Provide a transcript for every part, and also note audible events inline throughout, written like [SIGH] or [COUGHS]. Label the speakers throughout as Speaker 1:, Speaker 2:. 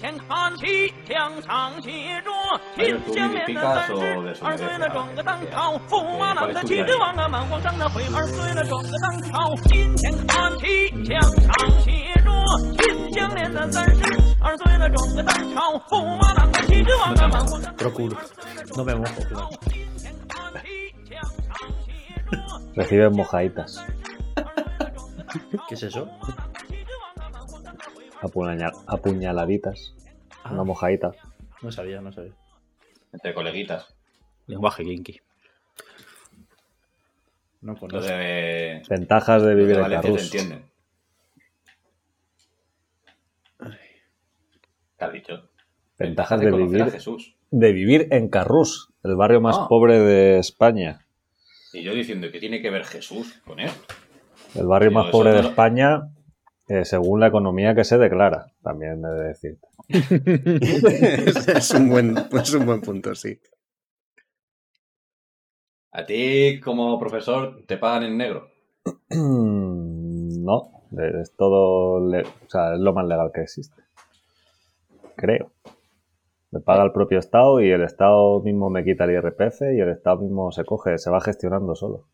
Speaker 1: 前看齐，墙上写着“
Speaker 2: 哎呦
Speaker 1: 秦香莲的三十二岁了，转个当朝；驸马郎的七十万啊，满皇上的回二岁了，转个当朝。金前看齐，墙上写着“秦香莲的三十二岁了，转个当朝；驸马郎的七十万啊，满皇上的回二岁了，
Speaker 3: No me mojo,
Speaker 1: 转个当朝。金钱看齐，墙上写着。
Speaker 4: Recibe mojaditas.
Speaker 3: ¿Qué es eso?
Speaker 4: apuñal- apuñaladitas.
Speaker 3: Ah,
Speaker 4: Una mojadita.
Speaker 3: no sabía, no sabía.
Speaker 2: Entre coleguitas.
Speaker 5: Lenguaje kinky.
Speaker 3: No
Speaker 2: Los
Speaker 3: conozco.
Speaker 2: de,
Speaker 4: Ventajas de
Speaker 2: los de
Speaker 4: vivir en
Speaker 2: Valencia se
Speaker 4: Carrus.
Speaker 2: entienden. ¿Qué has dicho?
Speaker 4: Ventajas
Speaker 2: de
Speaker 4: de
Speaker 2: conocer a
Speaker 4: vivir,
Speaker 2: Jesús.
Speaker 4: de vivir en Carrus, el barrio más
Speaker 2: Ah.
Speaker 4: pobre de España.
Speaker 2: Y yo diciendo que tiene que ver Jesús con él.
Speaker 4: El barrio
Speaker 2: Sí,
Speaker 4: más
Speaker 2: no,
Speaker 4: pobre
Speaker 2: eso
Speaker 4: de
Speaker 2: no lo-
Speaker 4: España, eh, según la economía que se declara, también he de decirte. [CLEARS THROAT]
Speaker 6: es, un buen, es un buen punto, sí.
Speaker 2: A ti, como profesor, te pagan en negro.
Speaker 4: no, es todo. le- o sea, es lo más legal que existe. Creo. Me paga el propio Estado y el Estado mismo me quita el IRPF y el Estado mismo se coge, se va gestionando solo.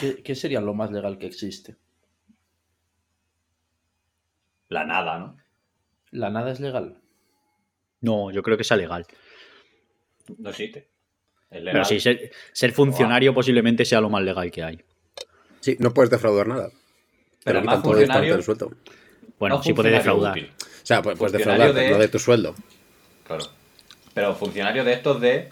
Speaker 3: ¿Qué, qué sería lo más legal que existe?
Speaker 2: La nada, ¿no?
Speaker 3: ¿La nada es legal?
Speaker 5: No, yo creo que sea legal.
Speaker 2: No existe. Es
Speaker 5: Pero
Speaker 2: legal.
Speaker 5: sí, ser, ser funcionario posiblemente sea lo más legal que hay.
Speaker 6: Sí, no puedes defraudar nada. Pero
Speaker 2: Pero más
Speaker 6: quitan todo el
Speaker 2: funcionario-
Speaker 6: instante del sueldo. O
Speaker 5: Bueno,
Speaker 2: No
Speaker 5: sí puede defraudar.
Speaker 2: funcionario útil.
Speaker 6: sea, pu- puedes
Speaker 2: Funcionario
Speaker 6: defraudar,
Speaker 2: de-
Speaker 6: no de tu sueldo.
Speaker 2: Claro. Pero funcionario de estos de.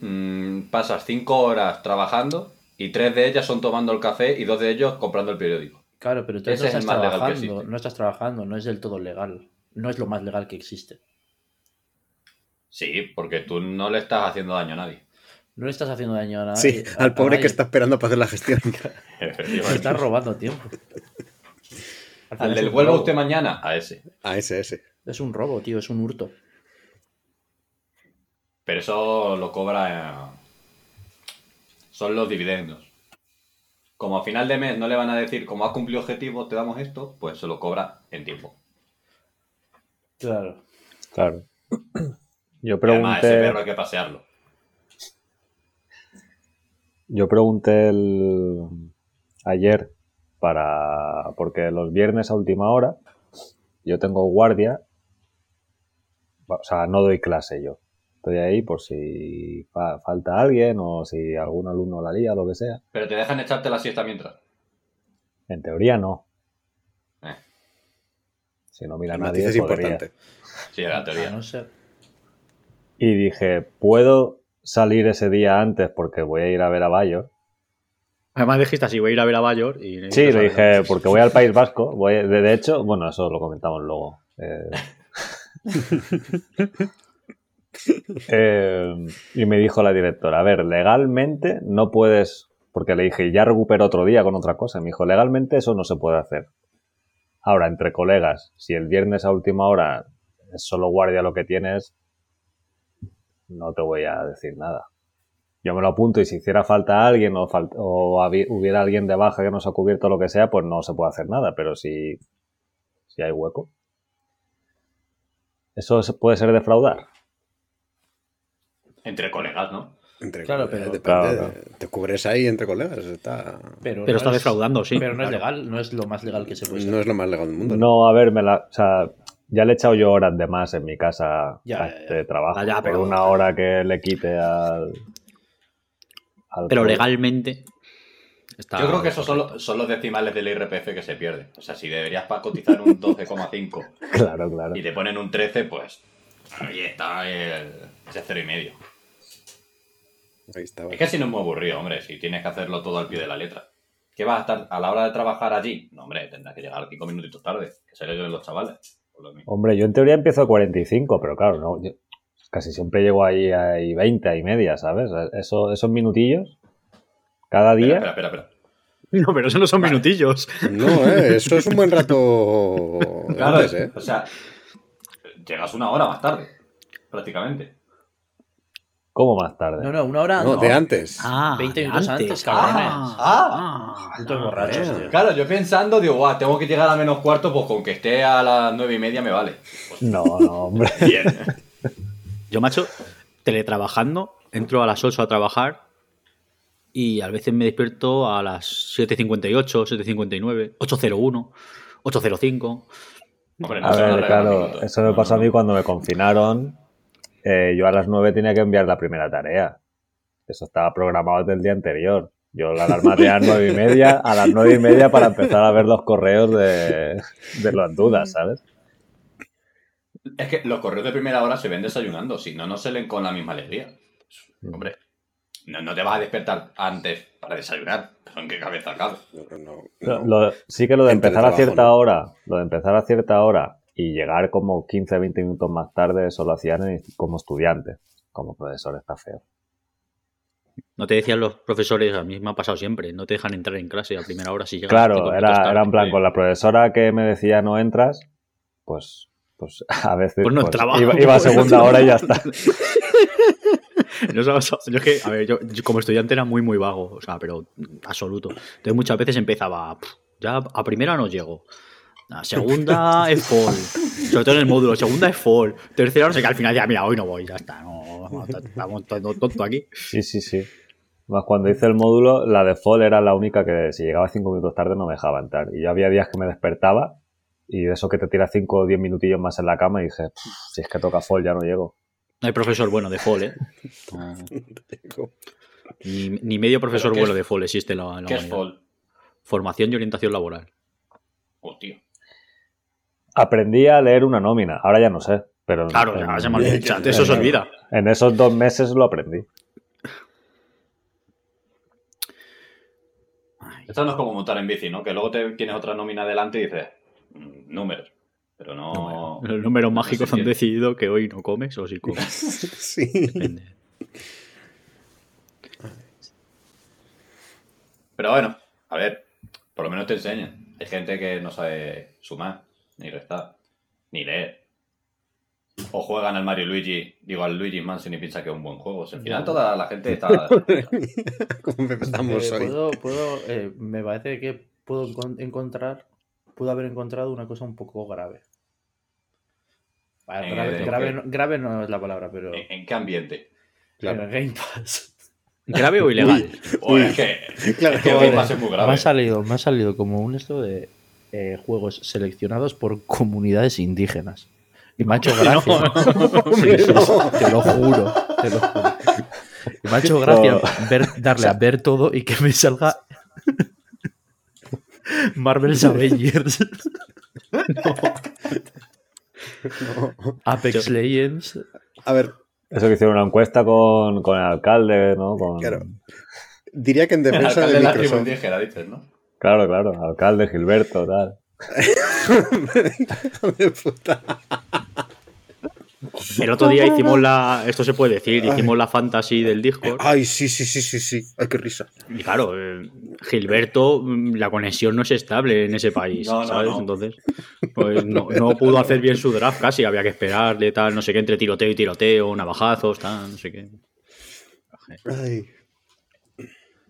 Speaker 2: mm, pasas cinco horas trabajando y tres de ellas son tomando el café y dos de ellos comprando el periódico.
Speaker 3: Claro, pero tú
Speaker 2: Ese
Speaker 3: no
Speaker 2: es el
Speaker 3: estás
Speaker 2: más legal que
Speaker 3: trabajando,
Speaker 2: existe.
Speaker 3: no estás trabajando, no es del todo legal. No es lo más legal que existe.
Speaker 2: Sí, porque tú no le estás haciendo daño a [LAUGHS] nadie.
Speaker 3: No le estás haciendo daño a nada.
Speaker 6: Sí,
Speaker 3: a-
Speaker 6: al
Speaker 3: a
Speaker 6: pobre que
Speaker 3: nadie.
Speaker 6: está esperando para hacer la gestión. [LAUGHS]
Speaker 3: Te estás robando tiempo. Al final
Speaker 2: Al
Speaker 3: es
Speaker 2: del
Speaker 3: un
Speaker 2: vuelvo
Speaker 3: robo.
Speaker 2: usted mañana, a ese.
Speaker 6: A ese, ese.
Speaker 3: Es un robo, tío, es un hurto.
Speaker 2: Pero eso lo cobra. eh, Son los dividendos. Como a final de mes no le van a decir, como has cumplido objetivos, te damos esto, pues se lo cobra en tiempo.
Speaker 3: Claro.
Speaker 2: [CLEARS THROAT]
Speaker 4: Claro. Yo
Speaker 2: Y Además, ese
Speaker 4: pregunté,
Speaker 2: perro hay que pasearlo.
Speaker 4: yo pregunté el- ayer para porque los viernes a última hora yo tengo guardia, o sea, no doy clase yo. Estoy ahí por si fa- falta alguien o si algún alumno la lía, lo que sea.
Speaker 2: Pero te dejan echarte la siesta mientras.
Speaker 4: En teoría no.
Speaker 2: Eh.
Speaker 4: Si no mira
Speaker 6: El
Speaker 4: nadie,
Speaker 6: matiz es
Speaker 4: podría.
Speaker 6: importante.
Speaker 2: Sí, en la
Speaker 3: A
Speaker 2: teoría.
Speaker 3: Ah, no ser-
Speaker 4: Y dije, ¿puedo salir ese día antes porque voy a ir a ver a Bayo?
Speaker 5: Además dijiste así, voy a ir a ver a Bayor y...
Speaker 4: Sí, le dije, porque voy al País Vasco. Voy, de, de hecho, bueno, eso lo comentamos luego. eh. [LAUGHS] Eh, y me dijo la directora, a ver, legalmente no puedes, porque le dije, ya recupero otro día con otra cosa. Me dijo, legalmente eso no se puede hacer. Ahora, entre colegas, si el viernes a última hora es solo guardia lo que tienes, no te voy a decir nada yo me lo apunto y si hiciera falta alguien o, fal- o habi- hubiera alguien de baja que nos ha cubierto lo que sea, pues no se puede hacer nada, pero si, si hay hueco. Eso se- puede ser defraudar.
Speaker 2: Entre colegas, ¿no?
Speaker 6: Entre
Speaker 3: Claro,
Speaker 6: colegas,
Speaker 3: pero-
Speaker 6: depende,
Speaker 4: Claro,
Speaker 6: Te cubres ahí entre colegas. Está...
Speaker 3: Pero,
Speaker 5: Pero
Speaker 3: no
Speaker 5: está
Speaker 3: es-
Speaker 5: defraudando, sí.
Speaker 3: Pero no es
Speaker 5: Claro.
Speaker 3: legal, no es lo más legal que se puede ser.
Speaker 6: No es lo más legal del mundo.
Speaker 4: Pues
Speaker 6: ¿no?
Speaker 4: No, a ver, me la, o sea, ya le he echado yo horas de más en mi casa
Speaker 3: Ya,
Speaker 4: a
Speaker 3: ya, ya.
Speaker 4: este trabajo.
Speaker 5: Ah, ya,
Speaker 4: por
Speaker 5: pero-
Speaker 4: una hora que le quite al. al-
Speaker 5: Pero legalmente... está-
Speaker 2: Yo
Speaker 5: [LAUGHS]
Speaker 2: creo que esos son, lo- son los decimales del IRPF que se pierden. O sea, si deberías pa- cotizar un 12,5
Speaker 4: [LAUGHS] Claro, claro.
Speaker 2: y te ponen un 13, pues ahí está el, ese cero y medio.
Speaker 6: Ahí está.
Speaker 2: Es que si no es muy aburrido, hombre, si tienes que hacerlo todo al pie de la letra. ¿Qué vas a estar a la hora de trabajar allí? No, hombre, tendrás que llegar cinco minutitos tarde, que se alegren los chavales. por lo mismo.
Speaker 4: Hombre, yo en teoría empiezo a 45, pero claro, no, yo casi siempre llego ahí a 20 y media, ¿sabes? E-, Eso, esos minutillos, cada
Speaker 2: Espera,
Speaker 4: día.
Speaker 2: espera, espera, espera.
Speaker 5: No, pero eso no son minutillos.
Speaker 6: No, eh, eso es un buen rato
Speaker 2: Claro,
Speaker 6: antes, eh.
Speaker 2: o sea, llegas una hora más tarde, prácticamente.
Speaker 4: ¿Cómo más tarde?
Speaker 3: No, no, una hora.
Speaker 6: No, de antes.
Speaker 5: Ah,
Speaker 3: 20
Speaker 5: de
Speaker 3: minutos antes, cabrones.
Speaker 2: Ah,
Speaker 5: Ah,
Speaker 3: Putos borrachos,
Speaker 6: eh.
Speaker 3: tío.
Speaker 2: claro, yo pensando, digo, guau, tengo que llegar a menos cuarto, pues con que esté a las nueve y media me vale.
Speaker 4: No, no,
Speaker 3: [LAUGHS]
Speaker 4: hombre.
Speaker 2: Bien.
Speaker 5: Yo, macho, teletrabajando, entro a las 8 a trabajar y a veces me despierto a las 7.58, 7.59, 8.01, 8.05.
Speaker 2: Hombre,
Speaker 4: A
Speaker 2: se nos
Speaker 4: ver,
Speaker 2: arreglan
Speaker 4: claro,
Speaker 2: minutos.
Speaker 4: eso me pasó a mí cuando me confinaron. Eh, yo a las 9 tenía que enviar la primera tarea. Eso estaba programado desde el día anterior. Yo la alarma tenía a las 9 y media, a las 9 y media para empezar a ver los correos de, de las dudas, ¿sabes?
Speaker 2: Es que los correos de primera hora se ven desayunando, si no, no se leen con la misma alegría. Hombre, no, no te vas a despertar antes para desayunar, pero en qué cabeza cabe.
Speaker 6: No, no,
Speaker 4: Lo-
Speaker 6: no.
Speaker 4: lo- sí que lo de
Speaker 6: Gente de
Speaker 4: empezar a
Speaker 6: trabajo,
Speaker 4: cierta
Speaker 6: ¿no?
Speaker 4: hora, lo de empezar a cierta hora y llegar como 15, 20 minutos más tarde, eso lo hacían en- como estudiante. Como profesor está feo.
Speaker 5: No te decían los profesores, a mí me ha pasado siempre, no te dejan entrar en clase a primera hora si llegas. cinco
Speaker 4: Claro,
Speaker 5: minutos
Speaker 4: era,
Speaker 5: tarde.
Speaker 4: era en plan, con la profesora que me decía no entras, pues, pues [LAUGHS] a veces
Speaker 5: Pues no
Speaker 4: pues,
Speaker 5: trabajo,
Speaker 4: iba, iba a
Speaker 5: [LAUGHS] pues no
Speaker 4: segunda hora y ya está.
Speaker 5: [LAUGHS] No sabes- yo es que, a ver, yo, yo como estudiante era muy, muy vago, o sea, pero absoluto. Entonces muchas veces empezaba, "Pff, ya a primera no llego. A [LAUGHS] segunda es fall. Sobre todo en el módulo, segunda es fall. Tercera no sé qué, al final ya, mira, hoy no voy, ya está. No, no, estamos todos tontos aquí.
Speaker 4: Sí, sí, sí. Más cuando hice el módulo, la de fall era la única que si llegaba cinco minutos tarde no me dejaba entrar. Y yo había días que me despertaba y de eso que te tiras cinco o diez minutillos más en la cama y dije, "Pff, si es que toca fall ya no llego.
Speaker 5: No hay profesor bueno de fall, ¿eh? No, ni, ni medio profesor
Speaker 2: ¿Pero qué
Speaker 5: bueno
Speaker 2: es-
Speaker 5: de fall existe en la, en la
Speaker 2: ¿Qué es
Speaker 5: humanidad.
Speaker 2: fall?
Speaker 5: Formación y orientación laboral.
Speaker 2: Oh, tío.
Speaker 4: Aprendí a leer una nómina, ahora ya no sé, pero
Speaker 5: Claro,
Speaker 4: en,
Speaker 5: ya se me olvidó, o sea, eso se olvida.
Speaker 4: en esos dos meses lo aprendí.
Speaker 2: Esto no es como montar en bici, ¿no? Que luego te tienes otra nómina delante y dices, mm, números. Pero no.
Speaker 5: Los números mágicos
Speaker 2: sé
Speaker 5: han
Speaker 2: qué.
Speaker 5: decidido que hoy no comes o si comes.
Speaker 6: [LAUGHS] Sí. [LAUGHS]
Speaker 5: Depende.
Speaker 2: [LAUGHS] Pero bueno, a ver, por lo menos te enseñan. Hay gente que no sabe sumar, ni restar, ni leer. O juegan al Mario y Luigi, digo al Luigi Mansion y piensa que es un buen juego. O sea, al final toda la gente está.
Speaker 6: ¿Cómo empezamos
Speaker 3: Eh,
Speaker 6: hoy?
Speaker 3: puedo, puedo, eh, me parece que puedo encon- encontrar, puedo haber encontrado una cosa un poco grave. Vale,
Speaker 2: Eh,
Speaker 3: grave,
Speaker 2: ¿de
Speaker 3: grave
Speaker 2: qué?
Speaker 3: no, grave no es la palabra, pero
Speaker 2: ¿En, en qué ambiente?
Speaker 6: Claro.
Speaker 3: en el Game Pass.
Speaker 5: [LAUGHS] ¿Grave o ilegal?
Speaker 2: O Pues es que.
Speaker 6: Claro,
Speaker 2: es que hoy va a ser muy
Speaker 3: Me
Speaker 2: grave.
Speaker 3: ha salido, me ha salido como un esto de eh, juegos seleccionados por comunidades indígenas. Y me ha hecho gracia. Sí, sí, sí, te lo juro, te lo juro. Y me ha hecho gracia ver- darle a ver todo y que me salga [LAUGHS] Marvel's Avengers, Apex Legends.
Speaker 6: A ver,
Speaker 4: Eso que hicieron una encuesta con, con el alcalde, ¿no? Con-
Speaker 6: Claro. diría que en
Speaker 2: El
Speaker 6: defensa
Speaker 2: alcalde
Speaker 6: de
Speaker 2: de la tribu
Speaker 6: Microsoft.
Speaker 2: indígena, dices, ¿no?
Speaker 4: claro, claro, alcalde, Gilberto, tal.
Speaker 6: Hijo de puta.
Speaker 5: El otro día hicimos la. Esto se puede decir, hicimos la fantasy del Discord.
Speaker 6: Ay, sí, sí, sí, sí, sí. Ay, qué risa.
Speaker 5: Y claro, eh, Gilberto, mm, la conexión no es estable en ese país,
Speaker 2: No, no,
Speaker 5: ¿sabes?
Speaker 2: no.
Speaker 5: Entonces, pues no, no pudo hacer bien su draft casi, había que esperarle, tal, no sé qué, entre tiroteo y tiroteo, navajazos, tal, no sé qué.
Speaker 6: Ay.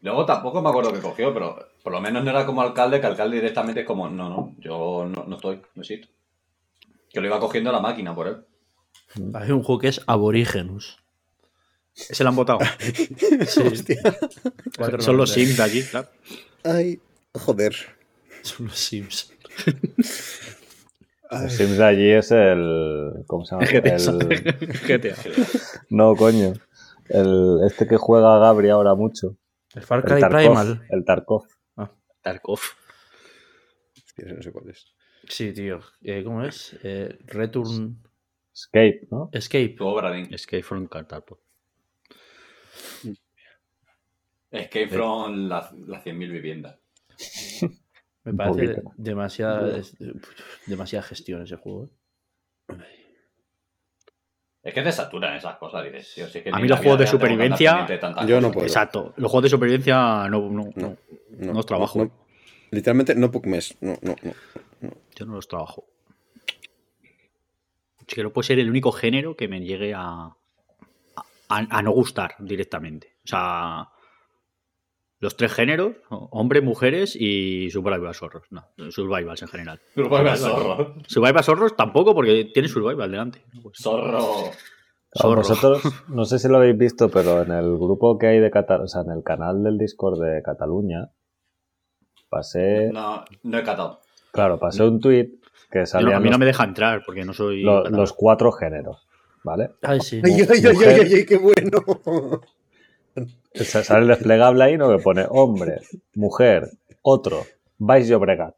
Speaker 2: Luego tampoco me acuerdo que cogió, pero por lo menos no era como alcalde, que alcalde directamente es como, no, no, yo no, no estoy, no existo. Que lo iba cogiendo la máquina por él.
Speaker 3: Hay un juego que es Aborígenus.
Speaker 5: Ese lo han votado.
Speaker 6: Hostia.
Speaker 5: Son los Sims de allí, [LAUGHS] claro.
Speaker 6: Ay, joder.
Speaker 3: Son los Sims.
Speaker 6: Ay.
Speaker 4: El Sims de allí es el. ¿Cómo
Speaker 5: [LAUGHS]
Speaker 4: se llama? El,
Speaker 5: GTA.
Speaker 4: [LAUGHS] no, coño. El, este que juega Gabri ahora mucho.
Speaker 3: El Far
Speaker 4: El
Speaker 3: Cry
Speaker 4: Tarkov.
Speaker 3: Primal.
Speaker 4: El Tarkov.
Speaker 5: Tarkov.
Speaker 6: Sí, No sé cuál es.
Speaker 3: Sí, tío. Eh, ¿Cómo es? Eh, Return
Speaker 4: Escape, ¿no?
Speaker 3: Escape.
Speaker 2: Tu obra, Link.
Speaker 5: Escape from Tarkov.
Speaker 2: Escape from las las 100.000 viviendas.
Speaker 3: Me
Speaker 4: Un
Speaker 3: parece
Speaker 4: poquito.
Speaker 3: demasiada, es- demasiada gestión ese juego. ¿eh?
Speaker 2: Es que te saturan esas cosas, dices. tío, si es que
Speaker 5: A
Speaker 2: ni
Speaker 5: mí
Speaker 2: la
Speaker 5: los
Speaker 2: vida
Speaker 5: juegos de
Speaker 2: real tengo que andar
Speaker 5: supervivencia-
Speaker 2: pendiente de tantas
Speaker 6: Yo no
Speaker 2: cosas. [LAUGHS]
Speaker 6: puedo.
Speaker 5: Exacto. Los juegos de supervivencia no, no, no.
Speaker 6: No,
Speaker 5: No es trabajo.
Speaker 6: no. literalmente no Pugmes. No, no, no.
Speaker 5: Yo no los trabajo. Creo que no puede ser el único género que me llegue a, a, a, a no gustar directamente. O sea, los tres géneros, hombres, mujeres y survival zorros. No, survivals en general. [LAUGHS]
Speaker 2: Survival zorro.
Speaker 5: Survival zorros tampoco porque tiene survival delante. Pues,
Speaker 2: Zorro.
Speaker 4: Claro,
Speaker 5: zorro.
Speaker 4: Vosotros,
Speaker 5: [LAUGHS]
Speaker 4: no sé si lo habéis visto, pero en el grupo que hay de Cataluña, o sea, en el canal del Discord de Cataluña, pasé,
Speaker 2: No, no he catado.
Speaker 4: claro, pasé un tweet que
Speaker 5: Yo no- a
Speaker 4: salían
Speaker 5: mí no
Speaker 4: los,
Speaker 5: me deja entrar porque no soy...
Speaker 4: lo-
Speaker 5: catalán.
Speaker 4: los cuatro géneros, ¿vale?
Speaker 3: Ay, sí.
Speaker 6: Ay, ay, ay, ay, ay, ay, qué [LAUGHS] bueno.
Speaker 4: O sea, Sale el desplegable ahí, ¿no? Que pone hombre, mujer, otro, vais de
Speaker 6: [LAUGHS]
Speaker 4: Obregat.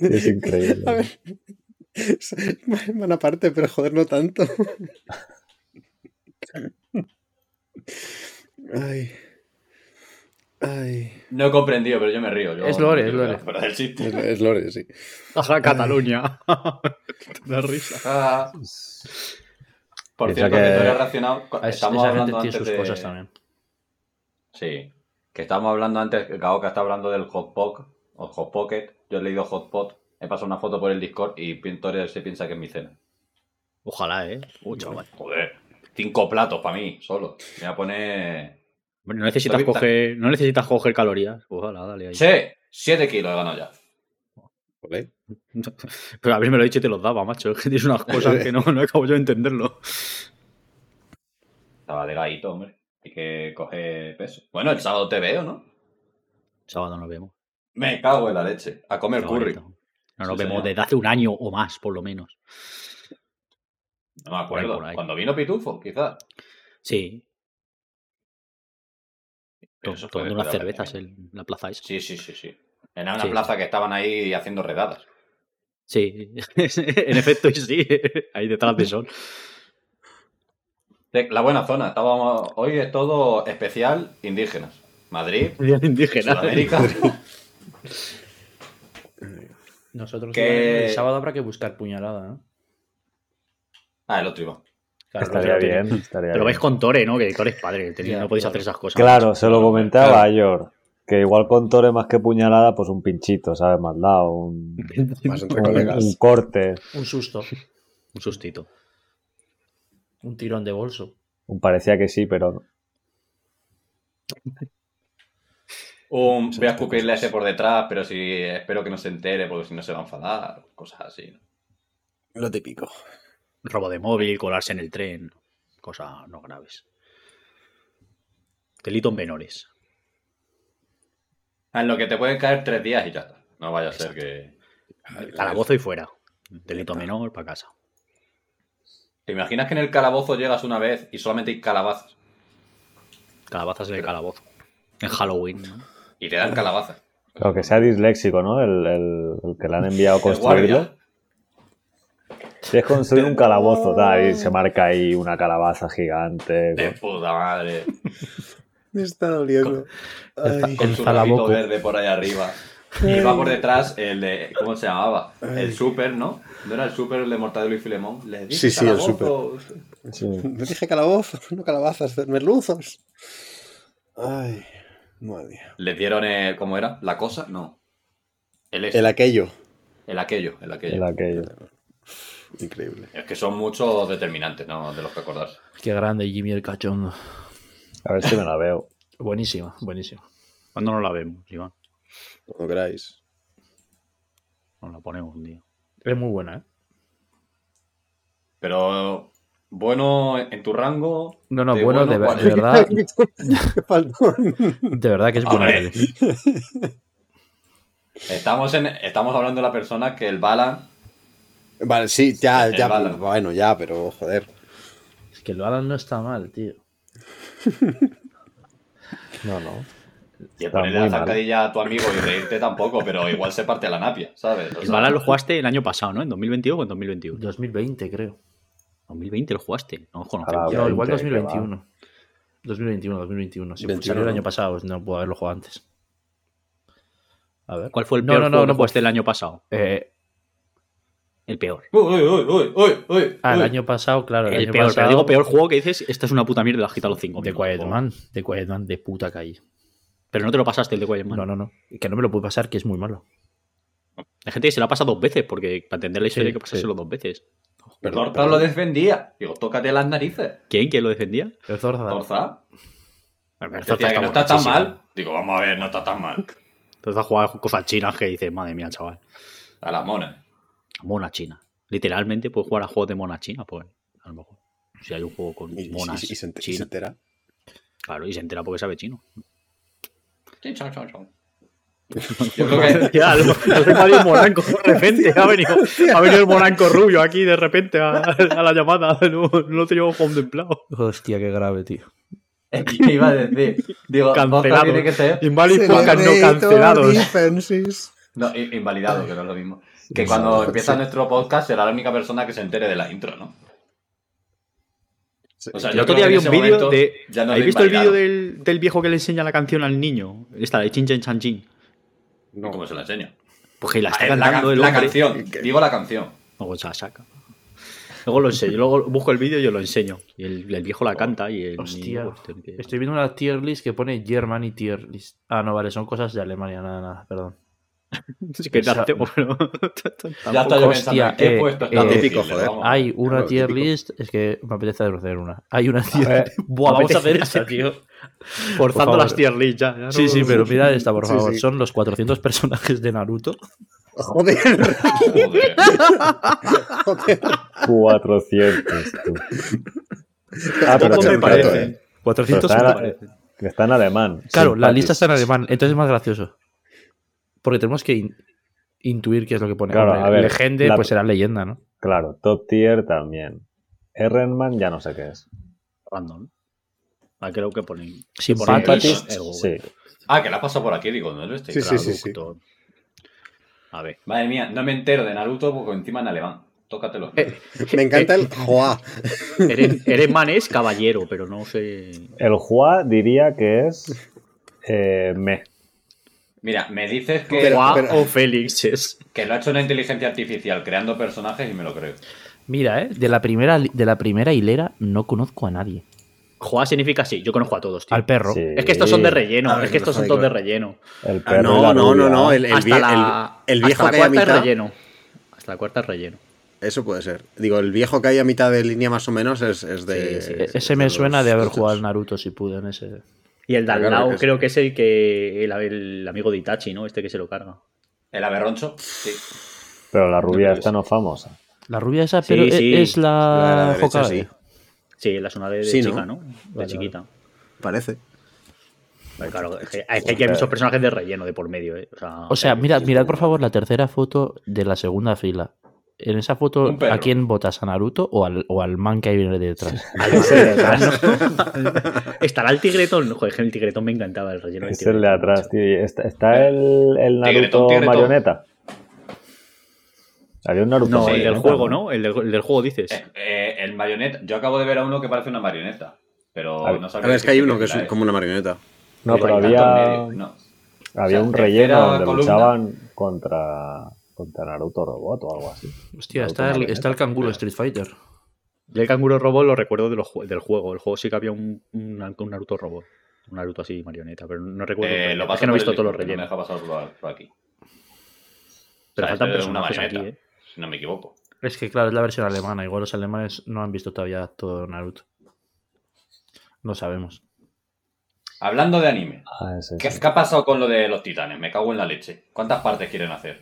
Speaker 4: es increíble.
Speaker 6: A ver. Van aparte, pero joder, no tanto. Ay. Ay.
Speaker 2: No he comprendido, pero yo me río. Yo
Speaker 3: Es Lore,
Speaker 2: no
Speaker 3: es
Speaker 2: quiero
Speaker 3: Lore.
Speaker 2: fuera del chiste.
Speaker 6: Es, es Lore, sí.
Speaker 5: Ajá,
Speaker 4: [LAUGHS]
Speaker 5: Cataluña. [LAUGHS] Te da risa.
Speaker 2: Ah. Por
Speaker 4: Piensa
Speaker 2: cierto,
Speaker 4: que-
Speaker 2: que tú eres racionado. cu-
Speaker 3: Ah, es-
Speaker 2: Estamos
Speaker 3: esa gente
Speaker 2: hablando
Speaker 3: tiene
Speaker 2: antes
Speaker 3: sus
Speaker 2: de...
Speaker 3: cosas también.
Speaker 2: Sí. Que estábamos hablando antes, que Gaoka está hablando del Hot Pocket, o Hot Pocket. Yo he leído Hot Pot. He pasado una foto por el Discord y Pintor se piensa que es mi cena.
Speaker 5: Ojalá, ¿eh? Uh, chaval.
Speaker 2: Joder. Cinco platos para mí, solo. Me voy a poner...
Speaker 5: Hombre, No necesitas,
Speaker 2: Soy tan-
Speaker 5: coger, no necesitas coger calorías. Ojalá, dale ahí.
Speaker 2: ¡Sí! Siete kilos he ganado ya.
Speaker 6: Joder.
Speaker 5: Pero a mí me lo he dicho y te los daba, macho. [LAUGHS] Es que tienes unas cosas que no, no acabo yo de entenderlo.
Speaker 2: Estaba delgadito, hombre. Hay que coger peso. Bueno, el sábado te veo, ¿no?
Speaker 5: Sábado nos vemos.
Speaker 2: Me cago en la leche. A comer
Speaker 5: Qué
Speaker 2: curry.
Speaker 5: bonito. No nos
Speaker 2: Sí,
Speaker 5: vemos
Speaker 2: señor.
Speaker 5: desde hace un año o más, por lo menos.
Speaker 2: No me acuerdo.
Speaker 5: Por ahí.
Speaker 2: Cuando vino Pitufo, quizás.
Speaker 5: Sí,
Speaker 2: Pero
Speaker 5: to-
Speaker 2: eso fue
Speaker 5: tomando unas
Speaker 2: después de la
Speaker 5: cervezas eh. en la plaza esa.
Speaker 2: Sí, sí, sí, sí. Era una
Speaker 5: Sí.
Speaker 2: plaza que estaban ahí haciendo redadas.
Speaker 5: Sí, [LAUGHS] en efecto, y sí, [LAUGHS] ahí detrás de sol.
Speaker 2: De- La buena zona. Estábamos... Hoy es todo especial indígenas.
Speaker 5: [LAUGHS]
Speaker 2: Madrid,
Speaker 5: [LAUGHS] Día indígena. [LAUGHS]
Speaker 2: Sudamérica.
Speaker 3: Nosotros
Speaker 2: Que-
Speaker 3: el sábado habrá que buscar puñalada, ¿no?
Speaker 2: ah, el otro iba.
Speaker 3: Claro,
Speaker 4: Estaría
Speaker 3: no sé,
Speaker 4: bien, estaría
Speaker 5: Pero
Speaker 4: bien.
Speaker 5: vais con Tore, ¿no? Que Tore es padre, tenéis-
Speaker 3: Ya,
Speaker 5: no podéis
Speaker 3: claro.
Speaker 5: hacer esas cosas.
Speaker 4: Claro, se lo comentaba
Speaker 2: claro.
Speaker 4: a Yor. Que igual con Tore más que puñalada, pues un pinchito, ¿sabes? Más dado, un,
Speaker 6: Más entre
Speaker 4: un- un
Speaker 6: colegas.
Speaker 4: corte,
Speaker 3: Un susto.
Speaker 5: Un sustito.
Speaker 3: Un tirón de bolso.
Speaker 4: un parecía que sí, pero no.
Speaker 2: Un, voy a escupirle a ese por detrás, pero si espero que no se entere, porque si no se va a enfadar. Cosas así. ¿no?
Speaker 6: Lo típico.
Speaker 5: Robo de móvil, colarse en el tren, cosas no graves. Delitos menores.
Speaker 2: Ah, En lo que te pueden caer tres días y ya está. No vaya a ser que.
Speaker 5: Calabozo y fuera. Delito menor para casa.
Speaker 2: ¿Te imaginas que en el calabozo llegas una vez y solamente hay calabazas?
Speaker 5: Calabazas en el calabozo. En
Speaker 3: Mm.
Speaker 5: Halloween, ¿no?
Speaker 2: Y te dan calabazas.
Speaker 4: Claro, que sea disléxico, ¿no? El, el- el que le han enviado a
Speaker 5: Pues
Speaker 2: El guardia.
Speaker 4: construirlo. Si es construir un calabozo, da, y se marca ahí una calabaza gigante.
Speaker 2: De
Speaker 6: Eh,
Speaker 4: con-
Speaker 2: puta madre.
Speaker 6: Me está doliendo. Ay.
Speaker 2: Con su
Speaker 3: Zalaboco.
Speaker 2: rabito verde por ahí arriba. Y va por detrás el de. ¿Cómo se llamaba? El super, ¿no? ¿No era el super el de Mortadelo y Filemón? Le dije
Speaker 6: Sí, sí, el
Speaker 2: calabozo.
Speaker 4: Sí.
Speaker 6: Me dije calabozo, no calabazas, merluzos. Ay, madre mía.
Speaker 2: Les dieron el. ¿Cómo era? ¿La cosa? No. El, este,
Speaker 6: El
Speaker 2: el,
Speaker 6: aquello.
Speaker 2: aquello. El aquello.
Speaker 6: eh,
Speaker 4: El aquello.
Speaker 6: Increíble.
Speaker 2: Es que son muchos determinantes, ¿no? De los que acordarse.
Speaker 3: Qué grande Jimmy el cachondo.
Speaker 4: A ver si me la veo.
Speaker 3: Buenísima, buenísima.
Speaker 5: ¿Cuándo no la vemos, Iván?
Speaker 6: Cuando queráis.
Speaker 5: Nos la ponemos un día.
Speaker 3: Es muy buena, ¿eh?
Speaker 2: Pero. Bueno, en tu rango.
Speaker 3: No, no,
Speaker 2: de
Speaker 3: bueno, de, ver-
Speaker 2: ¿cuál?
Speaker 3: de
Speaker 6: Ah.
Speaker 3: verdad,
Speaker 6: [LAUGHS] Qué faltón.
Speaker 3: de verdad que es buena.
Speaker 2: Hombre. Estamos, en, estamos hablando de la persona que el bala.
Speaker 6: Vale, sí, ya,
Speaker 2: El
Speaker 6: ya.
Speaker 2: Valor.
Speaker 6: Bueno, ya, pero joder.
Speaker 3: Es que el Alan no está mal, tío. No, no.
Speaker 2: Y
Speaker 4: Está
Speaker 2: ponerle la
Speaker 4: muy mal. ¿eh?
Speaker 2: zancadilla a tu amigo y reírte tampoco, pero igual se parte la napia, ¿sabes? O
Speaker 5: El
Speaker 2: sea,
Speaker 5: Valhalla lo jugaste el año pasado, ¿no? ¿En 2022 o en 2021?
Speaker 3: 2020, creo.
Speaker 5: 2020 lo jugaste. No nos
Speaker 4: Ah,
Speaker 5: conocemos.
Speaker 3: No, igual
Speaker 4: 20,
Speaker 3: 2021. 2021, 2021. Si
Speaker 6: 21,
Speaker 3: salió el
Speaker 6: ¿no?
Speaker 3: año pasado, no puedo haberlo jugado antes. A ver.
Speaker 5: ¿Cuál fue el
Speaker 3: No,
Speaker 5: peor
Speaker 3: no, no,
Speaker 5: juego que
Speaker 3: no,
Speaker 5: jugaste el año pasado?
Speaker 3: Eh,
Speaker 5: El peor.
Speaker 2: Uy, uy, uy, uy, uy.
Speaker 3: ah, el
Speaker 2: uy.
Speaker 3: año pasado, claro.
Speaker 5: El,
Speaker 3: El, año
Speaker 5: peor.
Speaker 3: pasado,
Speaker 5: Pero digo peor juego que dices, esta es una puta mierda, la has quitado los 5
Speaker 3: De Quiet Man, de Quiet Man, de puta calle.
Speaker 5: Pero no te lo pasaste el de Quiet Man.
Speaker 3: No, no, no. Que no me lo puede pasar, que es muy malo.
Speaker 5: Hay gente que se la pasa dos veces, porque para entender la historia
Speaker 3: Sí,
Speaker 5: hay que pasárselo dos veces.
Speaker 6: Perdón,
Speaker 2: Torza lo defendía. Digo, tócate las narices.
Speaker 5: ¿Quién? ¿Quién lo defendía?
Speaker 3: El Zorza.
Speaker 2: Torza.
Speaker 5: A ver, Zorza
Speaker 2: Decía que no está tan
Speaker 5: borrachísimo.
Speaker 2: mal. Digo, vamos a ver, no está tan mal.
Speaker 5: Entonces a jugar cosas chinas que dices, madre mía, chaval.
Speaker 2: A la mona.
Speaker 5: Mona china. Literalmente puedes jugar a juegos de mona china, pues, a lo mejor. Si hay un juego con
Speaker 6: Y, y-
Speaker 5: monas
Speaker 6: y- y se enter- y se
Speaker 5: chinas.
Speaker 6: entera.
Speaker 5: Claro, y se entera porque sabe chino.
Speaker 2: Sí, chao, chao,
Speaker 5: [LAUGHS]
Speaker 2: chao. Yo creo que
Speaker 5: Ya, lo- lo he parido un moranco
Speaker 6: [LAUGHS]
Speaker 5: de repente. Ha venido, ha venido el moranco rubio aquí de repente a, a la llamada. [LAUGHS] No, no lo teníamos contemplado.
Speaker 3: Hostia, qué grave, tío.
Speaker 2: ¿Qué iba a decir. Digo, Torza
Speaker 5: Cancelado.
Speaker 2: tiene que ser.
Speaker 5: Inválidos placas no cancelados.
Speaker 6: Defenses.
Speaker 2: No, i- invalidado, que no es lo mismo. Que cuando empieza nuestro podcast será la única persona que se entere de la intro, ¿no? O sea,
Speaker 5: El
Speaker 2: yo
Speaker 5: otro
Speaker 2: creo que
Speaker 5: día vi
Speaker 2: en
Speaker 5: un
Speaker 2: ese
Speaker 5: vídeo
Speaker 2: momento
Speaker 5: de.
Speaker 2: ya no
Speaker 5: ¿Habéis
Speaker 2: es
Speaker 5: visto el vídeo
Speaker 2: invalidado.
Speaker 5: del, del viejo que le enseña la canción al niño? Esta, de Chin Chen Chan Chin.
Speaker 6: No.
Speaker 2: ¿Cómo se la enseño?
Speaker 5: Pues que la está
Speaker 2: Ah, la,
Speaker 5: cantando
Speaker 2: can-
Speaker 5: el
Speaker 2: la
Speaker 5: hombre.
Speaker 2: canción. Digo la canción.
Speaker 5: Luego se la saca. Luego lo enseño, luego busco el vídeo y os lo enseño. Y el,
Speaker 2: Oh,
Speaker 5: el viejo la canta y el
Speaker 3: Hostia.
Speaker 5: niño, pues, [LAUGHS] tiene que-
Speaker 3: Estoy viendo una tier list que pone Germany tier list. Ah, no, vale, son cosas de Alemania, nada, nada, perdón.
Speaker 5: Sí que te
Speaker 3: Esa-
Speaker 5: [LAUGHS] hacemos, pero-
Speaker 2: Ya está yo pensando
Speaker 3: Hostia,
Speaker 2: en qué
Speaker 3: eh,
Speaker 2: puesto
Speaker 3: eh,
Speaker 2: está
Speaker 6: Típico,
Speaker 2: difícil,
Speaker 6: joder.
Speaker 2: vamos.
Speaker 3: Hay una
Speaker 6: claro,
Speaker 3: tier
Speaker 6: típico.
Speaker 3: list, es que me apetece hacer una. Hay una tier
Speaker 4: ver,
Speaker 3: Buah, vamos a hacer
Speaker 5: apetece.
Speaker 3: esa, tío.
Speaker 5: Forzando
Speaker 3: favor.
Speaker 5: las tier list ya. ya no-
Speaker 3: Sí, sí, pero mira esta, por
Speaker 6: Sí,
Speaker 3: favor.
Speaker 6: sí.
Speaker 3: Son los 400 personajes de Naruto.
Speaker 6: [LAUGHS] Joder, [LAUGHS]
Speaker 2: Joder.
Speaker 4: 400. tú. Ah,
Speaker 6: Tampoco
Speaker 4: pero
Speaker 6: me
Speaker 4: que-
Speaker 6: parece.
Speaker 4: que-
Speaker 3: 400
Speaker 4: Pero está-
Speaker 3: personajes.
Speaker 4: que está en alemán.
Speaker 3: Claro, la
Speaker 4: Simpático.
Speaker 3: lista está en alemán, entonces es más gracioso. Porque tenemos que in- intuir qué es lo que pone.
Speaker 4: Claro,
Speaker 3: Hombre,
Speaker 4: a ver,
Speaker 3: Legende,
Speaker 4: la-
Speaker 3: pues será leyenda, ¿no?
Speaker 4: Claro, top tier también. Herrenman ya no sé qué es.
Speaker 5: Random. Ah, creo que ponen.
Speaker 3: Simpatisch.
Speaker 5: el Google.
Speaker 6: eh,
Speaker 4: Sí.
Speaker 2: Ah, que la has pasado por aquí, digo, no es este.
Speaker 6: Sí, sí, sí.
Speaker 5: Traductor. A ver.
Speaker 2: Madre mía, no me entero de Naruto porque encima en alemán. Tócatelo.
Speaker 6: Eh.
Speaker 5: Eh,
Speaker 6: me encanta [LAUGHS] el Joa.
Speaker 5: Eren, Erenman es caballero, pero no sé.
Speaker 4: El Hua diría que es eh, me.
Speaker 2: Mira, me dices que,
Speaker 6: Pero-
Speaker 5: Juan
Speaker 6: pero-
Speaker 5: o Félix es.
Speaker 2: que lo ha hecho una inteligencia artificial creando personajes y me lo creo.
Speaker 3: Mira, ¿eh? De la primera, li- de la primera hilera no conozco a nadie.
Speaker 5: Juan significa sí, yo conozco a todos, tío.
Speaker 3: Al perro.
Speaker 4: Sí.
Speaker 5: Es que estos son de relleno,
Speaker 6: A ver,
Speaker 5: es que estos son todos de relleno.
Speaker 4: El perro y
Speaker 6: Ah, No,
Speaker 4: la
Speaker 6: no, no,
Speaker 4: rubia.
Speaker 6: no. El, el
Speaker 5: hasta
Speaker 6: vie-
Speaker 5: la,
Speaker 6: el- el viejo
Speaker 5: hasta
Speaker 6: que
Speaker 5: la
Speaker 6: hay a
Speaker 5: cuarta es
Speaker 6: mitad.
Speaker 5: relleno. Hasta la cuarta es relleno.
Speaker 6: Eso puede ser. Digo, el viejo que hay a mitad de línea más o menos es, es de.
Speaker 5: Sí, sí,
Speaker 3: E-
Speaker 6: es
Speaker 3: ese
Speaker 6: de
Speaker 3: me
Speaker 6: los
Speaker 3: suena de haber [LAUGHS]
Speaker 6: tochos.
Speaker 3: jugado al Naruto si pude en ese.
Speaker 5: Y el de al
Speaker 6: Claro,
Speaker 5: lado
Speaker 6: es-
Speaker 5: creo que es el que el, el amigo de Itachi, ¿no? Este que se lo carga.
Speaker 2: El aberroncho, sí.
Speaker 4: Pero la rubia esta no es famosa.
Speaker 3: La rubia esa,
Speaker 5: Sí,
Speaker 3: pero e-
Speaker 5: sí.
Speaker 3: es
Speaker 6: La de la
Speaker 3: la,
Speaker 6: derecha,
Speaker 3: Hokage.
Speaker 6: sí.
Speaker 5: Sí, la zona de, de
Speaker 6: Sí, ¿no?
Speaker 5: chica, ¿no? De
Speaker 3: Vale,
Speaker 5: chiquita.
Speaker 6: Parece.
Speaker 5: Claro,
Speaker 4: Pues,
Speaker 5: es que, es que aquí hay muchos personajes de relleno de por medio, ¿eh? O sea,
Speaker 3: O sea, mirad, mirad por favor la tercera foto de la segunda fila. En esa foto,
Speaker 2: Un perro.
Speaker 3: ¿a quién votas? ¿A Naruto o al, o al man que ahí
Speaker 4: [LAUGHS]
Speaker 3: viene detrás?
Speaker 4: Es el de atrás,
Speaker 5: [LAUGHS] estará el tigretón. Joder, el tigretón me encantaba el relleno. del
Speaker 4: es el de
Speaker 5: tigretón,
Speaker 4: atrás,
Speaker 5: macho.
Speaker 4: tío. Y Está,
Speaker 2: Eh,
Speaker 4: está el, el Naruto
Speaker 2: Tigretón, tigretón.
Speaker 4: marioneta. Había un Naruto
Speaker 5: No, el del
Speaker 4: marioneta,
Speaker 5: juego, ¿no? El del, el del juego dices.
Speaker 2: Eh, eh, el marioneta. Yo acabo de ver a uno que parece una marioneta. Pero
Speaker 4: A ver,
Speaker 2: no
Speaker 6: A
Speaker 2: sabía.
Speaker 6: ver, es que hay uno que es
Speaker 2: decirte qué
Speaker 6: como una marioneta.
Speaker 4: No,
Speaker 2: fila
Speaker 4: pero
Speaker 2: es. Hay tanto en
Speaker 4: había,
Speaker 5: eh,
Speaker 2: medio, no.
Speaker 4: había
Speaker 2: O sea,
Speaker 4: un
Speaker 2: tercera
Speaker 4: relleno donde
Speaker 2: columna.
Speaker 4: luchaban contra, contra Naruto Robot o algo así.
Speaker 3: Hostia,
Speaker 4: Naruto
Speaker 3: está el,
Speaker 4: marioneta.
Speaker 3: está el canguro Street Fighter.
Speaker 5: Yo el canguro robot lo recuerdo de los jue- del juego. El juego sí que había un, un- un Naruto robot. Un Naruto así, marioneta, pero no recuerdo.
Speaker 2: Eh, lo
Speaker 5: es que no he
Speaker 2: por
Speaker 5: visto
Speaker 2: el
Speaker 5: todos los
Speaker 2: Discord,
Speaker 5: rellenos.
Speaker 2: No me deja pasar por, por aquí.
Speaker 5: pero
Speaker 2: O sea,
Speaker 5: faltan
Speaker 2: esto es una
Speaker 5: personajes aquí,
Speaker 2: marioneta.
Speaker 5: ¿eh?
Speaker 2: Si no me equivoco.
Speaker 3: Es que, claro, es la versión alemana. Igual los alemanes no han visto todavía todo Naruto. No sabemos.
Speaker 2: Hablando de anime.
Speaker 4: Ah, ese,
Speaker 2: ¿Qué,
Speaker 4: sí.
Speaker 2: qué ha pasado con lo de los titanes? Me cago en la leche. ¿Cuántas partes quieren hacer?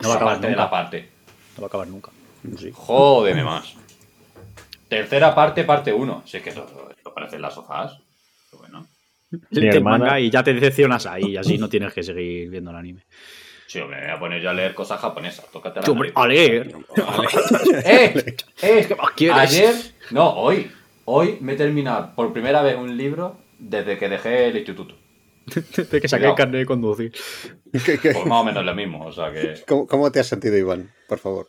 Speaker 5: No va a acabar
Speaker 2: Aparte de la
Speaker 5: nunca.
Speaker 2: parte.
Speaker 5: No va a acabar nunca.
Speaker 2: Jódeme más. Tercera parte, parte 1. Si es que esto, esto parecen las sofás. Pero Bueno.
Speaker 4: Mi
Speaker 5: Lees el
Speaker 4: hermana-
Speaker 5: manga y ya te decepcionas ahí, y así no tienes que seguir viendo el anime.
Speaker 2: Sí, hombre, me voy a poner yo a leer cosas japonesas. Tócate la
Speaker 5: Tú, hombre,
Speaker 2: nariz.
Speaker 5: a
Speaker 4: [LAUGHS]
Speaker 5: leer. [LAUGHS]
Speaker 2: ¡Eh! ¡Eh!
Speaker 5: ¿Qué más quieres?
Speaker 2: Ayer, no, hoy. Hoy me he terminado por primera vez un libro desde que dejé el instituto.
Speaker 5: De que saqué
Speaker 2: Cuidado.
Speaker 5: el carnet de conducir.
Speaker 6: ¿Qué- qué-
Speaker 2: Pues más o menos lo mismo, o sea que.
Speaker 6: cómo, cómo te has sentido, Iván? Por favor.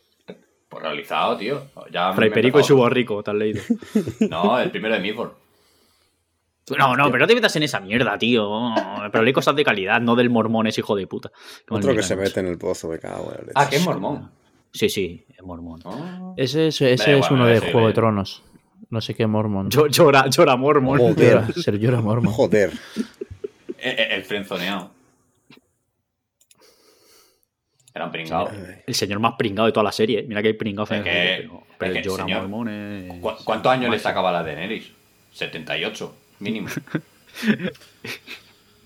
Speaker 2: Pues realizado, tío. Ya
Speaker 5: Fray
Speaker 2: me he
Speaker 5: Perico y su
Speaker 2: empezado-
Speaker 5: borrico, te has leído.
Speaker 2: No, el primero de Mifor.
Speaker 5: [LAUGHS] No, no, pero no te metas en esa mierda, tío. Pero leí cosas de calidad, no del mormón ese hijo de puta. Qué mal
Speaker 6: Otro
Speaker 5: me
Speaker 6: que
Speaker 5: cae,
Speaker 6: se
Speaker 5: macho.
Speaker 6: mete en el pozo, me cago en la leche.
Speaker 2: Ah, que es mormón.
Speaker 5: Sí, sí, es mormón.
Speaker 2: Ah.
Speaker 3: Ese es, ese
Speaker 2: Da
Speaker 3: es
Speaker 2: igual,
Speaker 3: uno
Speaker 2: me
Speaker 3: de
Speaker 2: parece
Speaker 3: Juego de
Speaker 2: bien.
Speaker 3: Tronos. No sé qué Mormon.
Speaker 5: Yo- Llora, llora mormón.
Speaker 6: Oh.
Speaker 3: Llora, Ser llora
Speaker 6: [LAUGHS]
Speaker 3: Mormon.
Speaker 6: Joder.
Speaker 2: Eh, eh, El frenzoneado. Era un pringao.
Speaker 5: El señor más pringado de toda la serie. ¿eh? Mira que hay pringado.
Speaker 2: Es que-
Speaker 5: pero
Speaker 2: es
Speaker 5: pero
Speaker 2: que el
Speaker 5: Jorah
Speaker 2: señor-
Speaker 5: Mormont es-
Speaker 2: ¿Cu- ¿Cuántos años le sacaba la de Neris? 78, mínimo. [LAUGHS]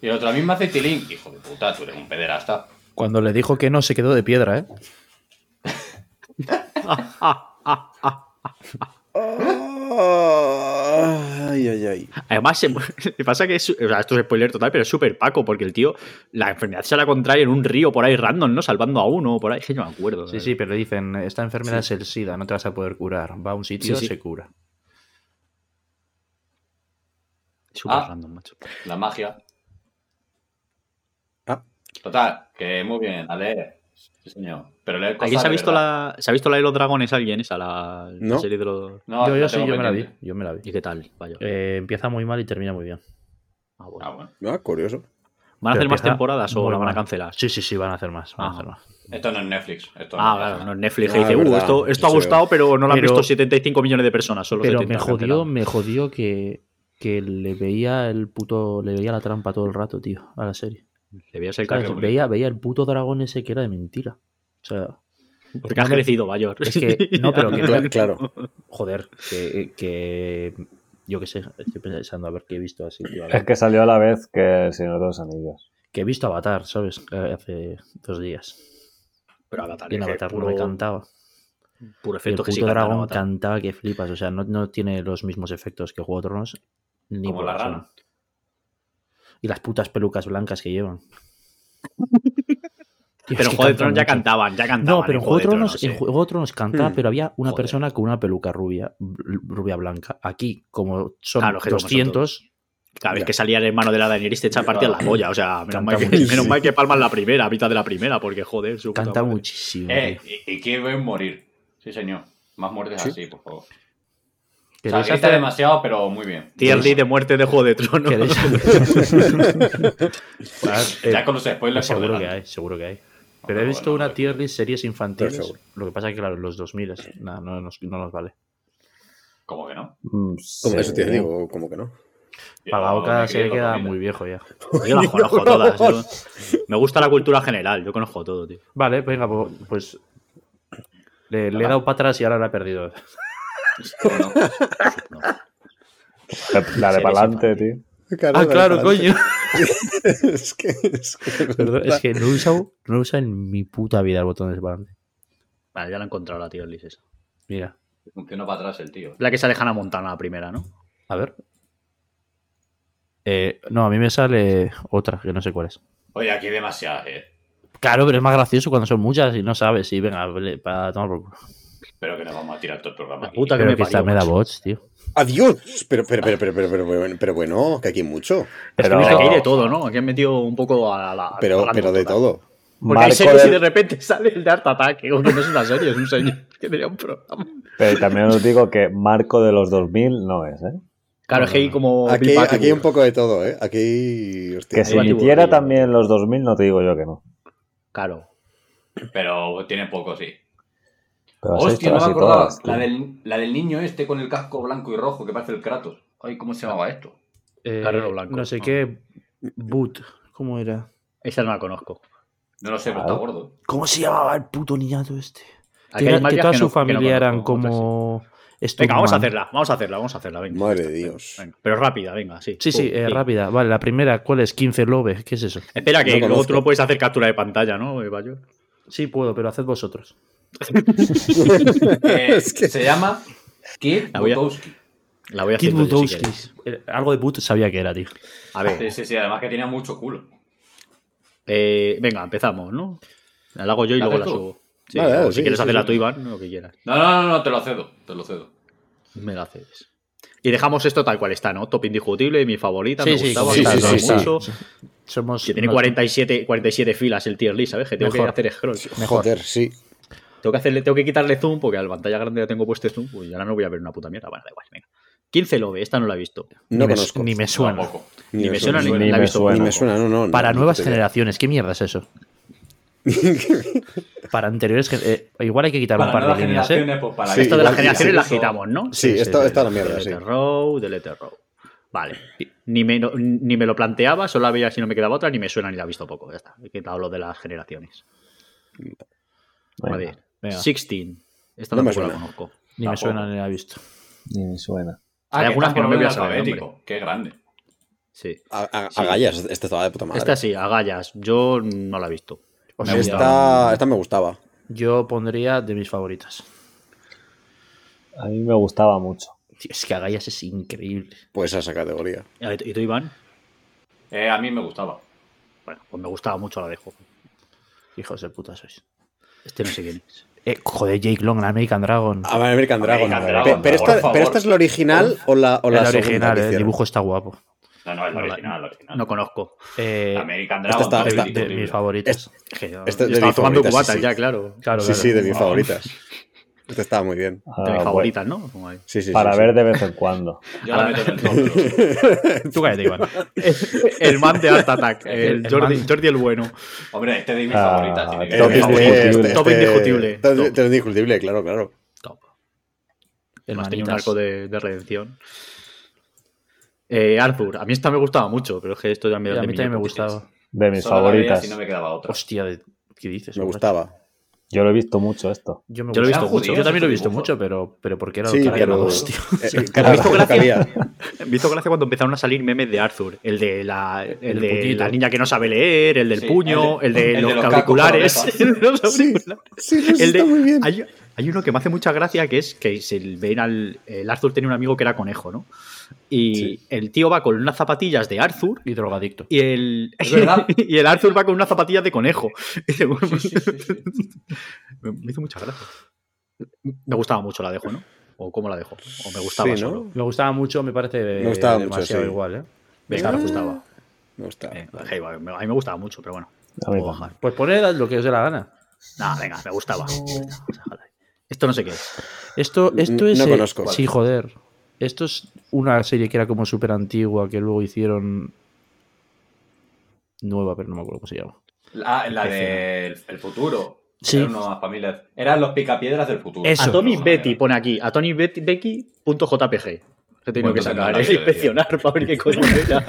Speaker 2: y el otro, la misma Cetilín. Hijo de puta, tú eres un pederasta.
Speaker 3: Cuando le dijo que no, se quedó de piedra, ¿eh?
Speaker 5: Ah,
Speaker 6: Ay, ay, ay.
Speaker 5: Además, se, mu- [LAUGHS] le pasa que es, o sea, esto es spoiler total, pero es súper paco, porque el tío, la enfermedad se la contrae en un río por ahí random, ¿no? Salvando a uno por ahí. Es que yo me acuerdo.
Speaker 3: Sí, sí, pero le dicen, esta enfermedad es el SIDA, no te vas a poder curar. Va a un sitio,
Speaker 5: Sí, sí.
Speaker 3: se cura.
Speaker 5: Súper
Speaker 2: Ah.
Speaker 5: random, macho.
Speaker 2: La magia.
Speaker 6: Ah.
Speaker 2: Total, que muy bien, a leer. Sí, señor. Pero leer cosas
Speaker 5: ¿Alguien se ha
Speaker 2: de
Speaker 5: visto
Speaker 2: verdad.
Speaker 5: la. ¿Se ha visto la de los dragones alguien? Esa, la, la
Speaker 6: No.
Speaker 5: serie de los.
Speaker 2: No,
Speaker 3: yo yo
Speaker 2: Ah, la
Speaker 3: sí,
Speaker 2: tengo
Speaker 3: yo me la vi.
Speaker 2: pendiente.
Speaker 3: Yo me la vi.
Speaker 5: ¿Y qué tal? Vaya.
Speaker 3: Eh, empieza muy mal y termina muy bien.
Speaker 5: Ah, bueno.
Speaker 2: Ah, bueno.
Speaker 6: Ah, curioso.
Speaker 5: ¿Van a
Speaker 3: Pero
Speaker 5: hacer más
Speaker 3: empieza
Speaker 5: temporadas o
Speaker 3: muy
Speaker 5: la van a
Speaker 3: mal.
Speaker 5: cancelar?
Speaker 3: Sí, sí, sí, van a hacer más. Van a
Speaker 5: Ajá.
Speaker 3: hacer más.
Speaker 2: Esto no es Netflix. Esto
Speaker 5: Ah,
Speaker 2: no es
Speaker 5: claro,
Speaker 2: Netflix.
Speaker 5: no es Netflix
Speaker 6: Ah,
Speaker 5: y dice,
Speaker 6: es
Speaker 5: uh,
Speaker 6: verdad,
Speaker 5: esto, esto ha
Speaker 6: HBO.
Speaker 5: gustado, pero no lo han
Speaker 3: Pero-
Speaker 5: visto 75 millones de personas, solo
Speaker 3: Pero
Speaker 5: 70
Speaker 3: me
Speaker 5: han
Speaker 3: jodió,
Speaker 5: cancelado.
Speaker 3: me jodió que, que le veía el puto, le veía la trampa todo el rato, tío, a la serie.
Speaker 5: Le veías el
Speaker 3: ¿Sabes?
Speaker 5: cacho.
Speaker 3: Veía, veía el puto dragón ese que era de mentira. O
Speaker 5: [LAUGHS]
Speaker 3: sea,
Speaker 5: Porque has crecido, Bayor.
Speaker 3: Es que- no,
Speaker 5: [LAUGHS]
Speaker 3: pero que-
Speaker 6: Claro, claro.
Speaker 3: joder, que, que- yo qué sé, estoy pensando a ver qué he visto así, tío, a
Speaker 5: [LAUGHS]
Speaker 3: ver.
Speaker 4: Es que salió a la vez que El Señor de los Anillos.
Speaker 3: Que he visto Avatar, ¿sabes? Eh, Hace dos días.
Speaker 5: Pero Avatar,
Speaker 3: Y en
Speaker 5: es que
Speaker 3: Avatar no
Speaker 5: puro,
Speaker 3: me cantaba.
Speaker 5: puro
Speaker 3: Y el
Speaker 5: efecto
Speaker 3: puto
Speaker 5: que sí canta en
Speaker 3: dragón
Speaker 5: Avatar.
Speaker 3: cantaba que flipas. O sea, no, no tiene los mismos efectos que Juego de Tronos. Ni
Speaker 2: Como
Speaker 3: por
Speaker 2: la
Speaker 3: la zona.
Speaker 2: rana.
Speaker 3: Y las putas pelucas blancas que
Speaker 5: [LAUGHS]
Speaker 3: llevan. Tío, es que
Speaker 5: Pero en Juego
Speaker 3: cantan
Speaker 5: de Tronos ya
Speaker 3: mucho.
Speaker 5: cantaban, [LAUGHS] ya cantaban.
Speaker 3: No, pero en Juego de Tronos, en Juego de Tronos cantaba,
Speaker 6: Hmm.
Speaker 3: pero había una
Speaker 5: Joder.
Speaker 3: persona con una peluca rubia, bl- rubia blanca. Aquí, como son
Speaker 5: Claro, que como son
Speaker 3: 200,
Speaker 5: Cada vez que salía el hermano de la Daenerys te echa
Speaker 2: Ya.
Speaker 5: parte a la polla. O sea, menos, mal que,
Speaker 3: Canta mucho.
Speaker 5: menos mal que palmas la primera, mitad de la primera, porque joder, su puta
Speaker 3: canta
Speaker 5: madre.
Speaker 3: muchísimo.
Speaker 2: Eh,
Speaker 3: tío.
Speaker 2: y, y quiero ver morir. Sí, señor. Más muertes
Speaker 6: Sí.
Speaker 2: así, por favor. O sea,
Speaker 3: ¿Queréis
Speaker 2: grita
Speaker 3: hacer-
Speaker 2: demasiado, pero muy bien.
Speaker 5: Tier list de muerte de Juego de [LAUGHS] Tronos.
Speaker 3: queréis-
Speaker 5: [LAUGHS]
Speaker 3: Eh,
Speaker 2: Ya con los spoilers por
Speaker 3: seguro que
Speaker 2: delante.
Speaker 3: hay, seguro que hay. Pero
Speaker 2: Pero
Speaker 3: he
Speaker 2: bueno,
Speaker 3: visto una
Speaker 2: hombre.
Speaker 3: tier list series
Speaker 6: Pero
Speaker 3: infantiles.
Speaker 6: seguro.
Speaker 3: Lo que pasa es que, claro, los 2000 nah, no, nos, no nos vale.
Speaker 2: ¿Cómo que no?
Speaker 4: Mm,
Speaker 6: Como
Speaker 4: sí.
Speaker 6: eso te digo, como que no.
Speaker 5: eh,
Speaker 3: Pagaoka
Speaker 2: Me
Speaker 3: se
Speaker 2: quedo
Speaker 3: queda
Speaker 2: dormido.
Speaker 3: muy viejo ya.
Speaker 5: [LAUGHS] Yo las
Speaker 3: [LAUGHS]
Speaker 5: conozco todas. yo- Me gusta la cultura general, yo conozco todo, tío.
Speaker 3: Vale, venga, po- pues. Le, le he dado para atrás y ahora la he perdido.
Speaker 2: [LAUGHS] Bueno,
Speaker 4: Dale
Speaker 2: [LAUGHS]
Speaker 5: Series
Speaker 4: para adelante,
Speaker 5: infantiles.
Speaker 4: tío.
Speaker 3: Ah, claro, coño.
Speaker 6: [LAUGHS] es que. Es que,
Speaker 3: Perdón, es que no he usado, no he usado en mi puta vida el botón de adelante.
Speaker 5: Vale, ya la he encontrado la tier list esa.
Speaker 3: Mira,
Speaker 2: funciona para atrás el tío.
Speaker 5: La que sale Hannah Montana la primera, ¿no?
Speaker 3: a ver. Eh, no, a mí me sale otra, que no sé cuál es.
Speaker 2: Oye, aquí hay demasiadas, eh.
Speaker 3: Claro, pero es más gracioso cuando son muchas y no sabes. Y venga, vale, para tomar por culo.
Speaker 2: Pero que nos vamos a tirar todo el programa.
Speaker 5: La
Speaker 2: aquí.
Speaker 5: puta que
Speaker 3: Pero
Speaker 5: me
Speaker 3: que esta
Speaker 5: parió,
Speaker 3: me da
Speaker 5: macho.
Speaker 3: bots, tío.
Speaker 6: Adiós. Pero, pero, pero, pero, pero, pero, bueno, pero bueno, que aquí hay mucho.
Speaker 4: Pero,
Speaker 5: Mira, Aquí hay de todo, ¿no? Aquí han metido un poco a la. a
Speaker 6: Pero,
Speaker 5: la
Speaker 6: pero de
Speaker 5: tonta.
Speaker 6: todo.
Speaker 5: Porque hay
Speaker 4: Marco
Speaker 5: series y
Speaker 4: del-
Speaker 5: de repente sale el de Art Attack, que no es una serie, es un señor [LAUGHS] que tenía un programa.
Speaker 4: pero también os digo que Marco de los 2000 no es, ¿eh?
Speaker 5: Claro, es que hay como.
Speaker 6: Ah. Aquí,
Speaker 5: Bill Paxton.
Speaker 6: aquí hay un poco de todo, ¿eh? Aquí. hay- Hostia.
Speaker 4: Que si
Speaker 5: Ahí va,
Speaker 4: metiera
Speaker 5: ahí va.
Speaker 4: también los 2000 no te digo yo que no.
Speaker 5: Claro.
Speaker 2: Pero tiene poco, sí.
Speaker 4: Pero sois
Speaker 2: Hostia, no
Speaker 4: todas
Speaker 2: me
Speaker 4: y
Speaker 2: acordaba.
Speaker 4: todas, tío.
Speaker 2: La del, la del niño este con el casco blanco y rojo que parece el Kratos. Ay, ¿cómo se llamaba esto?
Speaker 3: Eh,
Speaker 5: Carrero Blanco,
Speaker 3: No sé
Speaker 5: ¿no?
Speaker 3: qué. Boot. ¿Cómo era?
Speaker 5: Esa no la conozco.
Speaker 2: No lo sé, pero
Speaker 4: Claro.
Speaker 2: está
Speaker 4: [LAUGHS]
Speaker 2: gordo.
Speaker 3: ¿Cómo se llamaba el puto niñato este?
Speaker 5: Aquí
Speaker 3: Que,
Speaker 5: hay
Speaker 3: era-
Speaker 5: más
Speaker 3: que
Speaker 5: vías
Speaker 3: toda
Speaker 5: que
Speaker 3: su
Speaker 5: no- que no
Speaker 3: familia eran
Speaker 5: conozco, otras sí.
Speaker 3: como.
Speaker 5: Venga, vamos
Speaker 3: Stuntman.
Speaker 5: a hacerla, vamos a hacerla, vamos a hacerla, venga.
Speaker 6: Madre de
Speaker 5: Venga,
Speaker 6: Dios.
Speaker 5: venga. Pero rápida, venga, Oh, sí.
Speaker 3: Sí, sí,
Speaker 5: Pum,
Speaker 3: eh,
Speaker 5: pim.
Speaker 3: rápida. Vale, la primera, ¿cuál es? 15 Love. ¿Qué es eso?
Speaker 5: Espera, que
Speaker 6: No
Speaker 5: luego
Speaker 6: conozco.
Speaker 5: tú no puedes hacer captura de pantalla, ¿no, Eh, Bayo?
Speaker 3: Sí, puedo, pero haced vosotros.
Speaker 2: Eh,
Speaker 6: Es que-
Speaker 2: Se llama Kid
Speaker 5: La voy a-
Speaker 2: Butowski.
Speaker 5: La voy a hacer.
Speaker 3: Kid
Speaker 5: yo, si
Speaker 3: Butowski.
Speaker 5: queréis.
Speaker 3: Eh, Algo de Boot sabía que era, tío.
Speaker 5: a ver,
Speaker 2: Sí, sí, sí, además que tenía mucho culo.
Speaker 5: eh, venga, empezamos, ¿no? La hago yo y
Speaker 2: ¿La
Speaker 5: luego la
Speaker 2: haces tú?
Speaker 5: subo. Sí,
Speaker 6: Vale, vale,
Speaker 5: o si
Speaker 6: sí,
Speaker 5: quieres
Speaker 6: sí,
Speaker 5: hacerla
Speaker 6: sí.
Speaker 5: tú, Iván, lo que quieras.
Speaker 2: No, no, no, no, te lo cedo. Te lo cedo.
Speaker 5: Me la haces. Y dejamos esto tal cual está, ¿no? Top indiscutible, mi favorita,
Speaker 3: Sí,
Speaker 5: me
Speaker 3: sí,
Speaker 5: gustaba,
Speaker 6: sí,
Speaker 5: me
Speaker 6: sí,
Speaker 5: gustaba
Speaker 6: sí, sí.
Speaker 5: mucho.
Speaker 3: Somos.
Speaker 5: Que tiene
Speaker 3: no-
Speaker 5: 47, 47 filas el tier list, ¿sabes? Que tengo
Speaker 3: Mejor.
Speaker 5: que hacer scroll.
Speaker 3: Mejor.
Speaker 6: Joder, sí.
Speaker 5: Tengo que, hacerle, tengo que quitarle zoom porque a la pantalla grande ya tengo puesto zoom. Uy, ahora no voy a ver una puta mierda. Bueno, da igual, venga. 15 Love, esta no la he visto.
Speaker 3: ni
Speaker 6: No
Speaker 3: me-
Speaker 6: conozco.
Speaker 3: Ni me suena.
Speaker 2: Tampoco.
Speaker 5: Ni me suena ni,
Speaker 4: suena.
Speaker 5: ni la he
Speaker 4: Ni me
Speaker 5: visto.
Speaker 4: suena.
Speaker 6: Ni me suena, no, no.
Speaker 3: Para
Speaker 6: no,
Speaker 3: nuevas
Speaker 6: no te digo.
Speaker 3: generaciones, ¿qué mierda es
Speaker 6: [LAUGHS]
Speaker 3: eso? Para anteriores. gen- eh, igual hay que quitar un
Speaker 2: Para
Speaker 3: par
Speaker 2: nuevas
Speaker 3: de líneas, ¿eh?
Speaker 2: generaciones, pues para
Speaker 6: Sí,
Speaker 5: Esta de las
Speaker 6: igual-
Speaker 5: generaciones la
Speaker 2: sí, eso-
Speaker 5: quitamos, ¿no?
Speaker 6: Sí,
Speaker 3: Sí,
Speaker 6: esta,
Speaker 3: sí,
Speaker 6: esta es la mierda, sí.
Speaker 5: Delete Row, Delete Row. Vale. Ni me, lo- ni me lo planteaba, solo la veía si no me quedaba otra, ni me suena ni la he visto poco. Ya está. He quitado lo de las generaciones. A
Speaker 4: Venga,
Speaker 5: ver,
Speaker 3: Venga,
Speaker 5: 16. Esta
Speaker 6: No me
Speaker 5: tampoco la
Speaker 6: suena.
Speaker 5: conozco.
Speaker 3: ni me
Speaker 2: tampoco.
Speaker 3: suena ni la he visto.
Speaker 4: Ni me suena.
Speaker 2: Ah,
Speaker 5: Hay
Speaker 7: que
Speaker 5: algunas
Speaker 7: estás
Speaker 5: que no
Speaker 2: Nombre
Speaker 5: me voy a
Speaker 7: volviendo
Speaker 5: saber.
Speaker 2: alfabético. Qué grande.
Speaker 5: Sí.
Speaker 6: A, a-
Speaker 5: Sí.
Speaker 6: Agallas, este estaba de puta madre.
Speaker 5: Esta sí, Agallas. Yo no la he visto.
Speaker 3: O sea,
Speaker 6: Esta-
Speaker 5: gustaba.
Speaker 6: esta me gustaba.
Speaker 3: Yo pondría de mis favoritas.
Speaker 4: A mí me gustaba mucho.
Speaker 3: Tío, es que Agallas es increíble.
Speaker 6: Pues esa categoría.
Speaker 5: A ver, ¿Y tú, Iván?
Speaker 2: Eh, a mí me gustaba.
Speaker 5: Bueno, pues me gustaba mucho, la dejo.
Speaker 3: Hijos de puta sois.
Speaker 5: Este no sé quién es.
Speaker 3: Eh, joder, Jake Long, American Dragon.
Speaker 6: A ver, American Dragon.
Speaker 2: American
Speaker 6: Pe-
Speaker 2: Dragon,
Speaker 6: pero,
Speaker 2: por
Speaker 6: esta,
Speaker 2: favor.
Speaker 6: pero esta es la original o la, o la
Speaker 3: el
Speaker 6: segunda
Speaker 3: original,
Speaker 6: que
Speaker 3: eh, el
Speaker 6: hicieron?
Speaker 3: dibujo está guapo.
Speaker 2: No, no, es la
Speaker 5: No,
Speaker 2: original, la original.
Speaker 5: No conozco.
Speaker 3: Eh,
Speaker 2: American
Speaker 6: esta
Speaker 2: Dragon.
Speaker 6: está-
Speaker 2: no,
Speaker 6: esta-
Speaker 2: es
Speaker 3: de
Speaker 2: indiscutible.
Speaker 3: mis favoritas.
Speaker 5: Es que yo-
Speaker 6: Este
Speaker 5: yo
Speaker 6: de
Speaker 5: estaba
Speaker 6: mis
Speaker 5: tomando
Speaker 6: favoritas,
Speaker 5: cubatas
Speaker 6: sí, sí.
Speaker 5: ya, claro.
Speaker 3: Claro,
Speaker 6: Sí,
Speaker 3: claro.
Speaker 6: sí, de mis
Speaker 2: Wow.
Speaker 6: favoritas. Esta estaba muy bien.
Speaker 5: De mis
Speaker 4: Ah,
Speaker 5: favoritas, ¿no? Como ahí.
Speaker 6: Sí, sí, sí,
Speaker 4: bueno, para
Speaker 6: sí.
Speaker 4: ver de vez en cuando.
Speaker 2: Yo la meto en el top.
Speaker 3: [LAUGHS] Tú cállate,
Speaker 6: [LAUGHS]
Speaker 3: Iván.
Speaker 5: [LAUGHS] el man de Art Attack. El
Speaker 3: El
Speaker 5: Jordi,
Speaker 3: man.
Speaker 5: Jordi el bueno.
Speaker 2: Hombre, este es de mis
Speaker 4: Ah,
Speaker 2: favoritas. tiene
Speaker 6: Eh,
Speaker 2: que
Speaker 4: top
Speaker 2: ser.
Speaker 4: indiscutible.
Speaker 5: Top indiscutible.
Speaker 6: este, Top,
Speaker 5: Top.
Speaker 6: top indiscutible, claro, claro.
Speaker 5: Top. Además, tenía un
Speaker 3: Hermanitas.
Speaker 5: arco de, de redención. Eh, Arthur, a mí esta me gustaba mucho, pero es que esto ya me
Speaker 3: Y a
Speaker 5: de
Speaker 3: mí
Speaker 5: mi
Speaker 3: también me
Speaker 5: ñoquis.
Speaker 3: gustaba.
Speaker 4: De
Speaker 2: [LAUGHS]
Speaker 4: mis
Speaker 2: Solo la veía
Speaker 4: favoritas.
Speaker 2: si no me quedaba otra.
Speaker 3: Hostia, de- ¿qué dices?
Speaker 6: Me
Speaker 3: borracho?
Speaker 6: gustaba.
Speaker 4: Yo lo he visto mucho esto.
Speaker 3: Yo, me
Speaker 5: Yo lo he
Speaker 3: gustaba.
Speaker 5: visto mucho.
Speaker 3: Yo también lo he
Speaker 2: esos
Speaker 3: visto
Speaker 2: dibujos.
Speaker 3: mucho, pero, pero porque era
Speaker 6: Sí,
Speaker 3: lo que había
Speaker 6: pero-
Speaker 3: más, tío.
Speaker 6: Eh, eh,
Speaker 5: ¿Has visto
Speaker 6: lo que
Speaker 5: gracia?
Speaker 6: había.
Speaker 5: Me hizo gracia cuando empezaron a salir memes de Arthur. El de la, el
Speaker 3: El
Speaker 5: de
Speaker 3: putito.
Speaker 5: la niña que no sabe leer, el del
Speaker 2: Sí,
Speaker 5: puño, el
Speaker 2: el de-
Speaker 5: de,
Speaker 2: el de
Speaker 5: los,
Speaker 2: los cacos
Speaker 5: auriculares.
Speaker 2: con orejas.
Speaker 5: El de [LAUGHS] los
Speaker 6: Sí,
Speaker 5: auriculares.
Speaker 6: sí, sí,
Speaker 5: El de-
Speaker 6: está muy bien.
Speaker 5: Hay, hay uno que me hace mucha gracia que es que se ven al. El Arthur tenía un amigo que era conejo, ¿no? Y el tío va con unas zapatillas de Arthur
Speaker 3: [LAUGHS] Y drogadicto.
Speaker 5: y el,
Speaker 2: Es verdad.
Speaker 5: [LAUGHS] y el Arthur va con unas zapatillas de conejo. [LAUGHS] Y dice, bueno,
Speaker 2: Sí, sí, sí, sí.
Speaker 5: me, me hizo mucha gracia. Me gustaba mucho, la dejo, ¿no? O cómo la dejo. O me gustaba
Speaker 6: Sí, ¿no?
Speaker 5: solo.
Speaker 3: Me gustaba mucho, me parece
Speaker 6: Me gustaba mucho,
Speaker 3: demasiado
Speaker 6: sí.
Speaker 3: igual, ¿eh?
Speaker 5: Venga,
Speaker 6: Ah.
Speaker 5: me gustaba.
Speaker 6: Me gustaba.
Speaker 5: Eh, hey, va, me- a mí me gustaba mucho, pero bueno.
Speaker 4: A mí
Speaker 5: puedo
Speaker 4: también.
Speaker 5: bajar.
Speaker 3: Pues poned lo que os dé la gana.
Speaker 5: Nah, venga, me gustaba. Esto no sé qué es.
Speaker 3: Esto, esto
Speaker 6: N-
Speaker 3: es.
Speaker 6: no
Speaker 3: eh,
Speaker 6: conozco.
Speaker 3: Sí, joder. Esto es una serie que era como súper antigua que luego hicieron. Nueva, pero no me acuerdo cómo se llama.
Speaker 2: La, la de el, el futuro.
Speaker 3: Sí.
Speaker 2: Eran unas familias. Eran los picapiedras del futuro. Ah,
Speaker 3: Eso.
Speaker 5: A Tommy
Speaker 2: No,
Speaker 5: Betty pues,
Speaker 2: no, no.
Speaker 5: pone aquí, a Tony Bet- Becky.jpg. He tenido
Speaker 2: Bueno, pues
Speaker 5: que
Speaker 2: entonces
Speaker 5: sacar,
Speaker 2: no, no
Speaker 5: eh,
Speaker 2: sé
Speaker 5: inspeccionar para
Speaker 2: [LAUGHS]
Speaker 5: ver qué coño era.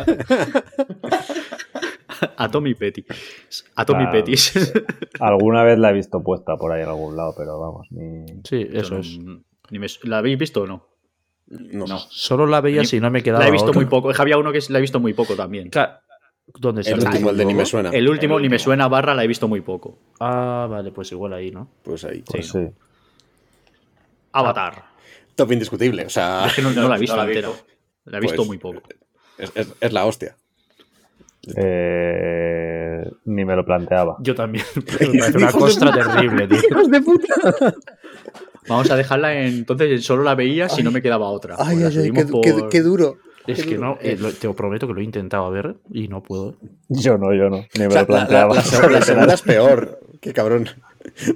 Speaker 5: A Tommy Petty. A Tommy
Speaker 4: Ah,
Speaker 5: Petty.
Speaker 4: Alguna vez la he visto puesta por ahí en algún lado, pero vamos, ni.
Speaker 3: Sí,
Speaker 5: Yo
Speaker 3: eso
Speaker 5: no-
Speaker 3: es.
Speaker 5: ni me- ¿La habéis visto o no?
Speaker 6: No.
Speaker 2: No.
Speaker 3: Solo la veía
Speaker 5: Ni-
Speaker 3: si no me quedaba.
Speaker 5: La he visto
Speaker 3: otra.
Speaker 5: muy poco. Es que había uno que es- la he visto muy poco también.
Speaker 3: Ca- ¿Dónde
Speaker 6: El
Speaker 3: sale?
Speaker 6: último, el de ni me suena.
Speaker 5: El último,
Speaker 2: El
Speaker 5: ni me
Speaker 2: último.
Speaker 5: suena barra, la he visto muy poco.
Speaker 3: Ah, vale, pues igual ahí, ¿no?
Speaker 6: Pues ahí.
Speaker 4: Pues
Speaker 5: Sí,
Speaker 4: sí.
Speaker 5: Avatar.
Speaker 6: Top indiscutible. O sea,
Speaker 5: Es que no, no la he visto
Speaker 2: no la he
Speaker 5: entera.
Speaker 2: visto.
Speaker 5: La he visto
Speaker 6: Pues,
Speaker 5: muy poco.
Speaker 6: es, es- es la hostia.
Speaker 4: Eh, ni me lo planteaba. [LAUGHS]
Speaker 3: Yo también. [LAUGHS] pero me parece una costra terrible, tío.
Speaker 5: Vamos a dejarla en- entonces en solo la veía si no me quedaba otra.
Speaker 6: Ay,
Speaker 5: Pues la
Speaker 6: ay, ay,
Speaker 5: subimos
Speaker 6: qué, qué-
Speaker 5: por-
Speaker 6: qué duro.
Speaker 3: Es
Speaker 6: Qué
Speaker 3: que
Speaker 6: duro.
Speaker 3: no, eh, lo- te prometo que lo he intentado ver y no puedo.
Speaker 4: Yo no, yo no. Ni me
Speaker 6: O sea,
Speaker 4: lo
Speaker 6: la, la-
Speaker 4: planteaba.
Speaker 6: la seg- la segunda es peor. Qué cabrón.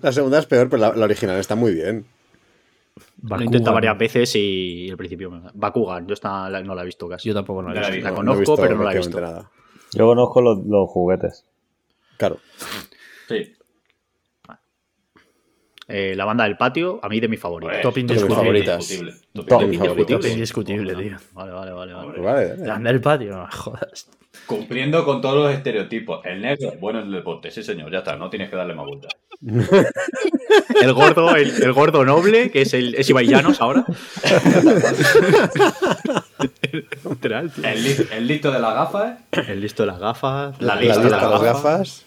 Speaker 6: La segunda es peor, pero la, la original está muy bien.
Speaker 5: Lo he
Speaker 3: Bakugan.
Speaker 5: intentado varias veces y al principio me... Bakugan, yo esta la- no la he visto casi.
Speaker 3: Yo tampoco no la
Speaker 2: Ya
Speaker 3: he
Speaker 2: la
Speaker 3: visto.
Speaker 6: No,
Speaker 5: La
Speaker 6: no he
Speaker 5: conozco,
Speaker 6: visto
Speaker 5: pero no la he visto.
Speaker 6: prácticamente nada.
Speaker 4: [LAUGHS] Yo conozco los, los juguetes.
Speaker 6: Claro.
Speaker 2: Sí.
Speaker 5: Eh, la banda del patio, a mí de mi favorito.
Speaker 2: Joder,
Speaker 3: Top
Speaker 2: Pues, top
Speaker 3: indiscutible.
Speaker 6: favoritas.
Speaker 2: indiscutible. Top
Speaker 4: Top
Speaker 2: indiscutible.
Speaker 6: favoritas.
Speaker 5: Indiscutible.
Speaker 3: Indiscutible, tío.
Speaker 5: Vale, vale, vale. vale.
Speaker 6: Pues vale, dale.
Speaker 3: Anda el patio, [LAUGHS] no, jodas.
Speaker 2: Cumpliendo con todos los estereotipos. El negro, bueno en el deporte, sí señor, ya está, no tienes que darle más vueltas.
Speaker 5: El gordo, el, el gordo noble, que es el es Ibaillanos ahora. Literal, tío.
Speaker 2: El, li- el listo de las gafas ¿eh?
Speaker 5: El listo de las gafas.
Speaker 2: La
Speaker 6: La
Speaker 2: lista
Speaker 6: lista
Speaker 2: de
Speaker 6: de las
Speaker 2: las
Speaker 6: gafas.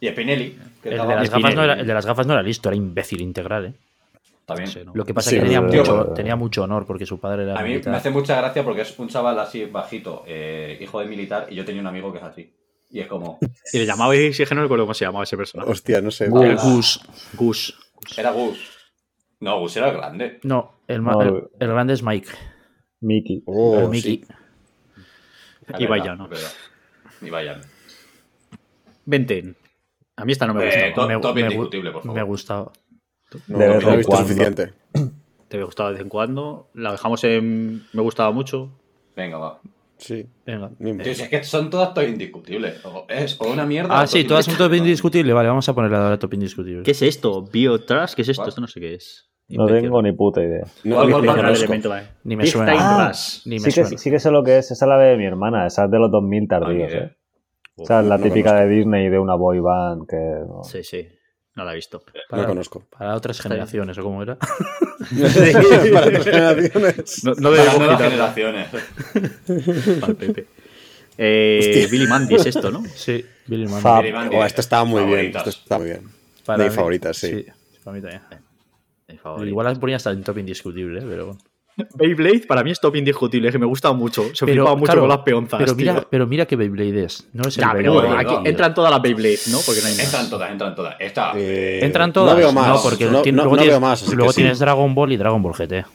Speaker 2: y Spinelli. Que
Speaker 3: El de,
Speaker 2: estaba-
Speaker 3: las
Speaker 5: Spinelli.
Speaker 3: gafas no era, el de las gafas no era listo, era imbécil integral, ¿eh?
Speaker 5: No
Speaker 2: También.
Speaker 5: sé, ¿no?
Speaker 3: Lo que pasa
Speaker 4: Sí,
Speaker 3: es que tenía
Speaker 4: pero-
Speaker 3: mucho, tenía mucho honor porque su padre era
Speaker 2: A mí
Speaker 3: militar.
Speaker 2: me hace mucha gracia porque es un chaval así bajito, eh, hijo de militar, y yo tenía un amigo que es así. Y es como,
Speaker 5: Y le llamabais, es que no recuerdo cómo se llamaba ese personaje.
Speaker 6: Hostia, no sé.
Speaker 3: Gus,
Speaker 2: Ah.
Speaker 3: Gus.
Speaker 5: Gus.
Speaker 2: era Gus. No, Gus era grande.
Speaker 3: No, el, ma-
Speaker 4: No,
Speaker 3: el- el grande es Mike.
Speaker 4: Mickey.
Speaker 6: Oh,
Speaker 3: el
Speaker 6: sí.
Speaker 3: Mickey.
Speaker 5: Y vaya, ¿no?
Speaker 2: Y vaya.
Speaker 5: Venten. A mí esta no me
Speaker 2: Eh,
Speaker 5: gustaba.
Speaker 2: to-
Speaker 3: Me-
Speaker 2: top
Speaker 3: me gu-
Speaker 2: indiscutible, por favor.
Speaker 3: Me gustaba.
Speaker 6: No,
Speaker 4: De
Speaker 6: no,
Speaker 4: vez
Speaker 6: no he
Speaker 4: en
Speaker 6: visto
Speaker 4: cuando.
Speaker 6: suficiente.
Speaker 5: Te me gustaba de vez en cuando. La dejamos en. Me gustaba mucho.
Speaker 2: Venga, va.
Speaker 6: Sí.
Speaker 3: Venga.
Speaker 6: mismo.
Speaker 2: Tío, si es que son todas top indiscutibles. O es o una mierda. o
Speaker 3: Ah,
Speaker 2: top
Speaker 3: sí, todas son top
Speaker 2: indiscutible.
Speaker 3: indiscutible. Vale, vamos a ponerle ahora top indiscutible.
Speaker 5: ¿Qué es esto? ¿Biotrash? ¿Qué es esto?
Speaker 2: ¿Cuál?
Speaker 5: Esto no sé qué es.
Speaker 4: No tengo ni puta idea.
Speaker 6: No,
Speaker 2: ¿Cuál,
Speaker 6: ni-
Speaker 2: cuál,
Speaker 6: ni
Speaker 2: cuál,
Speaker 6: conozco.
Speaker 3: Ni me suena.
Speaker 4: Ah,
Speaker 5: eh. Trash.
Speaker 3: Ni me
Speaker 4: Sí que,
Speaker 3: suena.
Speaker 4: sí que sé lo que es. Esa es la de mi hermana. Esa es de los 2000
Speaker 2: Ah, ni
Speaker 4: tardíos.
Speaker 2: idea.
Speaker 4: eh. O sea, es la
Speaker 6: No
Speaker 4: típica
Speaker 6: conozco.
Speaker 4: de Disney de una boy band que... no.
Speaker 5: Sí, sí. No la he visto.
Speaker 6: No conozco.
Speaker 3: Para otras generaciones, ¿o cómo era? [LAUGHS]
Speaker 6: [LAUGHS] Para las generaciones.
Speaker 5: No,
Speaker 2: Para
Speaker 5: no debemos
Speaker 2: nuevas
Speaker 5: quitarla
Speaker 2: generaciones.
Speaker 5: [LAUGHS] para el Pepe. Eh,
Speaker 6: Hostia.
Speaker 5: Billy Mandy es esto, ¿no?
Speaker 3: Sí, Billy Mandy.
Speaker 4: Fa-
Speaker 2: Billy Mandy,
Speaker 6: Oh, esto está muy bien.
Speaker 2: favoritas.
Speaker 6: Esto está muy bien.
Speaker 3: Para
Speaker 6: de
Speaker 3: mí-
Speaker 6: mis favoritas, sí.
Speaker 3: Para mí también.
Speaker 5: Mi favorito.
Speaker 3: Igual las ponía hasta en top indiscutible, ¿eh? pero bueno.
Speaker 5: Beyblade para mí es top indiscutible, que me gusta mucho. Se flipaba mucho
Speaker 3: claro,
Speaker 5: con las peonzas.
Speaker 3: Pero mira,
Speaker 5: tío.
Speaker 3: pero mira que Beyblade es. No es el
Speaker 5: Ya, pero
Speaker 3: Beyblade.
Speaker 2: bueno,
Speaker 5: aquí
Speaker 2: no.
Speaker 5: entran todas las Beyblades, ¿no? Porque no hay más.
Speaker 2: Entran todas, entran todas. Esta.
Speaker 6: Eh,
Speaker 3: Entran todas.
Speaker 6: No veo más. No,
Speaker 3: porque
Speaker 6: no,
Speaker 3: tien-
Speaker 6: no
Speaker 3: luego tienes,
Speaker 6: veo más. así que
Speaker 3: luego
Speaker 6: sí. Ah,
Speaker 3: tienes Dragon Ball y Dragon Ball GT.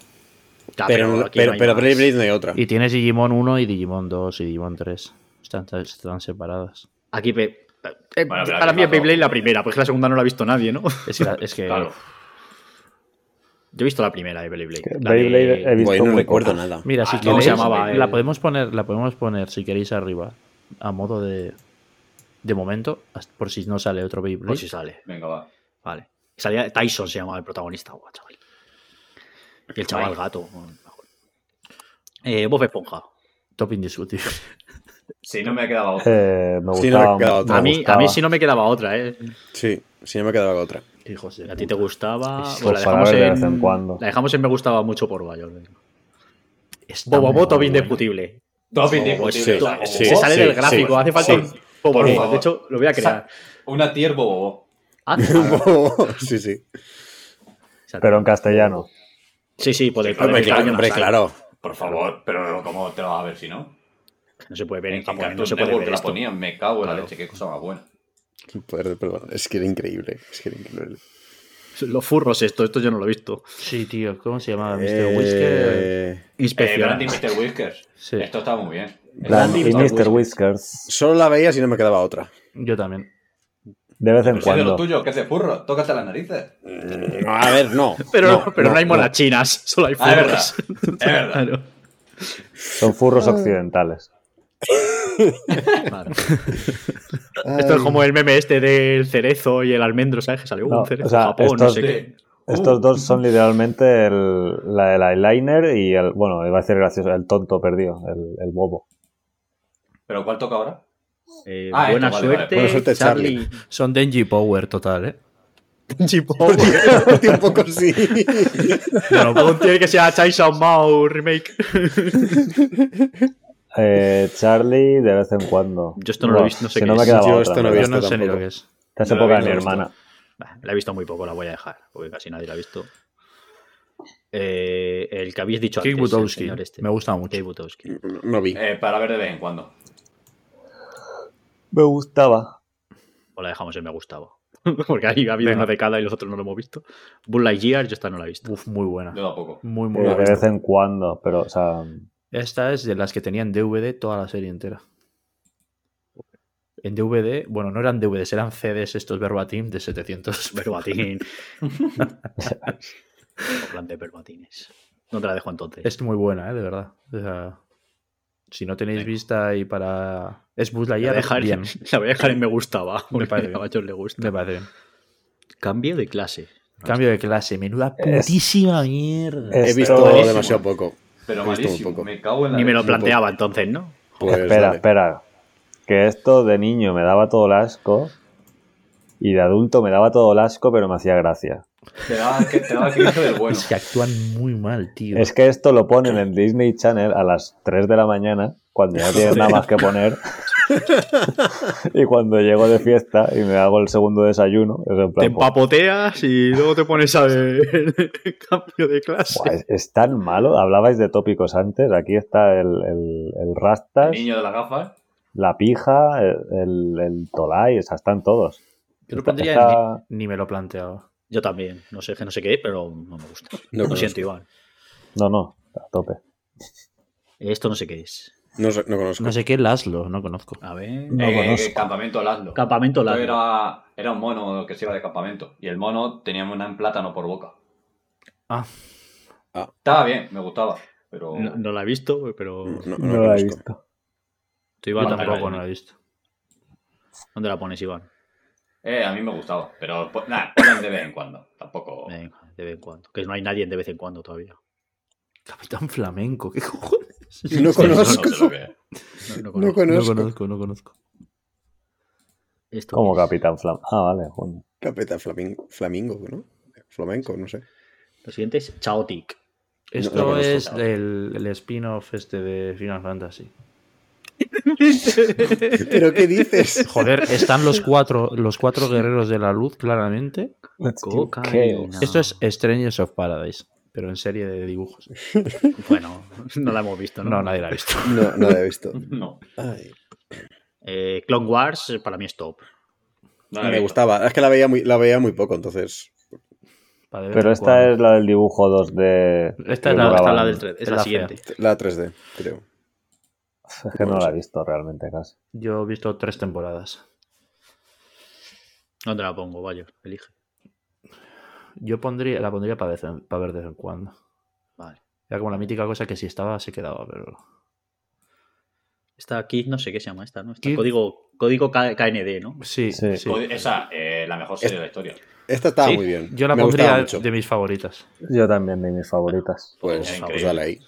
Speaker 5: Ya,
Speaker 6: Pero,
Speaker 5: aquí
Speaker 6: pero,
Speaker 5: no hay
Speaker 6: pero
Speaker 5: más.
Speaker 6: Blade Blade no hay otra.
Speaker 3: Y tienes Digimon 1 y Digimon 2 y Digimon 3. Están, están separadas.
Speaker 5: Aquí pe- eh,
Speaker 2: Bueno, pero
Speaker 5: para
Speaker 2: aquí
Speaker 5: mí es
Speaker 2: mató.
Speaker 5: Beyblade la primera, porque la segunda no la ha visto nadie, ¿no? [LAUGHS]
Speaker 3: Es que, la- es que
Speaker 2: Claro.
Speaker 5: Yo he visto la primera de Beyblade. La de-
Speaker 4: Beyblade he visto
Speaker 6: Bueno, no
Speaker 4: muy
Speaker 6: recuerdo
Speaker 4: pocas.
Speaker 6: nada.
Speaker 3: Mira, si
Speaker 2: Ah,
Speaker 5: ¿cómo
Speaker 3: queréis,
Speaker 5: se llamaba
Speaker 3: la
Speaker 5: el-
Speaker 3: podemos poner, la podemos poner si queréis arriba, a modo de, de momento, as- por si no sale otro Beyblade.
Speaker 5: Por si sale.
Speaker 2: Venga, va.
Speaker 5: Vale. Salía Tyson se llamaba el protagonista, guau, chaval. Y el chaval gato. mejor. Eh, Bob Esponja.
Speaker 3: Top indiscutible.
Speaker 2: Si no me ha quedado otra.
Speaker 4: Eh, me
Speaker 6: Sí, no me ha
Speaker 4: gustaba.
Speaker 6: quedado
Speaker 4: me
Speaker 6: otra.
Speaker 5: A mí, a
Speaker 4: gustaba.
Speaker 5: mí sí no me quedaba otra, ¿eh?
Speaker 6: Sí, sí, no me quedaba otra.
Speaker 3: Hijos de
Speaker 5: A ti te
Speaker 3: puta.
Speaker 5: gustaba.
Speaker 3: Sí,
Speaker 5: o la
Speaker 4: pues para
Speaker 5: dejamos
Speaker 4: ver de
Speaker 5: en.
Speaker 4: vez en cuando.
Speaker 5: La dejamos en me gustaba mucho por Bayon.
Speaker 3: Está muy
Speaker 5: Bobobo, top
Speaker 3: bueno.
Speaker 5: indiscutible.
Speaker 2: Top
Speaker 6: sí,
Speaker 2: indiscutible. o sea,
Speaker 6: sí,
Speaker 2: Bobo,
Speaker 5: Pues, Se sale
Speaker 6: sí,
Speaker 5: del
Speaker 6: sí,
Speaker 5: gráfico, hace
Speaker 2: sí.
Speaker 5: falta un Bobobo.
Speaker 2: Por favor.
Speaker 5: De hecho, lo voy
Speaker 2: [LAUGHS]
Speaker 5: a crear.
Speaker 2: Una tier bobo.
Speaker 5: Ah,
Speaker 6: sí, sí.
Speaker 4: Pero en castellano.
Speaker 5: sí, sí, por el
Speaker 2: Hombre,
Speaker 5: por el
Speaker 2: claro,
Speaker 5: cañón
Speaker 6: Hombre,
Speaker 5: nasal.
Speaker 6: claro.
Speaker 2: Por favor, pero ¿cómo te lo vas a ver si no?
Speaker 5: No se puede ver en
Speaker 2: En
Speaker 5: japonés,
Speaker 2: Cartoon
Speaker 5: no se puede
Speaker 2: Network
Speaker 5: ver
Speaker 2: la
Speaker 5: esto.
Speaker 2: ponían, me cago en la
Speaker 5: Claro.
Speaker 2: leche, qué cosa más buena.
Speaker 6: Qué poder de perdón. Es que era increíble. Es que era increíble.
Speaker 5: Los furros, esto, esto yo no lo he visto.
Speaker 3: [LAUGHS] Sí, tío, ¿cómo se llamaba? Mr. Whisker.
Speaker 6: Eh,
Speaker 2: Eh,
Speaker 5: Inspección.
Speaker 2: Brandy y Mr. Whiskers.
Speaker 3: Sí.
Speaker 2: Esto está muy bien.
Speaker 4: Brandy y Mr. Whiskers.
Speaker 6: Solo la veía si no me quedaba otra.
Speaker 3: Yo también.
Speaker 4: De vez en
Speaker 2: Si es de lo
Speaker 4: cuando.
Speaker 2: tuyo, que es de furro, tócate las narices.
Speaker 6: Mm, A ver, no.
Speaker 5: pero no, pero no, hay
Speaker 6: mola
Speaker 5: monachinas, [LAUGHS] solo hay
Speaker 2: Ah, es verdad.
Speaker 5: furros.
Speaker 2: Es verdad.
Speaker 5: [LAUGHS] Claro.
Speaker 4: Son furros occidentales.
Speaker 5: Claro. Esto es como el meme este del cerezo y el almendro, ¿sabes? Que salió
Speaker 4: No,
Speaker 5: un cerezo
Speaker 4: o sea,
Speaker 5: en Japón, no
Speaker 4: estos-
Speaker 5: sé qué.
Speaker 6: Uh.
Speaker 4: Estos dos son literalmente el, la, el eyeliner y el. Bueno, iba a decir gracioso, el tonto perdido, el, el bobo.
Speaker 2: ¿Pero cuál toca ahora?
Speaker 5: Eh,
Speaker 2: Ah, esto,
Speaker 5: buena,
Speaker 2: vale, vale.
Speaker 5: suerte,
Speaker 6: Buena
Speaker 5: [LAUGHS]
Speaker 6: suerte,
Speaker 5: Charlie.
Speaker 3: Son Denji Power total, ¿eh?
Speaker 5: Chipo.
Speaker 6: [LAUGHS] un poco sí.
Speaker 5: [LAUGHS] Algún tiene que sea Chai Shao Mao remake.
Speaker 4: Eh, Charlie, de vez en cuando.
Speaker 5: Yo esto no lo he
Speaker 4: Buah,
Speaker 5: visto, no sé
Speaker 4: si
Speaker 5: qué
Speaker 4: no me
Speaker 5: es.
Speaker 4: quedaba
Speaker 6: Yo
Speaker 4: otra,
Speaker 6: esto no
Speaker 4: en
Speaker 6: he
Speaker 3: Yo
Speaker 4: verdad.
Speaker 3: no
Speaker 6: visto
Speaker 3: sé ni lo
Speaker 6: tampoco.
Speaker 3: que
Speaker 5: Este
Speaker 3: es.
Speaker 4: Te hace
Speaker 2: No lo
Speaker 4: poca
Speaker 2: he
Speaker 4: mi
Speaker 2: visto.
Speaker 4: hermana.
Speaker 5: Bah, La he visto muy poco, la voy a dejar, porque casi nadie la ha visto. Eh, el que habéis dicho
Speaker 3: Kick
Speaker 5: antes, el
Speaker 3: Butowski.
Speaker 5: señor este.
Speaker 3: Me gusta mucho.
Speaker 5: Kate Butowski.
Speaker 6: No vi.
Speaker 2: Eh, para ver de vez en cuando.
Speaker 4: Me gustaba.
Speaker 5: O la dejamos en me gustaba. [LAUGHS] Porque ahí ha habido una década y los otros no lo hemos visto. Bull Lightyear, yo esta no la he
Speaker 3: [LAUGHS]
Speaker 5: visto.
Speaker 3: Uf, muy buena.
Speaker 2: Yo tampoco.
Speaker 3: Muy, muy
Speaker 4: Eh, De
Speaker 3: buena.
Speaker 4: vez en cuando, pero, o sea.
Speaker 6: Pues
Speaker 3: Esta es de las que tenían DVD toda la serie entera. En DVD, bueno, no eran DVDs, eran CDs estos verbatim de [LAUGHS] 700.
Speaker 5: [LAUGHS] Verbatín. Plan de verbatines. No te la dejo entonces.
Speaker 3: Es muy buena, ¿eh? De verdad. O sea, si no tenéis vista y para... Es Buzz
Speaker 5: la, voy a
Speaker 3: Lightyear,
Speaker 5: dejar,
Speaker 3: bien.
Speaker 5: [LAUGHS] la voy a dejar en me gustaba.
Speaker 3: Me
Speaker 5: Porque
Speaker 3: parece
Speaker 5: a Machos le gusta.
Speaker 3: Me parece bien.
Speaker 5: Cambio de clase.
Speaker 3: Cambio de clase, menuda
Speaker 4: Es-
Speaker 3: putísima mierda.
Speaker 4: Este es-
Speaker 6: He
Speaker 4: esto
Speaker 6: visto
Speaker 4: malísimo.
Speaker 6: demasiado poco.
Speaker 2: Pero
Speaker 6: He visto muy
Speaker 2: malísimo,
Speaker 6: poco.
Speaker 2: me cago en la
Speaker 5: Ni me lo
Speaker 2: leche.
Speaker 5: planteaba entonces, ¿no?
Speaker 6: Pues,
Speaker 4: espera,
Speaker 6: dale.
Speaker 4: espera. Que esto de niño me daba todo el asco. Y de adulto me daba todo el asco, pero me hacía gracia.
Speaker 2: Te daba, que- te daba el grito
Speaker 5: [LAUGHS]
Speaker 2: del bueno.
Speaker 3: Es que actúan muy mal, tío.
Speaker 4: Es que esto lo ponen en Disney Channel a las 3 de la mañana, cuando ya tienen nada más que poner. y cuando llego de fiesta y me hago el segundo desayuno, es en
Speaker 3: pues,
Speaker 5: Te
Speaker 4: plan.
Speaker 3: [LAUGHS]
Speaker 5: empapoteas y luego te pones a ver cambio de clase.
Speaker 4: "Buah, es, es tan malo. Hablabais de tópicos antes. Aquí está el, el- el
Speaker 2: El
Speaker 4: Rastas,
Speaker 2: niño de las gafas.
Speaker 4: la pija, el, el Tolai, o sea, están todos.
Speaker 3: Yo lo
Speaker 4: Está-
Speaker 3: pondría
Speaker 4: está-
Speaker 3: en ni, ni me lo planteaba.
Speaker 5: Yo también. No sé, que no sé qué, pero no me gusta.
Speaker 6: No
Speaker 5: lo
Speaker 6: conozco.
Speaker 5: siento, Iván.
Speaker 4: No, no, a tope.
Speaker 5: Esto no sé qué es.
Speaker 6: No, sé- no conozco.
Speaker 3: No sé qué Laszlo, no conozco.
Speaker 5: A ver.
Speaker 4: No
Speaker 2: eh,
Speaker 4: conozco.
Speaker 2: campamento Laszlo.
Speaker 5: Ah, Campamento
Speaker 2: Esto
Speaker 5: Lázaro.
Speaker 2: Era, era un mono que se iba de campamento. Y el mono tenía una en plátano por boca.
Speaker 3: Ah.
Speaker 6: Ah.
Speaker 2: Estaba bien, me gustaba. Pero.
Speaker 5: No, no la he visto, pero.
Speaker 6: No, no
Speaker 4: No
Speaker 6: lo
Speaker 4: la he
Speaker 6: conozco.
Speaker 4: visto.
Speaker 5: Tú,
Speaker 3: Mm. Yo
Speaker 5: Iván, ¿dónde la-
Speaker 3: tampoco no lo he visto.
Speaker 5: ¿Dónde la pones, Iván?
Speaker 2: Eh, a mí me gustaba. Pero pues, nada, ponen de vez en cuando. Tampoco.
Speaker 5: Venga, de vez en cuando. Que no hay nadie en de vez en cuando todavía.
Speaker 3: Capitán Flamenco, ¿qué cojones? [LAUGHS]
Speaker 6: No
Speaker 2: Sí, eso no
Speaker 6: conozco.
Speaker 2: sé lo que es.
Speaker 5: No, no
Speaker 3: No
Speaker 6: No
Speaker 5: conozco.
Speaker 6: conozco.
Speaker 3: conozco, no conozco.
Speaker 5: Esto
Speaker 4: Como
Speaker 5: es-
Speaker 4: Capitán Flam. Ah, vale, coño.
Speaker 6: Capeta flamingo, flamingo, ¿no? Flamenco, no sé.
Speaker 5: Lo siguiente es Chaotic.
Speaker 3: Esto
Speaker 6: no lo he
Speaker 3: es
Speaker 2: escuchado.
Speaker 3: el, el spin-off este de Final Fantasy.
Speaker 6: ¿Pero qué dices?
Speaker 3: Joder, están los cuatro, los cuatro guerreros de la luz, claramente.
Speaker 5: Cocaína.
Speaker 3: Esto es Strangers of Paradise, pero en serie de dibujos.
Speaker 5: Bueno, no la hemos visto, ¿no?
Speaker 3: No, nadie la ha visto.
Speaker 6: No, no lo he visto.
Speaker 2: [LAUGHS] No.
Speaker 6: Ay,
Speaker 5: Eh, Clone Wars eh, para mí es top.
Speaker 2: no la he
Speaker 6: me
Speaker 2: visto.
Speaker 6: gustaba. Es que la veía muy, la veía muy poco, entonces.
Speaker 3: Para ver
Speaker 4: Pero
Speaker 3: cuál-
Speaker 4: esta es la del dibujo 2 de. que
Speaker 3: Esta es la-
Speaker 5: Esta
Speaker 3: esta
Speaker 4: duraban-
Speaker 5: la del thread, es
Speaker 3: es
Speaker 5: la
Speaker 3: la
Speaker 5: siguiente.
Speaker 6: La 3D, creo.
Speaker 4: Es que no la he visto realmente casi.
Speaker 3: Yo he visto tres temporadas.
Speaker 5: ¿Dónde la pongo? Vaya, elige.
Speaker 3: Yo pondría, la pondría para, vez en- para ver de vez en cuando.
Speaker 5: Vale.
Speaker 3: Era como la mítica cosa que si estaba, se quedaba, pero.
Speaker 5: Esta aquí, no sé qué se llama esta, ¿no? Esta
Speaker 3: Kid.
Speaker 5: código, código K- KND, ¿no?
Speaker 3: Sí,
Speaker 4: Sí.
Speaker 3: sí.
Speaker 2: Joder, Esa, eh, la mejor serie de la historia.
Speaker 6: Esta estaba
Speaker 5: Sí,
Speaker 6: muy bien.
Speaker 3: Yo la
Speaker 6: me gustaba
Speaker 3: pondría
Speaker 6: mucho.
Speaker 3: de mis favoritas.
Speaker 4: Yo también, de mis favoritas.
Speaker 6: Pues,
Speaker 2: Era
Speaker 6: pues
Speaker 2: increíble.
Speaker 6: dale ahí.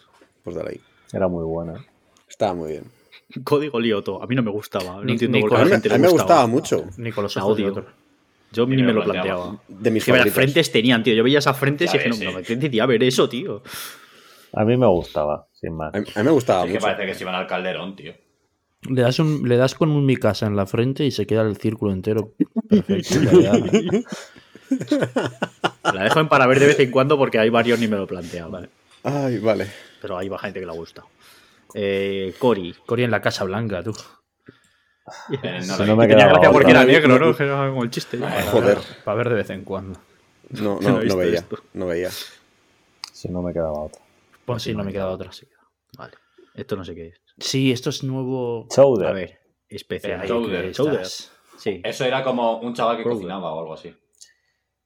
Speaker 6: Pues dale ahí.
Speaker 4: Era muy buena.
Speaker 6: Estaba muy bien.
Speaker 5: Código Lioto. A mí no me gustaba. No
Speaker 3: Ni-
Speaker 5: entiendo
Speaker 3: ni
Speaker 5: por qué
Speaker 6: A
Speaker 5: a
Speaker 6: mí,
Speaker 5: la
Speaker 6: me-
Speaker 5: gente
Speaker 6: a
Speaker 5: le
Speaker 6: mí me
Speaker 5: gustaba.
Speaker 6: gustaba mucho.
Speaker 3: Ni con los
Speaker 5: La
Speaker 3: ojos de
Speaker 5: odio.
Speaker 3: otro.
Speaker 5: Yo ni
Speaker 2: Ni
Speaker 5: me
Speaker 2: me
Speaker 5: lo
Speaker 2: lo
Speaker 5: planteaba.
Speaker 6: De mis
Speaker 5: Es que las
Speaker 6: favoritas.
Speaker 5: frentes tenían, tío. Yo veía esas frentes
Speaker 2: Ya
Speaker 5: y dije, no,
Speaker 2: ves,
Speaker 5: no
Speaker 2: sí.
Speaker 5: me entendía a ver eso, tío.
Speaker 4: A mí me gustaba, sin más.
Speaker 6: A mí, a mí me gustaba
Speaker 2: es que
Speaker 6: mucho.
Speaker 2: parece que se iban al calderón, tío.
Speaker 3: Le das, un- le das con un mi casa en la frente y se queda el círculo entero perfecto. y la verdad, ¿no?
Speaker 5: La dejo en para ver de vez en cuando porque hay varios ni me lo planteaba.
Speaker 6: Ay, vale.
Speaker 5: Pero hay gente que la gusta. Eh, Cory.
Speaker 3: Cory en la Casa Blanca, tú.
Speaker 2: Eh,
Speaker 4: Si
Speaker 2: no
Speaker 4: no
Speaker 2: la
Speaker 4: me
Speaker 2: vi.
Speaker 5: Tenía
Speaker 4: quedaba otra.
Speaker 5: gracia Ah, porque
Speaker 6: No
Speaker 5: era
Speaker 6: la vi,
Speaker 5: negro,
Speaker 6: no- Ah,
Speaker 5: ¿no? Que era como el chiste.
Speaker 6: Joder.
Speaker 3: Para ver de vez en cuando.
Speaker 6: No,
Speaker 5: No he
Speaker 6: no,
Speaker 5: visto
Speaker 6: no veía.
Speaker 5: esto.
Speaker 6: No veía.
Speaker 4: Si no me quedaba otra.
Speaker 3: Pues sí, no me queda otra.
Speaker 5: sí. Vale. Esto no sé qué es.
Speaker 3: Sí, esto es nuevo.
Speaker 5: A
Speaker 4: Chowder.
Speaker 5: ver. Especial.
Speaker 2: Eh, Chowder,
Speaker 5: Chowder. Sí.
Speaker 2: Eso era como un chaval que
Speaker 5: Crowder.
Speaker 2: cocinaba o algo así.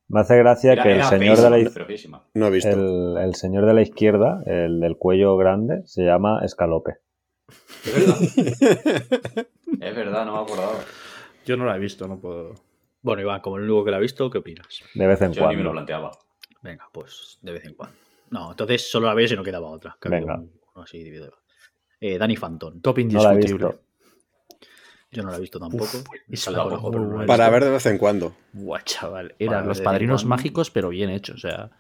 Speaker 4: Me hace gracia
Speaker 2: Era-
Speaker 4: que el
Speaker 2: era
Speaker 4: señor, de
Speaker 2: feísima,
Speaker 4: la,
Speaker 2: feísima.
Speaker 6: No he visto.
Speaker 4: el, el señor de la izquierda, el del cuello grande, se llama Escalope.
Speaker 2: Es verdad. es verdad, no me
Speaker 4: [LAUGHS]
Speaker 2: acordaba.
Speaker 3: Yo no la he visto, no puedo.
Speaker 5: Bueno, Iván, como el único que la ha visto, ¿qué opinas?
Speaker 4: De vez en
Speaker 2: Yo ni me lo
Speaker 4: cuando.
Speaker 2: planteaba.
Speaker 5: Venga, pues de vez en cuando. No, entonces solo la veía si no quedaba otra. que había
Speaker 4: Venga.
Speaker 5: un- uno así dividido. Eh, Danny Phantom.
Speaker 3: Top
Speaker 4: No la he
Speaker 3: indiscutible.
Speaker 4: visto.
Speaker 5: Yo no la he visto tampoco.
Speaker 6: pues,
Speaker 3: y
Speaker 5: Esa la
Speaker 2: tampoco,
Speaker 5: conozco,
Speaker 3: muy
Speaker 5: pero no la he
Speaker 3: buena.
Speaker 5: visto.
Speaker 6: Para ver de vez en cuando.
Speaker 3: Buah, chaval. Eran
Speaker 5: Para
Speaker 3: los
Speaker 5: ver
Speaker 3: padrinos
Speaker 5: cuándo.
Speaker 3: mágicos, pero bien hechos. O sea,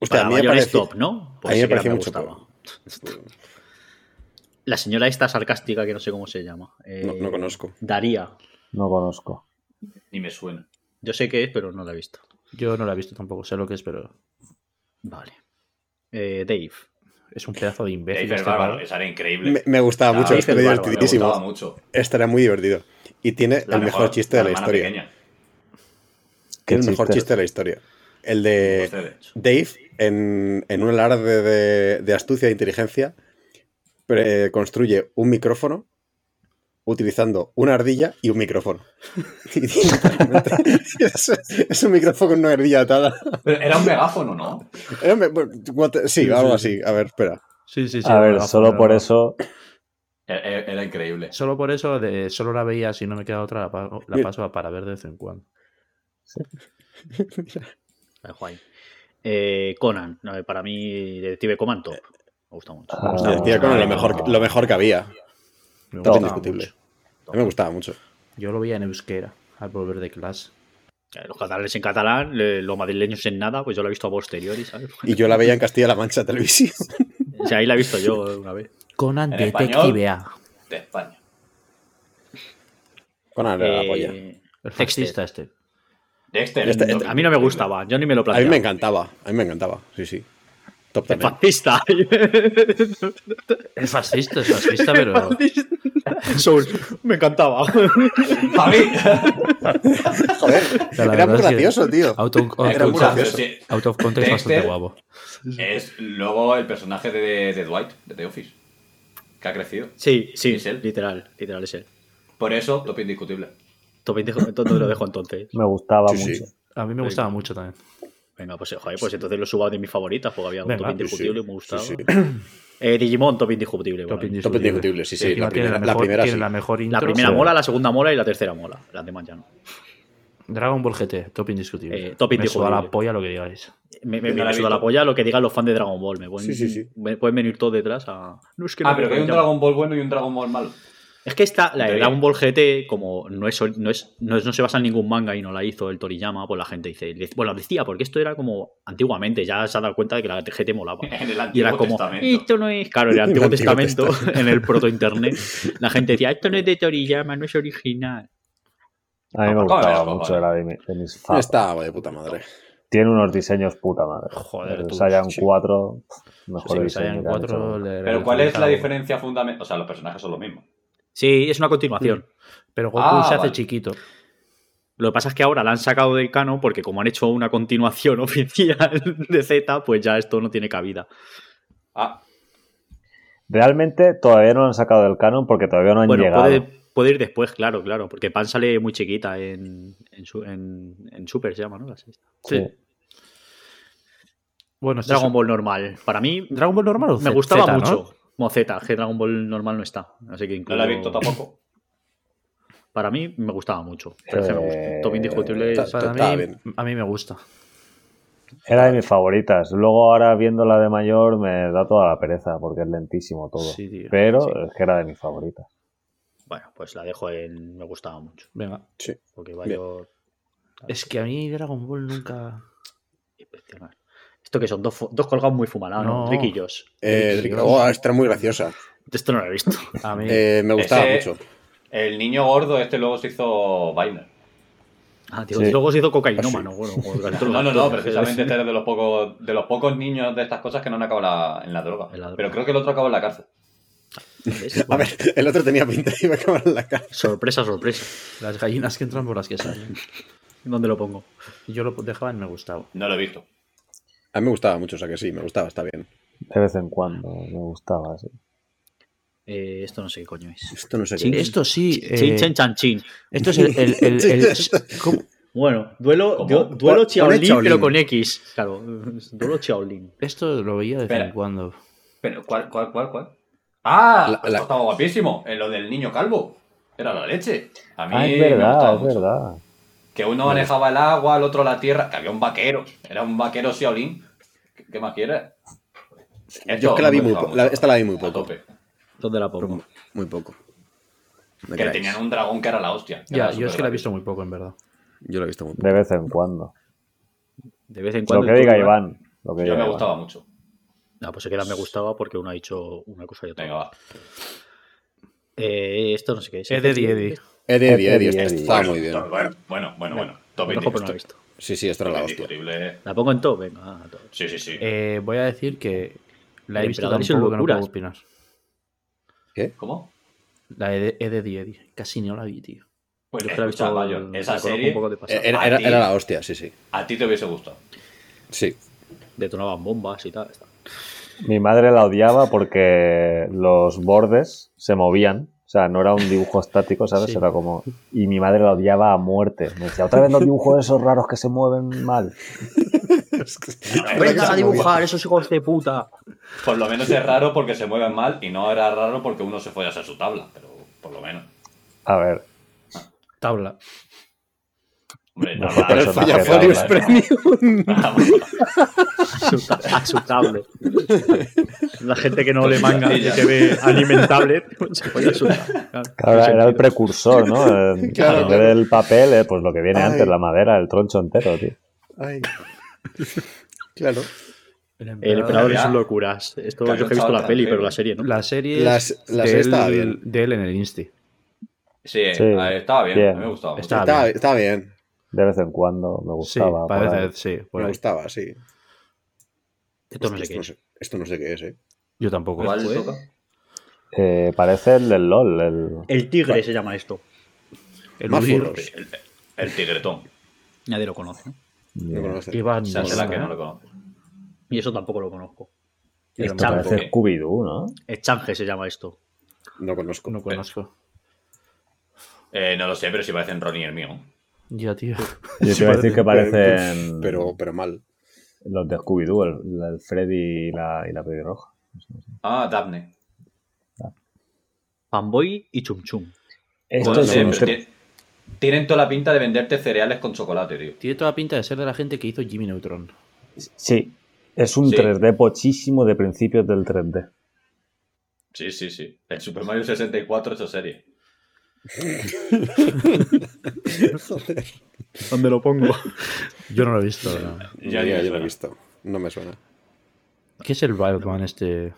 Speaker 6: Hostia,
Speaker 5: Para
Speaker 6: a mí me
Speaker 5: mayores
Speaker 6: pareció-
Speaker 5: top, ¿no? Pues
Speaker 6: a mí me
Speaker 5: sí que
Speaker 6: pareció
Speaker 5: me
Speaker 6: mucho
Speaker 5: gustaba.
Speaker 6: peor.
Speaker 5: La señora esta sarcástica que no sé cómo se llama. eh,
Speaker 6: No, no conozco.
Speaker 5: Daría.
Speaker 4: No conozco.
Speaker 2: Ni me suena.
Speaker 5: Yo sé qué es, pero no la he visto.
Speaker 3: yo no la he visto tampoco. Sé lo que es, pero
Speaker 5: Vale. Eh, Dave.
Speaker 3: es un pedazo de
Speaker 2: Dave
Speaker 3: imbécil.
Speaker 2: el
Speaker 3: este
Speaker 2: Bárbaro,
Speaker 3: pavo.
Speaker 2: esa era increíble.
Speaker 6: Me, me gustaba
Speaker 2: Ah,
Speaker 6: mucho,
Speaker 2: Dave
Speaker 6: es que
Speaker 5: el
Speaker 6: era
Speaker 5: Bárbaro, me
Speaker 2: Me gustaba
Speaker 6: divertidísimo.
Speaker 2: mucho.
Speaker 6: Este era muy divertido. Y tiene
Speaker 2: La
Speaker 6: el mejor chiste de la
Speaker 2: hermana
Speaker 6: historia.
Speaker 2: pequeña.
Speaker 6: Tiene
Speaker 4: Qué
Speaker 6: el mejor
Speaker 4: chiste.
Speaker 6: chiste de la historia. El de
Speaker 2: Ustedes.
Speaker 6: Dave, en, en un alarde de, de astucia e inteligencia, pre- construye un micrófono utilizando una ardilla y un micrófono. [LAUGHS] Y literalmente, [LAUGHS] es, es un micrófono con una ardilla atada.
Speaker 2: Pero era un megáfono, ¿no?
Speaker 6: Era un me- bueno, what- Sí, algo así. A ver, espera.
Speaker 3: Sí, sí, sí.
Speaker 4: A ver,
Speaker 3: bueno,
Speaker 4: solo
Speaker 3: pero-
Speaker 4: por eso.
Speaker 2: Era, E-, era- era increíble.
Speaker 3: Solo por eso, de, solo la veía. Si no me queda otra, la, pa- la
Speaker 6: Mira.
Speaker 3: paso a para ver de vez en cuando.
Speaker 5: la de Juan. Eh, Conan. No, eh, para mí, Detective Conan top. Me gusta mucho.
Speaker 4: Ah.
Speaker 6: Y el tío con lo mejor, lo mejor que había. A
Speaker 3: Me
Speaker 4: Top.
Speaker 3: gustaba
Speaker 6: Indiscutible.
Speaker 3: mucho.
Speaker 6: mí me gustaba mucho.
Speaker 3: Yo lo veía en euskera al volver de clase.
Speaker 5: Eh, Los catalanes en catalán, le- los madrileños en nada, pues yo la he visto a posteriori, ¿sabes?
Speaker 6: Y yo la veía en Castilla-La Mancha Televisión.
Speaker 5: O sea, ahí la he visto yo una vez.
Speaker 3: Conan
Speaker 2: ¿En
Speaker 3: Detective A.
Speaker 2: De España.
Speaker 6: [LAUGHS] Con la
Speaker 5: Eh,
Speaker 6: polla.
Speaker 3: El
Speaker 5: Dexter.
Speaker 3: fascista este.
Speaker 2: Dexter.
Speaker 6: Este- este-
Speaker 5: A mí no me gustaba, yo ni me lo
Speaker 6: A mí me
Speaker 5: planteaba.
Speaker 6: encantaba, a mí me encantaba, sí, sí. Top
Speaker 5: Es
Speaker 6: también.
Speaker 5: fascista. [LAUGHS]
Speaker 3: El fascista, es fascista, pero.
Speaker 5: Soul, me
Speaker 6: [LAUGHS]
Speaker 5: encantaba. [LAUGHS]
Speaker 2: ¡Javi!
Speaker 6: Joder,
Speaker 3: sea, la
Speaker 6: [LAUGHS] era muy
Speaker 3: verdad es que-
Speaker 6: gracioso, tío.
Speaker 3: Out of, out
Speaker 6: Era
Speaker 3: of-
Speaker 6: muy
Speaker 2: Escucha,
Speaker 6: gracioso.
Speaker 2: pero sí,
Speaker 3: out of context
Speaker 2: Dexter.
Speaker 3: bastante guapo.
Speaker 2: Es luego el personaje de, de Dwight, de The Office, que ha crecido.
Speaker 5: Sí, sí,
Speaker 2: ¿Es él?
Speaker 5: literal, literal es él.
Speaker 2: Por eso, top indiscutible.
Speaker 5: Top [LAUGHS] 20, entonces lo dejo entonces.
Speaker 4: Me gustaba
Speaker 6: Sí, sí.
Speaker 4: mucho.
Speaker 3: A mí me gustaba mucho también.
Speaker 5: Venga, pues, eh, joder, pues entonces lo subo de mis favoritas porque había un
Speaker 3: Venga,
Speaker 5: top
Speaker 3: sí, sí.
Speaker 5: indiscutible y me gustaba.
Speaker 6: Sí, sí.
Speaker 5: Eh, Digimon, top indiscutible.
Speaker 3: Top
Speaker 5: para mí.
Speaker 6: Top
Speaker 3: indiscutible.
Speaker 6: indiscutible, sí,
Speaker 3: Y
Speaker 6: sí.
Speaker 3: encima
Speaker 6: La
Speaker 3: tiene
Speaker 6: primera, la
Speaker 3: mejor-
Speaker 6: primera
Speaker 3: tiene
Speaker 6: sí.
Speaker 3: la mejor
Speaker 5: La
Speaker 3: intro.
Speaker 5: primera
Speaker 3: Sí.
Speaker 5: mola, la segunda mola y la tercera mola. Las demás ya no.
Speaker 3: Dragon Ball GT, top indiscutible.
Speaker 5: Eh, top
Speaker 3: Me suda
Speaker 5: indiscutible.
Speaker 3: la polla lo que digáis.
Speaker 5: Me, me,
Speaker 2: Yo no
Speaker 5: me
Speaker 2: la he
Speaker 5: suda la
Speaker 2: visto.
Speaker 5: polla lo que digan los fans de Dragon Ball. Me pueden,
Speaker 6: Sí, sí, sí.
Speaker 5: me pueden venir todos detrás a. No es que no
Speaker 2: Ah, pero que hay un
Speaker 5: ya-
Speaker 2: Dragon Ball bueno y un Dragon Ball malo. [LAUGHS]
Speaker 5: Es que esta, la de
Speaker 2: Debería.
Speaker 5: Dragon Ball GT, como no es, ori- no es, no es- no se basa en ningún manga y no la hizo el Toriyama, pues la gente dice, bueno, decía, porque esto era como antiguamente, ya se ha dado cuenta de que la GT molaba.
Speaker 2: En el
Speaker 5: Y
Speaker 2: Antiguo
Speaker 5: era como,
Speaker 2: Testamento.
Speaker 5: esto no es. Claro, en [LAUGHS] el
Speaker 6: El
Speaker 5: Antiguo
Speaker 6: Antiguo
Speaker 5: Testamento, en el proto-internet, la gente decía, esto no es de Toriyama, no es original.
Speaker 4: A
Speaker 2: Cómeme
Speaker 4: mí me
Speaker 2: las
Speaker 4: gustaba
Speaker 2: papas,
Speaker 4: mucho,
Speaker 2: ¿no?
Speaker 4: era de, mi- de mis
Speaker 6: Está
Speaker 4: fans.
Speaker 6: Estaba de puta madre.
Speaker 4: Tiene unos diseños puta madre.
Speaker 3: Joder,
Speaker 4: el
Speaker 3: tú,
Speaker 4: Saiyan
Speaker 3: sí.
Speaker 4: 4, pff, mejor
Speaker 5: Sí,
Speaker 4: diseño
Speaker 5: Saiyan
Speaker 4: que han hecho.
Speaker 3: 4 le
Speaker 2: Pero ¿cuál es la
Speaker 3: realizado.
Speaker 2: diferencia fundamental? O sea, los personajes son los mismos.
Speaker 5: Sí, es una continuación.
Speaker 3: Pero Goku
Speaker 2: Ah,
Speaker 3: se hace
Speaker 2: vale.
Speaker 3: chiquito.
Speaker 5: Lo que pasa es que ahora la han sacado del canon porque como han hecho una continuación [LAUGHS] oficial de Z, pues ya esto no tiene cabida.
Speaker 2: Ah,
Speaker 4: Realmente todavía no lo han sacado del canon porque todavía no han
Speaker 5: Bueno,
Speaker 4: llegado.
Speaker 5: puede, puede ir después, claro, claro, porque Pan sale muy chiquita en, en, su- en- en Super, se llama, ¿no? La sexta.
Speaker 4: Sí.
Speaker 3: Bueno, este
Speaker 5: Dragon
Speaker 3: es-
Speaker 5: Ball normal. Para mí,
Speaker 3: ¿Dragon Ball normal o
Speaker 5: me
Speaker 3: Z,
Speaker 5: gustaba
Speaker 3: ¿no?
Speaker 5: mucho. Como Z, que Dragon Ball normal no está. Así que
Speaker 2: no
Speaker 5: incluso,
Speaker 2: la he visto tampoco.
Speaker 5: Para mí, me gustaba mucho. Pero es que me
Speaker 4: Eh,
Speaker 5: gusta. Top indiscutible.
Speaker 6: ta-
Speaker 5: es-
Speaker 3: Para
Speaker 6: Estaba
Speaker 3: mí,
Speaker 6: bien.
Speaker 3: a mí me gusta.
Speaker 4: Era de mis favoritas. Luego ahora viéndola de mayor me da toda la pereza porque es lentísimo todo.
Speaker 3: Sí, tío.
Speaker 4: Pero eh,
Speaker 5: Sí.
Speaker 4: es que era de mis favoritas.
Speaker 5: Bueno, pues la dejo en. Me gustaba mucho.
Speaker 3: Venga.
Speaker 6: Sí.
Speaker 5: Porque va yo
Speaker 3: Es que a mí Dragon Ball nunca.
Speaker 5: impresionar. Esto que son dos, fu- dos colgados muy fumalados, ¿no?
Speaker 3: No.
Speaker 5: Ricky y Josh.
Speaker 6: Eh,
Speaker 3: Dios.
Speaker 6: oh, esta era muy graciosa.
Speaker 5: Esto no lo
Speaker 3: [LAUGHS]
Speaker 5: he visto.
Speaker 3: A mí.
Speaker 6: Eh, me gustaba
Speaker 2: Ese-
Speaker 6: mucho.
Speaker 2: El niño gordo este luego se hizo Vainer.
Speaker 5: Ah, tío,
Speaker 4: Sí.
Speaker 5: y luego se hizo
Speaker 3: Ah,
Speaker 5: cocainómano. Bueno,
Speaker 2: [LAUGHS] No, no, no,
Speaker 5: [LAUGHS]
Speaker 2: precisamente este es de los pocos, de los pocos niños de estas cosas que no han acabado la- en la droga.
Speaker 5: En la droga.
Speaker 2: Pero creo que el otro acabó en la cárcel.
Speaker 6: A ver, el otro tenía pinta y iba a acabar en la cara.
Speaker 5: Sorpresa, sorpresa.
Speaker 3: Las gallinas que entran por las que salen.
Speaker 5: ¿Dónde lo pongo?
Speaker 3: Yo lo dejaba en me gustaba.
Speaker 2: No lo he visto.
Speaker 6: A mí me gustaba mucho, o sea que sí, me gustaba, está bien.
Speaker 4: De vez en cuando me gustaba. sí.
Speaker 5: Eh, esto no sé qué coño es.
Speaker 6: Esto no sé
Speaker 5: Sí,
Speaker 6: qué es.
Speaker 3: Esto sí. eh,
Speaker 5: Chin, chen, chan, chin.
Speaker 3: esto es el. el- el-
Speaker 5: [LAUGHS]
Speaker 3: el- ¿cómo?
Speaker 5: Bueno, duelo,
Speaker 2: ¿Cómo?
Speaker 5: du- duelo
Speaker 6: Pon-
Speaker 5: Shaolin,
Speaker 6: pone Shaolin.
Speaker 5: pero con X. Claro, duelo Shaolin.
Speaker 3: Esto lo veía de vez en
Speaker 2: Espera.
Speaker 3: cuando.
Speaker 2: Pero, ¿cuál, cuál, cuál, cuál? ¡Ah!
Speaker 6: La-
Speaker 2: esto
Speaker 6: la-
Speaker 2: estaba guapísimo. En lo del niño calvo. Era la leche. A mí
Speaker 4: Ah, es
Speaker 2: me gustaba
Speaker 4: verdad, es
Speaker 2: mucho.
Speaker 4: verdad.
Speaker 2: Que uno manejaba el agua, el otro la tierra. Que había un vaquero. Era un vaquero Shaolin. ¿Qué, qué más quieres?
Speaker 6: Yo es que la vi muy poco. Esta la vi muy
Speaker 2: A
Speaker 6: poco.
Speaker 2: tope.
Speaker 5: ¿Dónde la
Speaker 6: pero
Speaker 5: pongo?
Speaker 6: mu- Muy poco. Me
Speaker 2: Que
Speaker 6: creáis.
Speaker 2: tenían un dragón que era la hostia. que
Speaker 3: Ya,
Speaker 2: era
Speaker 3: yo es que la he
Speaker 2: superrápido.
Speaker 3: visto muy poco, en verdad.
Speaker 6: Yo lo he visto muy poco.
Speaker 4: De vez en cuando.
Speaker 5: De vez en
Speaker 4: Lo
Speaker 5: cuando.
Speaker 4: que
Speaker 5: en
Speaker 4: diga
Speaker 5: todo lugar.
Speaker 4: Iván. Lo que
Speaker 2: Yo
Speaker 4: diga
Speaker 2: me
Speaker 4: Iván.
Speaker 2: gustaba mucho.
Speaker 5: No, pues se queda me gustaba porque uno ha dicho una cosa y otra.
Speaker 2: Venga, va.
Speaker 5: Eh, esto no sé qué es.
Speaker 3: Es de Eddie.
Speaker 6: Eddie, Eddie,
Speaker 4: Eddie,
Speaker 6: esta-
Speaker 4: Eddie.
Speaker 6: estaba muy bien.
Speaker 2: Bueno, bueno, bueno. bueno. Top
Speaker 5: Lo dejo por no haber visto.
Speaker 6: Sí, sí, esta era la hostia. Eh,
Speaker 2: indiscutible.
Speaker 5: La pongo en top, venga, a top.
Speaker 2: Sí, sí, sí.
Speaker 3: Eh, voy a decir que la he
Speaker 5: El
Speaker 3: visto
Speaker 5: emperador
Speaker 3: tan
Speaker 5: y sus
Speaker 3: poco que no puedo
Speaker 5: locuras.
Speaker 3: opinar.
Speaker 2: ¿Cómo?
Speaker 3: La de Eddie Eddie. Casi no la vi, tío.
Speaker 2: Pues
Speaker 5: Yo es que la he visto
Speaker 2: escucha, Bayo,
Speaker 5: la
Speaker 2: esa
Speaker 5: conozco
Speaker 2: serie
Speaker 5: un poco de pasada.
Speaker 6: Era,
Speaker 2: A
Speaker 6: era-
Speaker 2: ti.
Speaker 6: era la hostia, sí, sí.
Speaker 2: a ti te hubiese gustado.
Speaker 6: Sí.
Speaker 5: Detonaban bombas y tal. está.
Speaker 4: Mi madre la odiaba porque los bordes se movían. O sea, no era un dibujo estático, ¿sabes?
Speaker 3: Sí.
Speaker 4: Era como. Y mi madre la odiaba a muerte. Me decía, otra vez los dibujos esos raros que se mueven mal.
Speaker 5: Vengan a dibujar esos hijos de puta.
Speaker 2: Por lo menos es raro porque se mueven mal y no era raro porque uno se follase a su tabla, pero por lo menos.
Speaker 4: A ver,
Speaker 3: Tabla.
Speaker 2: Hombre,
Speaker 4: No,
Speaker 2: normal,
Speaker 4: pero
Speaker 2: eso
Speaker 4: folla-
Speaker 2: tampoco, ¿verdad?
Speaker 4: folla-
Speaker 2: [LAUGHS] Ah,
Speaker 5: asustable. La gente que no le manga y que ve anime en [LAUGHS] tablet se puede asustar. Claro,
Speaker 4: claro,
Speaker 5: tiene
Speaker 4: era el
Speaker 5: sentido.
Speaker 4: precursor, ¿no? El,
Speaker 6: Claro,
Speaker 4: en vez del papel, eh, pues lo que viene
Speaker 6: Ay.
Speaker 4: antes, la madera, el troncho entero, tío.
Speaker 6: Ay. [LAUGHS] Claro.
Speaker 5: El emperador es
Speaker 2: Ya.
Speaker 5: un locuras. Esto
Speaker 2: Claro,
Speaker 5: yo que he visto la
Speaker 2: chaval,
Speaker 5: peli, pero
Speaker 2: tranquilo.
Speaker 5: la serie no.
Speaker 3: La serie
Speaker 6: Las-
Speaker 3: es
Speaker 6: la
Speaker 3: de,
Speaker 6: serie
Speaker 3: él,
Speaker 6: estaba bien.
Speaker 3: de él en el Insti.
Speaker 2: Sí,
Speaker 4: Sí.
Speaker 2: a ver, estaba bien,
Speaker 4: Bien.
Speaker 2: a mí me gustaba. mucho.
Speaker 3: Está-
Speaker 6: Estaba,
Speaker 3: bien.
Speaker 6: estaba bien.
Speaker 4: De vez en cuando me
Speaker 3: Sí,
Speaker 4: gustaba. por ahí.
Speaker 3: parece, sí, por
Speaker 6: Me
Speaker 3: ahí.
Speaker 6: gustaba, sí.
Speaker 5: Esto no sé
Speaker 6: esto,
Speaker 5: qué
Speaker 6: no
Speaker 5: es.
Speaker 6: sé, esto no sé qué es, eh.
Speaker 3: Yo tampoco.
Speaker 2: ¿Cuál
Speaker 5: fue?
Speaker 2: toca?
Speaker 4: Eh, parece el del LOL. el-
Speaker 5: El tigre se llama esto.
Speaker 3: El
Speaker 6: Más
Speaker 3: Udir,
Speaker 6: furros.
Speaker 2: El, el tigretón.
Speaker 5: Nadie lo conoce. ¿no?
Speaker 6: No conoce.
Speaker 3: Iván,
Speaker 2: Esa es la que
Speaker 3: Molina.
Speaker 2: no lo conozco.
Speaker 5: Y eso tampoco lo conozco.
Speaker 4: Esto
Speaker 5: El
Speaker 4: parece
Speaker 5: change,
Speaker 2: ¿qué?
Speaker 4: Scooby-Doo, ¿no?
Speaker 5: el change se llama esto.
Speaker 6: No conozco.
Speaker 3: No conozco.
Speaker 2: Eh, no lo sé, pero si parecen Ronnie y el mío.
Speaker 3: Ya, tío.
Speaker 5: [LAUGHS]
Speaker 4: Yo te iba a decir que
Speaker 6: Pero-
Speaker 4: parecen
Speaker 6: Pero, pero mal.
Speaker 4: los de Scooby-Doo, el, el Freddy y la, y la pelirroja.
Speaker 2: Ah, Daphne.
Speaker 5: Fanboy y Chum Chum.
Speaker 4: Esto
Speaker 2: Bueno,
Speaker 4: es
Speaker 2: sí,
Speaker 4: un-
Speaker 2: Pues, eh, pero tien- Tienen toda la pinta de venderte cereales con chocolate, tío.
Speaker 3: Tiene toda la pinta de ser de la gente que hizo Jimmy Neutron.
Speaker 4: Sí, es un
Speaker 2: Sí.
Speaker 4: 3D pochísimo de principios del 3D.
Speaker 2: Sí, sí, sí. El Super Mario 64 hecho serie.
Speaker 5: ¿Dónde lo pongo?
Speaker 3: Yo no lo he visto. no.
Speaker 2: Ya,
Speaker 6: Ni
Speaker 2: ya,
Speaker 6: yo
Speaker 2: ya.
Speaker 6: lo he visto. No me suena.
Speaker 3: ¿Qué es el Batman este?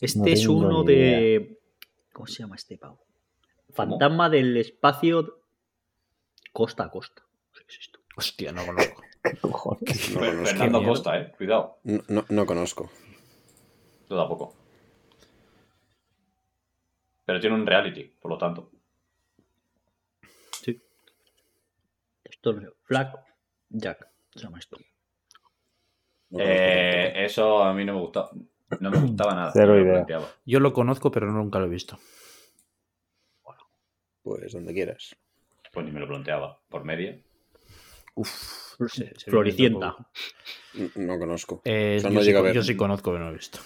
Speaker 5: Este
Speaker 4: No
Speaker 5: es
Speaker 4: tengo
Speaker 5: uno
Speaker 4: ni idea.
Speaker 5: de. ¿Cómo se llama este pavo? Fantasma del espacio costa a costa. No sé qué es esto.
Speaker 3: Hostia, no conozco.
Speaker 6: No
Speaker 2: Fer- Fernando
Speaker 6: conozco.
Speaker 3: Qué miedo.
Speaker 2: Costa, eh. Cuidado,
Speaker 6: No, no- no conozco.
Speaker 2: yo tampoco. Pero tiene un reality, por lo tanto.
Speaker 5: Esto no sé. Flag Jack. Se llama esto.
Speaker 6: No conozco
Speaker 2: Eh, eso a mí no me gustaba. No me gustaba nada.
Speaker 4: Cero
Speaker 2: Me lo
Speaker 4: idea.
Speaker 2: planteaba.
Speaker 3: Yo lo conozco, pero nunca lo he visto.
Speaker 6: tanto. Pues donde quieras.
Speaker 2: Pues ni me lo planteaba. Por media.
Speaker 3: Uf.
Speaker 5: Floricienta.
Speaker 6: N- No conozco.
Speaker 3: Eh,
Speaker 6: Eso no
Speaker 3: yo, sí,
Speaker 6: llega a ver.
Speaker 3: yo sí conozco, pero no lo he visto.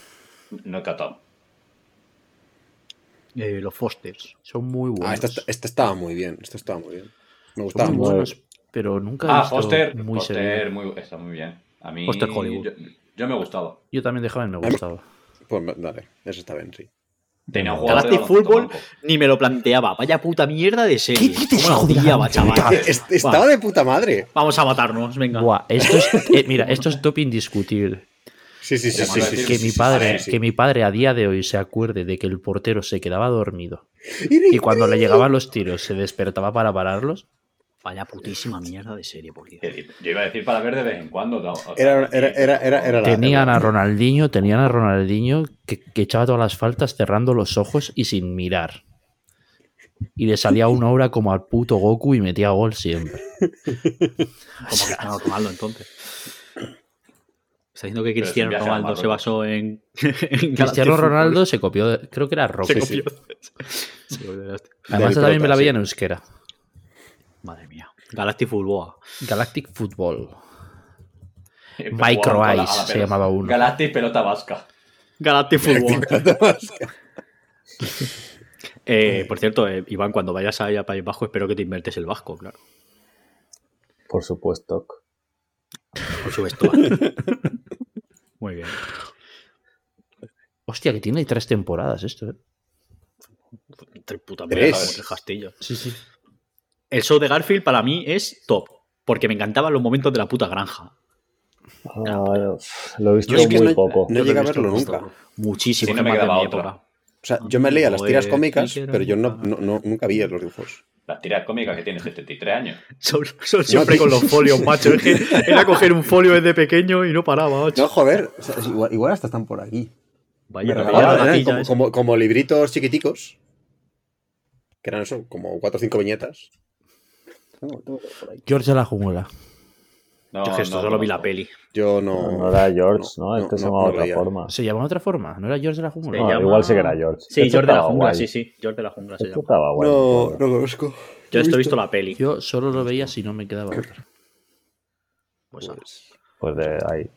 Speaker 2: No he catado.
Speaker 5: Eh, los Fosters.
Speaker 3: Son muy buenos.
Speaker 6: Ah, esta, esta estaba muy bien. Esta estaba muy bien. Me gustaba
Speaker 3: Son muy
Speaker 6: mucho.
Speaker 3: buenos, pero nunca he
Speaker 2: Ah,
Speaker 3: visto
Speaker 2: Foster.
Speaker 3: muy
Speaker 2: Foster,
Speaker 3: serio.
Speaker 2: muy, está muy bien. A mí.
Speaker 5: Foster Hollywood.
Speaker 2: Yo, yo me gustaba.
Speaker 3: Yo también de joven me gustaba.
Speaker 6: Pues dale, eso está bien, sí.
Speaker 2: Tenía un jugador de
Speaker 5: Galactic
Speaker 2: baloncesto
Speaker 5: Fútbol
Speaker 2: blanco.
Speaker 5: ni me lo planteaba. Vaya puta mierda de serie.
Speaker 3: ¿Qué dices,
Speaker 5: ¿Cómo la
Speaker 3: joder,
Speaker 5: odiaba, chaval?
Speaker 6: Eh, Es- estaba de puta madre.
Speaker 5: Vamos a matarnos, venga.
Speaker 3: Buah, esto es, eh, mira, esto es top indiscutible.
Speaker 6: Sí, sí, sí, sí, sí,
Speaker 3: Que
Speaker 6: sí,
Speaker 3: mi
Speaker 6: sí,
Speaker 3: padre,
Speaker 6: sí, sí.
Speaker 3: que mi padre a día de hoy se acuerde de que el portero se quedaba dormido
Speaker 6: Era
Speaker 3: y cuando le llegaban los tiros se despertaba para pararlos.
Speaker 5: Vaya putísima mierda de serie, por Dios.
Speaker 2: Que di- Eh, Yo iba a decir para ver de vez en cuando. ¿no? O sea,
Speaker 6: Era, era, era, era, era la-
Speaker 3: Tenían
Speaker 6: era-
Speaker 3: a Ronaldinho, tenían a Ronaldinho que, que echaba todas las faltas cerrando los ojos y sin mirar. Y le salía una hora como al puto Goku y metía gol siempre.
Speaker 5: Como Cristiano Ronaldo, entonces. Está diciendo
Speaker 2: Pero es
Speaker 5: que
Speaker 2: un
Speaker 5: Cristiano
Speaker 2: viaje a
Speaker 5: Ronaldo se
Speaker 2: Marruecos.
Speaker 5: basó en.
Speaker 3: Cristiano Ronaldo se copió, de- creo que era Rock.
Speaker 5: se
Speaker 6: Sí, sí.
Speaker 5: copió. Se copió de este.
Speaker 3: Además,
Speaker 6: Del
Speaker 3: también me la
Speaker 6: prota,
Speaker 3: veía
Speaker 6: sí.
Speaker 3: en euskera.
Speaker 5: Madre mía. Galactic Fulboa.
Speaker 3: Galactic Football.
Speaker 2: Eh,
Speaker 3: Micro
Speaker 2: jugaban con la-
Speaker 3: Eyes
Speaker 2: a la
Speaker 3: se
Speaker 2: pelota.
Speaker 3: llamaba uno.
Speaker 2: Galactic Pelota Vasca.
Speaker 5: Galactic Fulboa. Eh, por cierto, eh, Iván, cuando vayas ahí a País Vasco, espero que te inviertes el vasco, claro.
Speaker 4: Por supuesto.
Speaker 5: Por su vestuario. Muy bien.
Speaker 3: Hostia, que tiene tres temporadas esto, ¿eh?
Speaker 5: Tres putas
Speaker 6: Tres.
Speaker 5: mierdas, como tres castillos.
Speaker 3: Sí, sí.
Speaker 5: El show de Garfield para mí es top. Porque me encantaban los momentos de la puta granja.
Speaker 4: Ah, lo he visto
Speaker 6: Yo es que
Speaker 4: muy
Speaker 6: no-
Speaker 4: poco.
Speaker 6: No
Speaker 5: Yo
Speaker 6: llegué a
Speaker 5: lo he visto
Speaker 6: verlo
Speaker 5: justo.
Speaker 6: nunca.
Speaker 5: Muchísimo.
Speaker 2: Sí, no me
Speaker 5: más de
Speaker 2: quedaba
Speaker 5: mi
Speaker 2: otra.
Speaker 5: época. [LAUGHS]
Speaker 6: O sea, yo me leía las
Speaker 5: Joder,
Speaker 6: tiras cómicas,
Speaker 5: Tiger,
Speaker 6: pero yo no, no-
Speaker 5: Tiger.
Speaker 6: no- nunca vi los dibujos.
Speaker 2: Las tiras cómicas que este tiene 73 años.
Speaker 5: Son, son siempre
Speaker 6: No,
Speaker 5: con
Speaker 6: tío.
Speaker 5: los folios, macho. Es que era coger un folio desde pequeño y no paraba, macho.
Speaker 6: No, joder, o sea, es igual, igual hasta están por aquí.
Speaker 5: Vaya,
Speaker 6: Me
Speaker 5: me
Speaker 6: regalaban,
Speaker 5: pillaba la
Speaker 6: eran
Speaker 5: tira
Speaker 6: ¿eh? como,
Speaker 5: esa.
Speaker 6: como- como libritos chiquiticos, que eran eso, como cuatro o cinco viñetas. Tengo- tengo por ahí.
Speaker 3: George de la jungla.
Speaker 2: No,
Speaker 5: Yo es que esto
Speaker 2: no,
Speaker 5: solo vi
Speaker 2: no.
Speaker 5: la peli.
Speaker 6: Yo
Speaker 4: No,
Speaker 6: no...
Speaker 4: era George, ¿no?
Speaker 6: no,
Speaker 4: Este se
Speaker 6: no,
Speaker 4: llamaba
Speaker 6: no
Speaker 4: de otra
Speaker 6: veía.
Speaker 4: forma.
Speaker 3: ¿Se llamaba de otra forma? ¿No era George de la
Speaker 5: Se
Speaker 3: jungla?
Speaker 4: No,
Speaker 5: llama-
Speaker 4: Ah, igual sí que era George.
Speaker 5: Sí,
Speaker 4: Este
Speaker 5: George de la
Speaker 4: estaba
Speaker 5: jungla,
Speaker 4: guay.
Speaker 5: sí, sí. George de la jungla se
Speaker 4: Este
Speaker 5: llama.
Speaker 4: estaba guay.
Speaker 6: No, no conozco.
Speaker 5: Yo esto he visto la peli.
Speaker 3: Yo solo lo veía si no me quedaba otra.
Speaker 5: Pues, ah,
Speaker 4: Pues de ahí.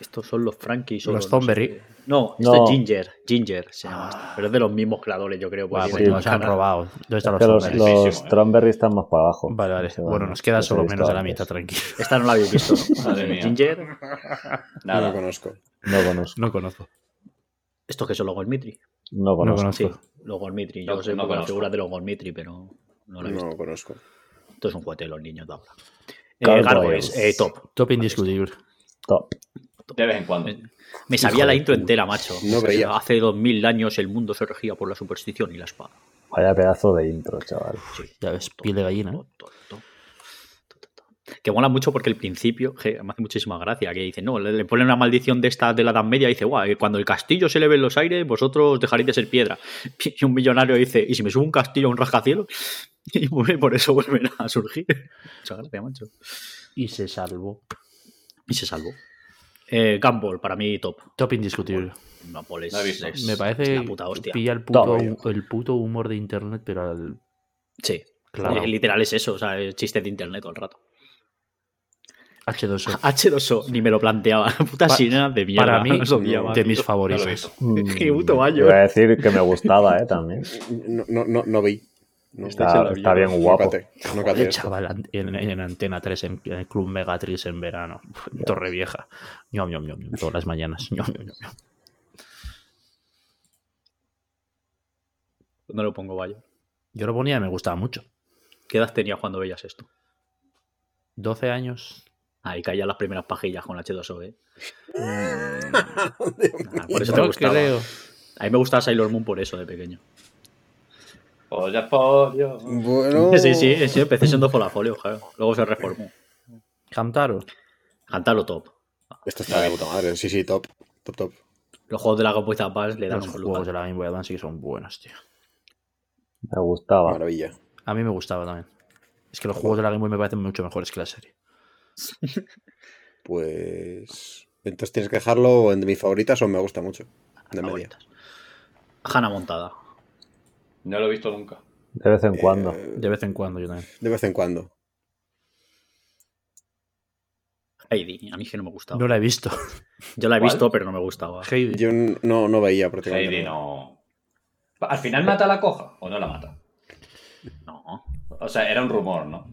Speaker 5: estos son los Frankies. o
Speaker 3: Los
Speaker 5: no sé
Speaker 3: Thornberry.
Speaker 5: qué. No, este
Speaker 4: No.
Speaker 5: es Ginger. Ginger se llama. este. Pero es de los mismos creadores, yo creo.
Speaker 3: Buah,
Speaker 5: porque
Speaker 3: pues
Speaker 5: tiene
Speaker 3: nos
Speaker 5: un
Speaker 3: han
Speaker 5: canal.
Speaker 3: robado. ¿Dónde están
Speaker 4: Es
Speaker 3: los
Speaker 4: que los,
Speaker 3: hombres?
Speaker 2: Thornberry.
Speaker 4: los Thornberry están más para abajo.
Speaker 3: Vale, vale.
Speaker 4: Sí,
Speaker 3: Bueno, nos queda
Speaker 4: los he
Speaker 3: solo
Speaker 4: visto
Speaker 3: menos de la
Speaker 4: antes.
Speaker 3: mitad, tranquilo.
Speaker 5: Esta no la habéis visto, ¿no?
Speaker 2: Madre mía.
Speaker 5: Ginger.
Speaker 6: No lo
Speaker 2: Nada.
Speaker 6: conozco.
Speaker 4: No conozco.
Speaker 3: [LAUGHS] No conozco.
Speaker 5: Estos que son los Gormitri.
Speaker 4: No
Speaker 3: No
Speaker 4: conozco.
Speaker 3: conozco.
Speaker 5: Sí, los Gormitri. Yo
Speaker 2: No,
Speaker 5: sé
Speaker 2: no
Speaker 5: por las
Speaker 2: conozco.
Speaker 5: figuras de los Gormitri, pero no la he visto.
Speaker 6: No lo conozco.
Speaker 5: Esto es un juguete de los niños de ahora. Eh,
Speaker 4: Gargoyles.
Speaker 5: Gargoyles, eh, top.
Speaker 3: Top indiscutible.
Speaker 4: Top.
Speaker 2: De vez en cuando.
Speaker 5: Me sabía la intro entera, macho. Eh,
Speaker 6: No veía.
Speaker 5: Hace dos mil años el mundo se regía por la superstición y la espada.
Speaker 4: Vaya pedazo de intro, chaval.
Speaker 5: Sí.
Speaker 3: Ya ves, piel de gallina. ¿eh?
Speaker 5: To, to, to. To, to, to. Que mola mucho porque el principio, je, me hace muchísima gracia, que dice, no, le, le ponen una maldición de esta de la Edad Media, y dice, guau, eh, cuando el castillo se eleve en los aires, vosotros dejaréis de ser piedra. [LAUGHS] Y un millonario dice, ¿y si me subo un castillo a un rascacielos? [LAUGHS] Y vuelve- por eso vuelven a surgir. [LAUGHS] Muchas gracias, macho.
Speaker 3: Y se salvó.
Speaker 5: Y se salvó. Eh, Gumball, para mí, top.
Speaker 3: Top indiscutible.
Speaker 5: Gumball es,
Speaker 2: No he visto.
Speaker 5: es
Speaker 3: Me
Speaker 5: la
Speaker 3: parece
Speaker 5: puta
Speaker 3: que
Speaker 5: hostia.
Speaker 3: pilla el
Speaker 4: Top,
Speaker 3: puto, el puto humor de internet, pero al-
Speaker 5: Sí,
Speaker 3: claro.
Speaker 5: Eh, literal es eso, o sea, el chiste de internet todo el rato. [LAUGHS]
Speaker 3: H2O.
Speaker 5: H2O, ni me lo planteaba. [LAUGHS] Puta
Speaker 3: Pa-
Speaker 5: sirena de mierda.
Speaker 3: Para
Speaker 5: [LAUGHS]
Speaker 3: mí,
Speaker 5: los odiaba,
Speaker 3: de
Speaker 5: tío.
Speaker 3: mis
Speaker 2: No lo he
Speaker 3: favoritos.
Speaker 2: visto.
Speaker 5: Qué puto baño.
Speaker 6: eh.
Speaker 4: Iba a decir que me gustaba, ¿eh? También.
Speaker 6: No, no, no, no vi. No,
Speaker 5: se
Speaker 4: Está,
Speaker 5: la
Speaker 4: está
Speaker 5: vio.
Speaker 4: bien guapo.
Speaker 6: cate- no cate
Speaker 3: Joder,
Speaker 6: esto.
Speaker 3: chaval, an- en, en Antena 3, en, en el Club Megatrix en verano, [LAUGHS] en Torrevieja. Ñom, ñom, ñom, ñom, todas las mañanas. Ñom, ñom, ñom, ñom.
Speaker 5: No lo pongo baño.
Speaker 3: Yo lo ponía y me gustaba mucho.
Speaker 5: ¿Qué edad tenías cuando veías esto?
Speaker 3: 12 años.
Speaker 5: Ahí caían las primeras pajillas con la H2O, ¿eh? Mm.
Speaker 6: Dios mío.
Speaker 5: Ah, por eso te
Speaker 3: Yo
Speaker 5: gustaba.
Speaker 3: creo.
Speaker 5: A mí me gustaba Sailor Moon por eso de pequeño.
Speaker 2: Pollas, pollo.
Speaker 6: Bueno.
Speaker 5: [LAUGHS] Sí, sí, sí, empecé siendo folafolio, claro. Luego se reformó.
Speaker 3: Hamtaro.
Speaker 5: Cantarlo top.
Speaker 6: Esto está de puta madre. Sí, sí, top. Top, top.
Speaker 5: Los juegos de la Game Boy Advance le dan
Speaker 3: Los
Speaker 5: un
Speaker 3: juegos de
Speaker 5: lugar.
Speaker 3: la Game Boy Advance sí que son buenos, tío.
Speaker 4: Me gustaba.
Speaker 6: Maravilla.
Speaker 3: A mí me gustaba también. Es que los juegos de la Game Boy me parecen mucho mejores que la serie.
Speaker 6: Pues. Entonces tienes que dejarlo en mis favoritas o me gusta mucho. De media.
Speaker 5: favoritas. Hannah Montada.
Speaker 2: No lo he visto nunca.
Speaker 4: De vez en cuando.
Speaker 6: Eh,
Speaker 3: De vez en cuando yo también.
Speaker 6: de vez en cuando.
Speaker 5: Heidi, a mí es que no me gustaba.
Speaker 3: No la he
Speaker 5: [LAUGHS]
Speaker 3: visto.
Speaker 5: Yo la he
Speaker 2: ¿Cuál?
Speaker 5: visto, pero no me gustaba.
Speaker 3: Heidi.
Speaker 6: Yo n- no, no veía prácticamente.
Speaker 2: Heidi
Speaker 6: nada.
Speaker 2: no. ¿Al final mata a la coja o no la mata?
Speaker 5: No.
Speaker 2: O sea, era un rumor, ¿no?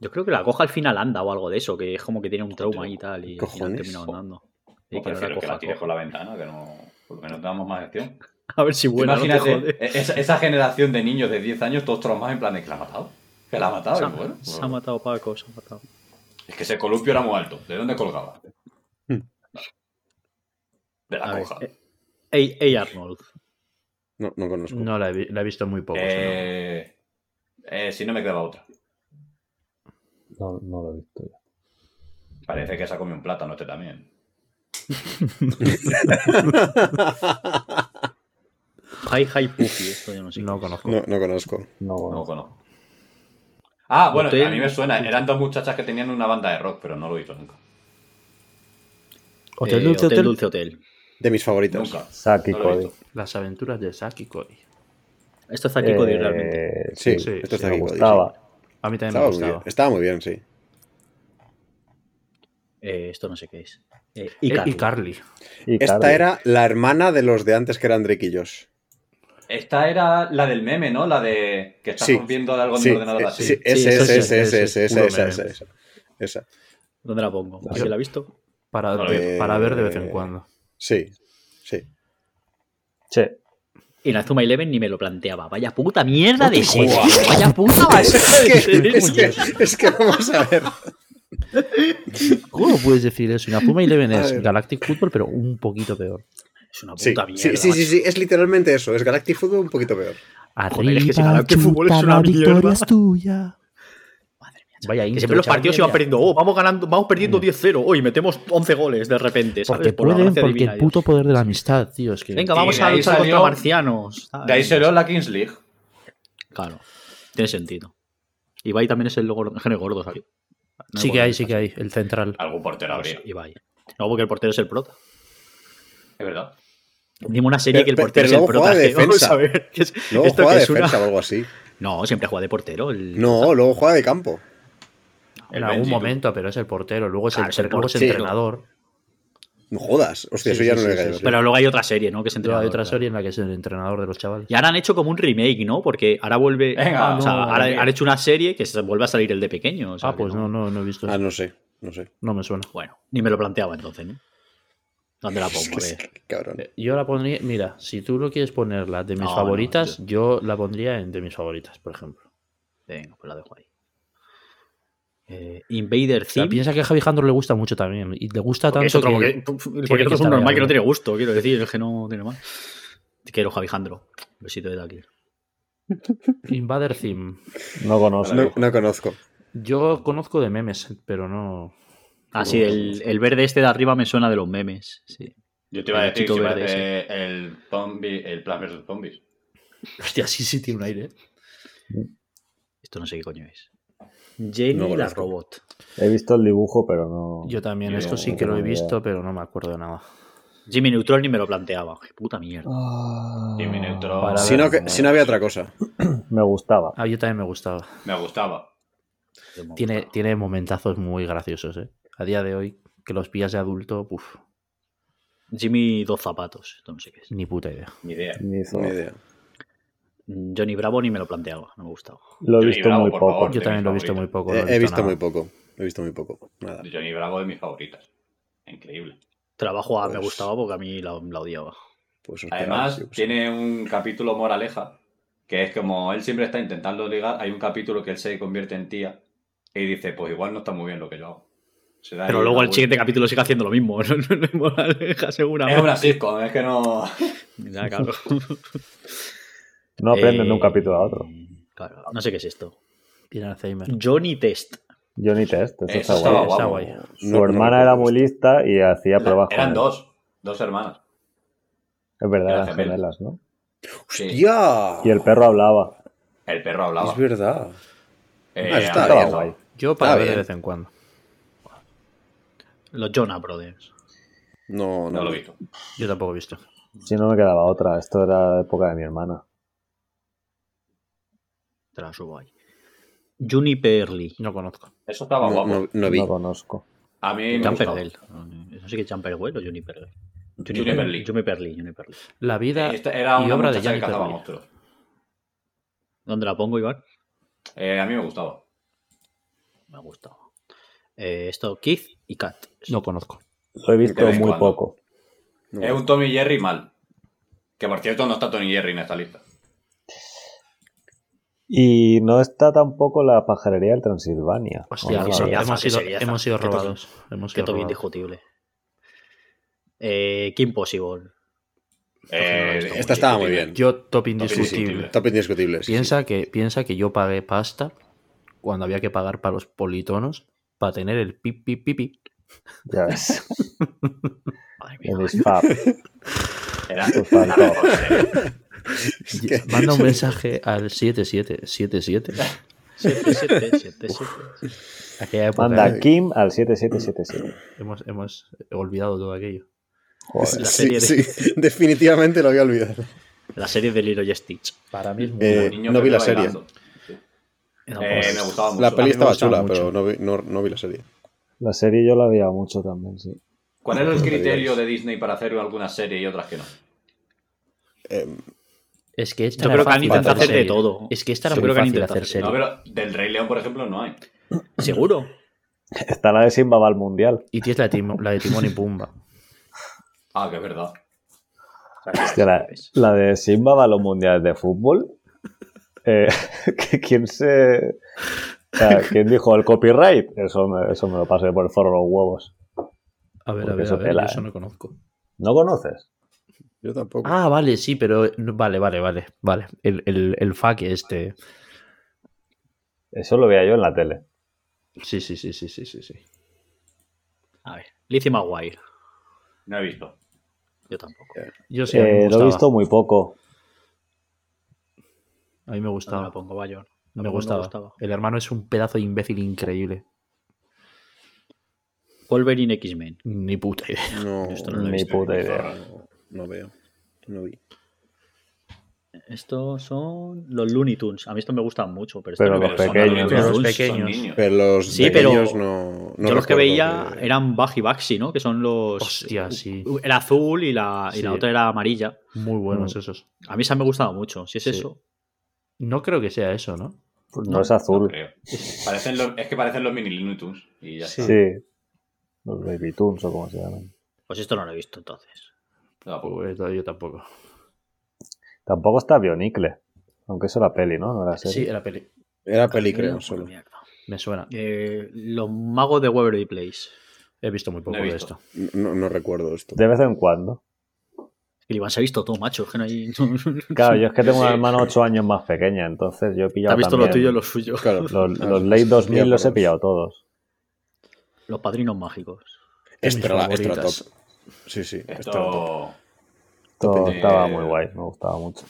Speaker 5: Yo creo que la coja al final anda o algo de eso, que es como que tiene un trauma ahí y tal, y al final
Speaker 6: ¿Cojones?
Speaker 5: termina andando. Y
Speaker 2: Yo
Speaker 5: que no la
Speaker 2: prefiero que
Speaker 5: coja,
Speaker 2: la tire
Speaker 5: coja.
Speaker 2: por la ventana, que no. Por lo menos damos más acción.
Speaker 5: [LAUGHS] A ver si buena, no te
Speaker 2: Imagínate,
Speaker 5: jode.
Speaker 2: e- esa, esa generación de niños de 10 años, todos traumados en plan de que la ha matado. Que la ha matado,
Speaker 5: Se
Speaker 2: y
Speaker 5: ha,
Speaker 2: Ah, bueno,
Speaker 5: se ha
Speaker 2: bueno.
Speaker 5: matado Paco, se ha matado.
Speaker 2: Es que ese columpio era muy alto. ¿De dónde colgaba?
Speaker 6: Hmm.
Speaker 2: De
Speaker 5: A
Speaker 2: la
Speaker 5: ver,
Speaker 2: coja.
Speaker 5: eh, Ey, ey, Arnold.
Speaker 6: No, no conozco.
Speaker 3: No la he, vi- la he visto muy poco. sino-
Speaker 2: Eh, eh, si no me quedaba otra.
Speaker 4: No, no lo he visto ya.
Speaker 2: Parece que se ha comido un plátano este también.
Speaker 5: Hi, hi, Puffy. Esto yo no sé.
Speaker 3: No conozco.
Speaker 6: No, no conozco.
Speaker 4: No,
Speaker 2: No lo
Speaker 4: bueno.
Speaker 2: conozco. Ah, bueno,
Speaker 5: Hotel-
Speaker 2: a mí me suena. Eran dos muchachas que tenían una banda de rock, pero no lo hizo nunca.
Speaker 3: Hotel
Speaker 5: Eh,
Speaker 3: Dulce
Speaker 5: hotel,
Speaker 3: Hotel.
Speaker 5: dulce, hotel.
Speaker 6: De mis favoritas.
Speaker 2: Nunca.
Speaker 4: Saki
Speaker 2: No lo he
Speaker 4: Cody.
Speaker 2: visto.
Speaker 3: Las aventuras de Saki Cody.
Speaker 5: Esto está aquí Cody
Speaker 4: Eh,
Speaker 5: realmente.
Speaker 6: Sí,
Speaker 3: Sí,
Speaker 6: esto está
Speaker 4: me
Speaker 6: aquí. Cody, sí.
Speaker 4: gustaba.
Speaker 3: A mí también me
Speaker 6: Estaba muy, bien.
Speaker 3: gustaba.
Speaker 6: Estaba muy bien, sí.
Speaker 5: Eh, esto no sé qué es. Eh,
Speaker 3: Eh,
Speaker 5: y Carly.
Speaker 3: Y Carly.
Speaker 4: Y
Speaker 6: Esta
Speaker 4: Carly.
Speaker 6: era la hermana de los de antes que eran Drake y Josh.
Speaker 2: Esta era la del meme, ¿no? La de que estás
Speaker 6: Sí.
Speaker 2: rompiendo algo en
Speaker 6: Sí,
Speaker 2: mi ordenador
Speaker 6: eh,
Speaker 2: así.
Speaker 6: sí,
Speaker 5: Sí,
Speaker 6: ese,
Speaker 5: esa,
Speaker 6: ese,
Speaker 5: esa,
Speaker 6: ese, ese,
Speaker 3: esa,
Speaker 6: ese, esa,
Speaker 3: puro
Speaker 6: esa,
Speaker 3: meme.
Speaker 6: esa, esa. Esa.
Speaker 5: ¿Dónde la pongo?
Speaker 4: Vale.
Speaker 5: ¿Alguien la ha visto?
Speaker 3: Para,
Speaker 2: No lo
Speaker 3: de-
Speaker 6: vi.
Speaker 3: para ver de vez en
Speaker 6: Eh,
Speaker 3: cuando.
Speaker 6: Sí, sí.
Speaker 4: Sí.
Speaker 5: Y Nazuma Eleven ni me lo planteaba. Vaya puta mierda de serie.
Speaker 6: Guau.
Speaker 5: Vaya puta basura de
Speaker 6: Es que,
Speaker 5: serie.
Speaker 6: es que, es que vamos a ver.
Speaker 3: ¿Cómo puedes decir eso? Inafuma Eleven
Speaker 6: A
Speaker 3: es
Speaker 6: ver.
Speaker 3: Galactic Football, pero un poquito peor.
Speaker 5: Es una
Speaker 6: Sí,
Speaker 5: puta mierda.
Speaker 6: sí, sí, sí, sí, es literalmente eso. Es Galactic Football un poquito peor.
Speaker 5: Joder, es que si
Speaker 3: Arriba,
Speaker 5: Galactic
Speaker 3: chuta,
Speaker 5: Football es una
Speaker 3: la
Speaker 5: mierda.
Speaker 3: victoria es tuya.
Speaker 5: Madre mía,
Speaker 3: Vaya
Speaker 5: Que
Speaker 3: intro,
Speaker 5: siempre los
Speaker 3: chaval,
Speaker 5: partidos
Speaker 3: mira.
Speaker 5: iban perdiendo. Oh, vamos ganando, vamos perdiendo 10-0. Hoy metemos 11 goles de repente, ¿sabes?
Speaker 3: Porque
Speaker 5: Por la
Speaker 3: pueden,
Speaker 5: gracia
Speaker 3: porque
Speaker 5: divina
Speaker 3: el
Speaker 5: de Dios.
Speaker 3: puto poder de la amistad, tío. Es que
Speaker 5: Venga,
Speaker 2: Y
Speaker 5: vamos
Speaker 2: de
Speaker 5: a
Speaker 2: ahí
Speaker 5: luchar
Speaker 2: salió-
Speaker 5: contra marcianos.
Speaker 2: De ahí se lo la Kings League.
Speaker 5: Claro. Tiene sentido. Ibai también es el gordo, el género gordo, ¿sabes? No
Speaker 3: sí
Speaker 5: me
Speaker 3: que
Speaker 5: acuerdo
Speaker 3: hay,
Speaker 5: de
Speaker 3: sí que
Speaker 5: esta.
Speaker 3: hay. El central.
Speaker 2: Algún portero habría.
Speaker 5: Pues Ibai. No, porque el portero es el prota.
Speaker 2: Es verdad.
Speaker 5: Dime una serie
Speaker 6: Pero-
Speaker 5: que el
Speaker 6: pero-
Speaker 5: portero
Speaker 6: pero
Speaker 5: es el
Speaker 6: luego
Speaker 5: prota.
Speaker 6: juega de
Speaker 5: que vamos
Speaker 6: defensa.
Speaker 5: a ver. que es-
Speaker 6: Luego
Speaker 5: esto
Speaker 6: juega
Speaker 5: que
Speaker 6: de
Speaker 5: es una-
Speaker 6: defensa o algo así.
Speaker 5: No, siempre juega de portero. El...
Speaker 6: No, luego juega de campo.
Speaker 2: El
Speaker 3: En algún
Speaker 2: Benji, tú.
Speaker 3: momento, pero es el portero. Luego es,
Speaker 5: Claro,
Speaker 3: el,
Speaker 5: Ah, es el
Speaker 3: luego es
Speaker 5: portero.
Speaker 3: entrenador.
Speaker 6: No jodas. Hostia,
Speaker 3: Sí,
Speaker 6: eso ya
Speaker 3: sí,
Speaker 6: no
Speaker 3: sí,
Speaker 6: le
Speaker 3: sí,
Speaker 6: caigo.
Speaker 3: sí.
Speaker 5: Pero luego hay otra serie, ¿no? Que es
Speaker 3: Luego
Speaker 5: entrenador.
Speaker 3: hay otra
Speaker 5: claro.
Speaker 3: serie en la que es el entrenador de los chavales. Ah,
Speaker 5: Y ahora han hecho como un remake, ¿no? Porque ahora vuelve.
Speaker 2: Venga,
Speaker 5: o sea,
Speaker 3: no,
Speaker 5: ahora
Speaker 2: bien.
Speaker 5: han hecho una serie que se vuelve a salir el de pequeño. o sea
Speaker 3: ah,
Speaker 5: que
Speaker 3: pues no, no, no he visto
Speaker 6: Ah,
Speaker 3: eso.
Speaker 6: no sé, no sé.
Speaker 3: No me suena.
Speaker 5: Bueno, ni me lo planteaba entonces, ¿no? ¿Dónde la pongo? A
Speaker 6: [LAUGHS] Es
Speaker 5: ver.
Speaker 6: que, cabrón.
Speaker 3: Eh, Yo la pondría, mira, si tú lo quieres ponerla de mis
Speaker 5: No, no,
Speaker 3: favoritas, yo... la pondría en de mis favoritas, por ejemplo.
Speaker 5: Venga, pues la dejo ahí. Eh, Invader
Speaker 3: O sea,
Speaker 5: Theme.
Speaker 3: piensa que a Javijandro le gusta mucho también. Y le gusta tanto
Speaker 5: porque es otro,
Speaker 3: que-
Speaker 5: porque- porque
Speaker 3: que
Speaker 5: otro es un
Speaker 3: estar
Speaker 5: normal que
Speaker 3: ahí.
Speaker 5: no tiene gusto, quiero decir, es que no tiene más. Te quiero, Javijandro. Besito de aquí.
Speaker 3: Invader Theme.
Speaker 4: No conozco.
Speaker 6: No, no conozco.
Speaker 3: Yo conozco de memes, pero no.
Speaker 5: Ah, sí, el, el verde este de arriba me suena de los memes. Sí.
Speaker 2: Yo te iba a
Speaker 5: El
Speaker 2: decir que
Speaker 5: chico
Speaker 2: si
Speaker 5: verde
Speaker 2: parece el zombie, el Plants vs Zombies.
Speaker 3: Hostia, sí, sí, tiene un aire.
Speaker 5: Esto no sé qué coño es. Jenny
Speaker 6: No
Speaker 5: la
Speaker 6: conozco.
Speaker 5: robot.
Speaker 4: He visto el dibujo, pero no.
Speaker 3: Yo también,
Speaker 2: Yo
Speaker 3: esto sí
Speaker 4: no
Speaker 3: que lo he
Speaker 4: tengo ni idea.
Speaker 3: visto, pero no me acuerdo de nada.
Speaker 5: Jimmy Neutron ni me lo planteaba. Qué puta mierda.
Speaker 4: Ah,
Speaker 2: Jimmy Neutron.
Speaker 3: Para
Speaker 6: Si
Speaker 3: ver,
Speaker 6: no, que- si no había otra cosa.
Speaker 4: Me gustaba.
Speaker 3: Ah, yo también me gustaba.
Speaker 2: Me gustaba.
Speaker 5: Ah,
Speaker 3: Tiene, tiene momentazos muy graciosos, ¿eh? A día de hoy, que los pillas de adulto, uff,
Speaker 5: Jimmy dos zapatos. Esto no sé qué es.
Speaker 3: ni puta idea.
Speaker 2: Ni idea.
Speaker 4: Ni hizo-
Speaker 6: Ni idea.
Speaker 5: Mm, Johnny Bravo ni me lo planteaba. No me gustaba.
Speaker 4: Lo he
Speaker 2: Johnny
Speaker 4: visto
Speaker 2: Bravo,
Speaker 4: muy
Speaker 2: por
Speaker 4: poco.
Speaker 2: favor.
Speaker 3: Yo
Speaker 2: de
Speaker 3: también
Speaker 2: mis
Speaker 3: lo he visto muy
Speaker 2: favoritas.
Speaker 3: poco. no
Speaker 6: He, he visto
Speaker 3: nada.
Speaker 6: muy poco. He visto muy poco. Nada.
Speaker 2: Johnny Bravo es de mis favoritas. Increíble.
Speaker 5: Trabajo a me
Speaker 6: Pues-
Speaker 5: gustaba porque a mí la, la odiaba.
Speaker 6: Pues os quedáis,
Speaker 2: Además,
Speaker 6: yo qué sé.
Speaker 2: tiene un capítulo moraleja que es como él siempre está intentando ligar, hay un capítulo que él se convierte en tía y dice, pues igual no está muy bien lo que yo hago. Será
Speaker 5: Pero
Speaker 2: ahí
Speaker 5: luego
Speaker 2: una
Speaker 5: el
Speaker 2: vuelta.
Speaker 5: siguiente capítulo sigue haciendo lo mismo. [LAUGHS] No, no, no, moraleja segura.
Speaker 2: Es una sitcom, es que
Speaker 6: [LAUGHS]
Speaker 2: no...
Speaker 5: Ya, claro.
Speaker 4: No aprenden
Speaker 5: Eh,
Speaker 4: de un capítulo a otro.
Speaker 5: Claro, no sé qué es esto.
Speaker 3: Tiene Alzheimer.
Speaker 5: Johnny Test.
Speaker 4: Johnny Test, eso
Speaker 2: Eso
Speaker 4: está
Speaker 2: estaba
Speaker 4: guay.
Speaker 3: Está
Speaker 2: guapo.
Speaker 3: guay.
Speaker 4: Su
Speaker 6: No, no
Speaker 4: hermana
Speaker 6: lo
Speaker 4: era
Speaker 6: conozco.
Speaker 4: muy lista y hacía pruebas con
Speaker 2: Eran
Speaker 6: eh.
Speaker 4: él.
Speaker 2: dos, dos hermanas.
Speaker 4: Es verdad,
Speaker 2: Eran
Speaker 4: eran
Speaker 2: gemelas.
Speaker 4: gemelas, ¿no?
Speaker 2: Sí,
Speaker 6: ¡Hostia!
Speaker 4: Y el perro hablaba.
Speaker 2: el perro hablaba.
Speaker 6: Es verdad.
Speaker 2: Eh,
Speaker 6: Ah, está
Speaker 2: Andrea
Speaker 4: Estaba
Speaker 6: bien.
Speaker 2: estaba.
Speaker 4: guay.
Speaker 3: Yo para
Speaker 6: Está
Speaker 3: ver de
Speaker 6: bien.
Speaker 3: vez en cuando.
Speaker 5: Los Jonah Brothers.
Speaker 2: No
Speaker 6: No, no.
Speaker 2: lo he visto.
Speaker 3: Yo tampoco he visto.
Speaker 4: Si no me quedaba otra, esto era época de mi hermana.
Speaker 5: Te la subo ahí. Juniper Lee.
Speaker 3: No conozco.
Speaker 2: Eso estaba
Speaker 6: No,
Speaker 2: guapo.
Speaker 6: no- no vi.
Speaker 4: No conozco.
Speaker 2: A mí me
Speaker 5: Jumper
Speaker 2: gustaba.
Speaker 5: Bell. No sé qué es Jumper Bell o Juniper Bell.
Speaker 2: Juniper Lee.
Speaker 5: Juniper Lee, Juniper Lee.
Speaker 3: La vida
Speaker 2: Esta era
Speaker 3: y
Speaker 2: una
Speaker 3: obra de
Speaker 2: muchacha que
Speaker 3: Janet
Speaker 2: cazaba
Speaker 3: Perlin.
Speaker 2: monstruos.
Speaker 5: ¿Dónde la pongo, Iván?
Speaker 2: Eh, a mí me gustaba.
Speaker 5: Me ha gustado. Eh, esto, Keith y Kat.
Speaker 3: no conozco.
Speaker 4: Lo he visto
Speaker 2: De vez en
Speaker 4: muy
Speaker 2: cuando.
Speaker 4: poco.
Speaker 6: No.
Speaker 2: Es un Tommy Jerry mal. Que por cierto no está Tony Jerry en esta lista.
Speaker 4: Y no está tampoco la pajarería del Transilvania.
Speaker 3: Hostia,
Speaker 4: Oh,
Speaker 5: que
Speaker 4: no,
Speaker 5: sería-
Speaker 4: no.
Speaker 3: hemos,
Speaker 5: que
Speaker 3: sido,
Speaker 5: sería-
Speaker 3: hemos sido
Speaker 5: que todo-
Speaker 3: robados. Hemos
Speaker 5: Que
Speaker 3: sido
Speaker 5: todo
Speaker 3: robados.
Speaker 5: bien discutible. Eh, Kim Possible.
Speaker 2: Eh,
Speaker 5: Esta
Speaker 6: Esta estaba muy bien.
Speaker 3: Yo top
Speaker 2: indiscutible.
Speaker 3: indiscutible.
Speaker 6: Top indiscutible. sí,
Speaker 3: Piensa que, piensa que yo pagué pasta cuando había que pagar para los politonos para tener el pip
Speaker 4: [LAUGHS]
Speaker 3: pip pipi.
Speaker 4: Ya ves.
Speaker 5: [LAUGHS] Madre mía.
Speaker 4: En Isfab.
Speaker 2: [LAUGHS] Era,
Speaker 4: Te faltó.
Speaker 6: sí. Es [LAUGHS]
Speaker 4: [LAUGHS]
Speaker 6: que-
Speaker 3: Manda un mensaje al
Speaker 5: [LAUGHS]
Speaker 3: 7777.
Speaker 5: Siete, siete, siete, siete.
Speaker 3: Aquella época
Speaker 4: Manda Kim al 7777.
Speaker 3: hemos, hemos olvidado todo aquello.
Speaker 4: Joder.
Speaker 5: la
Speaker 6: sí,
Speaker 5: serie de-
Speaker 6: sí, definitivamente lo había olvidado.
Speaker 5: La serie de Lilo y Stitch.
Speaker 3: Para mí es muy
Speaker 6: Eh,
Speaker 2: niño
Speaker 6: no vi la
Speaker 2: perdido
Speaker 6: serie.
Speaker 2: bailando. Eh,
Speaker 3: pues,
Speaker 2: me gustaba mucho.
Speaker 6: La peli
Speaker 5: me
Speaker 6: estaba
Speaker 5: gustaba
Speaker 6: chula,
Speaker 5: mucho.
Speaker 6: pero no vi, no- no vi la serie.
Speaker 4: La serie yo la veía mucho también, sí.
Speaker 2: ¿Cuál era el
Speaker 6: No me
Speaker 2: criterio
Speaker 6: digáis.
Speaker 2: de Disney para hacer algunas series y otras que no?
Speaker 6: Eh,
Speaker 3: Es que esta
Speaker 5: Yo
Speaker 3: era
Speaker 5: creo que han
Speaker 3: fácil
Speaker 5: intentado hacer de
Speaker 3: serie.
Speaker 5: todo.
Speaker 3: Es que esta era
Speaker 5: Yo
Speaker 3: muy
Speaker 5: creo que han
Speaker 3: fácil
Speaker 5: intentado
Speaker 3: hacer
Speaker 5: hacer
Speaker 2: No,
Speaker 3: serie.
Speaker 2: pero del Rey León, por ejemplo, no hay.
Speaker 5: Seguro.
Speaker 4: Está la de Simba va al mundial.
Speaker 3: Y tienes la de, Timo- la de Timón y Pumba.
Speaker 2: Ah, que es verdad.
Speaker 4: Hostia, la, la de Simba va a los mundiales de fútbol. Eh, [LAUGHS] que ¿Quién se.? o sea, ¿Quién dijo el copyright? Eso me, eso me lo pasé por el forro de los huevos.
Speaker 3: A ver,
Speaker 4: Porque
Speaker 3: a ver,
Speaker 4: eso
Speaker 3: a ver.
Speaker 4: pela,
Speaker 3: yo eso
Speaker 4: ¿eh?
Speaker 3: no conozco.
Speaker 4: ¿No conoces?
Speaker 6: yo tampoco.
Speaker 3: Ah, vale, sí, pero. no- Vale, vale, vale. Vale. El, el, el fuck este.
Speaker 4: Eso lo veía yo en la tele.
Speaker 3: Sí, sí, sí, sí, sí, sí. sí.
Speaker 5: A ver. Lizzie McGuire.
Speaker 2: No he visto.
Speaker 5: Yo tampoco.
Speaker 3: Yo Pues sí, a mí
Speaker 4: Eh,
Speaker 3: me
Speaker 4: lo he
Speaker 3: gustaba.
Speaker 4: visto muy poco.
Speaker 3: A mí me
Speaker 5: No la
Speaker 3: gustaba.
Speaker 5: pongo, Bayon.
Speaker 3: Me gustaba. El hermano es un pedazo de imbécil increíble.
Speaker 5: Wolverine X-Men.
Speaker 3: Ni puta idea.
Speaker 6: no,
Speaker 5: esto no lo he
Speaker 4: Ni
Speaker 5: visto. eh.
Speaker 4: puta idea.
Speaker 6: no- no veo. No vi.
Speaker 5: Estos son los Looney Tunes. A mí estos me gustan mucho, pero, estos
Speaker 4: Pero
Speaker 5: no me
Speaker 4: los
Speaker 5: gustan.
Speaker 4: pequeños,
Speaker 2: adultos,
Speaker 3: Pero
Speaker 2: son
Speaker 3: los pequeños.
Speaker 2: niños.
Speaker 6: Pero los
Speaker 5: Sí, pero
Speaker 6: pequeños no, no
Speaker 5: Yo los que
Speaker 6: recuerdo
Speaker 5: veía
Speaker 6: que-
Speaker 5: eran Bug y Baxi, ¿no? Que son los.
Speaker 3: Hostia, Pues sí.
Speaker 5: Era azul y la, y la
Speaker 3: Sí.
Speaker 5: otra era amarilla.
Speaker 3: Muy buenos
Speaker 4: Mm.
Speaker 3: esos.
Speaker 5: A mí esa me gustaba mucho. Si es
Speaker 3: Sí.
Speaker 5: eso.
Speaker 3: No creo que sea eso, ¿no?
Speaker 4: No, es azul.
Speaker 2: Creo. Parecen los- es que parecen los mini Looney Tunes y ya
Speaker 3: Sí.
Speaker 2: está.
Speaker 4: sí. Los Baby Toons o como se llaman.
Speaker 5: Pues esto no lo he visto entonces.
Speaker 2: Tampoco.
Speaker 3: Pues, yo tampoco.
Speaker 4: Tampoco está Bionicle. Aunque eso era peli, ¿no? No era
Speaker 3: Sí,
Speaker 4: serie.
Speaker 3: era peli.
Speaker 6: Era peli,
Speaker 5: Mira,
Speaker 6: creo,
Speaker 5: por
Speaker 6: solo.
Speaker 5: mierda.
Speaker 3: Me suena.
Speaker 5: Eh, los magos de Waverly Place.
Speaker 3: He visto muy poco
Speaker 2: No he
Speaker 3: de
Speaker 2: visto.
Speaker 3: esto.
Speaker 6: No, no recuerdo esto.
Speaker 4: De vez en cuando.
Speaker 5: El Iván se ha visto todo, macho. Es que no hay. no-
Speaker 4: Claro,
Speaker 5: [LAUGHS]
Speaker 4: yo es que tengo una
Speaker 2: Sí.
Speaker 4: hermana 8 años más pequeña, entonces yo he
Speaker 5: Te ha
Speaker 4: pillado.
Speaker 5: visto lo
Speaker 4: también
Speaker 5: tuyo y lo suyo.
Speaker 6: Claro.
Speaker 4: Los,
Speaker 6: Ah,
Speaker 4: los Late 2000 los he
Speaker 6: pillado por
Speaker 4: pillado todos.
Speaker 5: Los padrinos mágicos.
Speaker 6: Esto era,
Speaker 3: mis
Speaker 6: esto era top.
Speaker 3: favoritas.
Speaker 6: Sí, sí. Esto era top.
Speaker 2: Esto...
Speaker 4: Todo
Speaker 2: Eh,
Speaker 4: estaba muy guay, me gustaba mucho.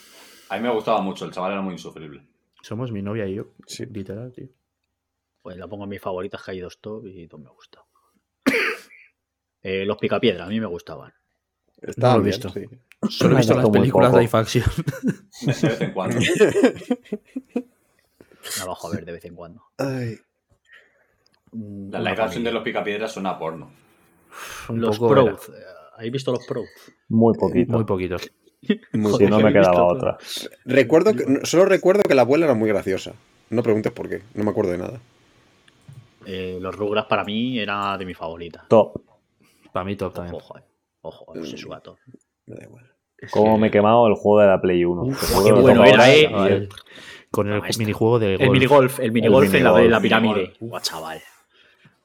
Speaker 2: A mí me gustaba mucho, el chaval era muy insufrible.
Speaker 3: Somos mi novia y yo.
Speaker 6: Sí.
Speaker 3: Literal, tío.
Speaker 5: Pues la pongo en mis favoritas, que hay dos top y dos me gustan. [COUGHS] Eh, los picapiedra, a mí me gustaban.
Speaker 6: Estaba
Speaker 3: lo he
Speaker 6: bien,
Speaker 3: visto.
Speaker 6: sí.
Speaker 3: Solo
Speaker 4: Me
Speaker 3: he visto
Speaker 4: gustó
Speaker 3: las
Speaker 4: muy
Speaker 3: películas
Speaker 4: poco.
Speaker 3: de infancia.
Speaker 2: De vez en
Speaker 6: [LAUGHS]
Speaker 2: cuando.
Speaker 5: La bajo a ver de vez en [LAUGHS] cuando.
Speaker 6: Ay,
Speaker 5: Mm,
Speaker 2: La live
Speaker 5: una
Speaker 2: action de
Speaker 5: familia.
Speaker 2: los picapiedras suena a porno.
Speaker 3: Un
Speaker 5: Los
Speaker 3: poco era.
Speaker 5: Proud. eh, ¿Habéis visto los Proud?
Speaker 4: Muy poquito.
Speaker 3: Muy poquitos.
Speaker 4: si
Speaker 6: muy
Speaker 5: Joder,
Speaker 4: no
Speaker 5: que
Speaker 4: me
Speaker 5: he visto
Speaker 4: quedaba
Speaker 5: todo.
Speaker 4: otra.
Speaker 6: Recuerdo que, no, solo recuerdo que la abuela era muy graciosa. No preguntes por qué, no me acuerdo de nada.
Speaker 5: Eh, los Rugras para mí era de mis favoritas.
Speaker 4: Top.
Speaker 3: Para mí top también.
Speaker 2: Mm.
Speaker 5: Ojo, eh. Ojo, no sé su gato.
Speaker 6: Me da igual.
Speaker 4: Cómo me he quemado el juego de la Play 1.
Speaker 5: Uf,
Speaker 4: Seguro
Speaker 5: qué
Speaker 4: que
Speaker 5: bueno
Speaker 4: tengo
Speaker 5: era,
Speaker 4: horas,
Speaker 5: eh.
Speaker 4: chaval.
Speaker 3: Con el
Speaker 5: Ah, esto.
Speaker 3: minijuego de
Speaker 5: El
Speaker 3: golf.
Speaker 5: minigolf, el minigolf en la
Speaker 4: minigolf,
Speaker 5: de la
Speaker 2: el
Speaker 5: pirámide.
Speaker 2: minigolf.
Speaker 5: Buah, chaval.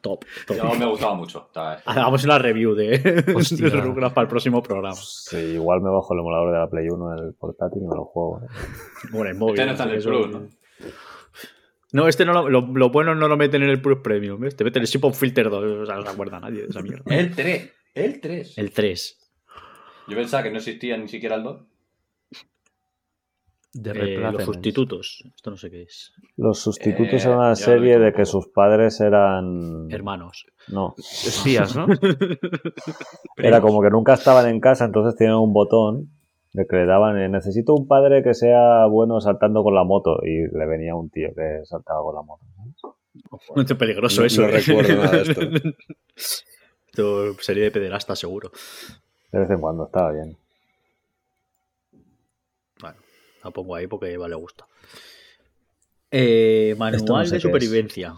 Speaker 5: Top, top.
Speaker 2: Yo me gustaba mucho.
Speaker 5: Ah,
Speaker 2: Está- este
Speaker 5: Hagamos una review de, [LAUGHS]
Speaker 3: Hostia.
Speaker 5: de Rugrats para el próximo programa.
Speaker 4: Sí, igual me bajo el emulador de la Play 1 en el portátil y me lo juego. eh.
Speaker 5: Bueno, el móvil.
Speaker 2: Este no está en el
Speaker 5: eso-
Speaker 2: Plus, ¿no?
Speaker 5: No, este no lo, lo, lo bueno no lo meten en el Plus Premium. Este meten el Ship of Filter 2. O sea, no se acuerda nadie de esa mierda.
Speaker 2: El 3. El 3.
Speaker 5: El 3.
Speaker 2: Yo pensaba que no existía ni siquiera el 2.
Speaker 3: de
Speaker 5: eh,
Speaker 3: Red
Speaker 5: los
Speaker 3: Platinum.
Speaker 5: sustitutos. Esto no sé qué es.
Speaker 4: Los
Speaker 2: Eh,
Speaker 4: sustitutos eran
Speaker 2: ya lo
Speaker 4: una
Speaker 2: he
Speaker 4: serie
Speaker 2: visto un
Speaker 4: de
Speaker 2: poco.
Speaker 4: que sus padres eran.
Speaker 5: Hermanos.
Speaker 4: Mm. No.
Speaker 3: Espías,
Speaker 5: [LAUGHS]
Speaker 3: ¿no?
Speaker 4: Era como que nunca estaban en casa, entonces tenían un botón de que le daban. eh, Necesito un padre que sea bueno saltando con la moto. Y le venía un tío que saltaba con la moto.
Speaker 5: No es peligroso
Speaker 6: No-
Speaker 5: eso.
Speaker 6: no
Speaker 5: ¿eh?
Speaker 6: recuerdo nada de
Speaker 5: [LAUGHS]
Speaker 6: esto.
Speaker 5: Esto sería de pederasta, seguro.
Speaker 4: De vez en cuando estaba bien.
Speaker 5: Bueno, la pongo ahí porque a Eva le gusta. Eh,
Speaker 4: Esto no
Speaker 5: manual
Speaker 4: sé qué
Speaker 5: de
Speaker 4: es.
Speaker 5: supervivencia.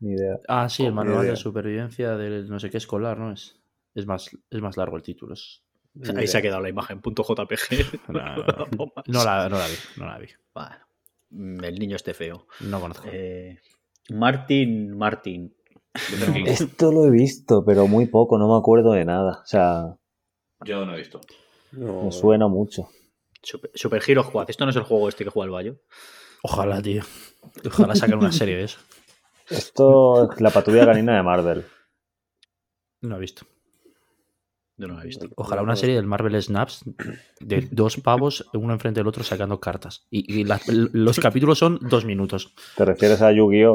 Speaker 4: Ni idea.
Speaker 3: Ah, sí, el
Speaker 6: Joder,
Speaker 3: manual
Speaker 6: idea.
Speaker 3: de supervivencia del no sé qué escolar, ¿no es? Es más, es más largo el título. es-
Speaker 5: Ahí se ha quedado la imagen, punto
Speaker 4: [LAUGHS]
Speaker 5: JPG.
Speaker 3: [LAUGHS] No, no, no. No [LAUGHS] la, no la vi, no la vi.
Speaker 5: Bueno, mm, el niño esté feo.
Speaker 3: No conozco.
Speaker 5: Eh, Martin, Martin.
Speaker 2: Luther King.
Speaker 4: Esto lo he visto, pero muy poco, no me acuerdo de nada. O sea,
Speaker 2: Yo no he visto.
Speaker 6: No,
Speaker 5: Oh.
Speaker 4: me suena mucho.
Speaker 5: Super, Super Hero Squad. Esto no es el juego este que juega el Bayo.
Speaker 3: Ojalá, tío. Ojalá saquen una serie de eso.
Speaker 4: Esto es la patrulla canina de Marvel.
Speaker 3: No he visto.
Speaker 5: Yo no lo he visto.
Speaker 3: Ojalá una serie del Marvel Snaps de dos pavos, uno enfrente del otro, sacando cartas. Y, y las- los capítulos son dos minutos.
Speaker 4: ¿Te refieres a Yu-Gi-Oh?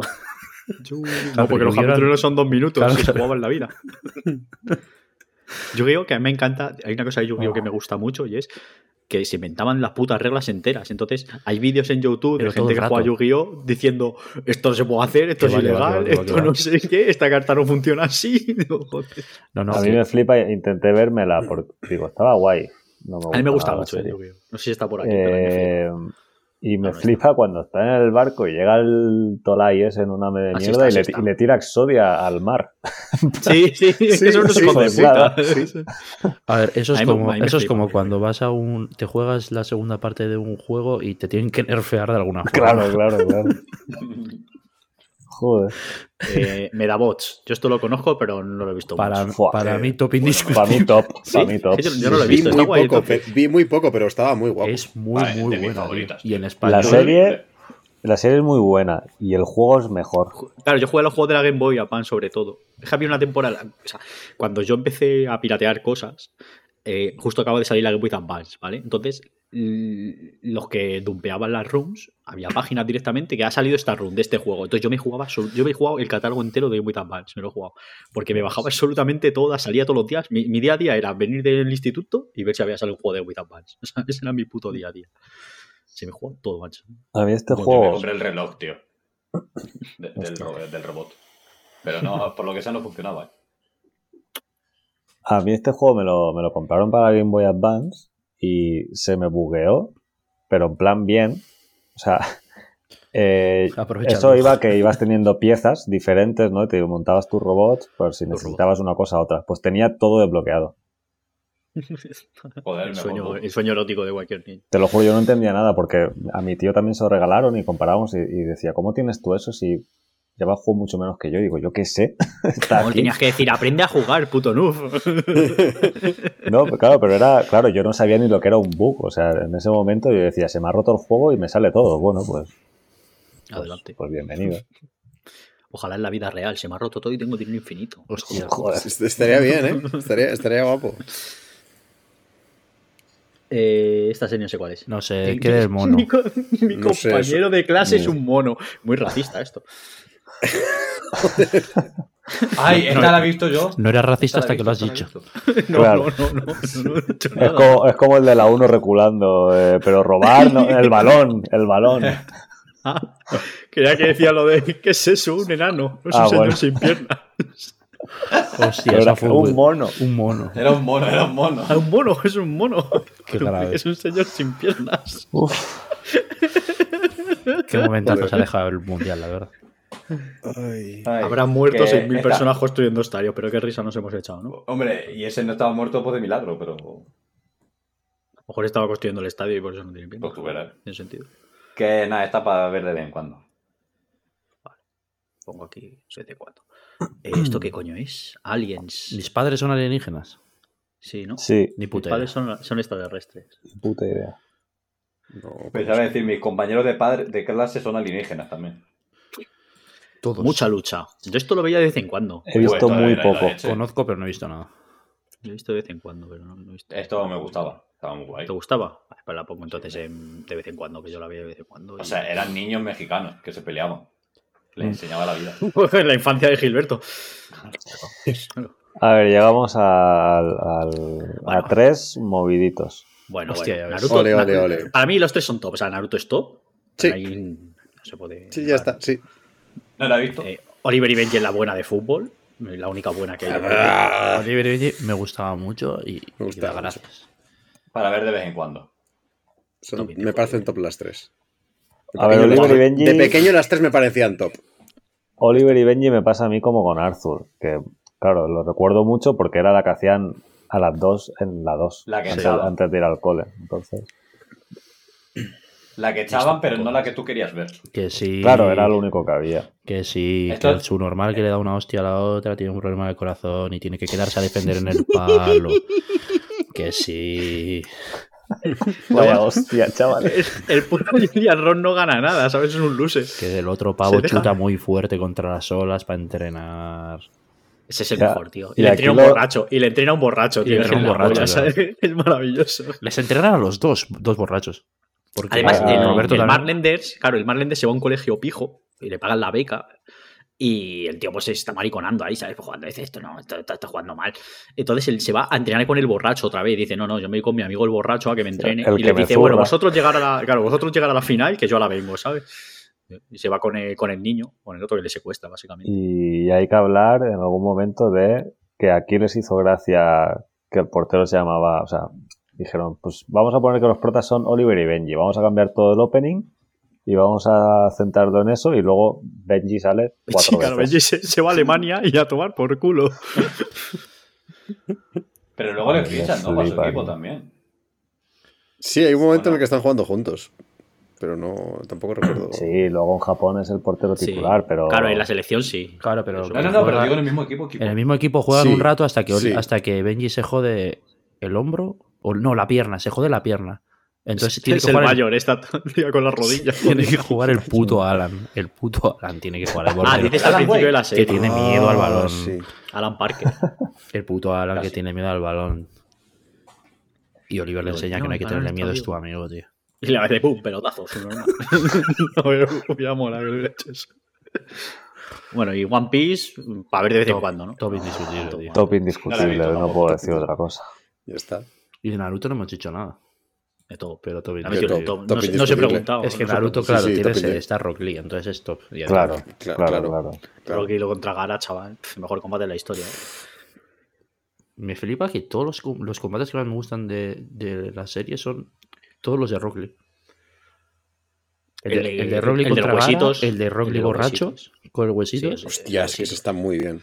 Speaker 5: No, porque los
Speaker 3: Yu-Gi-Oh!
Speaker 5: capítulos no son dos minutos.
Speaker 3: Claro,
Speaker 5: se
Speaker 3: claro.
Speaker 5: jugaba en la
Speaker 3: [LAUGHS]
Speaker 5: vida. Yu-Gi-Oh! que a mí me encanta. Hay una cosa de Yu-Gi-Oh! que
Speaker 3: Ah.
Speaker 5: me gusta mucho y es que se inventaban las putas reglas enteras. Entonces, hay vídeos en YouTube
Speaker 3: Pero
Speaker 5: de
Speaker 3: todo
Speaker 5: gente
Speaker 3: el
Speaker 5: que
Speaker 3: rato.
Speaker 5: juega a Yu-Gi-Oh! diciendo esto no se puede hacer, esto
Speaker 3: Que
Speaker 5: es
Speaker 3: va, que va,
Speaker 5: ilegal,
Speaker 3: que va, que va,
Speaker 5: esto
Speaker 3: que va.
Speaker 5: no sé qué, esta carta no funciona así. [LAUGHS] Digo, joder.
Speaker 3: No, no,
Speaker 4: a mí
Speaker 3: que-
Speaker 4: me flipa, intenté vérmela porque digo, estaba guay. No
Speaker 5: a mí me gusta
Speaker 3: Ah,
Speaker 4: nada la
Speaker 5: mucho el
Speaker 4: serie.
Speaker 5: Yu-Gi-Oh! No sé si está por aquí, pero a mí me flipa.
Speaker 4: Eh, y me
Speaker 5: No, no
Speaker 4: flipa cuando está en el barco y llega el Tolai ese en una media
Speaker 5: Así
Speaker 4: mierda
Speaker 5: está,
Speaker 4: y, le,
Speaker 5: así está.
Speaker 4: y le tira Exodia al mar.
Speaker 3: [LAUGHS]
Speaker 5: Sí, sí, es que
Speaker 6: Sí,
Speaker 5: son unos
Speaker 6: sí,
Speaker 5: hijos de
Speaker 4: sí,
Speaker 5: puta.
Speaker 3: pues A ver, eso
Speaker 5: A
Speaker 3: es
Speaker 5: mí me-
Speaker 3: como,
Speaker 5: a mí me
Speaker 3: eso es
Speaker 5: flipa,
Speaker 3: como
Speaker 5: me
Speaker 3: cuando vas a un. Te juegas la segunda parte de un juego y te tienen que nerfear de alguna forma.
Speaker 4: Claro, claro,
Speaker 5: [LAUGHS]
Speaker 4: claro. Joder.
Speaker 5: [LAUGHS] Eh, Medabots. Yo esto lo conozco, pero no lo he visto
Speaker 3: Para,
Speaker 5: mucho.
Speaker 4: Fua,
Speaker 3: para
Speaker 6: eh,
Speaker 3: mí, top
Speaker 4: Para
Speaker 3: indiscutible.
Speaker 4: mí
Speaker 5: [LAUGHS]
Speaker 4: top,
Speaker 5: Sí,
Speaker 4: para mí top.
Speaker 5: yo- yo no lo he
Speaker 6: Vi
Speaker 5: visto, está
Speaker 6: muy,
Speaker 5: guay,
Speaker 6: poco,
Speaker 5: entonces.
Speaker 6: pe- vi muy poco, pero estaba muy guapo.
Speaker 3: Es muy,
Speaker 2: Vale,
Speaker 3: muy
Speaker 2: de mis
Speaker 3: buena. tío.
Speaker 2: favoritas,
Speaker 3: Y en español.
Speaker 4: La serie, la serie es muy buena y el juego es mejor.
Speaker 5: Claro, yo jugué a los juegos de la Game Boy Advance sobre todo. Es que había una temporada. O sea, cuando yo empecé a piratear cosas, eh, justo acaba de salir la Game Boy Advance, ¿vale? Entonces, l- los que dumpeaban las rooms, había páginas directamente que ha salido esta room de este juego. Entonces yo me jugaba, sol- yo me he jugado el catálogo entero de Game Boy Advance, me lo he jugado. Porque me bajaba absolutamente todas, salía todos los días. Mi, mi día a día era venir del instituto y ver si había salido un juego de Game Boy Advance. [LAUGHS] O sea, ese era mi puto día a día. Se me jugaba todo, macho.
Speaker 4: A mí este
Speaker 5: Bueno,
Speaker 2: Yo me
Speaker 4: juego
Speaker 2: compré el reloj, tío. De- del, ro- del robot. Pero no, por lo que sea no funcionaba. ¿eh?
Speaker 4: A mí este juego me lo, me lo compraron para Game Boy Advance y se me bugueó, pero en plan bien. O sea, [LAUGHS] eh,
Speaker 3: Aprovechalo.
Speaker 4: eso iba que ibas teniendo piezas diferentes, ¿no? Y Te montabas tus robots por si
Speaker 5: Tus
Speaker 4: necesitabas una cosa a otra. Pues tenía todo desbloqueado.
Speaker 2: Joder, me
Speaker 5: El sueño,
Speaker 2: acuerdo.
Speaker 5: el sueño erótico de cualquier niño.
Speaker 4: Te lo juro, yo no entendía nada porque a mi tío también se lo regalaron y comparábamos y, y decía, ¿cómo tienes tú eso si llevas juego mucho menos que yo? Digo, yo qué sé. Está
Speaker 5: No,
Speaker 4: aquí.
Speaker 5: tenías que decir, aprende a jugar, puto noob.
Speaker 4: No, pero claro, pero era, claro, yo no sabía ni lo que era un bug. O sea, en ese momento yo decía, se me ha roto el juego y me sale todo. Bueno, pues Pues-
Speaker 5: Adelante.
Speaker 4: Pues bienvenido.
Speaker 5: Ojalá en la vida real. Se me ha roto todo y tengo dinero infinito.
Speaker 3: Hostia.
Speaker 4: Joder.
Speaker 6: Est- Estaría bien,
Speaker 5: [LAUGHS]
Speaker 6: ¿eh? Estaría, estaría guapo.
Speaker 5: Eh, esta serie no sé cuál es.
Speaker 3: No sé, qué del Eh, mono.
Speaker 5: Mi, [LAUGHS] co- mi
Speaker 6: No sé,
Speaker 5: compañero
Speaker 6: eso-
Speaker 5: de clase es
Speaker 4: no.
Speaker 5: un mono. Muy racista esto.
Speaker 2: Ay, esta la he visto yo.
Speaker 3: No eras racista
Speaker 2: Esta la
Speaker 3: hasta
Speaker 2: he
Speaker 3: que lo has
Speaker 2: visto,
Speaker 3: dicho.
Speaker 2: esta la he visto.
Speaker 5: No,
Speaker 4: Claro.
Speaker 5: no, no, no, no, no he hecho
Speaker 4: Es
Speaker 5: nada.
Speaker 4: como, es como el de la 1 reculando, eh, pero robar, no, el balón, el balón.
Speaker 5: Ah, Creía que decía lo de ¿qué es eso? Un enano. No es
Speaker 4: Ah,
Speaker 5: un señor
Speaker 4: bueno.
Speaker 5: sin piernas.
Speaker 3: Hostia,
Speaker 4: Pero
Speaker 3: esa
Speaker 4: era
Speaker 3: fue
Speaker 4: un
Speaker 3: bu-
Speaker 4: mono.
Speaker 3: Un mono.
Speaker 2: Era un mono, era un
Speaker 3: [LAUGHS]
Speaker 2: mono.
Speaker 5: Ah, un mono, es un mono.
Speaker 3: Qué grave.
Speaker 5: Es un señor sin piernas.
Speaker 3: Qué momentazo se ha dejado el mundial, la verdad.
Speaker 6: Ay.
Speaker 2: Ay,
Speaker 5: Habrán muerto
Speaker 2: que
Speaker 5: 6.000
Speaker 2: esta-
Speaker 5: personas construyendo estadios, pero qué risa nos hemos echado, ¿no?
Speaker 2: pues Hombre, y ese no estaba muerto por de milagro, pero.
Speaker 5: lo mejor estaba construyendo el estadio y por eso no tiene pinta.
Speaker 2: Pues tú verás.
Speaker 5: Tiene sentido.
Speaker 2: Que nada, está para ver de vez en cuando.
Speaker 5: Pongo aquí 74. Eh, ¿Esto qué coño es? Aliens.
Speaker 3: Mis padres son alienígenas.
Speaker 5: Sí, ¿no?
Speaker 4: Sí,
Speaker 3: Ni
Speaker 5: Mis
Speaker 3: puta idea.
Speaker 5: padres son, son extraterrestres.
Speaker 4: puta idea.
Speaker 3: Oh,
Speaker 6: No,
Speaker 2: Pensaba decir, mis compañeros de padre, de clase son alienígenas también.
Speaker 3: Todos.
Speaker 5: Mucha lucha. Yo esto lo veía de vez en cuando.
Speaker 4: He visto
Speaker 2: Bueno,
Speaker 4: muy
Speaker 2: era la
Speaker 4: poco.
Speaker 2: leche.
Speaker 3: Conozco, pero no he visto nada.
Speaker 5: Lo he visto de vez en cuando, pero no, no he visto.
Speaker 2: Esto me gustaba. Estaba muy guay.
Speaker 5: ¿Te gustaba? Vale, Pues la pongo entonces en- de vez en cuando, que yo la veía de vez en cuando.
Speaker 2: O
Speaker 5: [LAUGHS] y-
Speaker 2: sea, eran niños mexicanos que se peleaban.
Speaker 3: Mm.
Speaker 2: Les enseñaba la vida.
Speaker 5: Pues, la infancia de Gilberto.
Speaker 4: A ver, llegamos al, al-
Speaker 5: Bueno.
Speaker 4: a tres moviditos.
Speaker 5: Bueno,
Speaker 3: Hostia,
Speaker 5: bueno,
Speaker 3: ya ves.
Speaker 5: Naruto,
Speaker 6: Ole, ole,
Speaker 5: Naruto-
Speaker 6: ole.
Speaker 5: Para mí los tres son top. O sea, Naruto es top.
Speaker 6: Sí.
Speaker 5: Ahí no se puede.
Speaker 6: Sí, ya está, sí.
Speaker 2: ¿No la he visto?
Speaker 5: Eh, Oliver y Benji es la buena de fútbol. La única buena que hay.
Speaker 6: Ah.
Speaker 5: Ah.
Speaker 3: Oliver y Benji me gustaba mucho y, y
Speaker 6: Me gustaba
Speaker 3: da
Speaker 6: mucho.
Speaker 3: gracias.
Speaker 2: Para ver de vez en cuando.
Speaker 6: Son-
Speaker 5: Top,
Speaker 6: me parecen top las tres. De
Speaker 4: A ver,
Speaker 6: pequeño-
Speaker 4: Oliver y Benji-
Speaker 6: De pequeño las tres me parecían top.
Speaker 4: Oliver y Benji me pasa a mí como con Arthur, que claro, lo recuerdo mucho porque era la que hacían a las dos en la dos,
Speaker 2: La que
Speaker 4: antes,
Speaker 2: echaba.
Speaker 4: antes de ir al cole. Entonces,
Speaker 2: La que echaban, pero no la que tú querías ver.
Speaker 3: Que sí.
Speaker 4: claro, era lo único que había.
Speaker 5: [LAUGHS]
Speaker 3: Que sí,
Speaker 2: Esto-
Speaker 3: que el subnormal que le da una hostia a la otra tiene un problema de corazón y tiene que quedarse a defender en el palo. Que sí.
Speaker 4: Vaya hostia, chavales.
Speaker 5: [LAUGHS] El puto Julian Ron no gana nada, ¿sabes? Es un loser.
Speaker 3: Que el otro
Speaker 5: Se
Speaker 3: pavo
Speaker 5: deja.
Speaker 3: chuta muy fuerte contra las olas para entrenar.
Speaker 5: Ese es el
Speaker 4: Ya.
Speaker 5: mejor, tío. Y,
Speaker 4: Y
Speaker 5: le
Speaker 4: aquí
Speaker 5: entrena un
Speaker 4: lo-
Speaker 5: borracho. Y le entrena un borracho,
Speaker 3: Y
Speaker 5: tío.
Speaker 3: le entrena
Speaker 5: Es
Speaker 3: un
Speaker 5: la
Speaker 3: borracho,
Speaker 5: polla,
Speaker 3: claro.
Speaker 5: ¿sabes? [LAUGHS] Es maravilloso.
Speaker 3: Les entrenan a los dos, dos borrachos. Porque
Speaker 5: Además,
Speaker 4: Ah,
Speaker 5: el,
Speaker 4: Roberto
Speaker 5: el
Speaker 3: también-
Speaker 5: Marlenders, claro, el Marlenders se va a un colegio pijo y le pagan la beca. Y el tío pues está mariconando ahí, ¿sabes? Pues Jugando, dice, esto no, esto, esto está jugando mal. Entonces él se va a entrenar con el borracho otra vez. Dice, no, no, yo me voy con mi amigo el borracho a que me entrene.
Speaker 4: El
Speaker 5: y
Speaker 4: que
Speaker 5: le
Speaker 4: me
Speaker 5: dice, bueno,
Speaker 4: zurra.
Speaker 5: vosotros llegar a la, claro, vosotros llegar a la final, que yo a la vengo, ¿sabes? Y se va con el, con el niño, con el otro que le secuestra, básicamente.
Speaker 4: Y hay que hablar en algún momento de que aquí les hizo gracia que el portero se llamaba, o sea, dijeron, pues vamos a poner que los protas son Oliver y Benji, vamos a cambiar todo el opening y vamos a centrarlo en eso y luego Benji sale cuatro
Speaker 5: [LAUGHS] Sí, claro,
Speaker 4: veces.
Speaker 5: Benji se, se va a Alemania y a tomar por culo.
Speaker 2: Pero luego le
Speaker 4: Ay,
Speaker 2: fichan, ¿no? Para su
Speaker 4: flipan.
Speaker 2: equipo también.
Speaker 6: Sí, hay un momento en
Speaker 2: Bueno.
Speaker 6: el que están jugando juntos. Pero no, tampoco recuerdo.
Speaker 4: Sí, luego en Japón es el portero
Speaker 5: Sí.
Speaker 4: titular, pero
Speaker 5: Claro, en la selección sí.
Speaker 3: Claro, pero.
Speaker 2: No, no, no, pero digo en el mismo equipo. equipo.
Speaker 3: En el mismo equipo juegan
Speaker 6: Sí,
Speaker 3: un rato hasta que, Oli-
Speaker 6: sí.
Speaker 3: hasta que Benji se jode el hombro. O no, la pierna, se jode la pierna. Entonces tiene
Speaker 5: es
Speaker 3: que
Speaker 5: el
Speaker 3: jugar. el-
Speaker 5: mayor, está tía con las rodillas.
Speaker 3: [LAUGHS] tiene que jugar el puto Alan. El puto Alan tiene que jugar el
Speaker 5: Ah,
Speaker 3: portero.
Speaker 5: dices al
Speaker 2: Alan
Speaker 5: principio
Speaker 2: Wake.
Speaker 5: de la
Speaker 3: que
Speaker 5: serie.
Speaker 3: tiene miedo al
Speaker 6: Ah,
Speaker 3: balón.
Speaker 6: sí.
Speaker 5: Alan Parker.
Speaker 3: El puto Alan
Speaker 2: Casi.
Speaker 3: que tiene miedo al balón. Y Oliver le
Speaker 5: Pero,
Speaker 3: enseña
Speaker 5: no,
Speaker 3: que no hay que
Speaker 5: Alan
Speaker 3: tenerle
Speaker 5: está
Speaker 3: miedo, es
Speaker 5: vivo.
Speaker 3: tu amigo, tío.
Speaker 5: Y le hace pum, pelotazo. su
Speaker 3: [LAUGHS]
Speaker 5: normal. no, pero hubiera molado que lo hubiera hecho eso. Bueno, y One Piece, para ver de vez en
Speaker 3: Top-
Speaker 5: cuando, ¿no?
Speaker 3: top indiscutible,
Speaker 5: Ah,
Speaker 3: tío.
Speaker 5: top.
Speaker 4: top indiscutible,
Speaker 2: No la he visto,
Speaker 4: no,
Speaker 2: vamos,
Speaker 4: puedo
Speaker 6: top
Speaker 4: decir otra cosa.
Speaker 6: Ya está.
Speaker 3: Y de Naruto no hemos dicho nada.
Speaker 5: De top.
Speaker 3: Pero top
Speaker 5: La
Speaker 6: De
Speaker 5: metió en
Speaker 3: indiscutible.
Speaker 5: el top.
Speaker 6: top
Speaker 5: No, se- no se he
Speaker 6: indiscutible.
Speaker 5: preguntado.
Speaker 3: Es que
Speaker 5: no se
Speaker 3: Naruto,
Speaker 5: preguntó.
Speaker 3: claro,
Speaker 6: Sí, sí,
Speaker 3: tiene
Speaker 6: top
Speaker 3: ese-
Speaker 6: indie.
Speaker 3: está Rock Lee, entonces es top. y ya
Speaker 4: Claro,
Speaker 3: está.
Speaker 6: claro,
Speaker 4: claro, claro.
Speaker 6: claro.
Speaker 5: Creo que lo contra Gara, chaval. Pff, Mejor combate de la historia. ¿eh?
Speaker 3: Me flipa que todos los, com- los combates que más me gustan de, de la serie son todos los de Rock Lee. El
Speaker 5: El
Speaker 3: de,
Speaker 5: de-
Speaker 3: el de Rock Lee
Speaker 5: el de los
Speaker 3: contra Gaara,
Speaker 5: huesitos,
Speaker 3: el de Rock
Speaker 5: el
Speaker 3: Lee
Speaker 5: de los
Speaker 3: borracho,
Speaker 5: huesitos.
Speaker 3: con el
Speaker 5: Sí,
Speaker 3: huesito.
Speaker 5: el de-
Speaker 6: Hostia, es que eso está muy bien.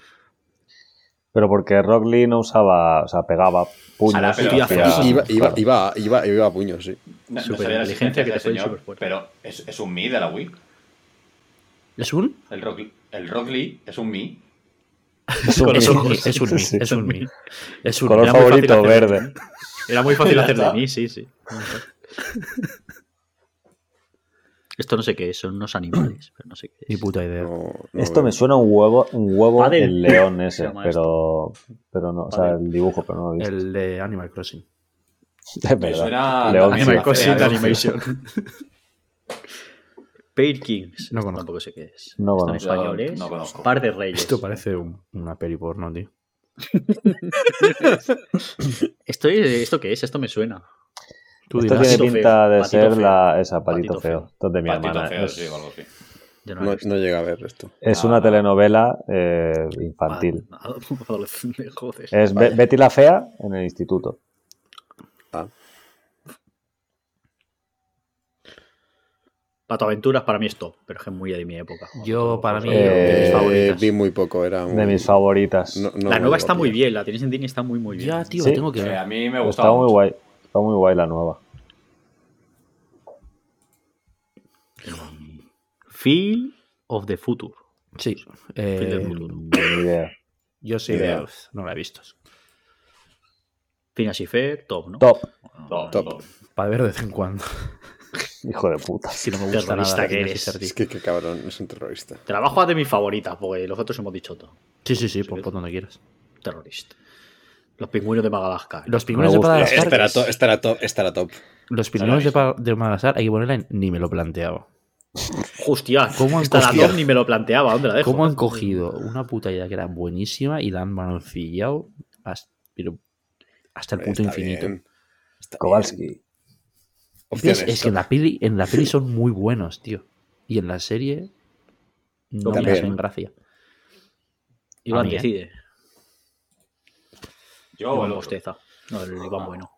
Speaker 4: Pero porque Rock Lee no usaba, o sea, pegaba
Speaker 5: Ahora,
Speaker 4: puños.
Speaker 2: pero-
Speaker 4: y hacía-
Speaker 2: Ah,
Speaker 6: Iba, iba,
Speaker 4: claro.
Speaker 6: iba, iba, iba a puños, sí.
Speaker 2: No, no
Speaker 5: Súper
Speaker 2: sabía la
Speaker 5: inteligente
Speaker 2: existencia
Speaker 5: que
Speaker 2: que
Speaker 5: te fue
Speaker 2: señor,
Speaker 5: súper fuerte.
Speaker 2: pero es, es un mi de la Wii.
Speaker 3: ¿Es un?
Speaker 2: [LAUGHS] El Rock, el Rock Lee es un mi.
Speaker 4: Es
Speaker 5: Con
Speaker 4: un-
Speaker 5: los
Speaker 3: Es un,
Speaker 5: ojos.
Speaker 3: es un,
Speaker 4: Sí.
Speaker 3: es un mi. Es un
Speaker 4: Color
Speaker 3: mi.
Speaker 5: muy fácil
Speaker 4: favorito,
Speaker 5: hacerlo.
Speaker 4: verde.
Speaker 5: [LAUGHS] Era muy fácil
Speaker 2: Ya
Speaker 5: hacer de
Speaker 2: está.
Speaker 5: mí, sí, sí. Esto no sé qué es, son unos animales, pero no
Speaker 4: [COUGHS]
Speaker 5: sé qué
Speaker 3: Ni
Speaker 5: es.
Speaker 3: puta idea.
Speaker 6: No- no
Speaker 4: Esto me
Speaker 6: veo.
Speaker 4: suena un huevo, un huevo
Speaker 5: Padel.
Speaker 4: del león
Speaker 5: Se
Speaker 4: ese,
Speaker 5: llama
Speaker 4: pero, pero no, o sea, el dibujo, pero no lo he [LAUGHS] visto.
Speaker 3: El de Animal Crossing.
Speaker 4: Es
Speaker 2: Me
Speaker 4: verdad.
Speaker 2: suena
Speaker 4: León
Speaker 2: también
Speaker 4: sí.
Speaker 2: la fea,
Speaker 5: Cosita
Speaker 2: ¿no?
Speaker 5: [LAUGHS] Animation. Pale Kings.
Speaker 3: No
Speaker 5: Esto
Speaker 3: conozco.
Speaker 5: Tampoco sé qué es.
Speaker 4: No
Speaker 5: Esto en
Speaker 4: conozco.
Speaker 5: español es
Speaker 2: No conozco.
Speaker 5: Par de Reyes.
Speaker 3: Esto parece un- una peli porno, tío.
Speaker 5: Esto, es- ¿Esto qué es? Esto me suena.
Speaker 3: Tú
Speaker 4: Esto
Speaker 3: dirás.
Speaker 4: tiene
Speaker 5: Patito
Speaker 4: pinta
Speaker 5: feo,
Speaker 4: de
Speaker 5: patito
Speaker 4: ser
Speaker 5: feo.
Speaker 4: la, esa, Patito,
Speaker 5: Patito
Speaker 4: Feo.
Speaker 5: feo.
Speaker 4: Esto es de mi
Speaker 2: Patito
Speaker 4: hermana.
Speaker 2: feo,
Speaker 4: es,
Speaker 2: sí, o algo así.
Speaker 5: Yo no lo
Speaker 6: No,
Speaker 5: he visto.
Speaker 6: no llega a ver esto.
Speaker 4: es
Speaker 2: Ah.
Speaker 4: una telenovela eh, infantil. Eh.
Speaker 5: Ah, [LAUGHS] adolescente, joder.
Speaker 4: Es Be- Betty la Fea en el instituto.
Speaker 5: Pato Aventuras para mí es top, pero es que es muy de mi época.
Speaker 3: Yo, para mí,
Speaker 4: Eh,
Speaker 3: de mis
Speaker 6: Eh,
Speaker 3: favoritas.
Speaker 6: vi muy poco, era un-
Speaker 4: De mis favoritas.
Speaker 6: no- no
Speaker 5: La
Speaker 6: me
Speaker 5: nueva
Speaker 6: llegó
Speaker 5: está
Speaker 6: a
Speaker 5: muy
Speaker 6: pillar.
Speaker 5: bien, la tienes en Disney está muy muy bien.
Speaker 3: Ya, tío,
Speaker 4: Sí.
Speaker 3: tengo que
Speaker 2: Eh,
Speaker 3: ver.
Speaker 2: a mí me
Speaker 4: Está
Speaker 2: gustaba
Speaker 4: muy
Speaker 2: mucho.
Speaker 4: guay. Está muy guay la nueva.
Speaker 5: Feel of the Future.
Speaker 3: Sí.
Speaker 5: Feel
Speaker 3: eh,
Speaker 5: of the Future.
Speaker 4: Ni idea.
Speaker 3: yo soy
Speaker 2: Idea.
Speaker 3: de Oz, no la he visto.
Speaker 5: Phineas y Fer, top, ¿no?
Speaker 4: Top.
Speaker 2: Top,
Speaker 6: Top.
Speaker 2: top.
Speaker 3: Para ver de vez en cuando.
Speaker 4: Hijo de puta.
Speaker 3: Si no me
Speaker 5: gusta nada la
Speaker 3: que
Speaker 5: Phineas y
Speaker 3: eres.
Speaker 5: Ferb.
Speaker 6: Es que qué cabrón, es un terrorista.
Speaker 5: Trabajo de mis favoritas, porque los otros hemos dicho todo.
Speaker 3: Sí, sí, sí, por, por donde quieras.
Speaker 5: Terrorista. Los pingüinos de Madagascar.
Speaker 3: Los pingüinos
Speaker 4: Me
Speaker 3: de
Speaker 4: gusta.
Speaker 3: Madagascar.
Speaker 6: Estará top, estará top, estará top.
Speaker 3: Los pingüinos de, Pa- de Madagascar hay que ponerla en ni me lo planteaba.
Speaker 5: Hostia,
Speaker 3: ¿Cómo han
Speaker 5: esta la
Speaker 3: cogido?
Speaker 5: top ni me lo planteaba. ¿Dónde la dejo?
Speaker 3: ¿Cómo han cogido una puta idea que era buenísima y la han mancillado hasta, pero hasta el punto
Speaker 6: Está
Speaker 3: infinito?
Speaker 6: bien. Está
Speaker 4: Kowalski.
Speaker 3: ¿Ves?
Speaker 6: Opciones.
Speaker 3: Es que en la, peli, en la peli son muy buenos, tío. Y en la serie no me
Speaker 6: También.
Speaker 3: hacen gracia.
Speaker 5: Iván
Speaker 3: A mí, ¿eh?
Speaker 5: decide.
Speaker 2: Yo o el
Speaker 5: Iván
Speaker 2: otro.
Speaker 6: pues-
Speaker 5: Bosteza. No, el
Speaker 6: Ah.
Speaker 5: Iván bueno.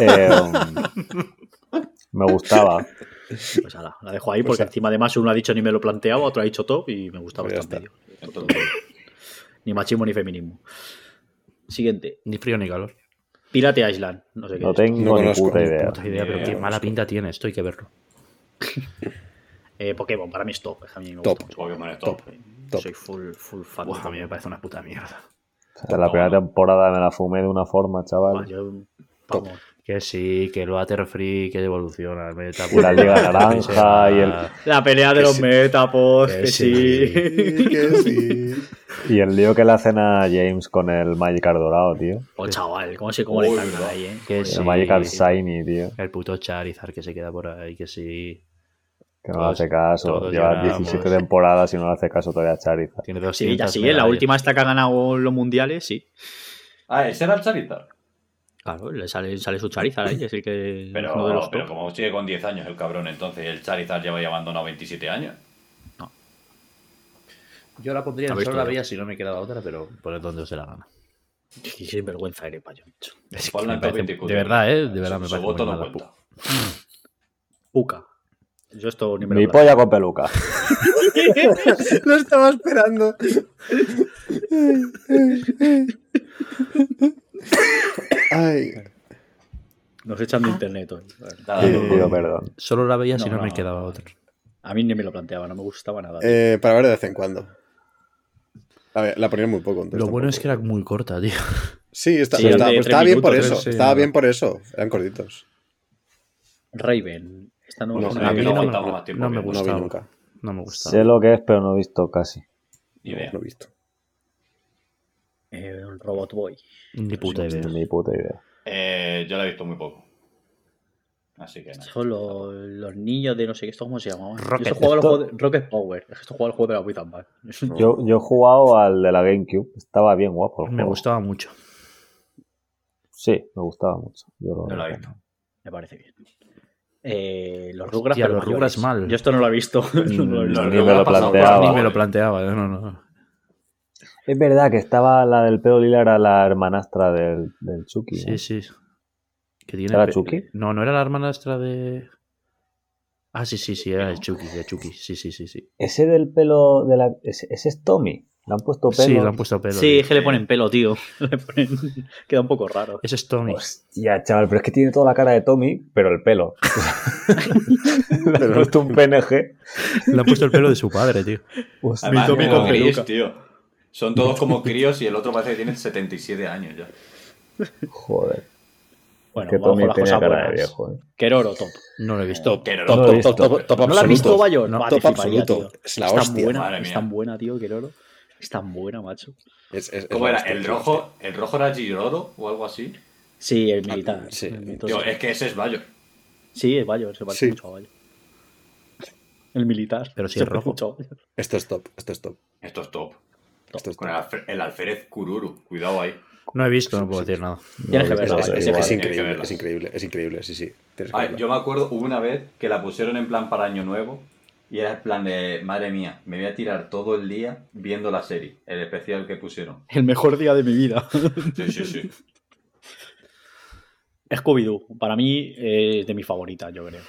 Speaker 4: Eh, um, me gustaba.
Speaker 5: Pues nada, la dejo ahí
Speaker 6: Pues
Speaker 5: porque
Speaker 6: ya.
Speaker 5: encima además uno ha dicho ni me lo planteaba, otro ha dicho top y me gustaba
Speaker 6: Pues ya
Speaker 5: estar en medio.
Speaker 2: Entonces,
Speaker 5: Ni machismo ni feminismo. Siguiente.
Speaker 3: Ni frío ni calor.
Speaker 5: Pirate Island. No sé qué
Speaker 4: No
Speaker 5: es.
Speaker 6: No
Speaker 4: tengo ni
Speaker 6: conozco.
Speaker 4: puta idea.
Speaker 3: Puta idea, pero
Speaker 2: Ni
Speaker 3: qué
Speaker 2: idea.
Speaker 3: mala pinta tiene esto, hay que verlo.
Speaker 5: Eh, Pokémon, para mí es top. A mí me
Speaker 6: Top.
Speaker 5: gusta mucho.
Speaker 2: Pokémon es top.
Speaker 6: Top.
Speaker 5: Soy full, full fan. de
Speaker 3: Buah, a mí me
Speaker 5: Pokémon.
Speaker 3: parece una puta mierda.
Speaker 4: O sea, la primera temporada me la fumé de una forma,
Speaker 5: Buah,
Speaker 4: chaval.
Speaker 5: yo-
Speaker 6: Top.
Speaker 5: vamos.
Speaker 3: Que sí, que el Butterfree, que evoluciona, el meta.
Speaker 4: Y la Liga Naranja y el-
Speaker 5: La pelea de los
Speaker 6: sí.
Speaker 5: Metapods,
Speaker 3: Que
Speaker 5: que
Speaker 3: sí.
Speaker 6: [LAUGHS]
Speaker 5: sí.
Speaker 4: Y el lío que le hacen a James con el Magikarp dorado, tío.
Speaker 5: Oh, chaval, cómo se cómo le
Speaker 2: Uy,
Speaker 5: encantan
Speaker 2: verdad.
Speaker 5: ahí, eh.
Speaker 3: [LAUGHS] Que
Speaker 4: El
Speaker 3: sí.
Speaker 4: Magikarp Shiny, tío.
Speaker 3: El puto Charizard que se queda por ahí, que sí.
Speaker 4: Que no le
Speaker 3: Todos-
Speaker 4: hace caso.
Speaker 3: todos
Speaker 4: Lleva
Speaker 3: lloramos.
Speaker 4: 17 temporadas y no le hace caso todavía a Charizard.
Speaker 3: Tiene 200
Speaker 5: Sí, ya sí, eh, la
Speaker 3: medallas.
Speaker 5: última esta que ha ganado los mundiales, sí.
Speaker 2: Ah, ese era el Charizard.
Speaker 5: Claro, le sale, sale su Charizard ahí, es el que es
Speaker 2: Pero,
Speaker 5: uno de los
Speaker 2: pero
Speaker 5: top.
Speaker 2: como sigue con 10 años el cabrón, entonces el Charizard lleva ya abandonado 27 años.
Speaker 3: Yo la pondría
Speaker 5: A
Speaker 3: en
Speaker 5: ver,
Speaker 3: solo la
Speaker 5: esto-
Speaker 3: veía si no me quedaba otra, pero poner donde os dé la gana.
Speaker 5: Qué sinvergüenza eres, payo. macho.
Speaker 3: Es
Speaker 2: Ponla en top 24.
Speaker 3: de verdad, ¿eh? De verdad
Speaker 2: Su-
Speaker 3: me
Speaker 2: su
Speaker 3: parece
Speaker 2: voto
Speaker 3: muy
Speaker 2: no
Speaker 3: mala
Speaker 2: cuenta.
Speaker 5: Puka. Yo esto ni me lo
Speaker 4: Mi
Speaker 5: planteo.
Speaker 4: polla con peluca. [LAUGHS]
Speaker 6: Lo estaba esperando. Ay,
Speaker 5: Nos echan de internet hoy. Bueno,
Speaker 2: Nada,
Speaker 3: [LAUGHS]
Speaker 4: Y
Speaker 2: no,
Speaker 4: pido
Speaker 2: no.
Speaker 4: perdón.
Speaker 3: Solo la veía si
Speaker 5: No,
Speaker 3: no,
Speaker 5: no,
Speaker 3: me
Speaker 5: no.
Speaker 3: quedaba otra.
Speaker 5: A mí ni me lo planteaba, no me gustaba nada.
Speaker 6: eh, para ver de vez en cuando. A ver, la ponía muy poco. entonces
Speaker 3: Lo bueno
Speaker 6: tampoco.
Speaker 3: es que era muy corta, tío.
Speaker 6: Sí, está-
Speaker 5: Sí,
Speaker 6: estaba,
Speaker 5: de
Speaker 6: pues
Speaker 5: tres
Speaker 6: estaba bien por
Speaker 5: minutos,
Speaker 6: eso.
Speaker 3: tres, sí,
Speaker 6: estaba
Speaker 3: no.
Speaker 6: bien por eso. Eran cortitos.
Speaker 5: Raven. Esta no,
Speaker 6: No,
Speaker 5: no,
Speaker 2: a
Speaker 3: A
Speaker 2: mí
Speaker 3: mí
Speaker 2: no
Speaker 3: no, me-
Speaker 2: aguantamos más tiempo
Speaker 3: no me
Speaker 2: que-
Speaker 6: No vi
Speaker 3: gustaba.
Speaker 6: nunca.
Speaker 3: No me gustaba.
Speaker 4: Sé lo que es, pero no he visto casi.
Speaker 2: Ni idea.
Speaker 6: No he visto.
Speaker 5: eh, Robot Boy.
Speaker 3: Ni puta idea.
Speaker 4: Ni puta idea.
Speaker 2: Eh, yo la he visto muy poco. Así que nada.
Speaker 5: Son los, los niños de no sé qué, ¿esto cómo se llamaba?
Speaker 3: Rocket.
Speaker 5: Yo esto jugaba al
Speaker 4: Esto-
Speaker 5: juego de- Rocket Power. Esto jugaba al juego de la Wii and Bad.
Speaker 4: Yo, yo he jugado al de la GameCube. Estaba bien guapo. el
Speaker 3: Me
Speaker 4: juego.
Speaker 3: gustaba mucho.
Speaker 4: Sí, me gustaba mucho. Yo lo,
Speaker 2: No la he visto.
Speaker 5: [LAUGHS] Me parece bien. Eh, los Rugrats,
Speaker 3: Hostia,
Speaker 5: pero
Speaker 3: los Rugrats
Speaker 5: mayores.
Speaker 3: mal.
Speaker 5: Yo esto no lo he visto. [LAUGHS] No lo he
Speaker 4: Mm,
Speaker 5: visto.
Speaker 4: ni
Speaker 2: Lo
Speaker 4: me
Speaker 2: que
Speaker 4: lo
Speaker 2: ha pasado por Ah,
Speaker 4: planteaba.
Speaker 3: Ni
Speaker 2: mí
Speaker 3: me
Speaker 2: vale.
Speaker 3: lo planteaba. ¿eh? No, no.
Speaker 4: Es verdad que estaba la del pelo lila, era la hermanastra del, del Chucky. ¿no?
Speaker 3: Sí, sí. Que tiene
Speaker 4: ¿Era
Speaker 3: pe-
Speaker 4: Chucky?
Speaker 3: No, no era la hermanastra de. Ah, sí, sí, sí, era el Chucky, de Chucky. Sí, sí, sí, sí.
Speaker 4: Ese del pelo de la. Ese, ese es Tommy. Le han puesto pelo.
Speaker 3: Sí, le han puesto pelo.
Speaker 5: Sí,
Speaker 3: tío.
Speaker 5: es que le ponen pelo, tío. [LAUGHS] Le ponen... Queda un poco raro.
Speaker 3: Ese es Tommy.
Speaker 4: Hostia, chaval, pero es que tiene toda la cara de Tommy, pero
Speaker 2: [LAUGHS]
Speaker 4: el pelo. Le han puesto un PNG.
Speaker 3: Le han puesto el pelo de su padre, tío.
Speaker 4: Hostia,
Speaker 2: Además,
Speaker 5: Tommy
Speaker 2: como
Speaker 5: con
Speaker 2: críos,
Speaker 5: peluca.
Speaker 2: tío. Son todos como críos y el otro parece que tiene 77 años ya.
Speaker 4: joder.
Speaker 5: Bueno,
Speaker 4: que
Speaker 5: vamos
Speaker 4: Tommy
Speaker 5: con las
Speaker 4: tiene
Speaker 5: cosas
Speaker 4: cara de
Speaker 5: buenas.
Speaker 4: viejo. ¿eh?
Speaker 5: Keroro, top.
Speaker 3: No lo he visto.
Speaker 2: Pero
Speaker 4: Top,
Speaker 2: no,
Speaker 4: top,
Speaker 2: no,
Speaker 4: top,
Speaker 2: no,
Speaker 6: top, top,
Speaker 2: no,
Speaker 5: ¿No la has visto,
Speaker 6: absoluto.
Speaker 5: Bayo?
Speaker 3: No,
Speaker 5: Buah,
Speaker 6: Top
Speaker 5: te fliparía,
Speaker 6: absoluto.
Speaker 5: tío.
Speaker 6: Es la
Speaker 5: es tan
Speaker 6: hostia.
Speaker 5: buena,
Speaker 2: Madre
Speaker 5: es
Speaker 2: mía.
Speaker 5: tan buena, tío, Keroro. Es tan buena, macho.
Speaker 6: Es- es- es
Speaker 2: ¿Cómo
Speaker 6: la
Speaker 2: era?
Speaker 6: hostia,
Speaker 2: ¿El
Speaker 6: es la
Speaker 2: rojo, ¿El rojo era Giroro o algo así?
Speaker 5: Sí, el militar.
Speaker 6: sí,
Speaker 5: Entonces-
Speaker 2: Tío, es que ese es Bayo.
Speaker 5: Sí, es Bayo, se parece
Speaker 6: Sí.
Speaker 5: mucho a Bayo. El militar.
Speaker 3: Pero si
Speaker 5: se
Speaker 3: es
Speaker 5: parece
Speaker 3: rojo.
Speaker 5: mucho a Bayo.
Speaker 6: hostia. Esto es top. Esto es top.
Speaker 2: Esto es top.
Speaker 6: Esto es
Speaker 2: Con
Speaker 6: top.
Speaker 2: el, alfe- el alférez Kururu. Cuidado ahí.
Speaker 3: No he visto, no puedo decir nada.
Speaker 5: Tienes
Speaker 4: No, es-
Speaker 5: que verla,
Speaker 4: es-
Speaker 5: Bayo.
Speaker 4: es-
Speaker 6: Es, es
Speaker 2: igual, tienes que
Speaker 6: increíble,
Speaker 2: verla.
Speaker 6: es increíble, es increíble, sí, sí. Tienes que
Speaker 2: Ah,
Speaker 6: verla.
Speaker 2: yo me acuerdo, hubo una vez que la pusieron en plan para Año Nuevo y era el plan de, madre mía, me voy a tirar todo el día viendo la serie, el especial que pusieron.
Speaker 5: El mejor día de mi vida. [LAUGHS]
Speaker 2: Sí, sí,
Speaker 6: [LAUGHS]
Speaker 2: sí.
Speaker 5: Scooby-Doo, para mí, eh, es de mis favoritas, yo creo.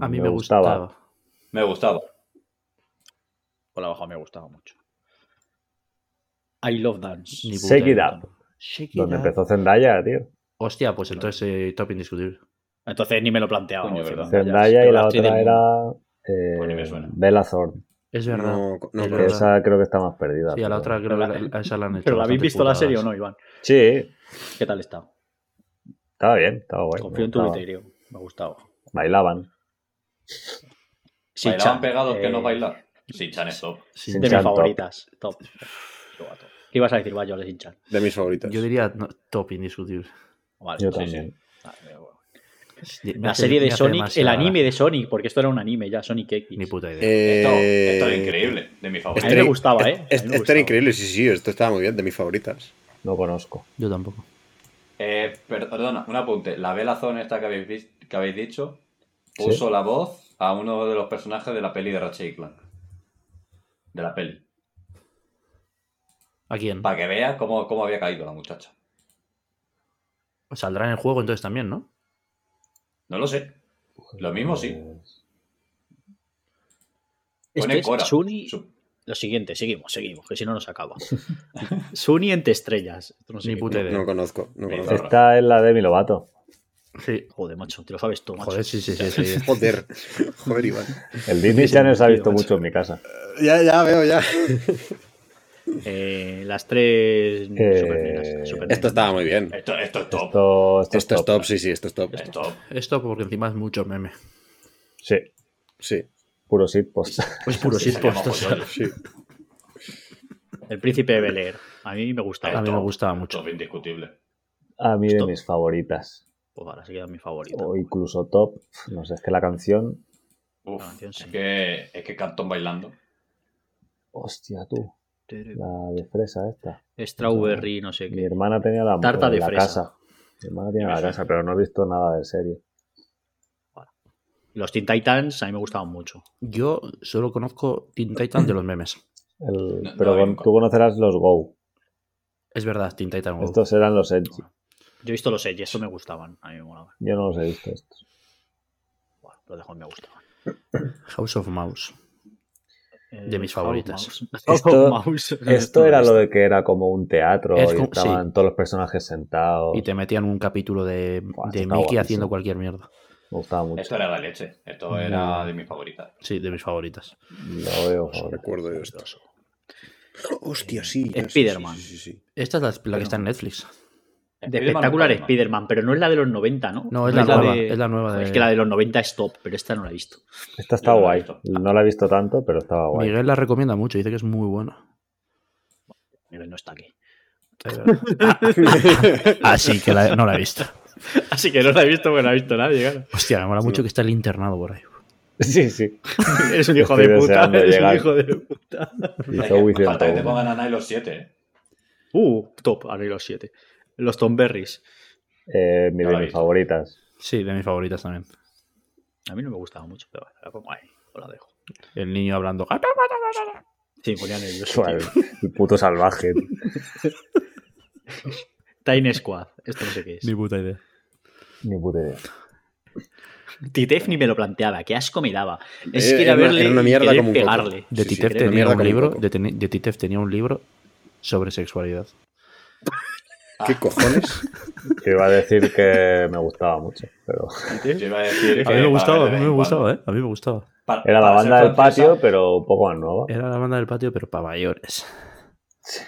Speaker 3: A mí me, gustaba.
Speaker 2: Me gustaba.
Speaker 5: Por la baja me gustaba mucho. I Love Dance.
Speaker 3: Ni puta
Speaker 4: Shake it
Speaker 3: idea.
Speaker 4: up.
Speaker 3: Shake it
Speaker 4: Donde
Speaker 3: up.
Speaker 4: empezó Zendaya, tío.
Speaker 3: Hostia, pues entonces eh, top indiscutible.
Speaker 5: Entonces ni me lo planteaba.
Speaker 2: Coño, ¿verdad?
Speaker 4: Zendaya y
Speaker 5: Pero
Speaker 4: la
Speaker 5: actriz
Speaker 4: otra
Speaker 5: del
Speaker 4: era.
Speaker 5: mundo.
Speaker 2: Pues ni me
Speaker 4: Eh,
Speaker 2: suena.
Speaker 4: Bella Thorne.
Speaker 3: Es verdad.
Speaker 6: No, no,
Speaker 3: es
Speaker 4: que
Speaker 6: no,
Speaker 3: verdad.
Speaker 4: Esa creo que está más perdida.
Speaker 3: Sí, a la
Speaker 4: pero-
Speaker 3: otra creo
Speaker 5: Pero
Speaker 3: que
Speaker 5: la-
Speaker 3: la- a esa la han hecho.
Speaker 5: Pero la habéis
Speaker 3: bastante
Speaker 5: visto la serie o
Speaker 3: putadas.
Speaker 5: no, Iván?
Speaker 4: Sí,
Speaker 5: ¿Qué tal está?
Speaker 4: estaba bien, estaba guay.
Speaker 5: Confío en tu
Speaker 4: Estaba-
Speaker 5: criterio. Me ha gustado.
Speaker 4: Bailaban.
Speaker 5: Sí,
Speaker 2: Bailaban
Speaker 5: Chan,
Speaker 2: pegados que
Speaker 5: eh,
Speaker 2: no bailar. Sí, Chan es top.
Speaker 3: Sí,
Speaker 5: De
Speaker 4: Sin
Speaker 5: mis
Speaker 4: Chan, top.
Speaker 5: favoritas. Top. Yo a top. ¿Qué ibas a decir, Bayo, de Sinchan?
Speaker 6: de mis favoritas.
Speaker 3: Yo diría no, top indiscutible.
Speaker 5: Vale.
Speaker 4: Yo
Speaker 5: sí,
Speaker 2: pues
Speaker 4: también.
Speaker 5: sí. Vale, pero bueno.
Speaker 3: Me
Speaker 5: La
Speaker 3: hace-
Speaker 5: serie
Speaker 3: me
Speaker 5: de
Speaker 3: hace
Speaker 5: Sonic, el
Speaker 3: demasiada-
Speaker 5: anime de Sonic, porque esto era un anime ya, Sonic X.
Speaker 3: Ni puta idea.
Speaker 6: Eh,
Speaker 2: Esto, esto es increíble, de mi
Speaker 5: A
Speaker 2: favorito.
Speaker 5: mí me
Speaker 6: Estrella-
Speaker 5: gustaba,
Speaker 6: es-
Speaker 5: ¿eh? A mí me
Speaker 6: esto era
Speaker 5: gustaba.
Speaker 6: increíble, sí, sí, esto estaba muy bien, de mis favoritas.
Speaker 4: No conozco.
Speaker 3: Yo tampoco.
Speaker 2: Eh, per- perdona, un apunte. La velazón esta que habéis, vis- que habéis dicho puso la voz a uno de los personajes de la peli de Ratchet y Clank. De la peli.
Speaker 3: ¿A quién?
Speaker 2: Para que veas cómo, cómo había caído la muchacha.
Speaker 3: Saldrá en el juego entonces también, ¿no?
Speaker 2: No lo sé. Lo mismo sí.
Speaker 5: Esto
Speaker 2: Pone
Speaker 5: es
Speaker 2: Cora.
Speaker 5: Suni-
Speaker 2: Su-
Speaker 5: Lo siguiente, seguimos, seguimos, que si no
Speaker 3: [LAUGHS]
Speaker 5: nos acaba. Suni entre estrellas. Esto no sé
Speaker 3: Ni
Speaker 5: qué-
Speaker 3: puta idea.
Speaker 6: No conozco, no
Speaker 2: Me
Speaker 6: conozco.
Speaker 2: zorra.
Speaker 4: Esta es la de Milovato.
Speaker 3: Sí.
Speaker 5: Joder, macho, te lo sabes tú, macho.
Speaker 3: Joder, sí, sí, [LAUGHS] sí. sí.
Speaker 6: Joder, joder, Iván.
Speaker 4: El Disney Channel se ha
Speaker 5: tío,
Speaker 4: visto
Speaker 5: macho.
Speaker 4: mucho en mi casa.
Speaker 6: Ya, ya veo, ya.
Speaker 5: Eh, las tres supernenas, supernenas.
Speaker 6: Esto estaba muy bien.
Speaker 2: Esto, esto es top.
Speaker 4: Esto, esto,
Speaker 6: Esto es top, sí, sí, esto es top.
Speaker 2: Es top.
Speaker 3: Esto porque encima es mucho [LAUGHS] meme.
Speaker 4: Sí,
Speaker 6: Sí,
Speaker 4: puro pues. sitpost.
Speaker 3: Es puro
Speaker 2: Sí,
Speaker 3: sitcom.
Speaker 2: sería
Speaker 3: esto.
Speaker 2: mojollón.
Speaker 6: sí.
Speaker 5: El príncipe de Bel Air. A mí me gustaba.
Speaker 3: A mí me gustaba mucho.
Speaker 2: Top indiscutible.
Speaker 4: [LAUGHS] A mí de
Speaker 5: Esto-
Speaker 4: mis favoritas.
Speaker 5: Pues ahora sí que es mi favorita.
Speaker 4: O incluso top. No sé, es que la canción.
Speaker 2: Uf,
Speaker 5: La canción sí.
Speaker 2: es que es que Cartón bailando.
Speaker 4: Hostia, tú. La de fresa esta.
Speaker 5: Strawberry, no sé
Speaker 4: Mi
Speaker 5: qué.
Speaker 4: hermana tenía la,
Speaker 5: Tarta de
Speaker 4: la
Speaker 5: fresa.
Speaker 4: casa. Mi hermana tenía
Speaker 2: Me
Speaker 4: la
Speaker 2: suena.
Speaker 4: casa, pero no he visto nada de serie.
Speaker 5: Los Teen Titans a mí me gustaban mucho.
Speaker 3: Yo solo conozco Teen Titan de los memes.
Speaker 4: El-
Speaker 2: No,
Speaker 4: pero
Speaker 2: no,
Speaker 4: con-
Speaker 2: nunca.
Speaker 4: tú conocerás los Go.
Speaker 3: Es verdad, Teen Titan Go.
Speaker 4: Estos eran los Edgy.
Speaker 5: Yo he visto los Edge, eso me gustaban. A mí me molaban.
Speaker 4: Yo no los he visto estos.
Speaker 5: Bueno, los dejo me gustaban.
Speaker 3: House of Mouse.
Speaker 5: Eh,
Speaker 3: De mis
Speaker 5: House
Speaker 3: favoritas.
Speaker 5: [LAUGHS] Mouse.
Speaker 4: Esto-
Speaker 5: House Mouse.
Speaker 4: Esto era lo de que era como un teatro
Speaker 3: Es
Speaker 4: y
Speaker 3: como-
Speaker 4: estaban todos los personajes sentados.
Speaker 3: Y te metían un capítulo de,
Speaker 4: Buah,
Speaker 3: de
Speaker 4: está
Speaker 3: Mickey
Speaker 4: guapísimo.
Speaker 3: haciendo cualquier mierda.
Speaker 4: Me gustaba mucho.
Speaker 2: Esto era la leche. Esto era de mis favoritas.
Speaker 3: Sí, de mis favoritas.
Speaker 4: Lo veo,
Speaker 6: No
Speaker 4: joder.
Speaker 6: recuerdo yo esto. Hostia, sí. ya, sí,
Speaker 5: Spiderman.
Speaker 6: Sí, sí, sí.
Speaker 3: Esta es la, la que
Speaker 5: Pero-
Speaker 3: está en Netflix.
Speaker 5: De espectacular
Speaker 2: Spiderman.
Speaker 5: Spider-Man, pero no es la de los 90, ¿no?
Speaker 3: No, es la nueva. Es la nueva
Speaker 5: Joder,
Speaker 3: de...
Speaker 5: Es que la de los 90 es top, pero esta no la he visto.
Speaker 4: Esta está
Speaker 2: Yo no la he
Speaker 4: guay.
Speaker 2: visto.
Speaker 4: No la he visto tanto, pero estaba guay.
Speaker 3: Miguel la recomienda mucho, dice que es muy [LAUGHS] buena.
Speaker 5: Miguel no está aquí.
Speaker 3: Eh, Así Ah, que la- no la he visto.
Speaker 5: [LAUGHS] Así que no la he visto porque no la ha visto nadie, [LAUGHS] claro.
Speaker 3: [LAUGHS] Hostia, me mola mucho que está el internado por ahí.
Speaker 4: [LAUGHS] Sí, sí.
Speaker 5: Eres un
Speaker 4: Estoy
Speaker 5: hijo de puta,
Speaker 4: deseando
Speaker 5: eres
Speaker 4: llegar.
Speaker 5: un hijo de puta.
Speaker 4: Y
Speaker 2: Venga,
Speaker 4: Zoe
Speaker 2: Falta que te
Speaker 4: 101.
Speaker 2: pongan a Nile los 7, eh.
Speaker 5: Uh, top, ahora hay los 7. Los Tomberries.
Speaker 4: Eh, mi
Speaker 2: No
Speaker 4: de
Speaker 2: la he
Speaker 4: mis
Speaker 2: visto.
Speaker 3: [LAUGHS]
Speaker 4: favoritas.
Speaker 3: Sí, de mis favoritas también.
Speaker 5: A mí no me gustaba mucho, pero bueno, la pongo ahí, os la dejo.
Speaker 3: El niño hablando. "Ah,
Speaker 5: Sí, me ponía nervioso.
Speaker 4: Suave.
Speaker 5: tío.
Speaker 4: El puto
Speaker 3: [LAUGHS]
Speaker 4: salvaje.
Speaker 5: Tiny Squad, esto no sé qué
Speaker 3: Ni
Speaker 5: es.
Speaker 3: puta idea.
Speaker 4: Ni puta idea.
Speaker 5: Titef ni me lo planteaba, qué asco me daba. Es
Speaker 6: Eh,
Speaker 5: que ir a
Speaker 6: era una-
Speaker 5: verle
Speaker 6: era una
Speaker 5: y
Speaker 6: mierda
Speaker 5: querer
Speaker 6: como un coco.
Speaker 5: pegarle.
Speaker 3: De
Speaker 6: Sí, sí,
Speaker 3: Titev
Speaker 6: era una
Speaker 3: tenía
Speaker 6: mierda
Speaker 3: un
Speaker 6: como un
Speaker 3: libro.
Speaker 6: coco.
Speaker 3: De, Teni- de Titev tenía un libro sobre sexualidad.
Speaker 6: ¿Qué cojones?
Speaker 4: Te iba a decir que me gustaba mucho,
Speaker 2: [LAUGHS]
Speaker 4: pero
Speaker 2: Yo iba a decir.
Speaker 3: A mí me gustaba, a mí me gustaba, ¿eh? A mí me gustaba.
Speaker 4: era la banda del patio, pero un poco más nueva.
Speaker 3: Era la banda del patio, pero para mayores.
Speaker 5: Si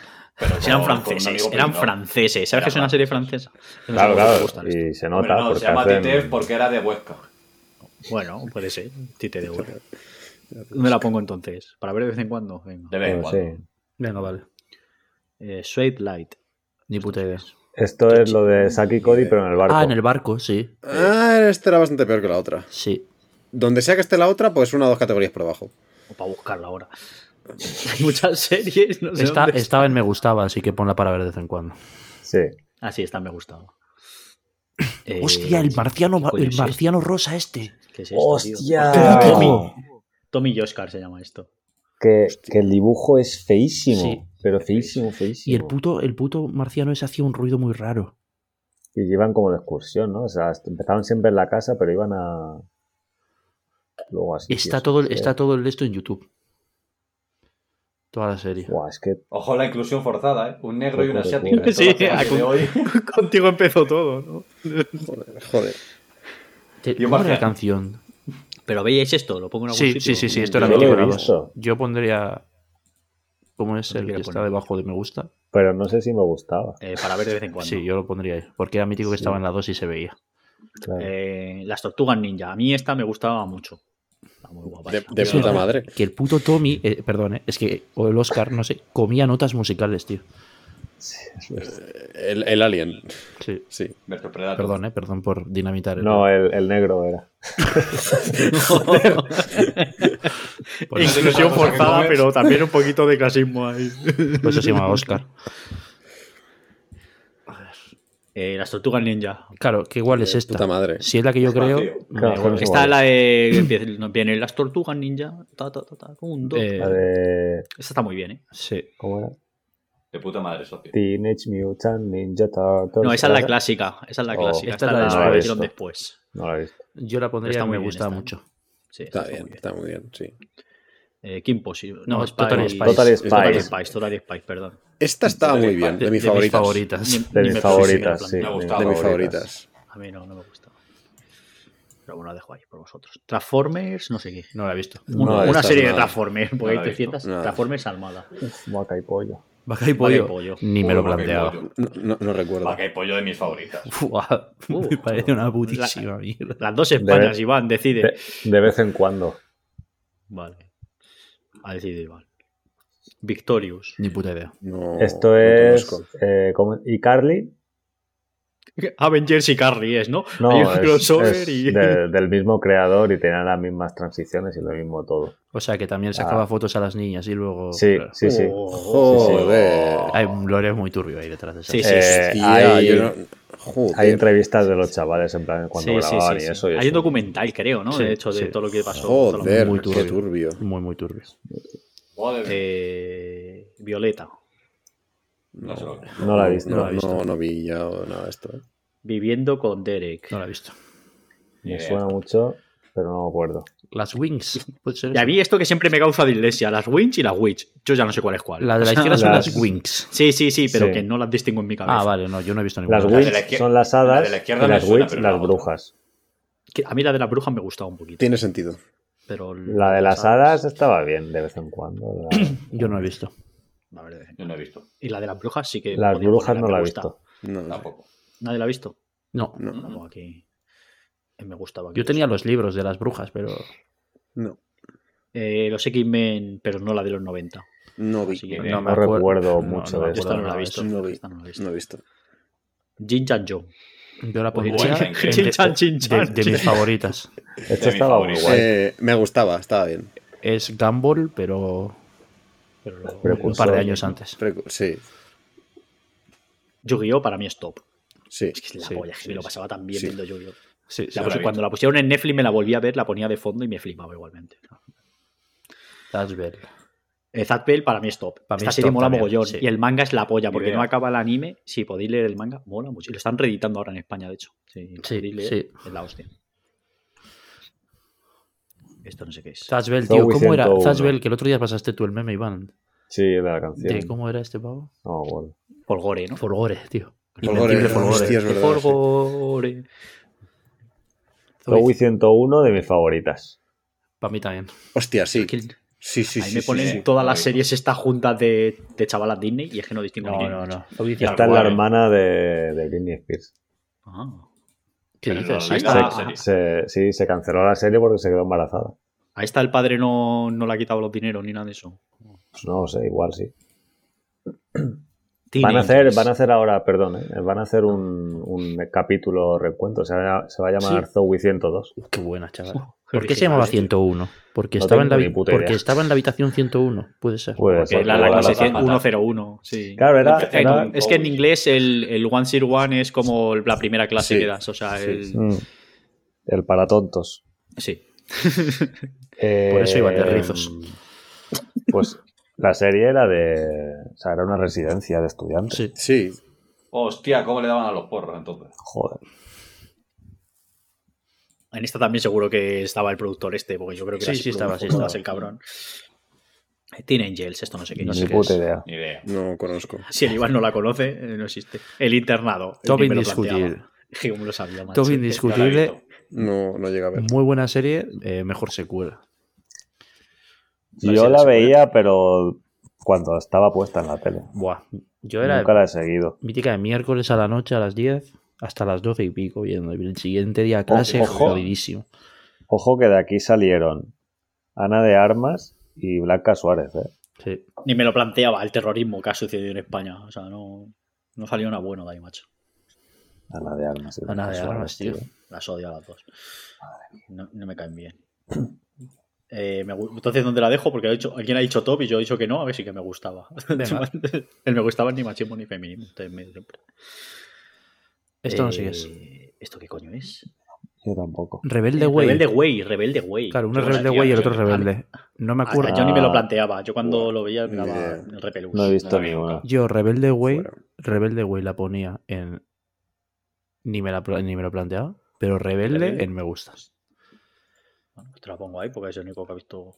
Speaker 5: eran franceses, eran franceses. ¿Sabes
Speaker 2: Era
Speaker 5: que es una
Speaker 2: francés.
Speaker 5: serie francesa? No
Speaker 4: Claro,
Speaker 5: sé cómo te
Speaker 4: claro.
Speaker 5: gustan
Speaker 4: Y se
Speaker 2: Hombre,
Speaker 4: nota
Speaker 2: no, se
Speaker 4: porque
Speaker 2: llama Titev
Speaker 4: hacen...
Speaker 2: porque era de Huesca.
Speaker 5: estos. Bueno, puede ser. Tite
Speaker 4: [LAUGHS]
Speaker 5: de oro. ¿Dónde la pongo entonces? Para ver de vez en cuando. Venga.
Speaker 2: De vez en
Speaker 4: Bueno,
Speaker 2: cuando.
Speaker 4: eh, sí.
Speaker 3: Venga, vale.
Speaker 5: Eh, Sweet Light.
Speaker 3: Ni puta idea.
Speaker 4: Esto es lo de Saki Cody, pero en el barco.
Speaker 3: Ah, en el barco, sí.
Speaker 6: Ah, esta era bastante peor que la otra.
Speaker 3: Sí.
Speaker 6: Donde sea que esté la otra, pues una o dos categorías por abajo.
Speaker 5: O para buscarla ahora. [LAUGHS] Hay muchas series. No sé
Speaker 3: Esta,
Speaker 5: dónde está.
Speaker 3: estaba en Me Gustaba, así que ponla para ver de vez en cuando.
Speaker 4: Sí.
Speaker 5: Ah, sí, esta me gustaba. Eh,
Speaker 3: Hostia, el marciano,
Speaker 5: ¿qué coño
Speaker 3: el
Speaker 5: es
Speaker 3: marciano rosa este.
Speaker 5: esto? ¿Qué es esto, tío?
Speaker 4: ¡Hostia!
Speaker 5: Tommy. Tommy Oscar se llama esto.
Speaker 4: Que, que el dibujo es feísimo.
Speaker 3: Sí.
Speaker 4: Pero feísimo, feísimo.
Speaker 3: Y el puto, el puto marciano ese hacía un ruido muy raro.
Speaker 4: Y llevan como de excursión, ¿no? O sea, est- empezaban siempre en la casa, pero iban a. Luego así. Eh,
Speaker 3: Está todo, el- está todo el de esto en YouTube. Toda la serie.
Speaker 4: Buah, es que
Speaker 2: Ojo a la inclusión forzada, ¿eh? Un negro y una
Speaker 4: Ojo, ojo.
Speaker 2: asiática. Esto va a
Speaker 5: Sí,
Speaker 2: ser a que
Speaker 5: con-
Speaker 2: de hoy.
Speaker 5: [LAUGHS]
Speaker 2: [LAUGHS]
Speaker 5: Contigo empezó todo, ¿no?
Speaker 6: Joder, joder.
Speaker 3: Te-
Speaker 2: Yo
Speaker 3: ¿cómo era
Speaker 2: marqué.
Speaker 3: la canción?
Speaker 5: Pero veíais esto, lo pongo en algún
Speaker 3: Sí,
Speaker 5: sitio.
Speaker 3: sí, sí, sí, esto
Speaker 4: Yo
Speaker 3: era
Speaker 4: lo he
Speaker 3: película
Speaker 4: visto.
Speaker 3: 2. Yo pondría. ¿Cómo es
Speaker 5: No te
Speaker 3: el que
Speaker 5: quiero
Speaker 3: está
Speaker 5: poner.
Speaker 3: debajo de me gusta?
Speaker 4: Pero no sé si me gustaba.
Speaker 5: Eh, para ver de vez en cuando.
Speaker 3: Sí, yo lo pondría ahí. Porque era mítico que
Speaker 4: Sí.
Speaker 3: estaba en la 2 y se veía.
Speaker 4: Claro.
Speaker 5: Eh, las tortugas ninja. A mí esta me gustaba mucho. Está muy guapa.
Speaker 6: De,
Speaker 5: esta.
Speaker 6: de
Speaker 3: Sí.
Speaker 6: puta madre.
Speaker 3: Que el puto Tommy, eh, perdón, eh, es que, o el Oscar, no sé, comía notas musicales, tío.
Speaker 6: El, el alien,
Speaker 3: Sí.
Speaker 6: sí.
Speaker 2: Versus Predator.
Speaker 3: Perdón, eh, perdón por dinamitar. el-
Speaker 4: No, el, el negro era.
Speaker 3: por
Speaker 2: Eh,
Speaker 3: eso,
Speaker 5: Inclusión
Speaker 2: Otra cosa que
Speaker 5: forzada,
Speaker 2: comes.
Speaker 5: pero también un poquito de clasismo ahí.
Speaker 3: por eso se llama Oscar.
Speaker 5: [LAUGHS] Eh, las tortugas ninja. Eh,
Speaker 3: Claro, que igual es esta.
Speaker 6: Puta madre.
Speaker 3: Si es la que yo creo,
Speaker 2: Vacío.
Speaker 3: me
Speaker 4: Claro,
Speaker 3: da igual.
Speaker 4: es
Speaker 5: Esta
Speaker 4: guay.
Speaker 5: es la de. que empieza- Vienen las tortugas ninja. Ta, ta, ta, ta, un, dos.
Speaker 3: Eh,
Speaker 4: La de.
Speaker 5: Esta está muy bien, ¿eh?
Speaker 3: sí.
Speaker 4: ¿Cómo era?
Speaker 2: De puta madre, socio.
Speaker 4: Teenage Mutant Ninja Turtles.
Speaker 5: No, esa es la
Speaker 4: ¿Era?
Speaker 5: clásica. Esa es la
Speaker 4: Oh.
Speaker 5: clásica.
Speaker 3: Esta
Speaker 5: Esta
Speaker 3: la
Speaker 5: es la
Speaker 3: de
Speaker 5: que
Speaker 4: Suárez.
Speaker 5: hicieron después.
Speaker 4: No la he visto.
Speaker 3: Yo la pondría,
Speaker 5: Está muy
Speaker 3: me
Speaker 5: bien,
Speaker 3: gusta
Speaker 5: está.
Speaker 3: mucho.
Speaker 5: Sí, esta
Speaker 6: Está bien,
Speaker 5: muy bien.
Speaker 6: está muy bien, sí.
Speaker 5: Eh, Kim Possible.
Speaker 3: No,
Speaker 5: No,
Speaker 3: es Total
Speaker 5: Spice.
Speaker 3: Spice.
Speaker 4: Total Spice.
Speaker 5: Total Spice, Total Spice, perdón.
Speaker 6: Esta estaba muy bien, de mis favoritas.
Speaker 5: Ni-
Speaker 3: favoritas.
Speaker 5: ni
Speaker 4: De
Speaker 5: me
Speaker 4: mis
Speaker 5: parece
Speaker 4: favoritas,
Speaker 5: que
Speaker 4: sí.
Speaker 5: me
Speaker 2: ha
Speaker 5: la
Speaker 2: gustado.
Speaker 6: De mis favoritas.
Speaker 5: A mí no, no me gusta. Pero bueno, la dejo ahí por vosotros. Transformers, no sé qué.
Speaker 3: No [LAUGHS] la he visto.
Speaker 5: Una,
Speaker 6: No,
Speaker 5: una
Speaker 6: esta
Speaker 5: serie de
Speaker 6: nada.
Speaker 5: Transformers, porque
Speaker 2: No la
Speaker 5: hay
Speaker 2: he visto.
Speaker 5: 300.
Speaker 6: Nada.
Speaker 5: Transformers Almada.
Speaker 4: Vaca y pollo.
Speaker 3: Vaca y
Speaker 5: Vaca y
Speaker 3: pollo.
Speaker 5: pollo.
Speaker 3: Ni me lo
Speaker 2: Uh, vaca y
Speaker 3: planteaba.
Speaker 2: pollo.
Speaker 6: No, no- no recuerdo.
Speaker 2: Vaca y pollo de mis favoritas.
Speaker 3: [LAUGHS] Fua,
Speaker 5: Uh,
Speaker 3: me parece una
Speaker 5: la-
Speaker 3: putísima mierda.
Speaker 5: Las dos Españas,
Speaker 4: ver-
Speaker 5: Iván, decide.
Speaker 4: De, de vez en cuando.
Speaker 5: Vale. Ha decidido Iván. Victorious.
Speaker 3: Ni puta idea.
Speaker 6: No-
Speaker 4: Esto
Speaker 6: no
Speaker 4: es.
Speaker 6: conozco.
Speaker 4: eh, ¿cómo- ¿Y Carly?
Speaker 5: Avengers y Carrie es, ¿no?
Speaker 4: No,
Speaker 5: Hay un
Speaker 4: es-
Speaker 5: crossover
Speaker 4: es
Speaker 5: y.
Speaker 4: de- del mismo creador y tenía las mismas transiciones y lo mismo todo.
Speaker 3: O sea, que
Speaker 5: Ah.
Speaker 3: también sacaba fotos a las niñas y
Speaker 5: Oh,
Speaker 3: luego...
Speaker 4: Sí,
Speaker 3: claro.
Speaker 4: sí,
Speaker 6: Oh,
Speaker 4: sí.
Speaker 6: Joder.
Speaker 3: Hay un lore muy turbio ahí detrás de eso.
Speaker 5: Sí, sí.
Speaker 4: Eh,
Speaker 6: Hostia,
Speaker 4: hay,
Speaker 6: yo no- joder.
Speaker 4: hay entrevistas de los chavales en plan cuando
Speaker 5: Sí, sí,
Speaker 4: grababan
Speaker 5: sí,
Speaker 4: y
Speaker 5: sí.
Speaker 4: eso. y
Speaker 5: Hay
Speaker 4: es
Speaker 5: un documental, creo, ¿no?
Speaker 3: Sí,
Speaker 5: de hecho, de
Speaker 3: sí.
Speaker 5: todo lo que pasó. todo lo-
Speaker 6: Joder,
Speaker 3: Muy
Speaker 6: qué turbio.
Speaker 3: Muy, muy turbio.
Speaker 2: Joder.
Speaker 5: Eh, Violeta.
Speaker 2: No sé lo que-
Speaker 4: No la he visto.
Speaker 6: No,
Speaker 3: No la he visto.
Speaker 6: no- no vi ya nada de esto. eh.
Speaker 5: Viviendo con Derek.
Speaker 3: No la he visto.
Speaker 4: Me suena mucho, pero no me acuerdo.
Speaker 3: Las
Speaker 5: [LAUGHS]
Speaker 3: Wings. ¿Puede ser
Speaker 5: Y a
Speaker 3: eso?
Speaker 5: mí esto que siempre me causa dislexia, las winch y las witch. Yo ya no sé cuál es cuál.
Speaker 3: La
Speaker 5: [LAUGHS]
Speaker 3: de la izquierda son
Speaker 4: Las-
Speaker 3: las Wings.
Speaker 5: Sí, sí, sí, pero
Speaker 4: Sí.
Speaker 5: que no las distingo en mi cabeza.
Speaker 3: Ah, vale, no, yo no he visto ninguna.
Speaker 4: Las
Speaker 2: de la
Speaker 4: witch
Speaker 2: izquier-
Speaker 4: son las
Speaker 2: la de la
Speaker 4: hadas
Speaker 2: izquierda
Speaker 4: y
Speaker 2: me
Speaker 4: las
Speaker 2: suena,
Speaker 4: witch
Speaker 2: pero
Speaker 4: las
Speaker 2: no.
Speaker 4: brujas.
Speaker 5: Que a mí la de las brujas me gustaba un poquito.
Speaker 6: Tiene sentido.
Speaker 5: Pero el-
Speaker 4: La de las hadas estaba bien de vez en cuando. la-
Speaker 3: Yo no he visto.
Speaker 5: La verdad es que-
Speaker 2: Yo no he visto.
Speaker 5: Y la de las brujas sí que.
Speaker 4: las
Speaker 5: podía
Speaker 4: brujas
Speaker 5: ponerla,
Speaker 4: no
Speaker 5: me
Speaker 4: la he
Speaker 5: gusta.
Speaker 4: visto.
Speaker 6: No, no sé.
Speaker 2: Tampoco.
Speaker 5: Nadie la ha visto.
Speaker 3: No.
Speaker 6: No,
Speaker 5: No, no, aquí. eh, Me gustaba. aquí
Speaker 3: Yo tenía los libros de las brujas, pero...
Speaker 6: no,
Speaker 5: Eh, los X-Men, pero no la de los 90.
Speaker 6: no vi.
Speaker 5: Así que-
Speaker 2: No
Speaker 4: me
Speaker 3: acuer-
Speaker 4: recuerdo mucho
Speaker 3: me
Speaker 4: de
Speaker 5: Yo
Speaker 4: esto.
Speaker 5: esta no
Speaker 3: acuerdo
Speaker 5: la
Speaker 3: nada
Speaker 5: he
Speaker 3: de
Speaker 5: visto.
Speaker 6: eso. No vi.
Speaker 5: esta no la he visto.
Speaker 6: No he visto.
Speaker 5: Jin Chan Joe.
Speaker 3: eso. Yo la
Speaker 5: Bueno,
Speaker 3: pondría...
Speaker 2: chin-
Speaker 3: en-
Speaker 5: chin- chan, chin-
Speaker 3: Pues eh, de-
Speaker 5: chan.
Speaker 3: de mis
Speaker 4: Esto
Speaker 3: favoritas.
Speaker 2: De mi
Speaker 4: Este estaba muy
Speaker 2: favorito.
Speaker 4: guay.
Speaker 6: Eh, me gustaba, estaba bien.
Speaker 3: Es Gumball, pero
Speaker 5: [LAUGHS] Pero lo-
Speaker 3: un
Speaker 4: Precursor.
Speaker 3: par de años antes.
Speaker 6: Recu- Sí,
Speaker 5: Yu-Gi-Oh! para mí es top.
Speaker 6: sí.
Speaker 5: Es que es la
Speaker 3: Sí,
Speaker 5: polla, es que
Speaker 3: sí,
Speaker 5: me lo
Speaker 3: sí.
Speaker 5: pasaba tan bien
Speaker 6: Sí.
Speaker 5: viendo Yu-Gi-Oh!
Speaker 3: Sí,
Speaker 5: La
Speaker 2: la
Speaker 5: puse-
Speaker 2: he
Speaker 5: cuando la pusieron en Netflix me la volví a ver, la ponía de fondo y me flipaba igualmente.
Speaker 3: That's Bell.
Speaker 5: Eh, Zatch Bell para mí es top.
Speaker 3: Para mí
Speaker 5: Esta
Speaker 3: es
Speaker 5: serie
Speaker 3: top
Speaker 5: mola
Speaker 3: también,
Speaker 5: mogollón.
Speaker 3: sí.
Speaker 5: Y el manga es la polla,
Speaker 2: Ni
Speaker 5: porque
Speaker 2: idea.
Speaker 5: no acaba el anime. Si podéis leer el manga, mola mucho. Y lo están reeditando ahora en España, de hecho. Si
Speaker 3: Sí,
Speaker 5: podéis leer,
Speaker 3: sí.
Speaker 5: es la hostia. Esto no sé qué es.
Speaker 3: Zatch Bell,
Speaker 4: Zoe
Speaker 3: tío, ¿cómo era?
Speaker 4: 101.
Speaker 3: Zatch Bell, que el otro día pasaste tú el meme, Iván.
Speaker 4: Sí, de la canción.
Speaker 3: De ¿Cómo era este pavo?
Speaker 4: No, me acuerdo.
Speaker 5: Folgore, ¿no?
Speaker 3: Folgore, tío.
Speaker 6: Folgore,
Speaker 3: Invencible Folgore.
Speaker 6: hostia, es verdad, sí.
Speaker 5: Folgore.
Speaker 4: Zoey 101 de mis favoritas.
Speaker 3: Para mí también.
Speaker 6: Hostia, sí.
Speaker 5: Que-
Speaker 6: Sí, sí,
Speaker 5: Ahí
Speaker 6: sí.
Speaker 5: me
Speaker 6: sí,
Speaker 5: ponen
Speaker 6: sí.
Speaker 5: todas las
Speaker 2: Ahí.
Speaker 5: series estas juntas de, de chavalas Disney y es que no distingo ni quién.
Speaker 4: Esta es la
Speaker 3: ¿eh?
Speaker 4: hermana de, de Britney Spears.
Speaker 5: Ah.
Speaker 3: ¿Qué
Speaker 2: Pero
Speaker 3: dices?
Speaker 2: la-
Speaker 3: Ahí
Speaker 5: la-
Speaker 3: está.
Speaker 2: serie.
Speaker 5: la-
Speaker 4: Se- sí, se canceló la serie porque se quedó embarazada.
Speaker 5: A esta el padre no, no le ha quitado los dineros ni nada de eso.
Speaker 4: Pues no sé, igual sí. Van a hacer, van a hacer ahora, perdón, ¿eh? van a hacer un, un capítulo recuento. Se va, a- se va a llamar Zoey 102.
Speaker 3: Qué buena, chaval.
Speaker 5: qué
Speaker 3: ¿Por qué se llamaba
Speaker 5: original,
Speaker 3: 101? Porque,
Speaker 4: No
Speaker 3: estaba en la,
Speaker 4: tengo
Speaker 3: habi-
Speaker 4: ni puta
Speaker 3: porque
Speaker 4: idea.
Speaker 3: estaba en la habitación 101, puede ser.
Speaker 4: Pues,
Speaker 5: Porque
Speaker 4: porque
Speaker 5: Eh, la, la
Speaker 4: la-
Speaker 5: clase
Speaker 2: la-
Speaker 5: 101. Sí.
Speaker 4: Claro, era,
Speaker 2: Empecé
Speaker 5: En-
Speaker 4: era-
Speaker 2: con-
Speaker 5: es que en inglés el, el One Zero One es como la primera clase
Speaker 6: Sí.
Speaker 5: que das. O sea, el. Sí.
Speaker 4: Mm. el para tontos.
Speaker 3: Por eso iba
Speaker 4: iba
Speaker 3: a tener rizos.
Speaker 4: Pues la serie era de. O sea, era una residencia de estudiantes.
Speaker 3: Sí.
Speaker 6: Sí,
Speaker 2: Hostia, ¿cómo le daban a los porros entonces?
Speaker 4: Joder.
Speaker 5: En esta también seguro que estaba el productor este, porque yo creo que
Speaker 3: Sí,
Speaker 5: era
Speaker 3: sí, estaba,
Speaker 5: así,
Speaker 3: sí,
Speaker 5: productor,
Speaker 3: estaba.
Speaker 5: el cabrón. Teen Angels, esto no sé qué
Speaker 4: No
Speaker 5: es.
Speaker 4: ni puta idea.
Speaker 2: Ni idea.
Speaker 6: No conozco.
Speaker 5: [LAUGHS] Si el Iván no la conoce, eh, no existe. El internado.
Speaker 3: Top
Speaker 5: ni me lo
Speaker 3: indiscutible.
Speaker 5: planteaba. [LAUGHS] Yo me lo sabía, macho.
Speaker 3: Top
Speaker 2: No la he
Speaker 3: indiscutible.
Speaker 2: visto.
Speaker 6: No, no llega a ver.
Speaker 3: Muy buena serie, eh, mejor secuela.
Speaker 4: Yo la veía, pero cuando estaba puesta en la tele.
Speaker 3: Buah. Yo era
Speaker 4: Nunca la he seguido.
Speaker 3: mítica de miércoles a la noche a las 10 hasta las 12 y pico viendo. Y el siguiente día a clase,
Speaker 4: ojo.
Speaker 3: jodidísimo.
Speaker 4: Ojo que de aquí salieron Ana de Armas y Blanca Suárez, ¿eh?
Speaker 3: Sí.
Speaker 5: Ni me lo planteaba el terrorismo que ha sucedido en España. O sea, no, no salió nada bueno de ahí, macho.
Speaker 4: Ana de Armas. y
Speaker 3: Ana
Speaker 4: Blanca
Speaker 3: de
Speaker 4: Suárez,
Speaker 3: Armas, tío.
Speaker 5: Las odio a las dos. No, no me caen bien. [CLEARS THROAT] Eh, me gu- entonces, ¿dónde la dejo? Porque ha dicho, alguien ha dicho top y yo he dicho que no, a ver si que me gustaba. [LAUGHS]
Speaker 3: Venga.
Speaker 5: El me gustaba ni machismo ni feminismo. está en medio siempre.
Speaker 3: Esto no
Speaker 5: Eh,
Speaker 3: sigues.
Speaker 5: ¿Esto qué coño es?
Speaker 4: Yo tampoco.
Speaker 3: Rebelde Way.
Speaker 5: Rebelde Way, Rebelde Way.
Speaker 3: Claro, uno es
Speaker 5: Yo,
Speaker 3: rebelde
Speaker 5: tío,
Speaker 3: güey y el
Speaker 5: yo-
Speaker 3: otro es rebelde. No me
Speaker 5: Ah,
Speaker 3: acuerdo.
Speaker 5: Yo ni me lo
Speaker 4: Ah.
Speaker 5: planteaba. Yo cuando lo veía
Speaker 6: Ni
Speaker 5: miraba
Speaker 6: idea.
Speaker 5: el repelús.
Speaker 4: No he
Speaker 2: No
Speaker 4: visto
Speaker 2: la
Speaker 3: Pues
Speaker 2: vi
Speaker 4: ni
Speaker 2: nunca.
Speaker 4: una.
Speaker 3: Yo Rebelde Way,
Speaker 6: Fuera.
Speaker 3: Rebelde Way la ponía en ni me la pla- ni me lo planteaba, pero Rebelde,
Speaker 5: Rebelde.
Speaker 3: en me gustas.
Speaker 5: Bueno, pues te la pongo ahí porque es el único que ha visto.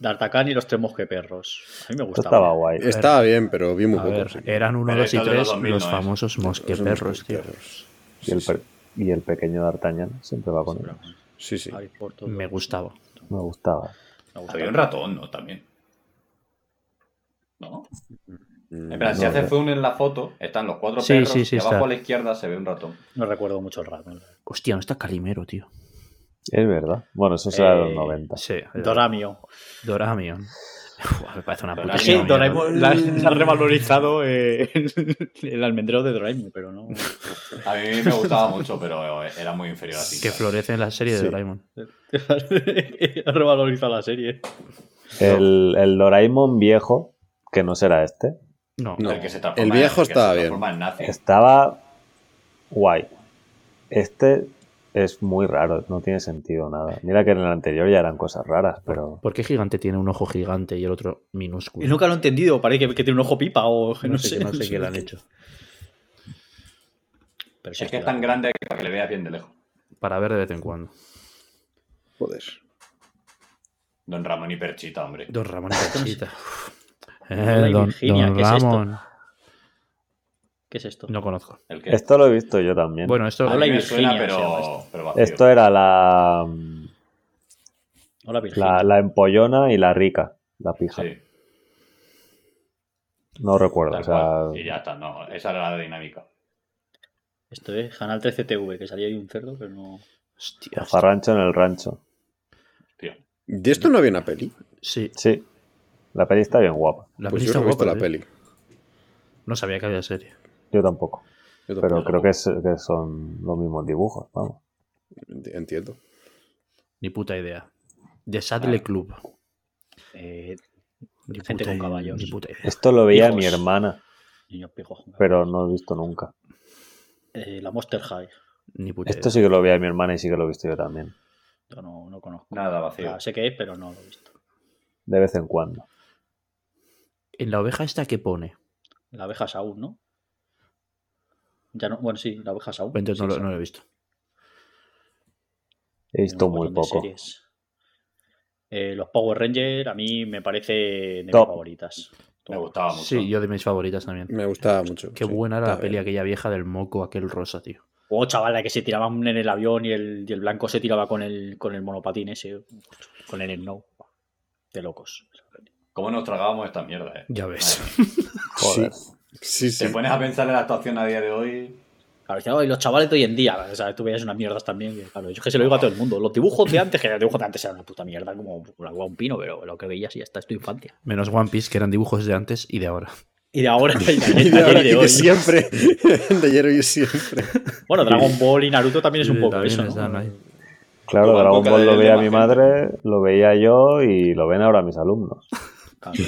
Speaker 5: D'Artagnan y los tres mosqueperros. A mí me
Speaker 4: Esto
Speaker 5: gustaba.
Speaker 4: estaba guay.
Speaker 6: Estaba bien, pero vi muy
Speaker 3: A
Speaker 6: poco.
Speaker 3: ver, eh,
Speaker 6: sí.
Speaker 3: eran uno,
Speaker 2: Pero
Speaker 3: dos y
Speaker 2: esto de los
Speaker 3: tres
Speaker 2: 2000
Speaker 3: los
Speaker 2: no es.
Speaker 3: famosos mosqueperros, tío.
Speaker 6: Perros.
Speaker 4: Y el, per- y el pequeño D'Artagnan siempre va con él.
Speaker 6: Sí, sí.
Speaker 5: Harry Potter.
Speaker 3: Me
Speaker 5: Me
Speaker 3: gustaba.
Speaker 4: Me gustaba.
Speaker 5: gustaba.
Speaker 2: Pues Había un ratón, ¿no? También. ¿No?
Speaker 6: Mm,
Speaker 2: En plan, si
Speaker 4: no,
Speaker 2: haces
Speaker 4: no.
Speaker 2: zoom en la foto, están los cuatro
Speaker 3: Sí,
Speaker 2: perros
Speaker 3: sí, sí,
Speaker 2: y abajo
Speaker 3: está.
Speaker 2: a la izquierda se ve un ratón.
Speaker 5: No recuerdo mucho el rato.
Speaker 3: Hostia, no está Calimero, tío.
Speaker 4: Es verdad. Bueno, eso será de
Speaker 5: Eh,
Speaker 4: los 90.
Speaker 3: Sí, era-
Speaker 5: Doramio.
Speaker 3: Doramion. Uf, me parece una puta.
Speaker 2: Doraemon. Sí,
Speaker 3: mierda.
Speaker 5: Doraemon la, la ha revalorizado [LAUGHS] eh, el almendrero de Doraemon, pero no.
Speaker 2: A mí me gustaba mucho, pero era muy inferior a ti.
Speaker 3: Que florece en la serie de Doraemon.
Speaker 5: ha revalorizado la serie.
Speaker 4: El, el Doraemon viejo, que no será este,
Speaker 3: No.
Speaker 6: No.
Speaker 2: El, que se transforma-
Speaker 6: El viejo
Speaker 2: el que se
Speaker 6: estaba bien.
Speaker 2: transforma en nazi.
Speaker 4: estaba guay. Este es muy raro, no tiene sentido nada. Mira que en el anterior ya eran cosas raras, pero
Speaker 3: ¿Por qué gigante tiene un ojo gigante y el otro minúsculo?
Speaker 5: Y nunca lo he entendido. Parece que, que tiene un ojo pipa o no,
Speaker 3: no, sé, no sé qué
Speaker 5: [LAUGHS]
Speaker 3: le han
Speaker 5: qué.
Speaker 3: hecho.
Speaker 5: Pero sí,
Speaker 2: Es que es tan grande que para que le veas bien de lejos.
Speaker 3: Para ver de vez en cuando.
Speaker 6: Joder.
Speaker 2: Don Ramón y Perchita, hombre.
Speaker 3: Don Ramón y Cachita. Uf.
Speaker 5: Ramón
Speaker 3: Eh,
Speaker 5: y
Speaker 3: don,
Speaker 5: Virginia,
Speaker 3: don
Speaker 5: ¿qué es esto?
Speaker 3: Ramón.
Speaker 5: ¿Qué es esto?
Speaker 3: No conozco.
Speaker 2: El que
Speaker 4: esto lo he visto yo también.
Speaker 3: Bueno, esto.
Speaker 2: a
Speaker 5: Hola,
Speaker 2: mí me
Speaker 5: Virginia,
Speaker 2: suena,
Speaker 5: se llama esto.
Speaker 2: pero, pero vacío.
Speaker 4: Esto era la,
Speaker 5: Hola, Virginia.
Speaker 4: la, la empollona y la rica, la pija.
Speaker 2: Sí,
Speaker 4: No recuerdo.
Speaker 2: tal
Speaker 4: o sea,
Speaker 2: cual. Y ya está, no. Esa era la dinámica.
Speaker 5: Esto es Canal 13 TV, que salía ahí un cerdo, pero no.
Speaker 3: Hostia,
Speaker 4: Farrancho en el rancho.
Speaker 2: Tío.
Speaker 6: ¿De esto no había una peli?
Speaker 3: Sí,
Speaker 4: Sí, la peli está bien guapa.
Speaker 3: la
Speaker 6: Pues
Speaker 3: peli
Speaker 6: yo
Speaker 3: está
Speaker 6: no he
Speaker 3: guapa,
Speaker 6: visto
Speaker 3: ¿eh?
Speaker 6: la
Speaker 3: tío.
Speaker 6: peli.
Speaker 3: No sabía que había serie.
Speaker 4: Yo tampoco.
Speaker 6: Yo
Speaker 4: Pero
Speaker 6: tampoco
Speaker 4: creo que, es- que son los mismos dibujos, vamos.
Speaker 6: enti- Entiendo.
Speaker 3: Ni puta idea. The Saddle Club.
Speaker 5: Eh,
Speaker 3: Ni puta
Speaker 5: Gente con
Speaker 3: idea,
Speaker 5: caballos.
Speaker 3: Ni puta
Speaker 2: Eh,
Speaker 3: idea.
Speaker 4: Esto lo veía
Speaker 5: Hijos.
Speaker 4: mi hermana,
Speaker 5: niños pijos.
Speaker 4: pero no lo he visto nunca.
Speaker 5: Eh, la Monster High.
Speaker 3: Ni puta
Speaker 4: Esto
Speaker 3: idea.
Speaker 4: sí que lo veía mi hermana y sí que lo he visto yo también.
Speaker 5: Yo no, no conozco.
Speaker 2: Nada
Speaker 5: O sea,
Speaker 2: vacío.
Speaker 5: sé que es, pero no lo he visto.
Speaker 4: De vez en cuando.
Speaker 3: En la oveja esta que pone.
Speaker 5: La abeja Saúl, ¿no? Ya no, bueno, sí, la abeja Saúl.
Speaker 3: Entonces
Speaker 5: Sí,
Speaker 3: no, lo,
Speaker 5: Saúl.
Speaker 3: no lo he visto.
Speaker 4: He
Speaker 5: Tiene
Speaker 4: visto
Speaker 5: un
Speaker 4: muy
Speaker 5: montón de
Speaker 4: poco.
Speaker 5: series. Eh, los Power Rangers a mí me parece de mis
Speaker 4: Top.
Speaker 5: favoritas.
Speaker 2: Me gustaba mucho.
Speaker 3: Sí, yo de mis favoritas también.
Speaker 6: Me gustaba mucho.
Speaker 3: Qué
Speaker 6: sí.
Speaker 3: buena era
Speaker 6: Está
Speaker 3: la peli
Speaker 6: bien.
Speaker 3: aquella vieja del moco, aquel rosa, tío.
Speaker 5: O chaval, la que se tiraban en el avión y el, y el blanco se tiraba con el, con el monopatín ese, con el no. De locos.
Speaker 2: ¿Cómo nos tragábamos esta mierda, eh?
Speaker 3: Ya ves.
Speaker 2: Madre mía.
Speaker 4: Joder.
Speaker 6: Sí, sí.
Speaker 2: Te pones a pensar en la actuación a día de hoy.
Speaker 5: Claro, decía, "Ay, los chavales de hoy en día, o sea, tú veías unas mierdas también. que, claro, yo es que se lo digo a todo el mundo. Los dibujos de antes, que los dibujos de antes eran una puta mierda, como una agua un pino, pero lo que veías y ya está, es tu infancia.
Speaker 3: Menos One Piece, que eran dibujos de antes y de ahora.
Speaker 5: Y de ahora, y de,
Speaker 6: Y [LAUGHS]
Speaker 5: ayer
Speaker 6: de ahora
Speaker 5: y
Speaker 6: y
Speaker 5: de
Speaker 6: de
Speaker 5: hoy.
Speaker 6: siempre. [LAUGHS] De ayer y siempre.
Speaker 5: Bueno, Dragon Ball y Naruto también es un
Speaker 3: Sí,
Speaker 5: poco
Speaker 3: también
Speaker 5: eso. ¿no?
Speaker 3: están ahí.
Speaker 4: Claro,
Speaker 2: Lo banco
Speaker 4: Dragon
Speaker 2: cada
Speaker 4: Ball lo
Speaker 2: vez
Speaker 4: veía
Speaker 2: más
Speaker 4: mi
Speaker 2: gente.
Speaker 4: madre, lo veía yo y lo ven ahora mis alumnos.
Speaker 5: Claro.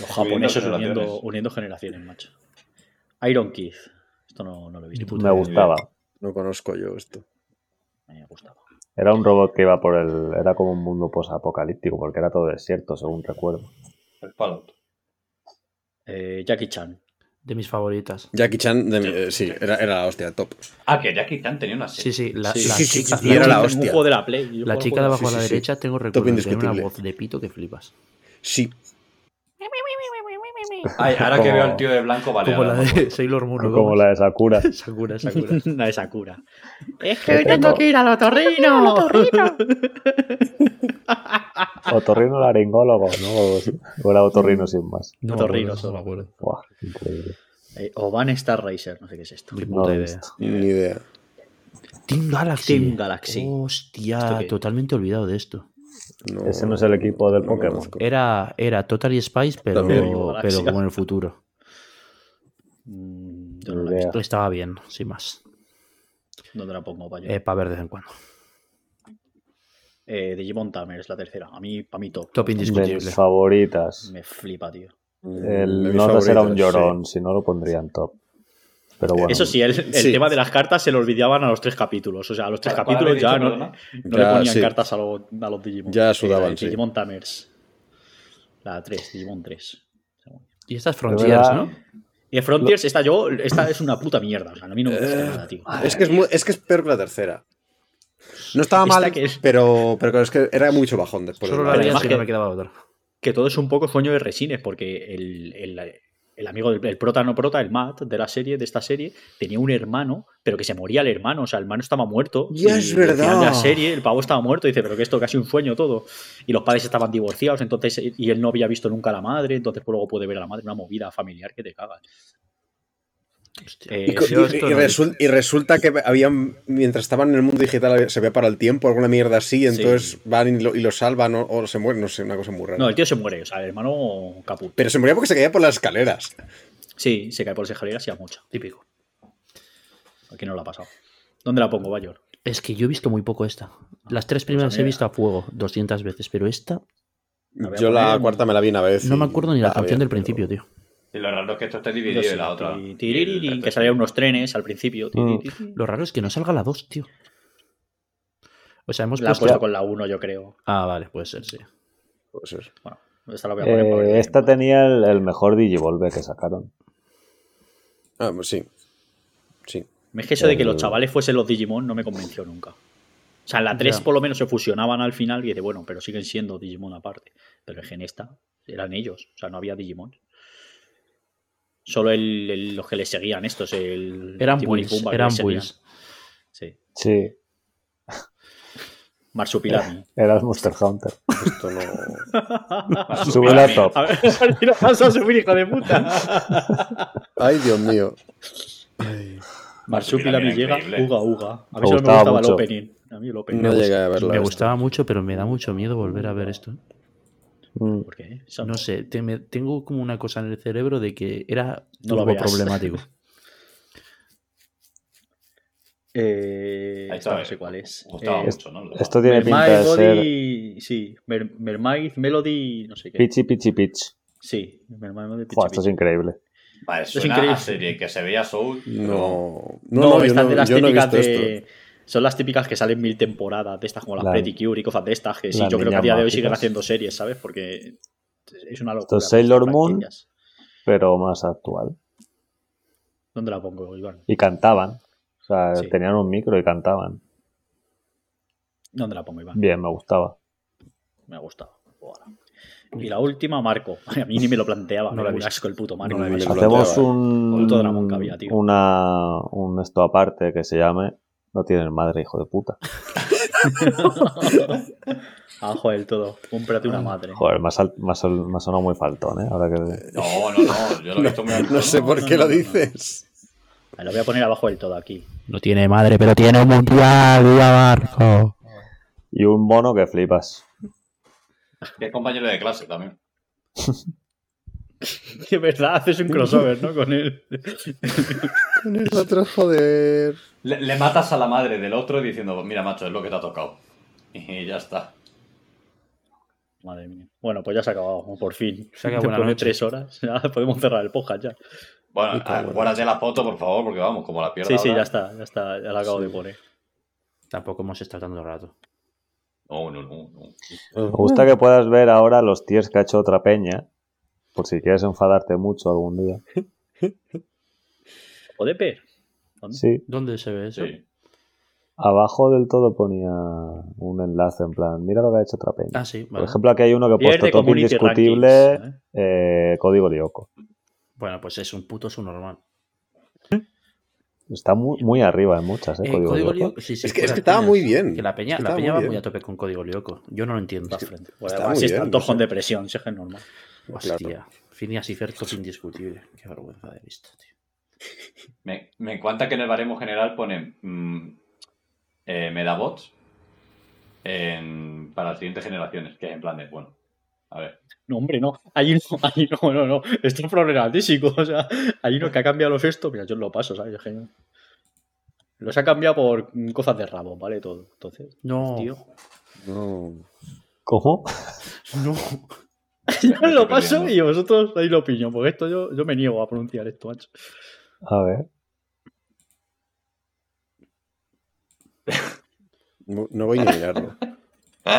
Speaker 5: Los japoneses
Speaker 2: Uniendo generaciones.
Speaker 5: uniendo, uniendo generaciones, macho. Iron Kid. Esto no, no lo he visto.
Speaker 3: Ni
Speaker 4: Me
Speaker 3: puta
Speaker 4: gustaba.
Speaker 6: No conozco yo esto.
Speaker 5: Me gustaba.
Speaker 4: Era un robot que iba por el... Era como un mundo posapocalíptico porque era todo desierto, según recuerdo.
Speaker 2: El Fallout.
Speaker 5: Eh, Jackie Chan.
Speaker 3: de mis favoritas.
Speaker 6: Jackie Chan, de mi- eh, sí, era, era la hostia, top.
Speaker 2: Ah, que Jackie Chan tenía una serie.
Speaker 3: Sí, sí, la,
Speaker 6: Sí,
Speaker 3: la
Speaker 6: sí, sí,
Speaker 3: chica,
Speaker 6: sí, era la
Speaker 5: Un
Speaker 6: hostia.
Speaker 5: juego de la Play. Yo
Speaker 3: la
Speaker 5: juego-
Speaker 3: chica de abajo
Speaker 6: Sí,
Speaker 3: a la
Speaker 6: sí, sí.
Speaker 3: derecha, tengo recuerdo de tener una
Speaker 6: indiscutible.
Speaker 3: voz de pito que flipas.
Speaker 6: Sí,
Speaker 2: Ay, ahora que
Speaker 4: Como-
Speaker 2: veo al tío de blanco, vale.
Speaker 3: Como la
Speaker 2: ahora.
Speaker 3: de Sailor Moon. ¿no?
Speaker 4: Ah, Como la de Sakura.
Speaker 3: Sakura,
Speaker 5: [LAUGHS]
Speaker 3: Sakura.
Speaker 5: La de Sakura. Es
Speaker 4: que tengo que
Speaker 5: ir a los torrinos.
Speaker 4: Otorrino laringólogo, ¿no? O algo así. O era otorrino sin más.
Speaker 3: No,
Speaker 5: Puto Rino
Speaker 3: no me
Speaker 5: solo.
Speaker 3: acuerdo.
Speaker 4: Buah, increíble.
Speaker 5: Eh, O Van Star Racer, no sé qué es esto.
Speaker 3: Ni
Speaker 4: No lo
Speaker 3: puta
Speaker 4: he
Speaker 3: idea.
Speaker 4: visto.
Speaker 6: ni idea.
Speaker 3: Team Galaxy.
Speaker 5: Team Galaxy. ¿Esto
Speaker 3: Hostia,
Speaker 5: qué?
Speaker 3: totalmente olvidado de esto.
Speaker 4: Ese no es el equipo del
Speaker 6: no
Speaker 4: Pokémon.
Speaker 6: conozco.
Speaker 3: Era, era Totally Spice, pero,
Speaker 6: También
Speaker 5: Team Galaxy.
Speaker 3: pero como en el futuro.
Speaker 5: Mm, Yo no la he
Speaker 4: Ni idea.
Speaker 5: visto.
Speaker 3: Estaba bien, sin más.
Speaker 5: ¿Dónde la pongo para yo?
Speaker 3: para ver de vez en cuando.
Speaker 5: Eh, Digimon Tamer es la tercera. A mí, para mí top.
Speaker 3: Top
Speaker 4: De
Speaker 3: indiscutible.
Speaker 4: mis favoritas.
Speaker 5: Me flipa, tío.
Speaker 6: De
Speaker 4: El
Speaker 6: mis
Speaker 4: Notas era un
Speaker 6: favoritas,
Speaker 4: llorón, si no lo pondrían top. Pero bueno.
Speaker 5: Eso sí, el, el
Speaker 6: Sí.
Speaker 5: tema de las cartas se lo olvidaban a los tres capítulos. O sea, a los tres
Speaker 2: ¿Cuál- cuál habéis
Speaker 5: capítulos
Speaker 2: dicho,
Speaker 5: ya no,
Speaker 2: Ah, perdona?
Speaker 5: no
Speaker 6: Ya,
Speaker 5: le ponían
Speaker 6: sí.
Speaker 5: cartas a, los- a los Digimon.
Speaker 6: Ya sudaban,
Speaker 5: Era
Speaker 6: sí.
Speaker 5: Digimon Tamers. La 3, Digimon 3.
Speaker 3: Y estas Frontiers,
Speaker 4: verdad.
Speaker 3: ¿no?
Speaker 5: Y Frontiers, esta yo, esta es una puta mierda. O sea, a mí no me gusta
Speaker 6: Eh,
Speaker 5: nada, tío.
Speaker 6: Es que es, muy- es que es peor que la tercera. No estaba
Speaker 5: Esta
Speaker 6: mal,
Speaker 5: que es-
Speaker 6: pero, pero es que era mucho bajón después.
Speaker 3: Solo
Speaker 6: de
Speaker 3: la
Speaker 5: Pero
Speaker 3: había
Speaker 5: además
Speaker 3: si
Speaker 5: que-
Speaker 3: no me quedaba otra.
Speaker 5: Que todo es un poco sueño de resines, porque el, el- el amigo del el prota no prota, el Matt de la serie, de esta serie, tenía un hermano, pero que se moría el hermano. O sea, el hermano estaba muerto.
Speaker 6: Ya
Speaker 5: y
Speaker 6: es
Speaker 5: al final de la
Speaker 6: verdad.
Speaker 5: serie, el pavo estaba muerto. Y dice, pero que esto casi un sueño todo. Y los padres estaban divorciados, entonces, y él no había visto nunca a la madre, entonces pues, luego puede ver a la madre, una movida familiar que te cagas. Eh,
Speaker 6: Y, co-
Speaker 3: Yo
Speaker 6: y-
Speaker 3: esto
Speaker 6: y
Speaker 3: no lo he visto.
Speaker 6: resul- y resulta que habían, mientras estaban en el mundo digital, se había parado el tiempo, alguna mierda así, y entonces van y lo, y lo salvan o, o se mueren, no sé, una cosa muy rara.
Speaker 5: No, el tío se muere, o sea, el hermano caput.
Speaker 6: Pero se moría porque se caía por las escaleras.
Speaker 5: Sí, se cae por las escaleras y a mucha, típico. Aquí no lo ha pasado. ¿Dónde la pongo, Bayor?
Speaker 3: Es que yo he visto muy poco esta. Las tres primeras he
Speaker 5: mira.
Speaker 3: visto Pues a fuego 200 veces, pero esta
Speaker 5: La voy a
Speaker 6: Yo
Speaker 5: poner
Speaker 6: la
Speaker 5: en-
Speaker 6: cuarta me la vi una vez.
Speaker 3: no
Speaker 6: y
Speaker 3: me acuerdo ni la
Speaker 6: estaba
Speaker 3: canción del
Speaker 6: bien,
Speaker 3: principio, tío.
Speaker 2: Y lo raro es que esto esté
Speaker 5: Yo
Speaker 2: dividido
Speaker 5: sí,
Speaker 2: en la otra.
Speaker 5: ti- tiriririn, que salían unos trenes al principio. ti-
Speaker 4: Mm.
Speaker 5: ti- ti- ti.
Speaker 3: Lo raro es que no salga la 2, tío. O sea, hemos
Speaker 5: La ha
Speaker 3: puesto...
Speaker 5: puesto con la 1, yo creo.
Speaker 3: Ah, vale, puede ser, sí.
Speaker 6: pero- pues eso.
Speaker 5: Bueno, esta la voy a poner. para ver
Speaker 4: Eh,
Speaker 5: qué
Speaker 4: esta
Speaker 5: tiempo.
Speaker 4: tenía el, el mejor Digivolve que sacaron.
Speaker 6: Ah, pues sí. Sí.
Speaker 5: Es que eso de que los chavales fuesen los Digimon no me convenció nunca. O sea, en la 3
Speaker 3: Ya.
Speaker 5: por lo menos se fusionaban al final y dice, bueno, pero siguen siendo Digimon aparte. Pero es que en esta eran ellos, o sea, no había Digimon. Solo el- el- los que le seguían estos, el
Speaker 3: Eran
Speaker 5: Timón y
Speaker 3: bulls,
Speaker 5: Pumba, que
Speaker 3: eran
Speaker 5: le seguían.
Speaker 3: bulls.
Speaker 5: Sí.
Speaker 4: Sí,
Speaker 5: Marsupilami.
Speaker 4: era el Monster Hunter.
Speaker 6: Esto no.
Speaker 5: Ah,
Speaker 4: Sube la top.
Speaker 5: A ver, si lo vas a subir, hijo de puta.
Speaker 6: Ay, Dios mío.
Speaker 5: Marsupilami
Speaker 2: Marsupilami
Speaker 5: llega,
Speaker 2: increíble.
Speaker 5: uga, uga.
Speaker 4: Me
Speaker 5: A mí solo me
Speaker 4: gustaba
Speaker 5: gustaba el
Speaker 4: mucho.
Speaker 5: opening. A mí el opening.
Speaker 6: No llegué a verla.
Speaker 3: Me
Speaker 6: esta.
Speaker 3: gustaba mucho, pero me da mucho miedo volver a ver esto.
Speaker 4: Mm,
Speaker 5: ¿Por qué? Eso
Speaker 3: No sé, te- me- tengo como una cosa en el cerebro de que era
Speaker 5: No lo
Speaker 3: turbo
Speaker 5: veas.
Speaker 3: problemático.
Speaker 5: Eh,
Speaker 2: Ahí
Speaker 5: esta
Speaker 2: está,
Speaker 5: no
Speaker 2: eh.
Speaker 5: sé cuál es.
Speaker 2: Gustaba
Speaker 5: Eh,
Speaker 2: mucho, ¿no?
Speaker 4: Esto tiene pinta de ser
Speaker 5: Melody, sí, Mer- Mermaid, Melody, no sé qué.
Speaker 4: Pichi Pichi Pitch.
Speaker 5: Sí, Mermaid Melody Pitch.
Speaker 4: Buah, esto es increíble.
Speaker 2: Vale,
Speaker 5: es
Speaker 2: suena
Speaker 5: increíble.
Speaker 2: a serie que se veía Soul.
Speaker 6: No.
Speaker 5: No,
Speaker 6: No, no, yo
Speaker 5: estas
Speaker 6: no,
Speaker 5: de las
Speaker 6: yo no he
Speaker 5: típicas
Speaker 6: visto esto.
Speaker 5: de. Son las típicas que salen mil temporadas de estas, como las
Speaker 4: La-
Speaker 5: Pretty Cure y cosas de estas, que sí,
Speaker 4: las
Speaker 5: yo creo que a
Speaker 4: niñas
Speaker 5: día de hoy
Speaker 4: mágicas.
Speaker 5: siguen haciendo series, ¿sabes? Porque es una
Speaker 4: Esto
Speaker 5: locura.
Speaker 4: es Sailor
Speaker 5: estas
Speaker 4: Moon.
Speaker 5: franquicias.
Speaker 4: Pero más actual.
Speaker 5: ¿Dónde la pongo, Iván?
Speaker 4: Y cantaban. O sea,
Speaker 5: Sí.
Speaker 4: tenían un micro y cantaban.
Speaker 5: ¿Dónde la pongo, Iván?
Speaker 4: Bien, me gustaba.
Speaker 5: Me ha gustado. Hola. Y la última, Marco. [LAUGHS] A mí ni me lo planteaba.
Speaker 3: No
Speaker 5: No
Speaker 3: la he
Speaker 5: un
Speaker 3: visto.
Speaker 5: asco el puto Marco.
Speaker 6: No la he visto.
Speaker 4: Hacemos
Speaker 6: planteaba,
Speaker 4: un,
Speaker 5: Puto Dramón que había, tío.
Speaker 4: una un esto aparte que se llame No tienes madre, hijo de puta.
Speaker 5: [LAUGHS] Ajo del todo. Cómprate una madre.
Speaker 4: Joder, me ha, sal- me ha sol- me ha sonado muy faltón, ¿eh? Ahora que...
Speaker 2: No, no, no. Yo lo he visto muy alto.
Speaker 6: No sé por
Speaker 5: no,
Speaker 6: qué
Speaker 5: no,
Speaker 6: lo
Speaker 5: no, no.
Speaker 6: dices.
Speaker 5: Lo voy a poner abajo del todo aquí.
Speaker 3: [LAUGHS] No tiene madre, pero tiene un mundial, viva Marco.
Speaker 4: Y un mono que flipas.
Speaker 2: Que es compañero de clase también.
Speaker 5: [LAUGHS] De verdad, haces un crossover, ¿no? Con él.
Speaker 6: Con el otro, joder.
Speaker 2: Le, le matas a la madre del otro diciendo, mira, macho, es lo que te ha tocado. [LAUGHS] Y ya está.
Speaker 5: [LAUGHS] Madre mía. Bueno, pues ya se ha acabado, por fin.
Speaker 3: Se ha acabado,
Speaker 5: Después
Speaker 3: buena
Speaker 5: de
Speaker 3: noche.
Speaker 5: tres horas, [LAUGHS] ya podemos cerrar el podcast ya.
Speaker 2: Bueno,
Speaker 6: Puta,
Speaker 2: ah,
Speaker 6: bueno.
Speaker 2: guárdate la foto, por favor, porque vamos, como la pierda
Speaker 5: Sí, sí,
Speaker 2: ahora-
Speaker 5: ya está, ya está, ya la acabo de poner.
Speaker 3: Tampoco hemos estado tanto rato.
Speaker 2: No, no, no, no.
Speaker 4: Me gusta que puedas ver ahora los tiers que ha hecho otra peña. Por si quieres enfadarte mucho algún día.
Speaker 5: ¿O de per?
Speaker 4: Sí.
Speaker 3: ¿Dónde se ve eso?
Speaker 2: Sí.
Speaker 4: Abajo del todo ponía un enlace en plan, mira lo que ha hecho otra peña.
Speaker 3: Ah, sí,
Speaker 4: Por
Speaker 3: vale.
Speaker 4: ejemplo, aquí hay uno que ha
Speaker 5: Pierde
Speaker 4: puesto top
Speaker 5: community
Speaker 4: indiscutible,
Speaker 5: rankings,
Speaker 4: eh, código Lyoko.
Speaker 3: Bueno, pues es un puto subnormal.
Speaker 4: Está muy, muy arriba en muchas, ¿eh?
Speaker 3: Eh,
Speaker 4: Código,
Speaker 3: código
Speaker 4: Lyoko.
Speaker 3: Lyoko- sí, sí,
Speaker 6: Es que-
Speaker 3: fuera
Speaker 6: es que
Speaker 3: de
Speaker 6: estaba
Speaker 3: coñas.
Speaker 6: muy bien.
Speaker 3: Que la peña,
Speaker 6: Es que
Speaker 3: la
Speaker 6: estaba
Speaker 3: peña
Speaker 6: muy
Speaker 3: va muy
Speaker 6: bien.
Speaker 3: a tope con código lioco. Yo no lo entiendo. Frente.
Speaker 5: Bueno,
Speaker 6: Está muy
Speaker 5: si
Speaker 6: bien,
Speaker 5: están todos
Speaker 6: no
Speaker 5: con
Speaker 6: sé.
Speaker 5: depresión, si es que es normal.
Speaker 3: Hostia.
Speaker 6: pues
Speaker 3: Finias y Fertos indiscutible. Qué vergüenza de vista, tío.
Speaker 2: Me, me encanta que en el baremo general ponen mm, eh, medabots en- para las siguientes generaciones, que es en plan de, bueno, a ver,
Speaker 5: No, hombre, no. Ahí no, [LAUGHS] ahí no, no, no. Esto es problemático. O sea, ahí no que ha cambiado los esto. Mira, yo lo paso, ¿sabes? Es que no. Los ha cambiado por mm, cosas de rabo, ¿vale? Todo. Entonces,
Speaker 3: No,
Speaker 5: tío.
Speaker 6: No.
Speaker 4: ¿Cómo?
Speaker 5: [LAUGHS]
Speaker 3: no.
Speaker 5: Yo
Speaker 2: me
Speaker 5: lo
Speaker 2: estoy
Speaker 5: paso
Speaker 2: perdiendo.
Speaker 5: y vosotros dais la opinión, porque esto yo, yo me niego a pronunciar esto, macho.
Speaker 4: A ver.
Speaker 6: No no voy ni a mirarlo.
Speaker 3: [LAUGHS]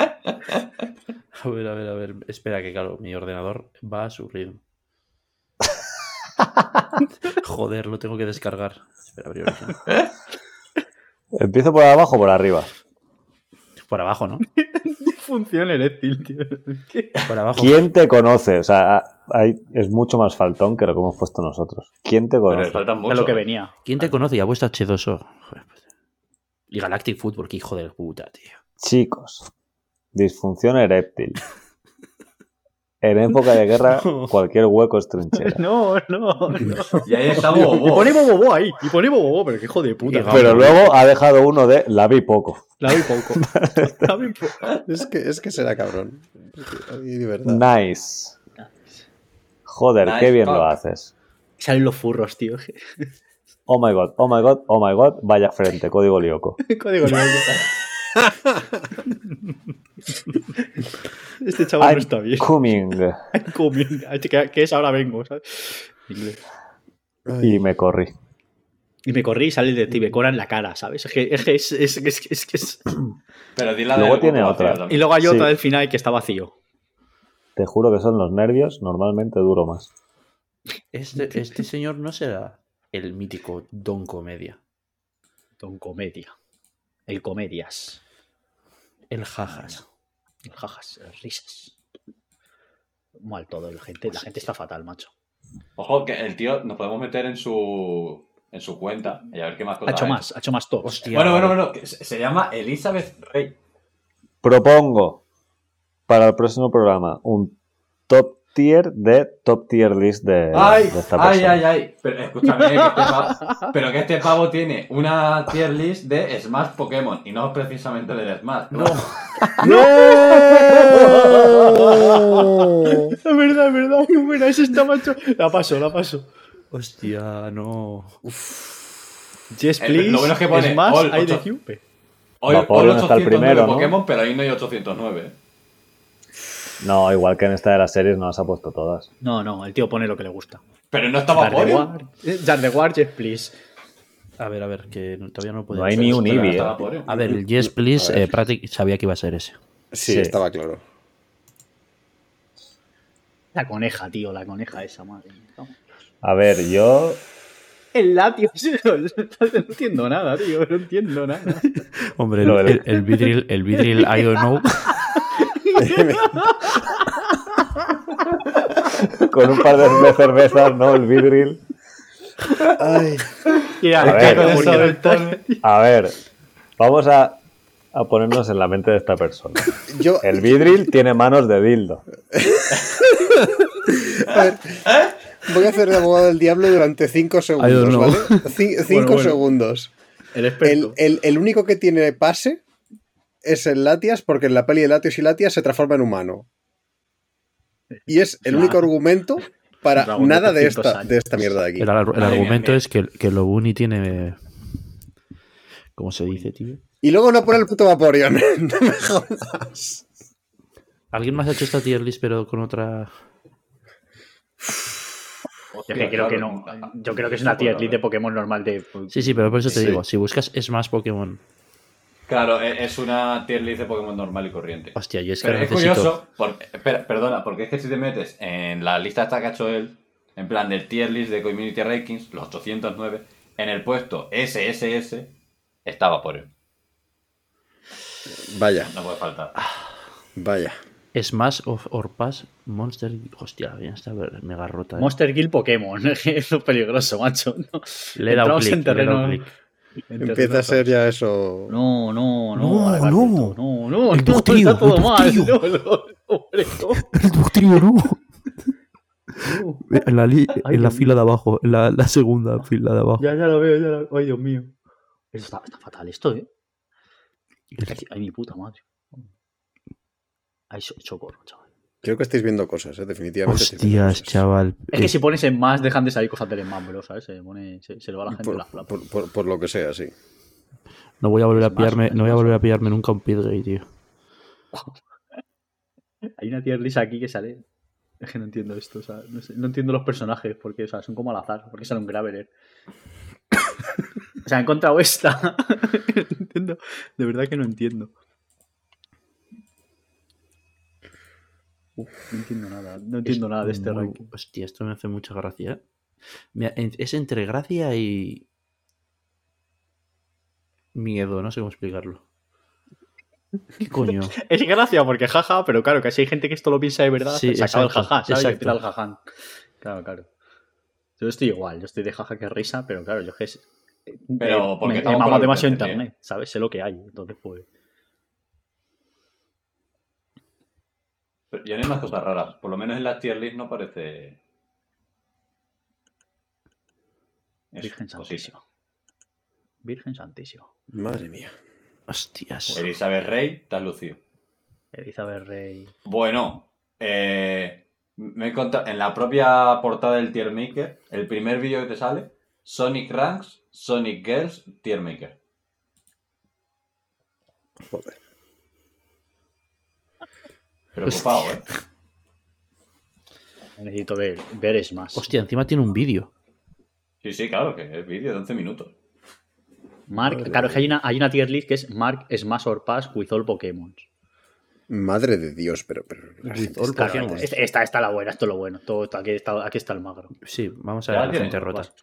Speaker 3: A ver, a ver, a ver. Espera que, claro, mi ordenador va a
Speaker 4: [LAUGHS]
Speaker 3: su ritmo. Joder, lo tengo que descargar. Espera, abrir origen.
Speaker 4: Empiezo por abajo o por arriba.
Speaker 3: Por abajo, ¿no?
Speaker 5: Funciona el Estil, tío. ¿Qué?
Speaker 3: Por abajo.
Speaker 4: ¿Quién te conoce? O sea, a- hay- es mucho más faltón que lo que hemos puesto nosotros. ¿Quién te
Speaker 2: pero le
Speaker 4: conoce?
Speaker 2: faltan
Speaker 5: Es
Speaker 2: mucho.
Speaker 5: lo que venía.
Speaker 3: ¿Quién te conoce? Y apuesta H2O. Joder, pues. Y Galactic Football, que hijo de puta, tío.
Speaker 4: Chicos, disfunción eréctil. En época de
Speaker 5: [LAUGHS]
Speaker 4: guerra, cualquier hueco es trinchera.
Speaker 5: [LAUGHS] No, no, no.
Speaker 2: Y ahí está
Speaker 5: Y [LAUGHS]
Speaker 2: Bobo.
Speaker 5: ponemos bobo ahí. Y ponemos bobo, pero qué hijo de puta.
Speaker 3: Llegamos.
Speaker 4: Pero luego ha dejado uno de la vi poco.
Speaker 5: La doy poco. La doy poco.
Speaker 6: Es que, es que será cabrón. Ay, de verdad.
Speaker 4: Nice. Joder,
Speaker 2: Nice
Speaker 4: qué bien
Speaker 2: fuck.
Speaker 4: lo haces.
Speaker 5: Salen los furros, tío.
Speaker 4: Oh my god, oh my god, oh my god, vaya frente, código lioco.
Speaker 5: [LAUGHS] Código Lyoko. [LAUGHS] Este chaval no
Speaker 4: I'm
Speaker 5: está bien. [LAUGHS]
Speaker 4: coming.
Speaker 5: I'm coming. Que, que es ahora vengo, ¿sabes? Inglés.
Speaker 6: Ay,
Speaker 4: Y me corrí.
Speaker 5: Y me corrí y sale el detective Conan en la cara, ¿sabes? Es que es. que es, es, es, es, que es-
Speaker 2: Pero di la
Speaker 4: Luego
Speaker 2: del
Speaker 4: tiene
Speaker 2: Goku
Speaker 4: otra.
Speaker 2: vacío
Speaker 5: Y
Speaker 2: también.
Speaker 5: luego hay otra
Speaker 4: Sí.
Speaker 5: del final que está vacío.
Speaker 4: Te juro que son los nervios, normalmente duro más.
Speaker 3: Este, [LAUGHS] este señor no será el mítico Don Comedia.
Speaker 5: Don Comedia. El Comedias.
Speaker 3: El Jajas.
Speaker 5: El Jajas. Las risas. Mal todo. La gente, la gente está fatal, macho.
Speaker 2: Ojo, que el tío nos podemos meter en su, en su cuenta y a ver qué más
Speaker 5: Ha
Speaker 2: cosas.
Speaker 5: hecho
Speaker 2: ha
Speaker 5: más. Ha hecho más todo.
Speaker 3: Hostia.
Speaker 2: Bueno, bueno, bueno, que se se llama Elizabeth Rey.
Speaker 4: Propongo para el próximo programa un top tier de top tier list de,
Speaker 2: Ay,
Speaker 4: de esta
Speaker 2: ay,
Speaker 4: persona.
Speaker 2: ay, ay. Pero escúchame, que este pavo, pero que este pavo tiene una tier list de Smash Pokémon y no precisamente del Smash. No.
Speaker 5: Es verdad, es verdad. Qué buena. Ese está, macho. La paso, la paso.
Speaker 3: Hostia, no.
Speaker 5: Yes,
Speaker 2: Eh,
Speaker 5: please.
Speaker 2: lo bueno es que pone
Speaker 5: Smash
Speaker 2: all ocho-
Speaker 5: IDQ.
Speaker 2: Hoy,
Speaker 4: Vaporeon
Speaker 2: hoy
Speaker 4: está el
Speaker 2: 809
Speaker 4: primero, ¿no?
Speaker 2: Pokémon, pero ahí no hay 809.
Speaker 4: No, igual que en esta de las series no las ha puesto todas.
Speaker 5: No, no, el tío pone lo que le gusta.
Speaker 2: Pero no está
Speaker 5: Jar de
Speaker 2: Vaporeon.
Speaker 5: War, eh, Jar de War, yes, please.
Speaker 3: A ver, a ver, que no- todavía no puedo.
Speaker 4: No hay ni un
Speaker 2: Pero no
Speaker 4: Eevee.
Speaker 2: está
Speaker 4: eh.
Speaker 2: Vaporeon.
Speaker 3: A ver, el Yes Please,
Speaker 6: A ver.
Speaker 3: eh, práctic- sabía que iba a ser ese.
Speaker 6: sí,
Speaker 4: Sí.
Speaker 6: estaba claro.
Speaker 5: La coneja, tío, la coneja esa, madre. mía.
Speaker 4: A ver, yo
Speaker 5: El [LAUGHS] latio, no entiendo nada, tío, no entiendo [LAUGHS] nada.
Speaker 3: Hombre,
Speaker 4: Lo
Speaker 3: el,
Speaker 4: del-
Speaker 3: el, el vidril, el vidril I don't know.
Speaker 4: con un par de cervezas, ¿no? El vidril.
Speaker 6: Ay,
Speaker 5: Ya,
Speaker 4: A ver.
Speaker 5: ya,
Speaker 2: Eso del
Speaker 5: tal.
Speaker 4: A ver, vamos a, a ponernos en la mente de esta persona.
Speaker 6: yo,
Speaker 4: El vidril tiene manos de dildo.
Speaker 6: Voy a hacer de abogado del diablo durante 5 segundos,
Speaker 3: know.
Speaker 6: ¿vale? 5
Speaker 5: Bueno, bueno.
Speaker 6: segundos. El,
Speaker 5: el experto.
Speaker 6: el- el único que tiene pase es el Latias, porque en la peli de Latios y Latias se transforma en humano. Y es el
Speaker 5: Nah.
Speaker 6: único argumento para
Speaker 5: Dragón de
Speaker 6: nada de
Speaker 5: 300
Speaker 6: esta, de
Speaker 5: años.
Speaker 6: esta mierda de aquí.
Speaker 3: El, ar- el
Speaker 2: Madre
Speaker 3: argumento
Speaker 2: mía.
Speaker 3: es que, que Lobuni tiene. ¿Cómo se dice, tío?
Speaker 6: Y luego no pone el puto Vaporeon. No me jodas.
Speaker 3: ¿Alguien más ha hecho esta tier list, pero con otra.
Speaker 5: Yo que creo que no. Yo creo que es una tier list de Pokémon normal de.
Speaker 3: Sí, sí, pero por eso te
Speaker 6: Sí.
Speaker 3: digo, si buscas es más Pokémon.
Speaker 2: Claro, e- es una tier list de Pokémon normal y corriente.
Speaker 3: Hostia, yo es que
Speaker 2: Pero es
Speaker 3: necesito.
Speaker 2: curioso, porque- espera, perdona, porque es que si te metes en la lista esta que ha hecho él, en plan del tier list de Community Rankings, los 809, en el puesto SSS estaba por él.
Speaker 6: [LAUGHS] Vaya,
Speaker 2: No puede faltar.
Speaker 6: vaya.
Speaker 3: Smash of Orpas Monster. Hostia, bien está mega rota. eh.
Speaker 5: Monster Kill Pokémon, [LAUGHS] es lo peligroso, macho. ¿no?
Speaker 3: Le he dado
Speaker 5: Entramos
Speaker 3: clic,
Speaker 5: en
Speaker 3: le he dado
Speaker 5: terreno-
Speaker 3: clic.
Speaker 5: en
Speaker 6: Empieza a
Speaker 5: terreno-
Speaker 6: ser ya eso.
Speaker 5: No, no, no.
Speaker 3: No,
Speaker 5: Alberto,
Speaker 3: no.
Speaker 5: No, no,
Speaker 3: El
Speaker 5: no,
Speaker 3: potrío,
Speaker 5: está todo
Speaker 3: el
Speaker 5: mal. [LAUGHS]
Speaker 3: potrío.
Speaker 5: No, no, hombre, no.
Speaker 3: [LAUGHS] En la, li-
Speaker 5: Ay,
Speaker 3: en la
Speaker 5: Dios
Speaker 3: fila de abajo, en la, la segunda fila de abajo.
Speaker 5: Ya, ya lo veo, ya lo Ay, Dios mío. Eso está, está fatal esto, ¿eh? Ay, ay, mi puta madre. Ay, so- socorro, chaval.
Speaker 6: Creo que estáis viendo cosas, ¿eh? definitivamente. estáis viendo
Speaker 3: Hostias,
Speaker 6: cosas.
Speaker 3: chaval.
Speaker 5: Es que
Speaker 3: Eh,
Speaker 5: si pones en más, dejan de salir cosas del en más, bro, ¿sabes? Se, pone, se, se le va a la gente la
Speaker 6: Por,
Speaker 5: flapa.
Speaker 6: por- por- por lo que sea, sí.
Speaker 3: no voy a volver a
Speaker 5: Smash,
Speaker 3: pillarme, no voy a
Speaker 5: Smash.
Speaker 3: volver a pillarme nunca un pitgate, tío.
Speaker 5: Hay una tier list aquí que sale. Es que no entiendo esto, o sea, no, sé, no entiendo los personajes, porque, o sea, son como al azar, porque sale un Graveler. o sea, he encontrado esta. [LAUGHS] no entiendo, de verdad que no entiendo. Uf, no entiendo nada, no entiendo
Speaker 3: Es
Speaker 5: nada de este
Speaker 3: muy-
Speaker 5: ranking.
Speaker 3: Hostia, esto me hace mucha gracia. ¿eh? Mira, en- es entre gracia y. Miedo, no sé cómo explicarlo. ¿Qué
Speaker 5: [LAUGHS]
Speaker 3: coño?
Speaker 5: Es gracia porque jaja, pero claro, que si hay gente que esto lo piensa de verdad,
Speaker 3: Sí,
Speaker 5: se acaba el
Speaker 3: exacto,
Speaker 5: jaja, ¿sabes? Y
Speaker 3: exacto.
Speaker 5: empieza el jaján. Claro, claro. Yo estoy igual, yo estoy de jaja que risa, pero claro, yo que es.
Speaker 2: Pero
Speaker 5: eh,
Speaker 2: porque
Speaker 5: me, me
Speaker 2: estamos con
Speaker 5: mama
Speaker 2: los
Speaker 5: demasiado
Speaker 2: presentes,
Speaker 5: internet, ¿sabes? Sé lo que hay, entonces pues.
Speaker 2: Pero yo no hay más cosas raras. Por lo menos en la tier list no parece. Eso,
Speaker 5: Virgen
Speaker 2: cosita.
Speaker 5: Santísima. Virgen Santísima.
Speaker 6: Madre mía.
Speaker 3: Hostias.
Speaker 2: Elizabeth Rey, te has lucido.
Speaker 5: Elizabeth Rey.
Speaker 2: Bueno, eh, me he encontrado- en la propia portada del Tier Maker, el primer vídeo que te sale, Sonic Ranks, Sonic Girls, Tier Maker.
Speaker 6: Joder.
Speaker 2: Preocupado, ¿eh?
Speaker 5: Necesito ver, ver es más.
Speaker 3: Hostia, encima tiene un vídeo.
Speaker 2: Sí, sí, claro, que es vídeo de 11 minutos.
Speaker 5: Mark, claro, es que hay una, hay una tier list que es Mark Smash or Pass with all Pokémon.
Speaker 6: Madre de Dios, pero. pero la
Speaker 3: With
Speaker 6: gente
Speaker 3: all
Speaker 6: está- ¿eh?
Speaker 3: Pokémon.
Speaker 5: esta, Este, esta, esta la buena, esto es lo bueno. Todo, todo- aquí, está, aquí está el magro.
Speaker 3: Sí, vamos a
Speaker 2: Ya
Speaker 3: ver
Speaker 2: la
Speaker 3: la
Speaker 2: tiene,
Speaker 3: gente rota.
Speaker 5: vas.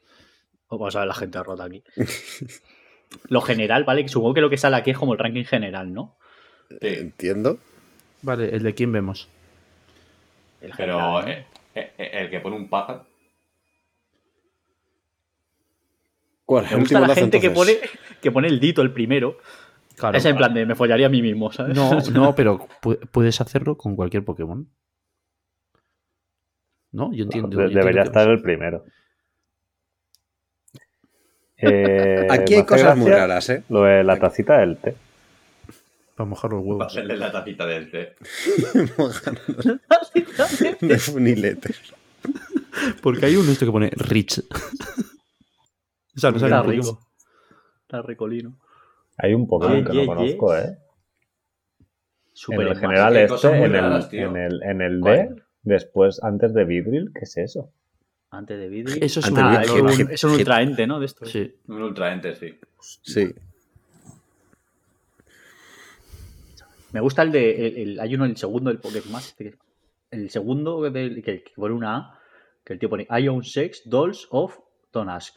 Speaker 5: Vamos a ver la gente rota aquí. [LAUGHS] lo general, ¿vale? Que Supongo que lo que sale aquí es como el ranking general, ¿no?
Speaker 2: Sí,
Speaker 6: Este- Entiendo.
Speaker 3: Vale, el de quién vemos.
Speaker 5: El
Speaker 2: pero
Speaker 5: general, ¿no?
Speaker 2: eh, eh, eh, el que pone un pájaro.
Speaker 6: ¿Cuál?
Speaker 5: Me gusta la gente que pone, que pone el dito el primero.
Speaker 3: Claro.
Speaker 5: es en plan de me follaría a mí mismo, ¿sabes? [LAUGHS]
Speaker 3: No, no, pero pu- puedes hacerlo con cualquier Pokémon. No, yo entiendo. yo
Speaker 4: De-
Speaker 3: entiendo
Speaker 4: debería
Speaker 3: que-
Speaker 4: estar el primero. Eh,
Speaker 6: Aquí
Speaker 4: me
Speaker 6: hay
Speaker 4: hace
Speaker 6: cosas muy
Speaker 4: gracia
Speaker 6: raras, ¿eh? [LAUGHS]
Speaker 4: Lo de la tacita del té.
Speaker 3: Para mojar los
Speaker 2: Va a
Speaker 3: huevos.
Speaker 2: ser de este. la tapita del té.
Speaker 6: de funilete.
Speaker 3: Porque hay uno esto que pone Rich. o sea, no sabe
Speaker 5: Está
Speaker 3: ni
Speaker 5: rico.
Speaker 3: cómo.
Speaker 5: Está recolino.
Speaker 4: Hay un Pokémon
Speaker 5: Ye-
Speaker 4: que
Speaker 5: ye-
Speaker 4: no conozco,
Speaker 5: yes.
Speaker 4: ¿eh? En
Speaker 5: Super
Speaker 4: el
Speaker 5: en
Speaker 4: general
Speaker 2: Hay
Speaker 4: este,
Speaker 2: cosas muy
Speaker 4: en el,
Speaker 2: raras, tío.
Speaker 4: en el, en el D,
Speaker 5: ¿Cuál?
Speaker 4: después, antes de Vidril, ¿qué es eso?
Speaker 5: Antes de vídeo.
Speaker 3: Eso es
Speaker 6: Antes
Speaker 3: un-
Speaker 6: de-
Speaker 5: Ah,
Speaker 3: es
Speaker 5: es
Speaker 6: que-
Speaker 3: un-
Speaker 5: un,
Speaker 6: que-
Speaker 5: es un
Speaker 6: que-
Speaker 5: ultraente, ¿no? De esto.
Speaker 3: Sí.
Speaker 2: Un ultraente, sí.
Speaker 6: Sí.
Speaker 5: Me gusta el de. El, el- hay uno, el segundo del Pokémon más. este que- El segundo del, que, que pone una A, que el tío pone Ion Sex, Dolls of Don't Ask.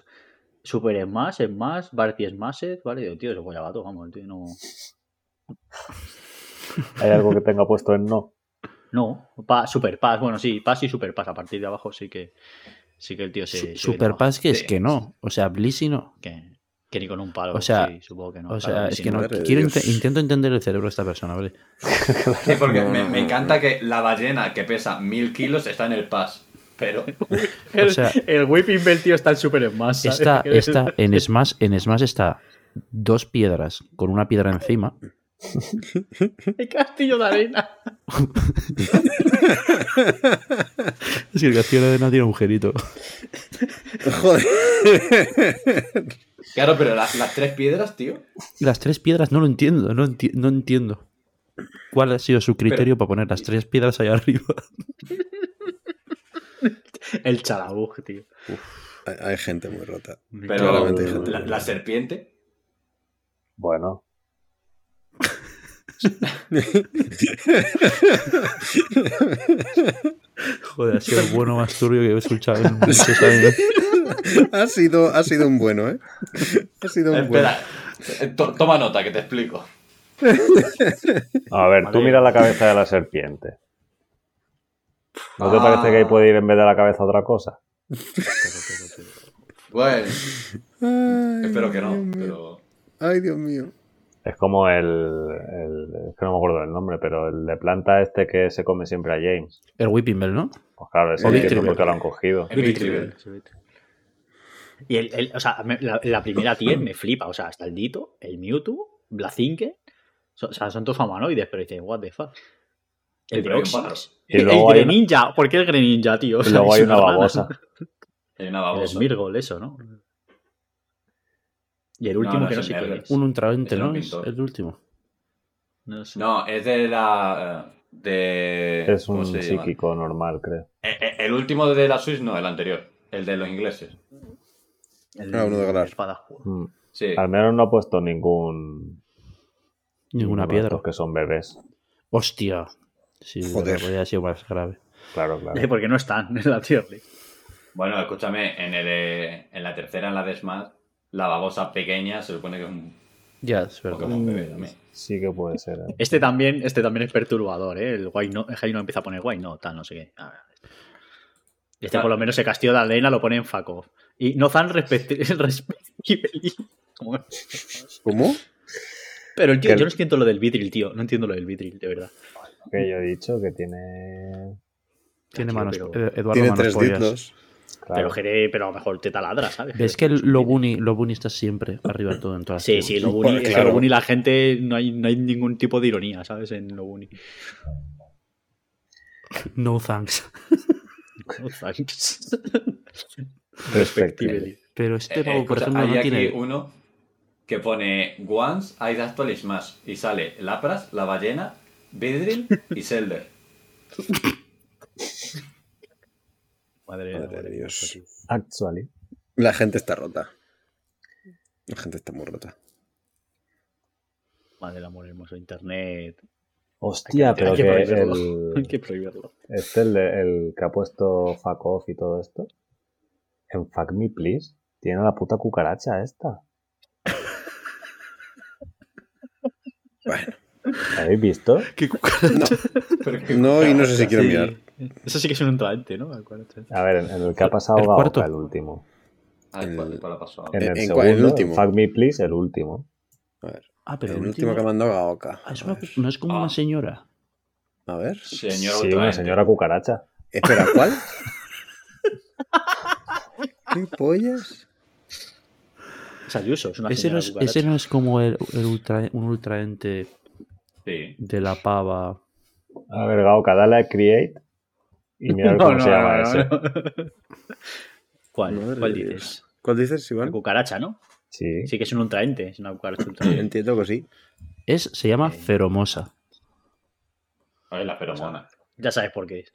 Speaker 5: Super Smash, Smash, Barty Smash, ¿vale? Digo, tío, eso pues ya va todo, vamos, el tío no.
Speaker 4: ¿Hay algo que tenga puesto en no?
Speaker 5: No, pa, Super Pass, bueno, sí, Pass y Super Pass. A partir de abajo sí que. Sí que el tío se.
Speaker 3: Su-
Speaker 5: se
Speaker 3: Super
Speaker 5: viene
Speaker 3: Pass que es
Speaker 2: Sí.
Speaker 3: que no. O sea, Blissey no.
Speaker 5: abajo. Que, que ni con un palo.
Speaker 3: O sea-
Speaker 5: sí, supongo que no.
Speaker 3: O
Speaker 5: claro,
Speaker 3: sea, es
Speaker 5: sí,
Speaker 3: que no.
Speaker 6: madre de
Speaker 3: Quiero
Speaker 6: Dios.
Speaker 3: inte- intento entender el cerebro de esta
Speaker 2: [LAUGHS]
Speaker 3: persona, ¿vale?
Speaker 2: Sí, porque
Speaker 6: No, no,
Speaker 2: me,
Speaker 6: no,
Speaker 2: me
Speaker 6: no.
Speaker 2: encanta que la ballena que pesa mil kilos está en el pass. Pero
Speaker 5: El,
Speaker 3: o sea-
Speaker 5: [LAUGHS] el whipping del tío está en ¿eh? Super Smash. ¿sabes?
Speaker 3: Está,
Speaker 5: [LAUGHS] Que-
Speaker 3: está en Smash, en Smash está dos piedras con una piedra encima.
Speaker 5: El castillo de arena.
Speaker 3: Es que el castillo de no tiene agujerito.
Speaker 6: Joder.
Speaker 2: claro, pero la- las tres piedras, tío.
Speaker 3: Las tres piedras no lo entiendo, no, enti- no entiendo. ¿Cuál ha sido su criterio para poner las tres piedras allá [LAUGHS] arriba?
Speaker 5: El chalabuj, tío.
Speaker 6: Hay, hay gente muy rota.
Speaker 2: Pero
Speaker 6: Claramente hay
Speaker 2: la,
Speaker 6: gente.
Speaker 2: la serpiente.
Speaker 4: Bueno.
Speaker 3: Joder, ha sido el bueno más turbio que he escuchado en muchos años.
Speaker 6: Ha sido, ha sido un bueno, ¿eh? Ha sido un bueno.
Speaker 2: Espera, eh, to- toma nota que te explico.
Speaker 4: A ver, tú mira la cabeza de la serpiente. ¿No te parece que ahí puede ir en vez de la cabeza otra cosa?
Speaker 2: Bueno,
Speaker 6: Ay,
Speaker 2: espero que
Speaker 6: Dios
Speaker 2: no,
Speaker 6: mío.
Speaker 2: pero.
Speaker 6: Ay, Dios mío.
Speaker 4: Es como el, el- Es que no me acuerdo del nombre, pero el de planta este que se come siempre a James.
Speaker 3: El Whipping Bell, ¿no?
Speaker 4: Pues claro, ese
Speaker 6: Oli
Speaker 4: entiendo
Speaker 6: Tribble.
Speaker 4: por qué lo han cogido.
Speaker 2: en mi tribal.
Speaker 5: Y el, el- o sea, me- la, la primera 10 me flipa. O sea, hasta el Dito, el Mewtwo, Blazinken. so- o sea, son todos famanoides, pero dices, what the fuck. El
Speaker 2: Sí, pero hay un
Speaker 5: Broxas.
Speaker 2: pájaro.
Speaker 4: Y
Speaker 5: El,
Speaker 4: luego hay una-
Speaker 5: Greninja. ¿Por qué el Greninja, tío? [LAUGHS] O
Speaker 4: Y
Speaker 5: sea,
Speaker 4: luego
Speaker 5: es
Speaker 4: hay una
Speaker 5: rana.
Speaker 4: babosa.
Speaker 2: Hay una
Speaker 5: El
Speaker 2: babosa.
Speaker 5: Smirgol, eso, ¿no? Y el
Speaker 2: No,
Speaker 5: último
Speaker 2: no,
Speaker 5: que
Speaker 2: es
Speaker 5: no
Speaker 2: el
Speaker 5: sé quién
Speaker 2: Smirgol.
Speaker 5: es.
Speaker 3: Un ultraente,
Speaker 2: Ese
Speaker 3: ¿no?
Speaker 2: era un
Speaker 3: Es
Speaker 2: pintor.
Speaker 3: el último.
Speaker 5: No sé.
Speaker 2: No, es de la. eh, De,
Speaker 4: Es
Speaker 2: ¿cómo
Speaker 4: un
Speaker 2: se llama?
Speaker 4: psíquico normal, creo.
Speaker 2: Eh, eh, El último de la Switch no, el anterior. El de los ingleses.
Speaker 5: El,
Speaker 6: Ah, uno de Galar.
Speaker 5: espada.
Speaker 4: Mm.
Speaker 2: Sí.
Speaker 4: Al menos no ha puesto ningún.
Speaker 3: Ninguna
Speaker 4: ninguno de
Speaker 3: piedra.
Speaker 4: estos Que son bebés.
Speaker 3: Hostia. Sí,
Speaker 6: Joder.
Speaker 3: Joder. Podría haber sido más grave.
Speaker 4: Claro, claro.
Speaker 5: Eh, [LAUGHS] Porque no están en la tier list.
Speaker 2: Bueno, escúchame, en, el, eh, en la tercera, en la de Smash, la babosa pequeña se supone que es un
Speaker 3: Ya, es verdad.
Speaker 2: Pokémon bebé también.
Speaker 4: Sí que puede ser. ¿eh?
Speaker 5: Este también, este también es perturbador, ¿eh? El guay no, el Jaime no empieza a poner guay, no, tal, no sé qué. A ver. Este por lo menos se castigó de Alena, lo pone en faco. Y no tan [LAUGHS] respectively. Como-
Speaker 6: ¿Cómo?
Speaker 5: Pero tío,
Speaker 4: Que-
Speaker 5: yo no entiendo lo del vidril, tío. No entiendo lo del vidril, de verdad.
Speaker 4: Que yo he dicho que tiene.
Speaker 3: Tiene
Speaker 5: Tío,
Speaker 3: manos.
Speaker 5: pero-
Speaker 3: eh, Eduardo
Speaker 6: Tiene
Speaker 3: manos
Speaker 6: tres
Speaker 3: pollas.
Speaker 6: dildos.
Speaker 4: Claro.
Speaker 5: Pero, Jere, pero a lo mejor te taladra, ¿sabes?
Speaker 3: Ves que el- lo bunny, lo bunny está siempre arriba de todo en todas las
Speaker 5: Sí,
Speaker 3: tribus.
Speaker 5: sí, lo
Speaker 6: Bueno,
Speaker 5: buni, es que
Speaker 6: claro.
Speaker 5: lo buni la gente no hay, no hay ningún tipo de ironía, ¿sabes? En lo [LAUGHS] buni.
Speaker 3: No thanks.
Speaker 5: [LAUGHS]
Speaker 4: Respectively.
Speaker 3: Pero este
Speaker 2: Eh,
Speaker 3: pavo, por
Speaker 2: escucha,
Speaker 3: ejemplo,
Speaker 2: hay
Speaker 3: no
Speaker 2: aquí
Speaker 3: tiene.
Speaker 2: uno que pone Once I Dactyl Smash y sale Lapras, la ballena, Vidril y
Speaker 4: [LAUGHS]
Speaker 2: Zelder.
Speaker 5: Madre,
Speaker 6: Madre
Speaker 5: pues madre
Speaker 6: de
Speaker 5: mía,
Speaker 6: Dios.
Speaker 5: tío.
Speaker 4: Actually.
Speaker 6: La gente está rota. La gente está muy rota.
Speaker 5: Madre del amor hermoso, internet.
Speaker 4: Hostia, pero
Speaker 5: hay que
Speaker 4: que
Speaker 5: prohibirlo. Hay
Speaker 4: el,
Speaker 5: que prohibirlo.
Speaker 4: este, el, de- el que ha puesto fuck off y todo esto. En fuck me please. Tiene a la puta cucaracha esta.
Speaker 6: Bueno,
Speaker 4: ¿Habéis visto?
Speaker 6: no, y no sé si quiero mirar.
Speaker 5: Eso sí que es un entrante, ¿no? Al cuarenta.
Speaker 4: A ver, en, en el que ha pasado
Speaker 3: El
Speaker 4: Gaoka,
Speaker 3: cuarto.
Speaker 4: el último.
Speaker 2: Ah,
Speaker 6: El-
Speaker 2: ¿cuál- cuál ha pasado?
Speaker 4: En el,
Speaker 6: ¿En
Speaker 4: segundo,
Speaker 6: cuál? ¿El último?
Speaker 4: Fuck me please, el último.
Speaker 6: A ver.
Speaker 3: Ah, pero
Speaker 6: el último que ha mandado Gaoka.
Speaker 3: Ah, es
Speaker 6: A
Speaker 3: una-
Speaker 6: ver.
Speaker 3: No es como
Speaker 2: Ah.
Speaker 3: una señora.
Speaker 6: A ver.
Speaker 2: Señor
Speaker 4: sí,
Speaker 2: Ultraente.
Speaker 4: una señora cucaracha.
Speaker 6: Espera, ¿cuál? ¿Qué pollas?
Speaker 5: Es Ayuso, es una
Speaker 3: Ese no
Speaker 5: señora
Speaker 3: es,
Speaker 5: cucaracha.
Speaker 3: ese no es como el, el ultra, un ultraente
Speaker 2: Sí.
Speaker 3: de la pava.
Speaker 4: A ver, Gaoka, dale a create y
Speaker 5: [LAUGHS]
Speaker 4: mira a ver
Speaker 5: No,
Speaker 4: cómo
Speaker 5: no,
Speaker 4: se llama
Speaker 5: no, no,
Speaker 4: ese.
Speaker 5: no. [LAUGHS] ¿Cuál?
Speaker 6: Madre
Speaker 5: ¿Cuál
Speaker 6: de
Speaker 5: dices?
Speaker 6: ¿Cuál dices,
Speaker 5: La
Speaker 6: Iván?
Speaker 5: cucaracha, ¿no?
Speaker 4: Sí.
Speaker 5: Sí que es un entrante, es una cucaracha entrante.
Speaker 6: Entiendo que sí.
Speaker 3: Es, se llama
Speaker 5: Ok.
Speaker 3: feromosa.
Speaker 2: A ver, la feromona.
Speaker 5: Ya sabes por qué es.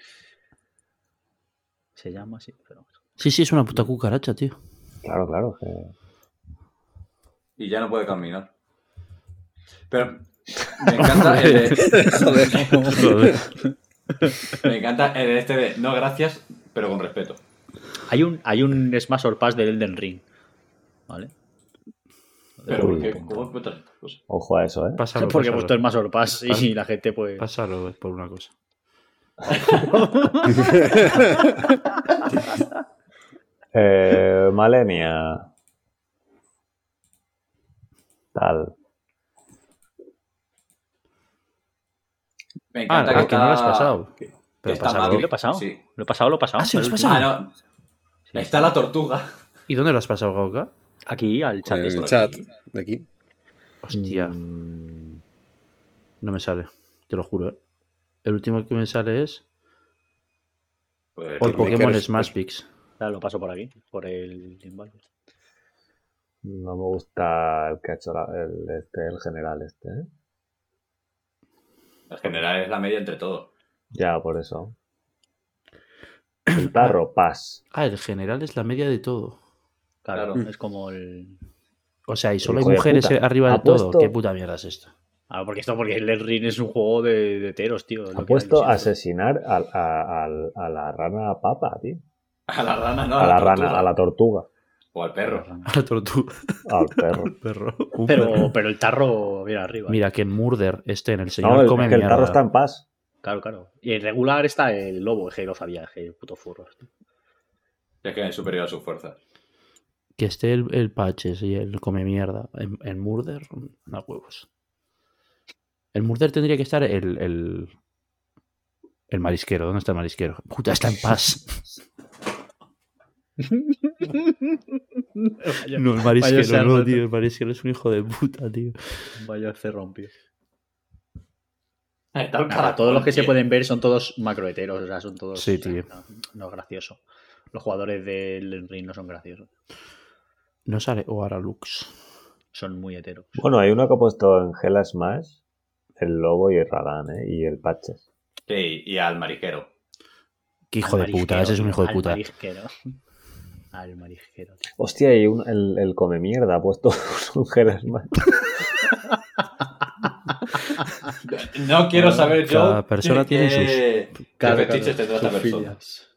Speaker 5: Se llama así, pero...
Speaker 3: Sí, sí, es una puta cucaracha, tío.
Speaker 4: Claro, claro. que-
Speaker 2: Y ya no puede caminar.
Speaker 4: [LAUGHS]
Speaker 2: Pero me encanta el [LAUGHS] de- me encanta el de este de no gracias, pero con respeto.
Speaker 5: [LAUGHS] Hay un, hay un Smash or Pass del Elden Ring. ¿Vale?
Speaker 2: Pero
Speaker 4: Uy.
Speaker 2: ¿qué- ¿cómo encuentras estas cosas?
Speaker 4: Ojo a eso, ¿eh?
Speaker 3: Pásalo,
Speaker 5: Porque he
Speaker 3: pásalo.
Speaker 5: puesto el Smash or Pass y
Speaker 3: Pas-
Speaker 5: la gente pues...
Speaker 3: Pásalo, es por una cosa.
Speaker 4: Eh, Malenia. Tal.
Speaker 2: Me
Speaker 3: Ah,
Speaker 2: encanta
Speaker 3: ah, que no lo has
Speaker 2: está-
Speaker 3: pasado.
Speaker 2: que- que
Speaker 3: Pero
Speaker 2: está
Speaker 3: pásalo.
Speaker 5: ¿Lo
Speaker 2: Mavi.
Speaker 5: he pasado?
Speaker 2: Sí.
Speaker 5: ¿Lo he pasado? ¿Lo he pasado?
Speaker 3: Ah, sí, lo has
Speaker 5: Al-
Speaker 3: pasado.
Speaker 2: Ah, no. Está la tortuga.
Speaker 3: ¿Y dónde lo has pasado, Gauka?
Speaker 5: Aquí, al chat.
Speaker 6: En
Speaker 5: este.
Speaker 6: el chat de aquí.
Speaker 3: Hostia,
Speaker 4: Mm,
Speaker 3: no me sale. Te lo juro, ¿eh? El último que me sale es
Speaker 2: Pues,
Speaker 3: por
Speaker 6: que
Speaker 3: Pokémon
Speaker 6: eres-
Speaker 3: Smash Picks.
Speaker 5: Claro, lo paso por aquí, por el timbal.
Speaker 4: No me gusta el que ha hecho la- el, este, el general este, ¿eh?
Speaker 2: En general es la media entre todos.
Speaker 4: Ya, por eso. El tarro, paz.
Speaker 3: Ah, el general es la media de todo.
Speaker 5: Claro,
Speaker 2: Claro.
Speaker 5: es como el.
Speaker 3: O sea, y solo
Speaker 4: Hijo
Speaker 3: hay
Speaker 4: de
Speaker 3: mujeres
Speaker 4: puta.
Speaker 3: arriba de
Speaker 4: Ha
Speaker 3: todo.
Speaker 4: puesto-
Speaker 3: ¿Qué puta mierda es esto? [LAUGHS]
Speaker 5: Ah, porque esto, porque el Ring es un juego de, de teros, tío.
Speaker 4: Ha puesto asesinar al- a, al- a la rana papa, tío.
Speaker 2: A la rana, no.
Speaker 4: A la
Speaker 2: tortuga.
Speaker 4: rana, a la tortuga,
Speaker 2: O al perro.
Speaker 7: A la tortuga,
Speaker 4: al
Speaker 3: [LAUGHS]
Speaker 4: perro.
Speaker 7: un perro. Un perro.
Speaker 5: Pero, pero el tarro viene arriba.
Speaker 3: Mira, que en Murder esté en el señor
Speaker 4: No, el,
Speaker 3: come
Speaker 4: es que el
Speaker 3: mierda.
Speaker 4: tarro está en paz.
Speaker 5: Claro, claro. Y el regular está el lobo, es que no sabía, es que el puto furro.
Speaker 2: Es que es superior a sus fuerzas.
Speaker 3: Que esté el, el Paches y el come mierda. En, en Murder, da huevos. El Murder tendría que estar el, el. el marisquero. ¿Dónde está el marisquero? Puta, está en paz.
Speaker 5: Vaya,
Speaker 3: No, el
Speaker 5: sea
Speaker 3: marisquero, no,
Speaker 5: roto.
Speaker 3: tío. El marisquero es un hijo de puta, tío.
Speaker 5: vaya cerrón, tío.
Speaker 2: Está el
Speaker 5: Para todos los que se
Speaker 2: tío.
Speaker 5: pueden ver son todos macroheteros, o sea, son todos.
Speaker 3: Sí,
Speaker 5: o sea,
Speaker 3: tío.
Speaker 5: No, no es gracioso. Los jugadores del ring no son graciosos,
Speaker 3: No sale Oara Lux.
Speaker 5: son muy heteros.
Speaker 4: Bueno, hay uno que ha puesto en Hela Smash, el lobo y el Radán, ¿eh? Y el Paches.
Speaker 2: Sí, y al mariquero.
Speaker 3: Qué hijo de puta, ese es un hijo de puta.
Speaker 5: Al marisquero. Al marisquero, [LAUGHS] tío.
Speaker 4: Hostia, y un- el, el come mierda ha puesto [LAUGHS] un Hela Smash.
Speaker 2: No quiero saber yo.
Speaker 3: cada persona tiene
Speaker 2: sus. ¿Qué fetiches tendrá esta persona?
Speaker 5: Sus filias.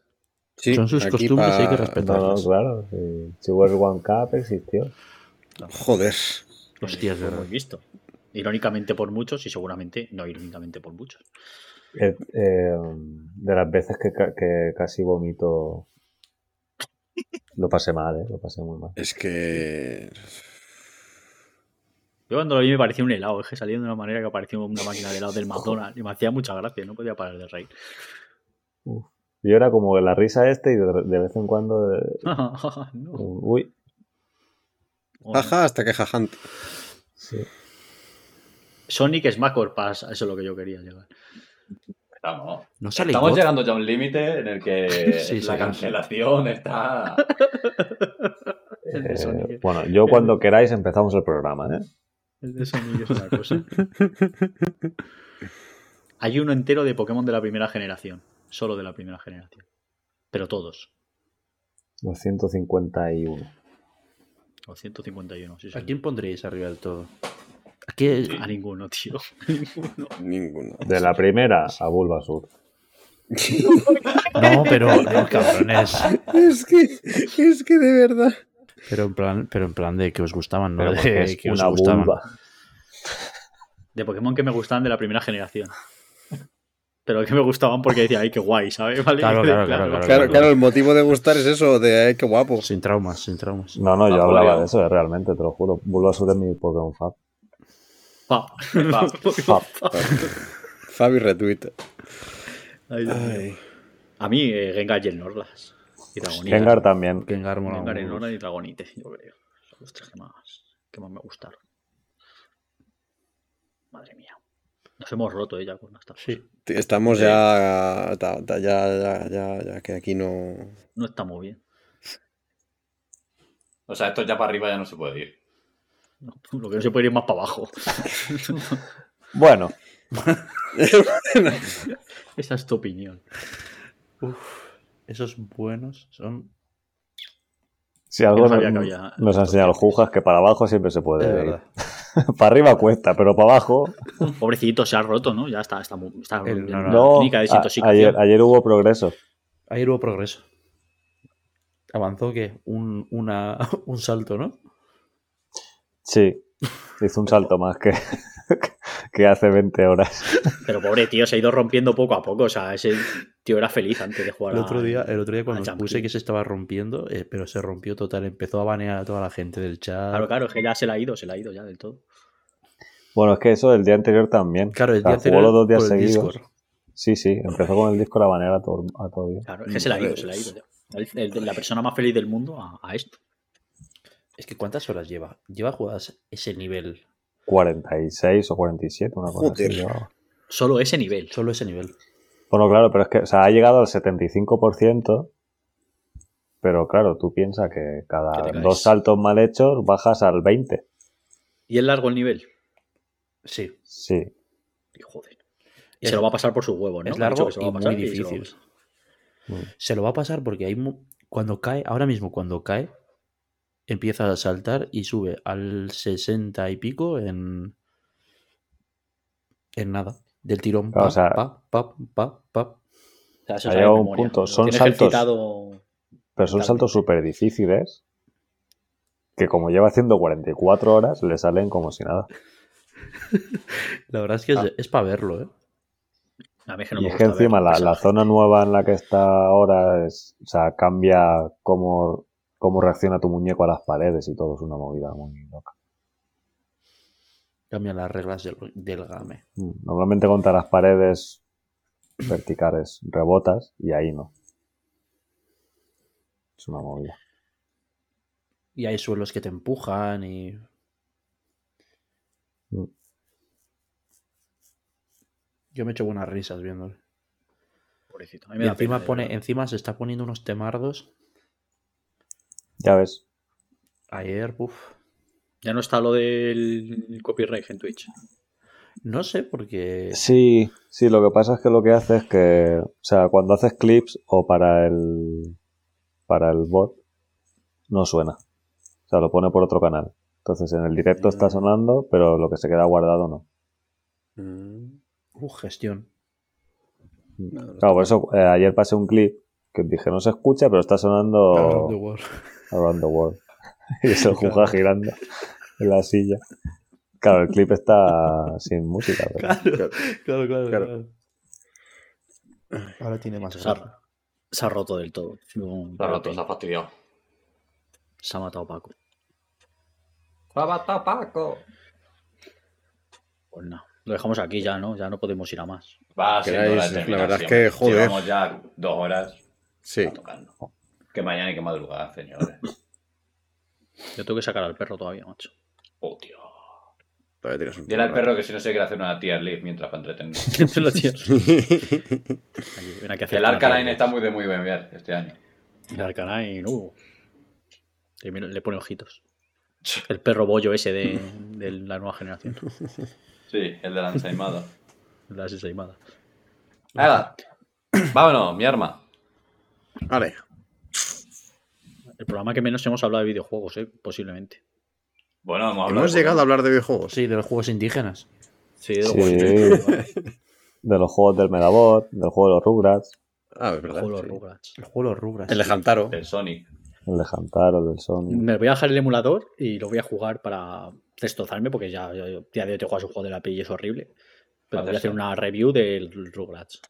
Speaker 6: Sí,
Speaker 3: Son sus
Speaker 6: aquí
Speaker 3: costumbres y hay que
Speaker 6: pa-
Speaker 3: respetar.
Speaker 4: No, no, claro. sí. Si World One Cup existió.
Speaker 6: Joder.
Speaker 3: Hostia, es
Speaker 5: Lo
Speaker 3: verdad.
Speaker 5: hemos Pues visto. Irónicamente por muchos y seguramente no irónicamente por muchos.
Speaker 4: Eh, eh, de las veces que, ca- que casi vomito. Lo pasé mal, ¿eh? Lo pasé muy mal.
Speaker 6: Es que.
Speaker 5: Yo cuando lo vi me parecía un helado, es que salía de una manera que parecía una máquina de helado del McDonald's y me hacía mucha gracia, no podía parar de reír. [LAUGHS]
Speaker 4: Yo era como la risa este y de, de vez en cuando. eh,
Speaker 5: no.
Speaker 4: uy.
Speaker 6: Jaja, hasta que jajante.
Speaker 4: Sí.
Speaker 5: Sonic Smash or Pass, eso es lo que yo quería llegar.
Speaker 2: Estamos,
Speaker 3: No sale
Speaker 2: estamos
Speaker 3: God.
Speaker 2: llegando ya a un límite en el que
Speaker 3: Sí,
Speaker 2: la
Speaker 3: sí.
Speaker 2: cancelación está.
Speaker 5: El de
Speaker 4: Eh,
Speaker 5: Sonic,
Speaker 4: bueno, yo cuando queráis empezamos el programa, ¿eh?
Speaker 5: el de Sonic es una cosa. Hay uno entero de Pokémon de la primera generación, solo de la primera generación. Pero todos,
Speaker 4: Los 151.
Speaker 5: los 151. sí,
Speaker 3: ¿A
Speaker 5: sí.
Speaker 3: quién pondríais arriba del todo? ¿A qué? [LAUGHS]
Speaker 5: A ninguno, tío.
Speaker 6: Ninguno.
Speaker 4: De la primera a Bulbasur.
Speaker 3: No, pero no, cabrones.
Speaker 6: [LAUGHS]
Speaker 3: [LAUGHS]
Speaker 6: Es que, es que de verdad.
Speaker 3: Pero en plan, pero en plan de que os gustaban, no
Speaker 4: Pero porque
Speaker 3: de
Speaker 4: es
Speaker 3: que os
Speaker 4: una
Speaker 3: gustaban.
Speaker 4: vulva.
Speaker 5: De Pokémon que me gustaban de la primera generación. Pero que me gustaban porque decía, ay, qué guay, ¿sabes? [LAUGHS] Vale,
Speaker 3: Claro, claro, claro,
Speaker 6: Claro, claro, el motivo de gustar es eso, de ay, qué guapo.
Speaker 3: Sin traumas, sin traumas.
Speaker 4: No, no, yo
Speaker 2: Ah,
Speaker 4: hablaba
Speaker 2: Julio.
Speaker 4: de eso, eh, realmente, te lo juro. Bulbasur es mi Pokémon Fab.
Speaker 5: Pa. [LAUGHS]
Speaker 4: Fab.
Speaker 6: Fabi retweet.
Speaker 5: Ay, Dios mío.
Speaker 6: Ay.
Speaker 5: A mí, eh, Gengar y el Norlas. Y Dragonite.
Speaker 4: Gengar también.
Speaker 3: Gengar mola
Speaker 5: Gengar, el
Speaker 3: mucho.
Speaker 5: Norlas y Dragonite, yo creo. Son los tres que más, que más me gustaron. Madre mía. Nos hemos roto eh, ya con estas
Speaker 3: Sí.
Speaker 5: cosas.
Speaker 6: Tío, Estamos ya, ta- ta- ya, ya, ya, ya, que aquí no.
Speaker 5: No está muy bien.
Speaker 2: O sea, esto ya para arriba ya no se puede ir.
Speaker 5: No, [LAUGHS] lo que no se puede ir más para abajo. [LAUGHS]
Speaker 4: Bueno,
Speaker 5: Esa es tu opinión.
Speaker 3: Uf, esos buenos son.
Speaker 4: si algo
Speaker 5: no sabía
Speaker 4: nos,
Speaker 5: que había-
Speaker 4: nos ha enseñado el Jujas, que para abajo siempre se puede
Speaker 3: Es
Speaker 4: ir.
Speaker 3: verdad.
Speaker 4: [LAUGHS] para arriba cuesta, pero para abajo.
Speaker 5: Pobrecito, se ha roto, ¿no? Ya está, está, mu- está
Speaker 3: El-
Speaker 5: en
Speaker 3: no, no,
Speaker 5: una
Speaker 4: No,
Speaker 5: clínica
Speaker 4: a-
Speaker 5: de desintoxicación.
Speaker 4: ayer, ayer hubo progreso.
Speaker 3: Ahí hubo progreso. Avanzó que un, una, [LAUGHS] un salto, ¿no?
Speaker 4: Sí, hizo un salto más que, [LAUGHS] que hace 20 horas.
Speaker 5: Pero pobre tío, se ha ido rompiendo poco a poco. O sea, ese tío era feliz antes de jugar.
Speaker 3: El otro
Speaker 5: a-
Speaker 3: día, el otro día cuando
Speaker 5: Champions.
Speaker 3: puse que se estaba rompiendo, eh, pero se rompió total. Empezó a banear a toda la gente del chat.
Speaker 5: Claro, claro, es que ya se la ha ido, se la ha ido ya del todo.
Speaker 4: Bueno, es que eso el día anterior también.
Speaker 3: Claro, el
Speaker 4: O sea,
Speaker 3: día
Speaker 4: jugó
Speaker 3: anterior
Speaker 4: los dos días
Speaker 3: por el
Speaker 4: seguidos.
Speaker 3: Discord.
Speaker 4: Sí, sí, empezó con el disco La Banera a todo, a todo día.
Speaker 5: Claro, es que se la ha ido, se la ha ido ya. El- el- la persona más feliz del mundo a, a esto.
Speaker 3: Es que ¿cuántas horas lleva? Lleva jugadas ese nivel.
Speaker 4: 46 o 47, una cosa
Speaker 6: Joder.
Speaker 4: así. llevaba.
Speaker 5: Solo ese nivel.
Speaker 3: Solo ese nivel.
Speaker 4: Bueno, claro, pero es que o sea, ha llegado al 75%, pero claro, tú piensas que
Speaker 5: Que te
Speaker 4: cada
Speaker 5: caes.
Speaker 4: dos saltos mal hechos bajas al 20.
Speaker 5: Y es largo el nivel.
Speaker 3: Sí.
Speaker 4: Sí,
Speaker 5: Y joder. Y
Speaker 3: Es-
Speaker 5: se lo va a pasar por sus huevos, ¿no?
Speaker 3: es
Speaker 5: Me ha dicho
Speaker 3: largo
Speaker 5: que se lo va
Speaker 3: y
Speaker 5: a pasar
Speaker 3: muy
Speaker 5: se lo va a
Speaker 3: difícil.
Speaker 5: pasar.
Speaker 3: Se lo va a pasar porque hay mu- cuando cae, ahora mismo cuando cae, empieza a saltar y sube al 60 y pico en en nada. Del tirón.
Speaker 4: Claro, o sea,
Speaker 3: pa, pa, pa, pa.
Speaker 7: O sea, eso
Speaker 4: Ha
Speaker 7: sabe de
Speaker 4: llegado a un
Speaker 7: memoria.
Speaker 4: punto.
Speaker 7: Lo
Speaker 4: Son
Speaker 7: tiene
Speaker 4: saltos.
Speaker 7: ejercitado-
Speaker 4: Pero son
Speaker 7: Totalmente.
Speaker 4: saltos súper difíciles que como lleva haciendo 44 horas le salen como si nada.
Speaker 3: La verdad es que es,
Speaker 4: ah.
Speaker 3: para verlo, ¿eh?
Speaker 5: A mí es que no
Speaker 4: y
Speaker 5: me
Speaker 4: es que
Speaker 5: gusta
Speaker 4: encima
Speaker 5: verlo,
Speaker 4: la,
Speaker 5: esa-
Speaker 4: la zona nueva en la que está ahora es, o sea, cambia cómo, cómo reacciona tu muñeco a las paredes y todo. Es una movida muy loca.
Speaker 3: Cambian las reglas del, del game.
Speaker 4: Mm, Normalmente contra las paredes verticales rebotas y ahí no. Es una movida.
Speaker 3: Y hay suelos que te empujan y.
Speaker 4: Mm.
Speaker 3: Yo me echo buenas risas viéndolo.
Speaker 5: pobrecito. A mí me
Speaker 3: Y
Speaker 5: da ¿eh?
Speaker 3: encima,
Speaker 5: pena, de
Speaker 3: pone,
Speaker 5: verdad.
Speaker 3: encima se está poniendo unos temardos.
Speaker 4: Ya ves.
Speaker 3: Ayer, uff.
Speaker 5: Ya no está lo del copyright en Twitch.
Speaker 3: No sé, porque.
Speaker 4: Sí, sí, lo que pasa es que lo que hace es que, o sea, cuando haces clips o para el para el bot no suena. O sea, lo pone por otro canal. Entonces, en el directo está sonando, pero lo que se queda guardado no.
Speaker 6: Mm,
Speaker 3: Uh, gestión.
Speaker 6: no,
Speaker 3: Pues
Speaker 6: no
Speaker 4: Claro, por eso eh, ayer pasé un clip que dije, no se escucha, pero está sonando
Speaker 3: Around the world.
Speaker 4: [LAUGHS] Around the
Speaker 3: [LAUGHS]
Speaker 4: World. y es el Juja girando en la silla. Claro, el clip está sin música. pero-
Speaker 3: Claro, claro, claro,
Speaker 6: Claro.
Speaker 3: claro. Ahora tiene más
Speaker 5: Se ha-
Speaker 3: garra.
Speaker 5: Se ha roto del todo. No,
Speaker 2: Está roto, está fastidiado.
Speaker 5: Se ha matado Paco.
Speaker 2: ¡Babata, Paco!
Speaker 5: Pues no. Lo dejamos aquí ya, ¿no? Ya no podemos ir a más.
Speaker 2: Va siendo
Speaker 6: Queráis,
Speaker 2: la
Speaker 6: la verdad
Speaker 2: determinación.
Speaker 6: es que, joder.
Speaker 2: Llevamos ya dos horas
Speaker 6: [LAUGHS] Sí.
Speaker 2: a tocando. Que mañana y que madrugada, señores.
Speaker 5: Yo tengo que sacar al perro todavía,
Speaker 6: [LAUGHS]
Speaker 5: macho.
Speaker 2: Oh, tío.
Speaker 6: Todavía tienes un
Speaker 2: Dile al perro que si no se quiere hacer una tier list mientras para
Speaker 5: [LAUGHS]
Speaker 2: entretener.
Speaker 5: Siempre lo tienes. Aquí, ven aquí a hacer
Speaker 2: El
Speaker 5: una
Speaker 2: Arcanine
Speaker 5: [LAUGHS] tarea.
Speaker 2: está muy de muy bien ver este año.
Speaker 5: El Arcanine, uh. Y mira, le pone ojitos. El perro bollo ese de, de la nueva generación.
Speaker 2: Sí, el del
Speaker 5: [LAUGHS]
Speaker 2: ensaimado.
Speaker 5: La desaimadas.
Speaker 2: ¡Hala! Vámonos, mi arma.
Speaker 6: Vale.
Speaker 5: El programa que menos hemos hablado de videojuegos, ¿eh? posiblemente.
Speaker 2: Bueno, hemos, hablado
Speaker 6: Hemos
Speaker 2: de
Speaker 6: llegado a
Speaker 2: Pokémon.
Speaker 6: hablar de videojuegos.
Speaker 3: Sí, de los juegos indígenas.
Speaker 5: Sí,
Speaker 4: Sí. De los juegos del Medabot, del juego de los Rugrats,
Speaker 6: Ah, es verdad.
Speaker 5: Juego de
Speaker 6: sí.
Speaker 5: los Rugrats.
Speaker 3: El juego de los rubras.
Speaker 6: El de Hamtaro.
Speaker 2: del Sonic.
Speaker 4: el de Hamtaro, el del
Speaker 3: Mm.
Speaker 4: Sony.
Speaker 5: Me voy a dejar el emulador y lo voy a jugar para destrozarme porque ya ya- ya día de hoy te juegas un juego de la peli y es horrible. Pero voy a hacer una review del Rugrats.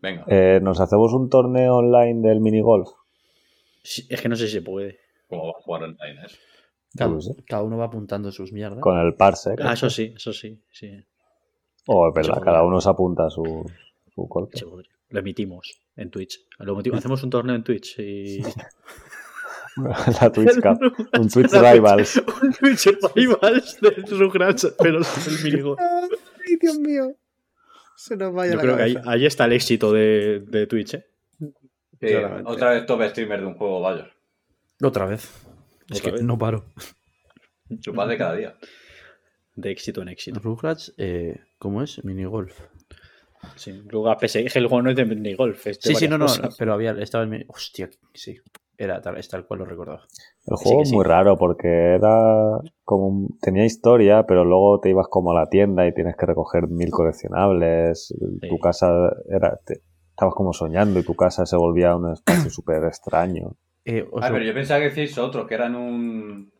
Speaker 2: Venga.
Speaker 4: Eh, Nos hacemos un torneo online del minigolf.
Speaker 5: Sí, Es que no sé si se puede.
Speaker 2: ¿Cómo va a jugar eh? online eso?
Speaker 3: Cada,
Speaker 4: Pues, eh,
Speaker 3: cada uno va apuntando sus mierdas.
Speaker 4: Con el Parsec.
Speaker 5: Ah, eso sí, eso sí, sí.
Speaker 4: O es verdad,
Speaker 5: Seguro.
Speaker 4: cada uno se apunta su, su golpe.
Speaker 5: se podría. Lo emitimos en Twitch. Lo
Speaker 3: [LAUGHS]
Speaker 5: emitimos- Hacemos un torneo en Twitch y.
Speaker 4: [LAUGHS] La
Speaker 3: [LAUGHS]
Speaker 4: Twitch
Speaker 5: [LAUGHS]
Speaker 4: Cup. Un Twitch Rivals.
Speaker 5: un Twitch Rivals del Rugrats, pero sin
Speaker 6: [LAUGHS]
Speaker 5: el minigolf.
Speaker 6: Ay, Dios mío. Se nos vaya
Speaker 5: Yo
Speaker 6: la
Speaker 5: creo que ahí,
Speaker 6: cabeza.
Speaker 5: ahí está el éxito de, de Twitch, ¿eh?
Speaker 2: Sí,
Speaker 6: Claramente.
Speaker 2: otra vez top streamer de un juego, vaya.
Speaker 3: Otra vez. Es
Speaker 5: Otra
Speaker 3: que
Speaker 5: vez.
Speaker 3: no paro.
Speaker 2: Chupad de cada
Speaker 5: [LAUGHS]
Speaker 2: día.
Speaker 5: De éxito en éxito.
Speaker 3: Rugrats, eh, ¿cómo es? Minigolf.
Speaker 5: Sí. Luego a PSG, el juego no es de minigolf. es de
Speaker 3: Sí, sí,
Speaker 5: varias
Speaker 3: no, no,
Speaker 5: cosas.
Speaker 3: pero había, estaba en mi... Hostia, sí, era tal, es tal cual lo recordaba.
Speaker 4: El juego
Speaker 5: que
Speaker 4: es
Speaker 5: sí.
Speaker 4: muy raro porque era como un- tenía historia, pero luego te ibas como a la tienda y tienes que recoger mil coleccionables. Tu casa era te- estabas como soñando y tu casa se volvía un
Speaker 5: [CLEARS THROAT]
Speaker 4: espacio súper extraño.
Speaker 3: Eh, os
Speaker 2: Ah,
Speaker 3: lo-
Speaker 2: pero yo pensaba que decís otro, que era en un,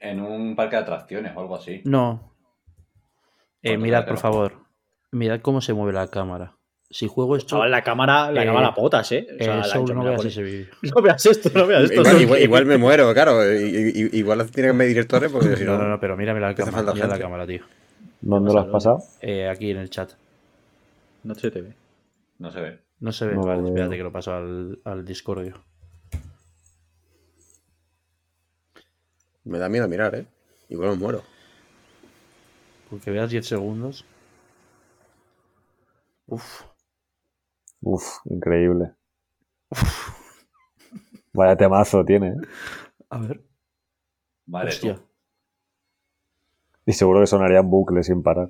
Speaker 2: en un parque de atracciones o algo así.
Speaker 3: No. Eh,
Speaker 2: Otro
Speaker 3: mirad,
Speaker 2: recreo.
Speaker 3: por favor. Mirad cómo se mueve la cámara. Si juego esto,
Speaker 5: Chaval, la cámara, la
Speaker 3: Eh,
Speaker 5: cámara potas, ¿eh? O sea,
Speaker 3: eh,
Speaker 5: la-
Speaker 3: Soul
Speaker 5: yo me
Speaker 3: no
Speaker 5: la
Speaker 3: veas
Speaker 5: pone-
Speaker 3: ese vídeo.
Speaker 5: [LAUGHS] No veas esto, no veas esto.
Speaker 6: Igual,
Speaker 5: ¿no?
Speaker 6: igual- igual me muero, claro. I- i- Igual tiene que medir directores porque si
Speaker 3: No, no,
Speaker 6: no.
Speaker 3: no, pero mírame la
Speaker 6: Hace
Speaker 3: cámara,
Speaker 6: falta
Speaker 3: mira la
Speaker 6: gente.
Speaker 3: cámara, tío.
Speaker 4: ¿Dónde lo has pasado?
Speaker 3: Eh, aquí en el chat.
Speaker 5: No se te ve.
Speaker 2: No se ve.
Speaker 3: No se ve.
Speaker 4: No lo
Speaker 3: vale,
Speaker 4: veo.
Speaker 3: espérate que lo paso al, al Discord yo.
Speaker 6: Me da miedo mirar, ¿eh? Igual me muero.
Speaker 3: Porque veas 10 segundos. Uf.
Speaker 4: Uf, increíble. Vaya temazo tiene. ¿eh?
Speaker 3: A ver.
Speaker 2: Vale,
Speaker 3: Hostia.
Speaker 2: tú.
Speaker 4: Y seguro que sonaría en bucle sin parar.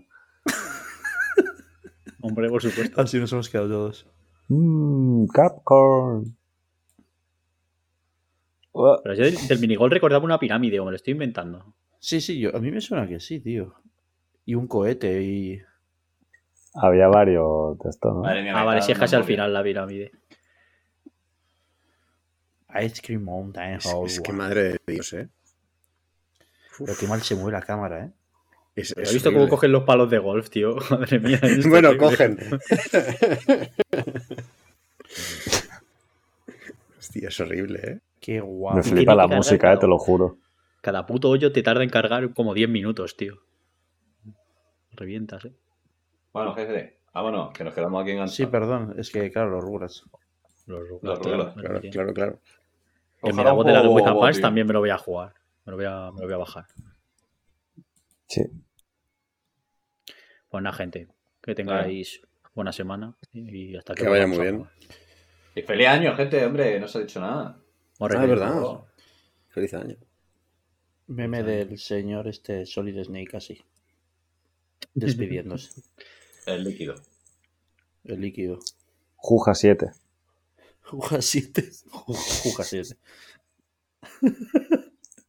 Speaker 5: Hombre, por supuesto.
Speaker 3: Así nos hemos quedado todos.
Speaker 4: Mmm, Capcorn. Ua,
Speaker 5: Pero yo del, del minigol recordaba una pirámide, o me lo estoy inventando.
Speaker 3: Sí, sí, yo, a mí me suena que sí, tío. Y un cohete y.
Speaker 4: Había varios textos, ¿no?
Speaker 2: Madre mía, me
Speaker 5: Ah, vale,
Speaker 2: está
Speaker 5: si es
Speaker 2: dando
Speaker 5: casi al
Speaker 2: un móvil.
Speaker 5: final la pirámide.
Speaker 3: Ice Cream Mountain
Speaker 6: Es,
Speaker 3: Hall.
Speaker 6: es que madre de Dios, ¿eh?
Speaker 3: Pero qué mal se mueve la cámara, ¿eh?
Speaker 6: Es,
Speaker 5: Pero
Speaker 6: es
Speaker 5: He visto cómo
Speaker 6: horrible. [LAUGHS]
Speaker 5: cogen este los palos de golf, tío. [LAUGHS] Madre mía. es
Speaker 6: Bueno,
Speaker 5: terrible.
Speaker 6: cogen. [LAUGHS] Hostia, es horrible, ¿eh?
Speaker 3: Qué guapo.
Speaker 4: Me flipa la
Speaker 5: Tiene que
Speaker 4: música,
Speaker 5: cargar,
Speaker 4: eh, te lo juro.
Speaker 5: Cada puto hoyo te tarda en cargar como 10 minutos, tío. Revientas, eh.
Speaker 2: Bueno, jefe, vámonos, que nos quedamos aquí en
Speaker 3: Sí, perdón, es que claro, los rulers.
Speaker 5: Los
Speaker 2: Los
Speaker 5: rugas,
Speaker 2: rugas,
Speaker 6: Claro, claro, claro.
Speaker 5: El Mirabot de la Wizard Pass también me lo voy a jugar. Me lo voy a, me lo voy a bajar.
Speaker 4: Sí.
Speaker 5: Pues nada, gente. Que tengáis buena semana. Y hasta que,
Speaker 6: Que vaya
Speaker 5: volvamos
Speaker 6: muy
Speaker 5: a
Speaker 6: bien.
Speaker 5: jugar.
Speaker 2: Y feliz año, gente, hombre, no se ha dicho nada.
Speaker 5: Morre,
Speaker 6: Ah, es verdad. Feliz año.
Speaker 3: Meme del señor este Solid Snake así. Despidiéndose.
Speaker 2: El líquido.
Speaker 3: El líquido.
Speaker 4: Juja 7.
Speaker 3: Juga 7. Juga 7.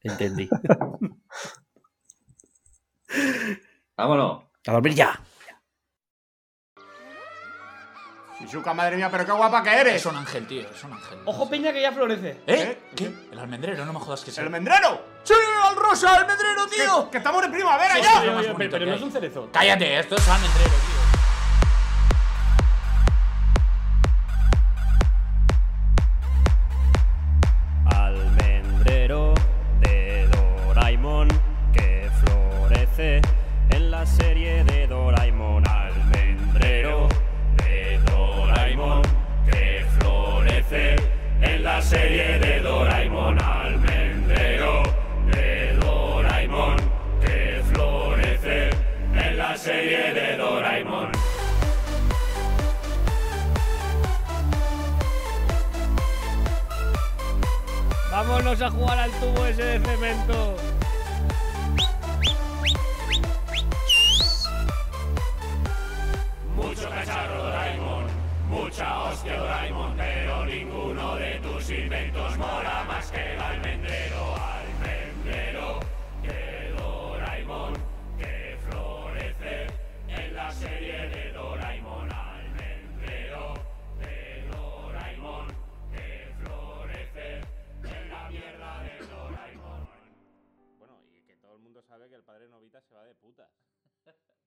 Speaker 3: Entendí.
Speaker 2: Vámonos.
Speaker 3: A dormir ya.
Speaker 7: Shizuka, madre mía, pero qué guapa que eres.
Speaker 8: Es un ángel, tío, es un ángel.
Speaker 1: Ojo, Peña, que ya florece.
Speaker 8: ¿Eh? ¿Qué? El almendrero, no me jodas que sea.
Speaker 7: ¡El mendrero!
Speaker 8: ¡Sí, al rosa, almendrero,
Speaker 7: ¡Que, que estamos en primavera
Speaker 8: Sí,
Speaker 7: ya!
Speaker 8: sí, sí. más bonito
Speaker 1: pero
Speaker 8: que
Speaker 1: no
Speaker 8: hay.
Speaker 1: es un cerezo.
Speaker 8: Cállate, esto es almendrero, tío.
Speaker 9: Almendrero de Doraemon que florece en la serie de Doraemon. Almendrero de Doraemon que florece en la serie de Doraemon. Almendrero de Doraemon que florece en la serie de Doraemon. Vámonos a jugar al tubo ese de cemento. Mucho cacharro Doraemon, mucha hostia Doraemon, pero ninguno de tus inventos mola más que el almendrero, almendrero de Doraemon, que florece en la serie de Doraemon, almendrero de Doraemon, que florece en la mierda de Doraemon.
Speaker 4: Bueno, y que todo el mundo sabe que el padre Novita se va de putas.